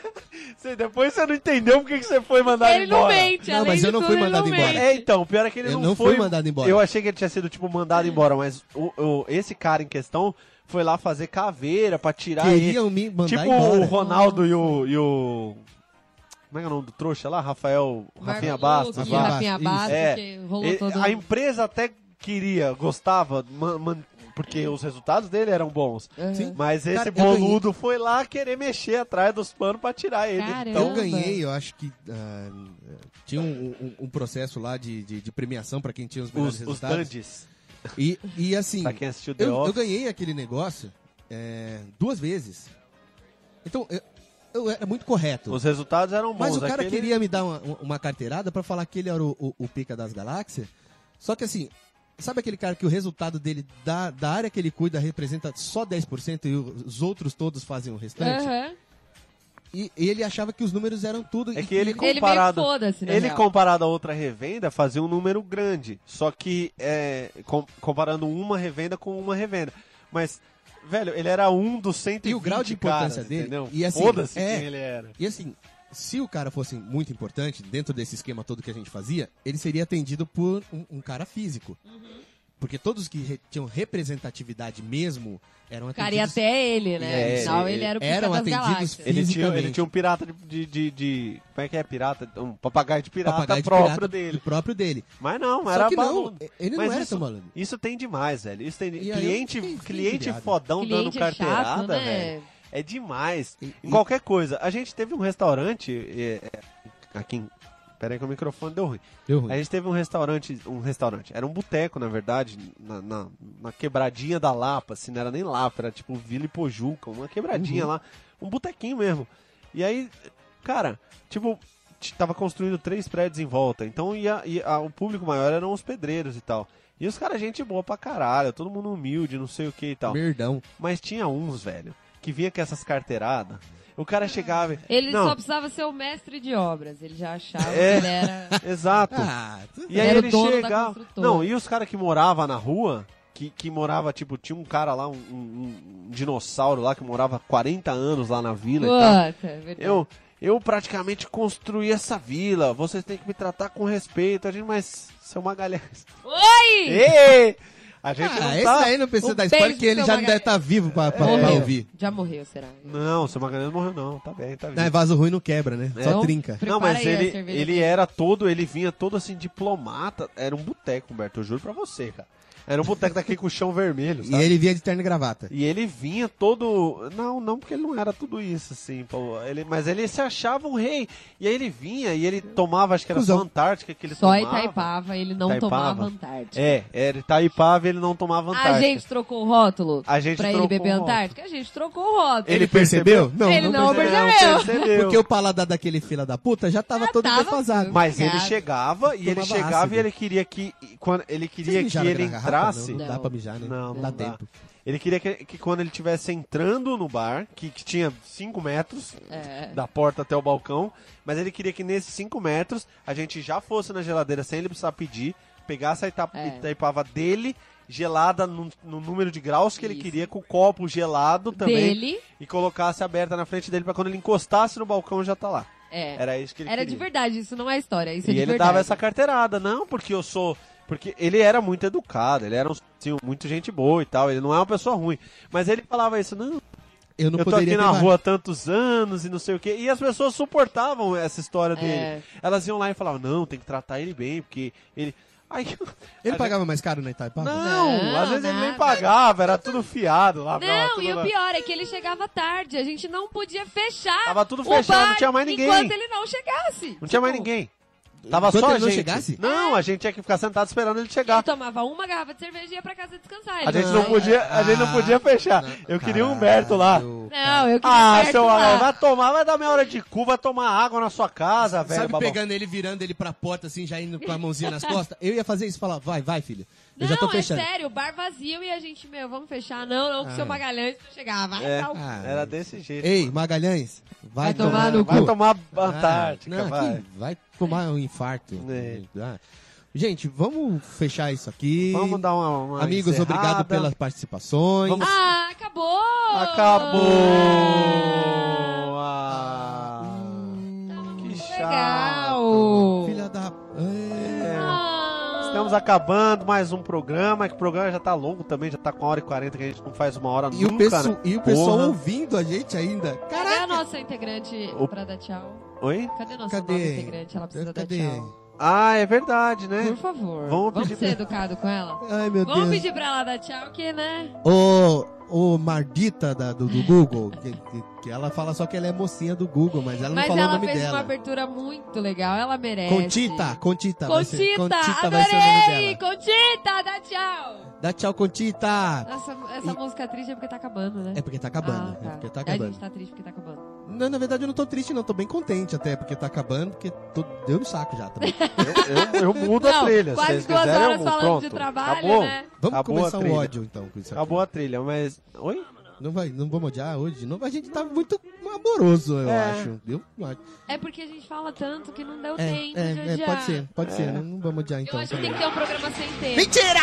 [SPEAKER 4] você- depois você não entendeu porque que você foi mandado
[SPEAKER 5] Ele não
[SPEAKER 4] embora.
[SPEAKER 5] mente,
[SPEAKER 3] Não,
[SPEAKER 5] além
[SPEAKER 3] mas
[SPEAKER 5] de
[SPEAKER 3] eu não
[SPEAKER 5] tudo,
[SPEAKER 3] fui
[SPEAKER 5] ele
[SPEAKER 3] mandado
[SPEAKER 5] não
[SPEAKER 3] embora.
[SPEAKER 5] mente.
[SPEAKER 4] É, então, pior é que ele
[SPEAKER 3] Eu
[SPEAKER 4] não,
[SPEAKER 3] não
[SPEAKER 4] foi
[SPEAKER 3] fui mandado embora.
[SPEAKER 4] Eu achei que ele tinha sido, tipo, mandado embora, mas o, o- esse cara em questão foi lá fazer caveira pra tirar ele.
[SPEAKER 3] Queriam me mandar
[SPEAKER 4] Tipo
[SPEAKER 3] embora.
[SPEAKER 4] o Ronaldo e o, e o- Como é que é o nome do trouxa lá? Rafael. É, Rafinha
[SPEAKER 5] Barba
[SPEAKER 4] Bastos.
[SPEAKER 5] Louco,
[SPEAKER 4] lá.
[SPEAKER 3] Bastos.
[SPEAKER 5] Rafinha
[SPEAKER 3] Isso.
[SPEAKER 5] Bastos,
[SPEAKER 4] É.
[SPEAKER 5] que rolou
[SPEAKER 4] Ele-
[SPEAKER 5] todo...
[SPEAKER 4] a empresa até queria, gostava, man- man- porque os resultados dele eram bons.
[SPEAKER 5] Aham.
[SPEAKER 3] Sim.
[SPEAKER 4] Mas esse
[SPEAKER 3] Cara, eu
[SPEAKER 4] boludo foi lá querer mexer atrás dos panos pra tirar ele.
[SPEAKER 5] Caramba.
[SPEAKER 4] Então,
[SPEAKER 3] Eu ganhei, eu acho que. ah, tinha um, um- um processo lá de, de- de premiação pra quem tinha os melhores
[SPEAKER 4] os, os
[SPEAKER 3] resultados.
[SPEAKER 4] dandes,
[SPEAKER 3] E, e assim,
[SPEAKER 4] pra quem é assistiu The
[SPEAKER 3] eu, eu
[SPEAKER 4] Office.
[SPEAKER 3] ganhei aquele negócio é, duas vezes. Então, eu, eu era muito correto.
[SPEAKER 4] Os resultados eram bons.
[SPEAKER 3] Mas o cara
[SPEAKER 4] aquele-
[SPEAKER 3] queria me dar uma, um, uma carteirada pra falar que ele era o, o- o pica das galáxias. Só que assim, sabe aquele cara que o resultado dele da, da área que ele cuida representa só 10% e os outros todos fazem o restante?
[SPEAKER 5] Aham.
[SPEAKER 3] E, e ele achava que os números eram tudo.
[SPEAKER 4] É
[SPEAKER 3] e
[SPEAKER 4] que ele
[SPEAKER 5] Ele meio
[SPEAKER 4] comparado.
[SPEAKER 5] foda-se, né?
[SPEAKER 4] Ele comparado a outra revenda fazia um número grande, só que é, com- comparando uma revenda com uma revenda. Mas velho, ele era um dos 120
[SPEAKER 3] E o grau de
[SPEAKER 4] caras,
[SPEAKER 3] importância dele,
[SPEAKER 4] entendeu?
[SPEAKER 3] e assim,
[SPEAKER 4] Foda-se
[SPEAKER 3] é-
[SPEAKER 4] quem ele era.
[SPEAKER 3] E assim, se o cara fosse muito importante, dentro desse esquema todo que a gente fazia, ele seria atendido por um, um cara físico.
[SPEAKER 5] Uhum.
[SPEAKER 3] Porque todos que re- tinham representatividade mesmo eram
[SPEAKER 5] O cara ia
[SPEAKER 3] atendidos.
[SPEAKER 5] até ele, né?
[SPEAKER 4] É,
[SPEAKER 5] Afinal,
[SPEAKER 4] ele-
[SPEAKER 5] ele era o pica
[SPEAKER 3] eram
[SPEAKER 5] das
[SPEAKER 3] atendidos
[SPEAKER 5] galáxias.
[SPEAKER 4] Ele tinha, ele
[SPEAKER 3] fisicamente.
[SPEAKER 4] tinha um pirata de, de, de- de- Como é que é pirata? Um papagaio de pirata
[SPEAKER 3] papagaio de
[SPEAKER 4] próprio
[SPEAKER 3] pirata,
[SPEAKER 4] dele.
[SPEAKER 3] do próprio dele.
[SPEAKER 4] Mas não,
[SPEAKER 3] Só
[SPEAKER 4] era
[SPEAKER 3] que não,
[SPEAKER 4] baludo.
[SPEAKER 3] ele não
[SPEAKER 4] Mas
[SPEAKER 3] era
[SPEAKER 4] isso-
[SPEAKER 3] tão maluco.
[SPEAKER 4] Isso tem demais, velho. Isso tem
[SPEAKER 3] E aí eu
[SPEAKER 4] cliente,
[SPEAKER 3] fiquei
[SPEAKER 4] cliente
[SPEAKER 3] entediado.
[SPEAKER 4] fodão dando
[SPEAKER 5] Cliente é
[SPEAKER 4] carteirada,
[SPEAKER 5] chato,
[SPEAKER 4] velho.
[SPEAKER 5] né?
[SPEAKER 4] É demais.
[SPEAKER 3] E-
[SPEAKER 4] Em
[SPEAKER 3] e-
[SPEAKER 4] qualquer coisa. A gente teve um restaurante. é, é, aqui em. Peraí que o microfone deu ruim.
[SPEAKER 3] Deu ruim.
[SPEAKER 4] A gente teve um restaurante. Um restaurante. Era um boteco, na verdade. Na, na- na quebradinha da Lapa, assim, não era nem Lapa, era tipo Vila Ipojuca, uma quebradinha
[SPEAKER 3] Uhum.
[SPEAKER 4] lá. Um botequinho mesmo. E aí, cara, tipo, t- tava construindo três prédios em volta. Então ia, ia- a- o público maior eram os pedreiros e tal. E os caras, gente boa pra caralho, todo mundo humilde, não sei o que e tal.
[SPEAKER 3] Merdão.
[SPEAKER 4] Mas tinha uns, velho, que vinha com essas carteiradas. O cara chegava e.
[SPEAKER 5] Ele
[SPEAKER 4] não,
[SPEAKER 5] só precisava ser o mestre de obras. Ele já achava
[SPEAKER 4] É.
[SPEAKER 5] que ele era...
[SPEAKER 4] Exato.
[SPEAKER 3] Ah, tu-
[SPEAKER 4] E aí
[SPEAKER 5] Era o
[SPEAKER 4] ele
[SPEAKER 5] dono da
[SPEAKER 4] chegava.
[SPEAKER 5] construtora.
[SPEAKER 4] Não, e os caras que morava na rua, que, que morava, tipo, tinha um cara lá, um, um- um dinossauro lá, que morava 40 anos lá na vila e tal.
[SPEAKER 5] Puta, é verdade.
[SPEAKER 4] Eu, Eu praticamente construí essa vila, vocês têm que me tratar com respeito. A gente, mas, seu Magalhães.
[SPEAKER 5] Oi!
[SPEAKER 4] Ei! A gente
[SPEAKER 3] Ah,
[SPEAKER 4] não
[SPEAKER 3] esse
[SPEAKER 4] tá. É.
[SPEAKER 3] aí não precisa
[SPEAKER 5] Um
[SPEAKER 3] dar spoiler,
[SPEAKER 5] beijo
[SPEAKER 3] porque ele
[SPEAKER 5] pro
[SPEAKER 3] já
[SPEAKER 5] seu
[SPEAKER 3] não deve estar vivo pra, pra- pra ouvir.
[SPEAKER 5] Já morreu, será?
[SPEAKER 4] Não, seu Magalhães morreu, não. Tá bem, tá
[SPEAKER 3] Não, é
[SPEAKER 4] bem.
[SPEAKER 3] vaso ruim não quebra, né? Só
[SPEAKER 5] Então,
[SPEAKER 3] trinca.
[SPEAKER 5] prepara
[SPEAKER 4] Não, mas
[SPEAKER 5] aí a
[SPEAKER 4] ele,
[SPEAKER 5] cerveja
[SPEAKER 4] ele
[SPEAKER 5] pra-
[SPEAKER 4] era todo, ele vinha todo assim, diplomata. Era um boteco, Humberto, eu juro pra você, cara. Era um boteco daquele com chão vermelho,
[SPEAKER 3] E
[SPEAKER 4] sabe?
[SPEAKER 3] ele via de terno e gravata.
[SPEAKER 4] E ele vinha todo. Não, não, porque ele não era tudo isso, assim, pô. Ele... Mas ele se achava um rei. E aí ele vinha e ele tomava, acho que era
[SPEAKER 3] Cusão.
[SPEAKER 4] só Antártica que ele
[SPEAKER 5] Só
[SPEAKER 4] tomava.
[SPEAKER 5] Itaipava, ele não
[SPEAKER 4] Itaipava.
[SPEAKER 5] tomava Antártica.
[SPEAKER 4] É, era Itaipava e ele não tomava Antártica.
[SPEAKER 5] A gente trocou o rótulo
[SPEAKER 4] A gente
[SPEAKER 5] pra ele
[SPEAKER 4] trocou
[SPEAKER 5] beber
[SPEAKER 4] o rótulo.
[SPEAKER 5] Antártica? A gente trocou o rótulo.
[SPEAKER 4] Ele
[SPEAKER 3] percebeu? Não,
[SPEAKER 5] Ele
[SPEAKER 4] Então,
[SPEAKER 5] não
[SPEAKER 3] percebeu.
[SPEAKER 5] percebeu.
[SPEAKER 4] um percebeu.
[SPEAKER 3] Porque o paladar daquele fila da puta já tava
[SPEAKER 5] Já
[SPEAKER 3] todo
[SPEAKER 5] tava
[SPEAKER 3] defasado.
[SPEAKER 4] Mas
[SPEAKER 5] Obrigado.
[SPEAKER 4] ele chegava e ele
[SPEAKER 3] Tomava
[SPEAKER 4] chegava
[SPEAKER 3] ácido.
[SPEAKER 4] e ele queria que. e Quando ele
[SPEAKER 3] Vocês
[SPEAKER 4] queria que
[SPEAKER 3] mijaram
[SPEAKER 4] ele
[SPEAKER 3] na garrafa?
[SPEAKER 4] entrasse.
[SPEAKER 3] Não, não dá
[SPEAKER 5] Não.
[SPEAKER 3] pra mijar, né?
[SPEAKER 4] Não,
[SPEAKER 3] dá
[SPEAKER 4] não dá.
[SPEAKER 3] tempo.
[SPEAKER 4] Ele queria que, que quando ele estivesse entrando no bar, que, que tinha 5 metros
[SPEAKER 5] É.
[SPEAKER 4] da porta até o balcão, mas ele queria que nesses 5 metros a gente já fosse na geladeira sem ele precisar pedir, pegasse a ita-
[SPEAKER 5] É.
[SPEAKER 4] Itaipava dele, gelada no, no número de graus que ele
[SPEAKER 5] Isso.
[SPEAKER 4] queria, com o copo gelado também,
[SPEAKER 5] Dele,
[SPEAKER 4] e colocasse aberta na frente dele pra quando ele encostasse no balcão já tá lá.
[SPEAKER 5] é.
[SPEAKER 4] Era isso que ele
[SPEAKER 5] Era
[SPEAKER 4] queria
[SPEAKER 5] de verdade, isso não é história, isso é
[SPEAKER 4] e
[SPEAKER 5] de
[SPEAKER 4] ele
[SPEAKER 5] verdade.
[SPEAKER 4] dava essa carteirada, não, porque eu sou. Porque ele era muito educado, ele era um, assim, muito gente boa e tal, ele não é uma pessoa ruim. Mas ele falava isso, não,
[SPEAKER 3] Eu não
[SPEAKER 4] eu tô
[SPEAKER 3] poderia
[SPEAKER 4] aqui na
[SPEAKER 3] ter
[SPEAKER 4] rua há tantos anos e não sei o quê. E as pessoas suportavam essa
[SPEAKER 3] É.
[SPEAKER 4] história dele. Elas iam lá e falavam, não, tem que tratar ele bem, porque ele. Aí,
[SPEAKER 3] Ele
[SPEAKER 4] a
[SPEAKER 3] pagava mais caro né, na Itaipava?
[SPEAKER 4] Não,
[SPEAKER 5] Não,
[SPEAKER 4] às vezes ele nem
[SPEAKER 5] nada.
[SPEAKER 4] pagava, era tudo fiado lá. tava
[SPEAKER 5] Não,
[SPEAKER 4] tudo
[SPEAKER 5] e o
[SPEAKER 4] lá.
[SPEAKER 5] pior é que ele chegava tarde, a gente não podia fechar.
[SPEAKER 4] Tava tudo
[SPEAKER 5] o
[SPEAKER 4] fechado, não
[SPEAKER 5] bar
[SPEAKER 4] tinha mais ninguém.
[SPEAKER 5] Enquanto ele não chegasse.
[SPEAKER 4] Não tinha mais
[SPEAKER 5] Tipo,
[SPEAKER 4] ninguém. Tava
[SPEAKER 3] Enquanto
[SPEAKER 4] só a
[SPEAKER 3] ele não
[SPEAKER 4] gente.
[SPEAKER 3] chegasse?
[SPEAKER 4] Não, a gente tinha que ficar sentado esperando ele chegar.
[SPEAKER 5] Ele tomava uma garrafa de cerveja e ia pra casa descansar.
[SPEAKER 4] A
[SPEAKER 5] Ele
[SPEAKER 4] gente não
[SPEAKER 5] saía.
[SPEAKER 4] podia, a gente
[SPEAKER 3] Ah,
[SPEAKER 4] não podia fechar. Eu queria o Humberto lá.
[SPEAKER 5] Não, eu queria
[SPEAKER 4] Ah,
[SPEAKER 5] perto
[SPEAKER 4] seu
[SPEAKER 5] lá.
[SPEAKER 4] Alan, vai tomar, vai dar minha hora de cu, vai tomar água na sua casa, velho.
[SPEAKER 3] Sabe
[SPEAKER 4] babão.
[SPEAKER 3] pegando ele, virando ele pra porta, assim, já indo com a mãozinha nas costas? Eu ia fazer isso, falar, vai, vai, filho. Eu
[SPEAKER 5] Não,
[SPEAKER 3] já tô
[SPEAKER 5] é
[SPEAKER 3] fechando.
[SPEAKER 5] sério, bar vazio e a gente, meu, vamos fechar. Não, não, que o
[SPEAKER 3] Ah.
[SPEAKER 5] seu Magalhães não chegava. Vai
[SPEAKER 4] É,
[SPEAKER 5] dar o c****.
[SPEAKER 3] Ah,
[SPEAKER 4] Era desse jeito.
[SPEAKER 3] Ei, Magalhães, vai,
[SPEAKER 5] Vai tomar no
[SPEAKER 4] Vai
[SPEAKER 5] cu.
[SPEAKER 4] tomar
[SPEAKER 3] Ah,
[SPEAKER 4] Antártica,
[SPEAKER 3] não,
[SPEAKER 4] vai.
[SPEAKER 3] aqui vai tomar um infarto.
[SPEAKER 4] É.
[SPEAKER 3] Ah. Gente, vamos fechar isso aqui.
[SPEAKER 4] Vamos dar uma, uma
[SPEAKER 3] Amigos,
[SPEAKER 4] encerrada.
[SPEAKER 3] obrigado pelas participações.
[SPEAKER 4] Vamos-
[SPEAKER 5] Ah, acabou!
[SPEAKER 4] Acabou! Ah, que chato.
[SPEAKER 5] Legal!
[SPEAKER 3] Filha da. É.
[SPEAKER 5] Ah.
[SPEAKER 4] Estamos acabando mais um programa, que o programa já tá longo também, já tá com uma hora e quarenta que a gente não faz uma hora
[SPEAKER 3] E,
[SPEAKER 4] nunca.
[SPEAKER 3] o pessoal,
[SPEAKER 4] né?
[SPEAKER 3] e o pessoal
[SPEAKER 4] Porra.
[SPEAKER 3] ouvindo a gente ainda.
[SPEAKER 5] Cadê a
[SPEAKER 3] Caraca!
[SPEAKER 5] nossa integrante
[SPEAKER 4] O-
[SPEAKER 5] pra dar tchau?
[SPEAKER 4] Oi?
[SPEAKER 5] Cadê a nossa
[SPEAKER 3] Cadê?
[SPEAKER 5] nova integrante? Ela precisa
[SPEAKER 3] Cadê?
[SPEAKER 5] dar tchau.
[SPEAKER 4] Ah, é verdade, né?
[SPEAKER 5] Por favor,
[SPEAKER 4] Vamos
[SPEAKER 5] vamos,
[SPEAKER 4] pedir
[SPEAKER 5] ser educado com ela?
[SPEAKER 3] Ai, meu
[SPEAKER 5] Vamos
[SPEAKER 3] Deus.
[SPEAKER 5] pedir pra ela dar tchau, que né?
[SPEAKER 3] Ô, ô Mardita da, do, do Google, que, que- que ela fala só que ela é mocinha do Google, mas ela não
[SPEAKER 5] Mas
[SPEAKER 3] falou o
[SPEAKER 5] ela
[SPEAKER 3] nome
[SPEAKER 5] fez uma
[SPEAKER 3] dela.
[SPEAKER 5] abertura muito legal, ela merece.
[SPEAKER 3] Contita, Contita. Tá, vai
[SPEAKER 5] Contita,
[SPEAKER 3] ser- Contita vai ser o nome
[SPEAKER 5] adorei!
[SPEAKER 3] dela.
[SPEAKER 5] Contita, dá tchau!
[SPEAKER 3] Dá tchau, Contita.
[SPEAKER 5] Essa, essa
[SPEAKER 3] E-
[SPEAKER 5] música triste é porque tá acabando, né?
[SPEAKER 3] É porque tá acabando.
[SPEAKER 5] Ah, tá.
[SPEAKER 3] É porque tá
[SPEAKER 5] A
[SPEAKER 3] acabando.
[SPEAKER 5] gente tá triste porque tá acabando.
[SPEAKER 3] Não, na verdade eu não tô triste, não. Tô bem contente até, porque tá acabando, porque tô... deu no saco já também.
[SPEAKER 4] Eu, eu- eu mudo a
[SPEAKER 5] Não,
[SPEAKER 4] trilha. se
[SPEAKER 5] quase
[SPEAKER 4] vocês
[SPEAKER 5] duas
[SPEAKER 4] quiserem, eu
[SPEAKER 5] horas
[SPEAKER 4] mudo.
[SPEAKER 5] falando
[SPEAKER 4] Pronto,
[SPEAKER 5] de trabalho,
[SPEAKER 4] acabou.
[SPEAKER 5] né?
[SPEAKER 4] Acabou
[SPEAKER 3] Vamos
[SPEAKER 4] a
[SPEAKER 3] começar o
[SPEAKER 4] trilha.
[SPEAKER 3] ódio então com isso. aqui.
[SPEAKER 4] Acabou a trilha, mas. Oi?
[SPEAKER 3] Não, vai, não vamos odiar hoje de novo. A gente tá muito amoroso, eu
[SPEAKER 4] É.
[SPEAKER 3] acho. Eu acho.
[SPEAKER 5] É porque a gente fala tanto que não deu
[SPEAKER 3] É,
[SPEAKER 5] tempo
[SPEAKER 3] é,
[SPEAKER 5] de
[SPEAKER 3] é,
[SPEAKER 5] odiar.
[SPEAKER 3] pode ser, pode ser. Não, não vamos odiar
[SPEAKER 5] Eu
[SPEAKER 3] então.
[SPEAKER 5] acho que
[SPEAKER 3] também.
[SPEAKER 5] tem que ter um programa sem tempo.
[SPEAKER 3] Mentira!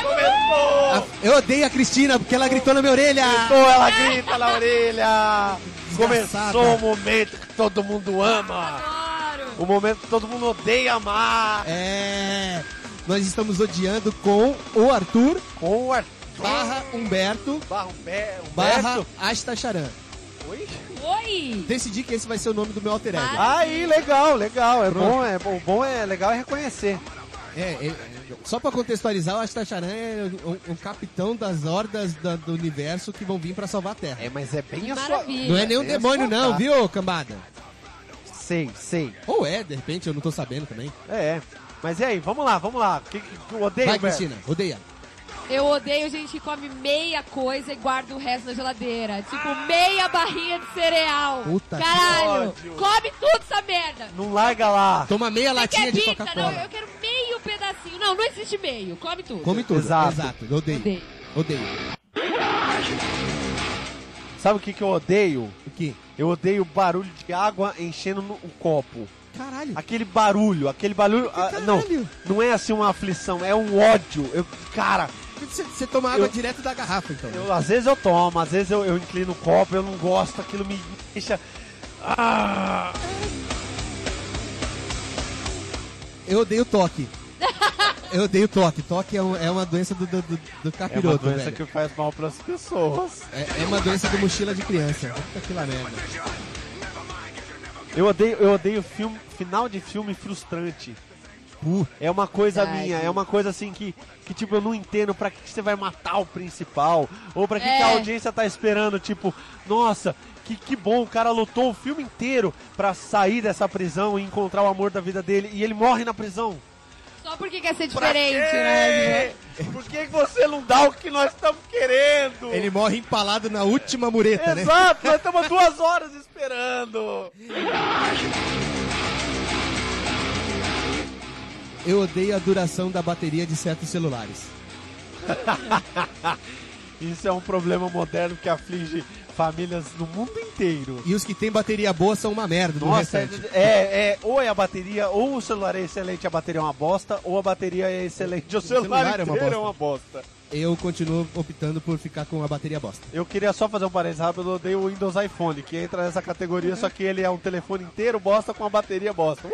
[SPEAKER 3] A- Eu odeio a Cristina porque ela gritou na minha orelha.
[SPEAKER 4] Começou, ela grita na orelha!
[SPEAKER 3] Desgraçada.
[SPEAKER 4] Começou o momento que todo mundo ama!
[SPEAKER 5] Adoro!
[SPEAKER 4] O momento que todo mundo odeia amar!
[SPEAKER 3] É. Nós estamos odiando com o Arthur
[SPEAKER 4] Com o Ar-
[SPEAKER 3] barra Humberto
[SPEAKER 4] Barro Humberto.
[SPEAKER 3] barra Astacharan.
[SPEAKER 4] Oi?
[SPEAKER 5] Oi!
[SPEAKER 3] Decidi que esse vai ser o nome do meu alter ego.
[SPEAKER 4] Aí, legal, legal. É bom, é bom, bom, é legal é reconhecer.
[SPEAKER 3] É, é, é, só pra contextualizar, o Astacharan é o, o capitão das hordas da- do universo que vão vir pra salvar a Terra.
[SPEAKER 4] É, mas é bem a sua.
[SPEAKER 5] Maravilha!
[SPEAKER 3] Não é nenhum demônio não, viu, cambada?
[SPEAKER 4] Sei, sei.
[SPEAKER 3] Ou é, de repente, eu não tô sabendo também.
[SPEAKER 4] É, é. Mas e aí, vamos lá, vamos lá. O que que tu odeia,
[SPEAKER 3] Vai,
[SPEAKER 4] Humberto?
[SPEAKER 3] Cristina, odeia.
[SPEAKER 5] Eu odeio gente que come meia coisa e guarda o resto na geladeira. Tipo, meia barrinha de cereal.
[SPEAKER 3] Puta que
[SPEAKER 5] Caralho!
[SPEAKER 4] ódio.
[SPEAKER 5] Come tudo essa merda!
[SPEAKER 4] Não larga lá.
[SPEAKER 3] Toma meia
[SPEAKER 5] Você
[SPEAKER 3] latinha
[SPEAKER 5] quer
[SPEAKER 3] de
[SPEAKER 5] pizza? é Não, eu
[SPEAKER 3] Coca-Cola.
[SPEAKER 5] quero meio pedacinho. Não, não existe meio. Come tudo.
[SPEAKER 3] Come tudo.
[SPEAKER 4] Exato.
[SPEAKER 3] Exato. Eu odeio.
[SPEAKER 5] Odeio.
[SPEAKER 3] Odeio.
[SPEAKER 4] Sabe o que, que eu odeio?
[SPEAKER 3] O quê?
[SPEAKER 4] Eu odeio barulho de água enchendo no, o copo.
[SPEAKER 3] Caralho.
[SPEAKER 4] Aquele barulho, aquele barulho. ah, não,
[SPEAKER 3] Caralho.
[SPEAKER 4] não é assim uma aflição, é um ódio. Eu, cara,
[SPEAKER 3] Você, você toma água
[SPEAKER 4] Eu-
[SPEAKER 3] direto da garrafa, então.
[SPEAKER 4] eu- às vezes eu tomo, às vezes eu, eu inclino o copo, eu não gosto, aquilo me deixa. ah.
[SPEAKER 3] Eu odeio toque. Eu odeio toque. Toque é, um- é uma doença do, do, do, do
[SPEAKER 4] É uma
[SPEAKER 3] capiroto,
[SPEAKER 4] doença
[SPEAKER 3] velho.
[SPEAKER 4] que faz mal pras pessoas.
[SPEAKER 3] É, é uma doença do mochila de criança. Puta que lá merda.
[SPEAKER 4] Eu odeio, eu odeio filme, final de filme frustrante.
[SPEAKER 3] Uh.
[SPEAKER 4] É uma coisa
[SPEAKER 5] Verdade.
[SPEAKER 4] minha, é uma coisa assim que, que tipo, eu não entendo pra que que você vai matar o principal. Ou pra que,
[SPEAKER 5] É.
[SPEAKER 4] que a audiência tá esperando, tipo, nossa, que, que bom, o cara lutou o filme inteiro pra sair dessa prisão e encontrar o amor da vida dele. E ele morre na prisão.
[SPEAKER 5] Só porque quer ser
[SPEAKER 4] Pra
[SPEAKER 5] diferente,
[SPEAKER 4] quê?
[SPEAKER 5] né?
[SPEAKER 4] Por que que você não dá o que nós estamos querendo?
[SPEAKER 3] Ele morre empalado na última mureta, né?
[SPEAKER 4] Exato, nós estamos há duas horas esperando.
[SPEAKER 3] Eu odeio a duração da bateria de certos celulares.
[SPEAKER 4] Isso é um problema moderno que aflige famílias no mundo inteiro.
[SPEAKER 3] E os que têm bateria boa são uma merda do
[SPEAKER 4] Nossa, é,
[SPEAKER 3] restante.
[SPEAKER 4] é, é, ou é a bateria, ou o celular é excelente, a bateria é uma bosta, ou a bateria é excelente, o celular,
[SPEAKER 3] celular é uma
[SPEAKER 4] inteiro é
[SPEAKER 3] bosta.
[SPEAKER 4] uma bosta.
[SPEAKER 3] Eu continuo optando por ficar com a bateria bosta.
[SPEAKER 4] Eu queria só fazer um parênteses rápido, eu odeio o Windows iPhone, que entra nessa categoria, só que ele é um telefone inteiro bosta com a bateria bosta. Uh!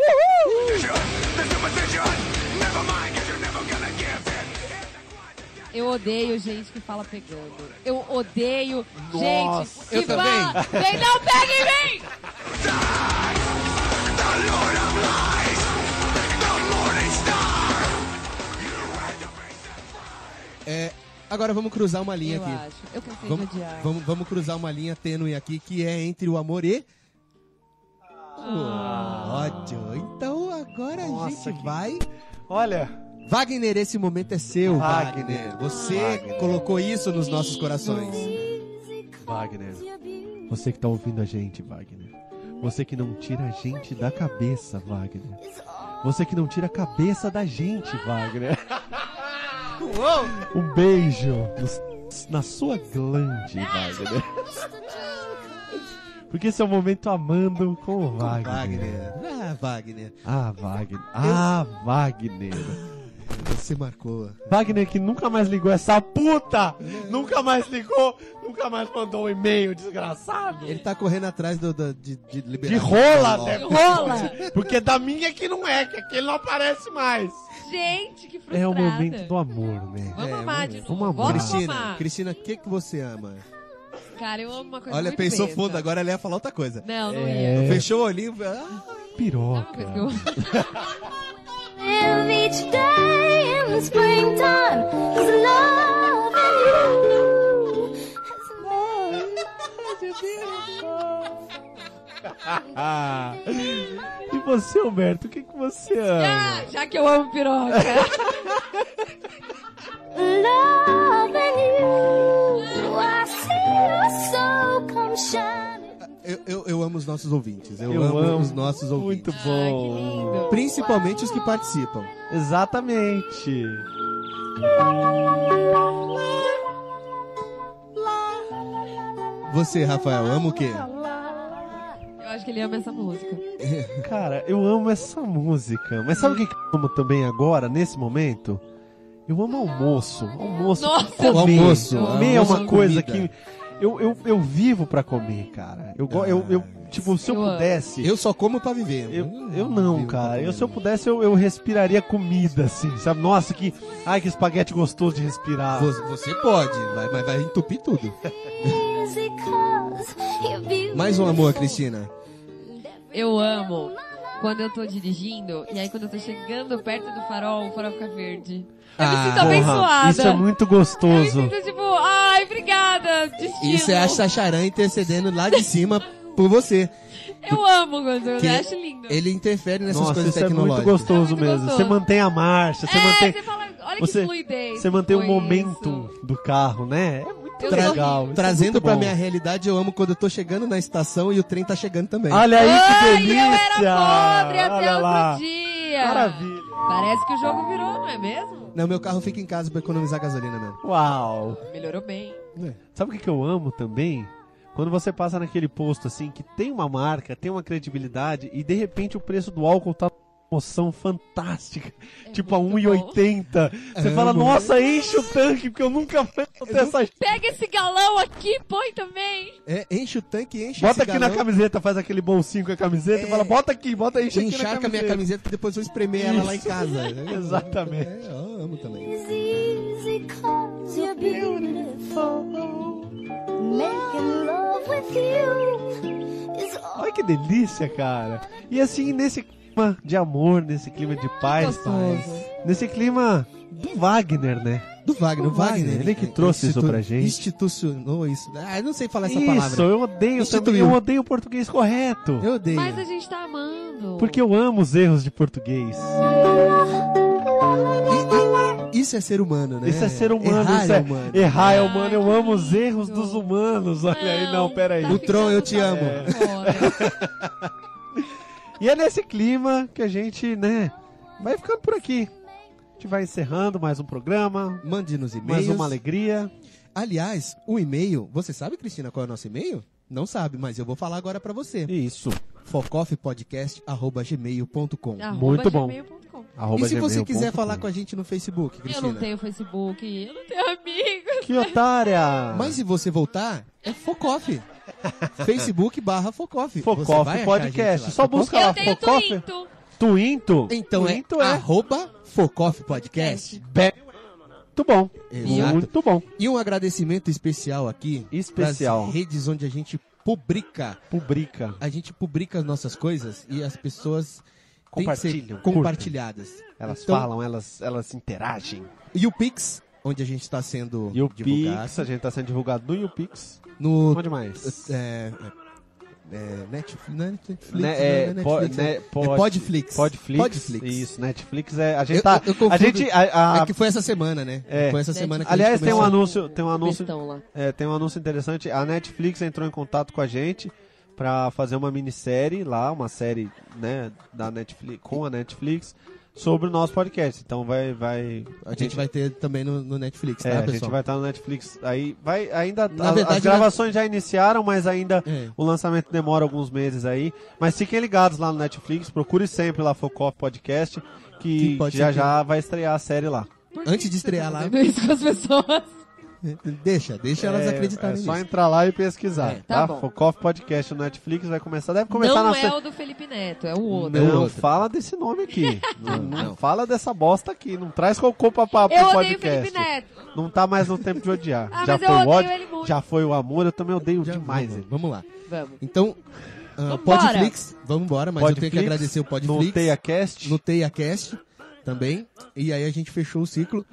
[SPEAKER 5] Eu odeio gente que fala pegando. Eu odeio
[SPEAKER 4] Nossa.
[SPEAKER 5] gente que
[SPEAKER 3] Eu
[SPEAKER 5] fala. Vem, não pega em mim!
[SPEAKER 3] É, agora vamos cruzar uma linha
[SPEAKER 5] Eu
[SPEAKER 3] aqui.
[SPEAKER 5] acho. Eu cansei
[SPEAKER 3] Vamos,
[SPEAKER 5] de odiar.
[SPEAKER 3] vamos, vamos cruzar uma linha tênue aqui que é entre o amor e. o ódio. Então agora a
[SPEAKER 4] Ah. Nossa,
[SPEAKER 3] gente
[SPEAKER 4] que-
[SPEAKER 3] vai.
[SPEAKER 4] Olha,
[SPEAKER 3] Wagner, esse momento é seu, Wagner.
[SPEAKER 4] Wagner.
[SPEAKER 3] Você colocou isso nos nossos corações.
[SPEAKER 4] Wagner, você que tá ouvindo a gente, Wagner. Você que não tira a gente da cabeça, Wagner. Você que não tira a cabeça da gente, Wagner. Um beijo nos- na sua glande, Wagner. Porque esse é o momento amando com o Wagner.
[SPEAKER 3] Wagner. Ah, Wagner.
[SPEAKER 4] Ah, Wagner. Ah, Wagner.
[SPEAKER 3] Você marcou.
[SPEAKER 4] Wagner que nunca mais ligou essa puta! Nunca mais ligou, nunca mais mandou um e-mail, desgraçado.
[SPEAKER 3] Ele tá correndo atrás do, do- de, de liberar.
[SPEAKER 4] De rola, né?
[SPEAKER 5] De rola.
[SPEAKER 4] Porque da minha que não é, que aquele não aparece mais.
[SPEAKER 5] Gente, que frustrada.
[SPEAKER 4] É o momento do amor, né?
[SPEAKER 5] Vamos
[SPEAKER 3] É,
[SPEAKER 5] amar
[SPEAKER 3] vamos-
[SPEAKER 5] de novo.
[SPEAKER 4] vamos amar.
[SPEAKER 5] Vamos
[SPEAKER 3] Cristina,
[SPEAKER 5] amar.
[SPEAKER 3] Cristina, o que, que você ama?
[SPEAKER 5] Cara, eu amo uma coisa
[SPEAKER 3] Olha,
[SPEAKER 5] muito
[SPEAKER 3] pensou
[SPEAKER 5] besta.
[SPEAKER 3] fundo, agora ela ia falar outra coisa.
[SPEAKER 5] Não, não ia.
[SPEAKER 4] É
[SPEAKER 3] Fechou o olhinho. ah,
[SPEAKER 5] Sabe uma coisa que eu
[SPEAKER 4] piroca.
[SPEAKER 5] amo?
[SPEAKER 9] live each day in the springtime. 'cause loving you has
[SPEAKER 4] Ah. E você, Humberto, o que, que você ama?
[SPEAKER 5] Ah, já que eu amo piroca.
[SPEAKER 9] made loving you. I see your soul come shining.
[SPEAKER 3] Eu, eu, eu amo os nossos ouvintes. Eu,
[SPEAKER 4] Eu
[SPEAKER 3] amo,
[SPEAKER 4] amo.
[SPEAKER 3] os nossos
[SPEAKER 4] Muito
[SPEAKER 3] ouvintes.
[SPEAKER 4] bom.
[SPEAKER 5] lindo.
[SPEAKER 3] Principalmente os que participam.
[SPEAKER 4] Exatamente.
[SPEAKER 3] Você, Rafael, ama o quê?
[SPEAKER 5] Eu acho que ele ama essa música.
[SPEAKER 4] Cara, eu amo essa música. Mas sabe o que, que eu amo também agora, nesse momento? Eu amo almoço. Almoço.
[SPEAKER 5] Nossa,
[SPEAKER 4] comer.
[SPEAKER 5] eu
[SPEAKER 3] almoço,
[SPEAKER 4] Comer é
[SPEAKER 3] almoço
[SPEAKER 4] uma coisa
[SPEAKER 3] comida.
[SPEAKER 4] que. Eu, eu, eu vivo pra comer, cara. Eu, go- eu, eu, tipo, se eu
[SPEAKER 5] Eu amo.
[SPEAKER 4] pudesse.
[SPEAKER 3] Ah, Eu só como pra viver.
[SPEAKER 4] Eu,
[SPEAKER 3] Hum,
[SPEAKER 4] eu não,
[SPEAKER 3] vivo pra
[SPEAKER 4] cara. Eu,
[SPEAKER 3] comer.
[SPEAKER 4] se eu pudesse, eu, eu respiraria comida, assim, sabe? Nossa, que. Ai, que espaguete gostoso de respirar.
[SPEAKER 3] Vo- Você pode, vai- mas vai entupir tudo.
[SPEAKER 9] Music 'cause you're beautiful.
[SPEAKER 3] Mais um amor, Cristina.
[SPEAKER 5] Eu amo quando eu tô dirigindo e aí quando eu tô chegando perto do farol, o farol fica verde. Eu
[SPEAKER 3] Ah,
[SPEAKER 5] me sinto
[SPEAKER 3] porra,
[SPEAKER 5] abençoada.
[SPEAKER 4] Isso é muito
[SPEAKER 5] Eu me
[SPEAKER 4] gostoso.
[SPEAKER 5] sinto tipo, ai, obrigada, destino.
[SPEAKER 3] Isso é a Chacharã intercedendo lá de cima por você.
[SPEAKER 5] Eu amo quando eu
[SPEAKER 3] Que-
[SPEAKER 5] acho lindo.
[SPEAKER 3] Ele interfere nessas
[SPEAKER 4] Nossa,
[SPEAKER 3] coisas
[SPEAKER 4] isso é muito
[SPEAKER 3] tecnológicas.
[SPEAKER 4] gostoso
[SPEAKER 5] É muito
[SPEAKER 4] mesmo.
[SPEAKER 5] gostoso.
[SPEAKER 4] Você mantém a marcha, você
[SPEAKER 5] é,
[SPEAKER 4] mantém.
[SPEAKER 5] você fala, olha que
[SPEAKER 4] você-
[SPEAKER 5] fluidez.
[SPEAKER 4] Você mantém o
[SPEAKER 5] foi
[SPEAKER 4] momentum
[SPEAKER 5] isso.
[SPEAKER 4] do carro, né? É muito
[SPEAKER 5] Eu
[SPEAKER 4] legal. isso
[SPEAKER 5] sorri.
[SPEAKER 4] é
[SPEAKER 3] Trazendo
[SPEAKER 4] muito
[SPEAKER 3] pra
[SPEAKER 4] bom.
[SPEAKER 3] minha realidade, eu amo quando eu tô chegando na estação e o trem tá chegando também.
[SPEAKER 4] Olha aí
[SPEAKER 5] Ai,
[SPEAKER 4] que delícia!
[SPEAKER 5] eu era pobre até
[SPEAKER 4] Olha
[SPEAKER 5] outro
[SPEAKER 4] lá.
[SPEAKER 5] dia.
[SPEAKER 4] Maravilha!
[SPEAKER 5] Parece que o jogo virou, não é mesmo?
[SPEAKER 3] Não, meu carro fica em casa pra economizar gasolina mesmo.
[SPEAKER 4] Uau!
[SPEAKER 5] Melhorou bem.
[SPEAKER 4] Sabe o que, que eu amo também? Quando você passa naquele posto assim, que tem uma marca, tem uma credibilidade, e de repente o preço do álcool tá emoção fantástica.
[SPEAKER 5] É
[SPEAKER 4] tipo a
[SPEAKER 5] muito
[SPEAKER 4] 1,80. Você fala,
[SPEAKER 3] Amo.
[SPEAKER 4] nossa, enche o tanque, porque eu nunca vou ter essa.
[SPEAKER 5] Pega esse galão aqui, põe também.
[SPEAKER 3] É, enche o tanque, enche
[SPEAKER 4] Bota
[SPEAKER 3] esse
[SPEAKER 4] aqui na
[SPEAKER 3] galão,
[SPEAKER 4] camiseta, faz aquele bolsinho com a camiseta
[SPEAKER 3] É.
[SPEAKER 4] e fala, bota aqui, bota enche aqui na
[SPEAKER 3] Encharca a minha
[SPEAKER 4] camiseta.
[SPEAKER 3] camiseta que depois eu espremer ela lá em casa.
[SPEAKER 4] Exatamente.
[SPEAKER 3] É, eu amo também.
[SPEAKER 9] It's easy cause you're beautiful. Making love with you is all.
[SPEAKER 4] Olha que delícia, cara. E assim, nesse clima de amor, nesse clima de paz,
[SPEAKER 5] Gostoso.
[SPEAKER 4] nesse clima do Wagner, né?
[SPEAKER 3] Do Wagner,
[SPEAKER 4] Do
[SPEAKER 3] o Wagner. é,
[SPEAKER 4] Wagner, ele que trouxe isso pra gente.
[SPEAKER 3] Institucionou isso. Ah, eu não sei falar essa
[SPEAKER 4] Isso,
[SPEAKER 3] palavra.
[SPEAKER 4] eu odeio também,
[SPEAKER 3] Instituiu.
[SPEAKER 4] eu odeio o português correto.
[SPEAKER 3] Eu odeio.
[SPEAKER 5] Mas a gente tá amando.
[SPEAKER 4] Porque eu amo os erros de português.
[SPEAKER 3] I- i- Isso é ser humano, né?
[SPEAKER 4] Isso é ser humano,
[SPEAKER 3] Errar
[SPEAKER 4] isso
[SPEAKER 3] é
[SPEAKER 4] é
[SPEAKER 3] humano.
[SPEAKER 4] errar é humano.
[SPEAKER 5] Ai,
[SPEAKER 4] Eu
[SPEAKER 5] que
[SPEAKER 4] amo os
[SPEAKER 5] lindo.
[SPEAKER 4] erros dos humanos. Olha aí, não, peraí.
[SPEAKER 5] tá
[SPEAKER 3] O Tron, eu te
[SPEAKER 5] ficando
[SPEAKER 3] amo.
[SPEAKER 5] só fora.
[SPEAKER 4] E é nesse clima que a gente, né, vai ficando por aqui. A gente vai encerrando mais um programa,
[SPEAKER 3] Mande-nos
[SPEAKER 4] mais
[SPEAKER 3] e-mails.
[SPEAKER 4] uma alegria.
[SPEAKER 3] Aliás, o e-mail, você sabe, Cristina, qual é o nosso e-mail? Não sabe, mas eu vou falar agora pra você.
[SPEAKER 4] Isso.
[SPEAKER 3] focoffpodcast.gmail.com
[SPEAKER 5] Arroba
[SPEAKER 4] Muito bom.
[SPEAKER 5] gmail.com.
[SPEAKER 4] Arroba
[SPEAKER 3] E se você quiser
[SPEAKER 4] gmail ponto com.
[SPEAKER 3] falar com a gente no Facebook,
[SPEAKER 5] Eu
[SPEAKER 3] Cristina?
[SPEAKER 5] não tenho Facebook, eu não tenho amigos.
[SPEAKER 4] Que otária!
[SPEAKER 3] Mas se você voltar, é Focoff. Facebook barra Focoff. Você vai achar
[SPEAKER 4] Focoff
[SPEAKER 3] a
[SPEAKER 4] Podcast.
[SPEAKER 3] gente lá. tá
[SPEAKER 4] Só busca
[SPEAKER 5] Eu
[SPEAKER 4] lá,
[SPEAKER 5] tenho
[SPEAKER 4] Focoff.
[SPEAKER 5] Twinto.
[SPEAKER 4] Twinto?
[SPEAKER 3] Então é,
[SPEAKER 4] Twinto é.
[SPEAKER 3] arroba Focoff Podcast.
[SPEAKER 4] Be- Muito bom.
[SPEAKER 3] Exato.
[SPEAKER 4] Muito bom.
[SPEAKER 3] E um agradecimento especial aqui
[SPEAKER 4] Especial.
[SPEAKER 3] pras redes onde a gente publica.
[SPEAKER 4] Publica.
[SPEAKER 3] A gente publica as nossas coisas e as pessoas têm que ser
[SPEAKER 4] Compartilham, curtem.
[SPEAKER 3] compartilhadas.
[SPEAKER 4] Elas
[SPEAKER 3] Então-
[SPEAKER 4] falam, elas, elas interagem.
[SPEAKER 3] E o Pix, onde a gente está sendo
[SPEAKER 4] E o
[SPEAKER 3] divulgado.
[SPEAKER 4] Pix, a gente tá sendo divulgado no YouPix.
[SPEAKER 3] No
[SPEAKER 4] Onde mais?
[SPEAKER 3] é, é, Netflix, não é Netflix,
[SPEAKER 4] Né,
[SPEAKER 3] não
[SPEAKER 4] é,
[SPEAKER 3] é
[SPEAKER 4] po-
[SPEAKER 3] Netflix,
[SPEAKER 4] né,
[SPEAKER 3] é-
[SPEAKER 4] pod-
[SPEAKER 3] é Podflix.
[SPEAKER 4] Podflix.
[SPEAKER 3] Podflix.
[SPEAKER 4] Isso, Netflix é. A gente
[SPEAKER 3] Eu-
[SPEAKER 4] tá.
[SPEAKER 3] eu- eu confundo-
[SPEAKER 4] a gente. a- a-
[SPEAKER 3] É que foi essa semana, né?
[SPEAKER 4] Ah, É.
[SPEAKER 3] Foi essa semana que a gente
[SPEAKER 4] aliás, tem um
[SPEAKER 3] começou.
[SPEAKER 4] anúncio. Tem um anúncio.
[SPEAKER 5] Bestão Então, lá.
[SPEAKER 4] É, tem um anúncio interessante. A Netflix entrou em contato com a gente pra fazer uma minissérie lá, uma série, né, da Netflix, com a Netflix sobre o nosso podcast. Então vai vai
[SPEAKER 3] A gente vai ter também no, no Netflix,
[SPEAKER 4] é,
[SPEAKER 3] tá,
[SPEAKER 4] a
[SPEAKER 3] pessoal?
[SPEAKER 4] gente vai estar no Netflix. Aí vai ainda
[SPEAKER 3] Na
[SPEAKER 4] a-
[SPEAKER 3] verdade, né?
[SPEAKER 4] as gravações já iniciaram, mas ainda
[SPEAKER 3] É.
[SPEAKER 4] o lançamento demora alguns meses aí. Mas fiquem ligados lá no Netflix, procure sempre lá Focoff Podcast que,
[SPEAKER 3] Que pode
[SPEAKER 4] já
[SPEAKER 3] ser que-
[SPEAKER 4] já vai estrear a série lá.
[SPEAKER 5] Por que
[SPEAKER 3] Antes
[SPEAKER 5] que
[SPEAKER 3] de
[SPEAKER 5] você
[SPEAKER 3] estrear
[SPEAKER 5] tá
[SPEAKER 3] lá-
[SPEAKER 5] fazendo isso com as pessoas.
[SPEAKER 3] Deixa, deixa elas
[SPEAKER 4] É,
[SPEAKER 3] acreditarem
[SPEAKER 4] É só
[SPEAKER 3] nisso.
[SPEAKER 4] entrar lá e pesquisar,
[SPEAKER 3] É,
[SPEAKER 4] tá?
[SPEAKER 5] tá bom.
[SPEAKER 4] Focoff Podcast no Netflix vai começar, deve começar
[SPEAKER 5] não
[SPEAKER 4] na
[SPEAKER 5] é
[SPEAKER 4] se-
[SPEAKER 5] o do Felipe Neto, é o outro.
[SPEAKER 3] É o
[SPEAKER 4] Não,
[SPEAKER 3] outro.
[SPEAKER 4] fala desse nome aqui. não, não
[SPEAKER 3] não.
[SPEAKER 4] fala dessa bosta aqui. Não traz cocô pra papo
[SPEAKER 5] eu
[SPEAKER 4] pro
[SPEAKER 5] odeio o
[SPEAKER 4] podcast.
[SPEAKER 5] Felipe Neto.
[SPEAKER 4] Não tá mais no tempo de odiar.
[SPEAKER 5] Ah,
[SPEAKER 4] já
[SPEAKER 5] mas eu
[SPEAKER 4] foi o
[SPEAKER 5] odeio
[SPEAKER 4] ódio,
[SPEAKER 5] ele muito.
[SPEAKER 4] já foi o amor, eu também odeio
[SPEAKER 3] Já-
[SPEAKER 4] demais
[SPEAKER 3] vamos,
[SPEAKER 4] ele.
[SPEAKER 3] vamos lá.
[SPEAKER 5] Vamos.
[SPEAKER 3] Então, ah,
[SPEAKER 5] Vambora.
[SPEAKER 3] Podflix, vamos embora, mas eu tenho que
[SPEAKER 4] Podflix,
[SPEAKER 3] agradecer o
[SPEAKER 4] No
[SPEAKER 3] Podflix,
[SPEAKER 4] TeiaCast.
[SPEAKER 3] no TeiaCast também, e aí a gente fechou o ciclo.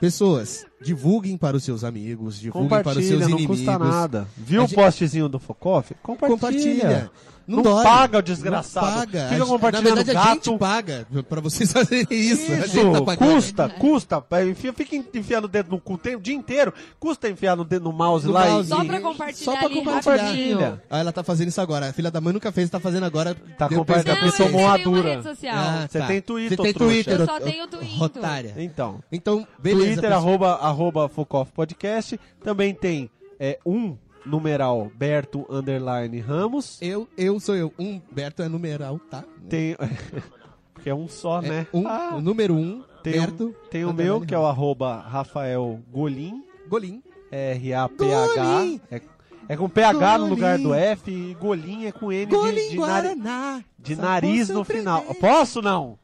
[SPEAKER 3] Pessoas, divulguem para os seus amigos, divulguem para os
[SPEAKER 4] Compartilha,
[SPEAKER 3] seus
[SPEAKER 4] não
[SPEAKER 3] inimigos.
[SPEAKER 4] custa nada. Viu
[SPEAKER 3] A
[SPEAKER 4] o
[SPEAKER 3] gente-
[SPEAKER 4] postzinho do Focoff? Compartilha.
[SPEAKER 3] Compartilha. Não,
[SPEAKER 4] Não
[SPEAKER 3] dói.
[SPEAKER 4] paga o desgraçado.
[SPEAKER 3] Não paga.
[SPEAKER 4] Fica
[SPEAKER 3] A gente-
[SPEAKER 4] compartilhando
[SPEAKER 3] Na verdade, a
[SPEAKER 4] gato.
[SPEAKER 3] gente paga pra vocês fazerem isso. A gente tá
[SPEAKER 4] Isso,
[SPEAKER 3] pagando.
[SPEAKER 4] custa, custa. É, enfia- Fica enfiando o dedo no cu tem- o dia inteiro. Custa enfiar no dedo no mouse
[SPEAKER 3] No
[SPEAKER 4] lá
[SPEAKER 3] mouse.
[SPEAKER 4] e.
[SPEAKER 5] Só pra
[SPEAKER 3] E-
[SPEAKER 5] compartilhar
[SPEAKER 3] só pra
[SPEAKER 5] ali
[SPEAKER 3] compartilhar.
[SPEAKER 5] rapidinho.
[SPEAKER 3] Ah, ela tá fazendo isso agora. A filha da mãe nunca fez, tá fazendo agora.
[SPEAKER 4] Tá
[SPEAKER 3] Deu
[SPEAKER 4] compartilhando,
[SPEAKER 3] perceber.
[SPEAKER 5] Não,
[SPEAKER 4] pessoa
[SPEAKER 5] eu não tenho uma
[SPEAKER 4] moadura.
[SPEAKER 5] rede social.
[SPEAKER 3] Ah,
[SPEAKER 4] Você tem Twitter,
[SPEAKER 3] Você tem
[SPEAKER 4] trouxa.
[SPEAKER 3] Twitter.
[SPEAKER 5] Eu só
[SPEAKER 3] ô-
[SPEAKER 5] tenho
[SPEAKER 3] ô-
[SPEAKER 5] Twitter.
[SPEAKER 3] Otária.
[SPEAKER 4] Então.
[SPEAKER 3] Então, beleza.
[SPEAKER 4] Twitter,
[SPEAKER 3] pessoal.
[SPEAKER 4] arroba, arroba Focoff Podcast. Também tem é, um numeral Berto Underline Ramos.
[SPEAKER 3] Eu, eu sou eu. Humberto é numeral, tá?
[SPEAKER 4] Tem. Porque é um só,
[SPEAKER 3] É
[SPEAKER 4] né?
[SPEAKER 3] um,
[SPEAKER 4] Ah,
[SPEAKER 3] o número um,
[SPEAKER 4] tem,
[SPEAKER 3] Humberto.
[SPEAKER 4] o- tem o meu, que é o arroba Rafael Golim.
[SPEAKER 3] Golim. Golim!
[SPEAKER 4] R-A-P-H. É, é com PH no
[SPEAKER 3] Golim!
[SPEAKER 4] lugar do F e Golim é com N de,
[SPEAKER 3] Golim
[SPEAKER 4] de, nari-
[SPEAKER 3] Guaraná.
[SPEAKER 4] de
[SPEAKER 3] Sabor
[SPEAKER 4] nariz no
[SPEAKER 3] surpreendente.
[SPEAKER 4] final. Ah, Posso não?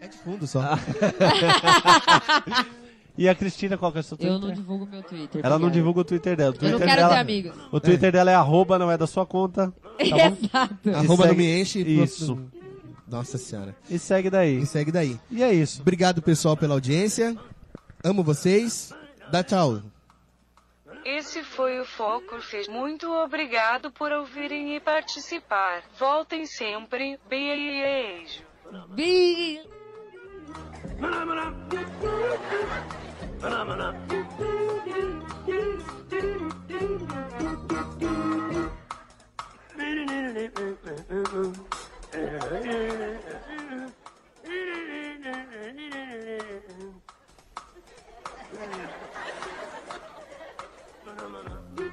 [SPEAKER 3] É de fundo só.
[SPEAKER 4] E a Cristina, qual que é o seu
[SPEAKER 5] Eu
[SPEAKER 4] Twitter?
[SPEAKER 5] não divulgo meu Twitter. é
[SPEAKER 4] Ela não
[SPEAKER 5] obrigada.
[SPEAKER 4] divulga o Twitter dela. O
[SPEAKER 5] Eu
[SPEAKER 4] Twitter
[SPEAKER 5] não quero
[SPEAKER 4] dela...
[SPEAKER 5] ter amigos.
[SPEAKER 4] O Twitter dela é arroba, não é da sua conta. Tá bom?
[SPEAKER 5] Exato.
[SPEAKER 3] Arroba
[SPEAKER 4] segue-
[SPEAKER 3] não me enche.
[SPEAKER 4] Isso.
[SPEAKER 3] Nossa senhora.
[SPEAKER 4] E segue daí.
[SPEAKER 3] E segue daí.
[SPEAKER 4] E é isso.
[SPEAKER 3] Obrigado, pessoal, pela audiência. Amo vocês. Dá tchau.
[SPEAKER 2] Esse foi o Foco Fez. Muito obrigado por ouvirem e participar. Voltem sempre. Beijo.
[SPEAKER 4] Ah.
[SPEAKER 5] Bi-
[SPEAKER 9] Thank you.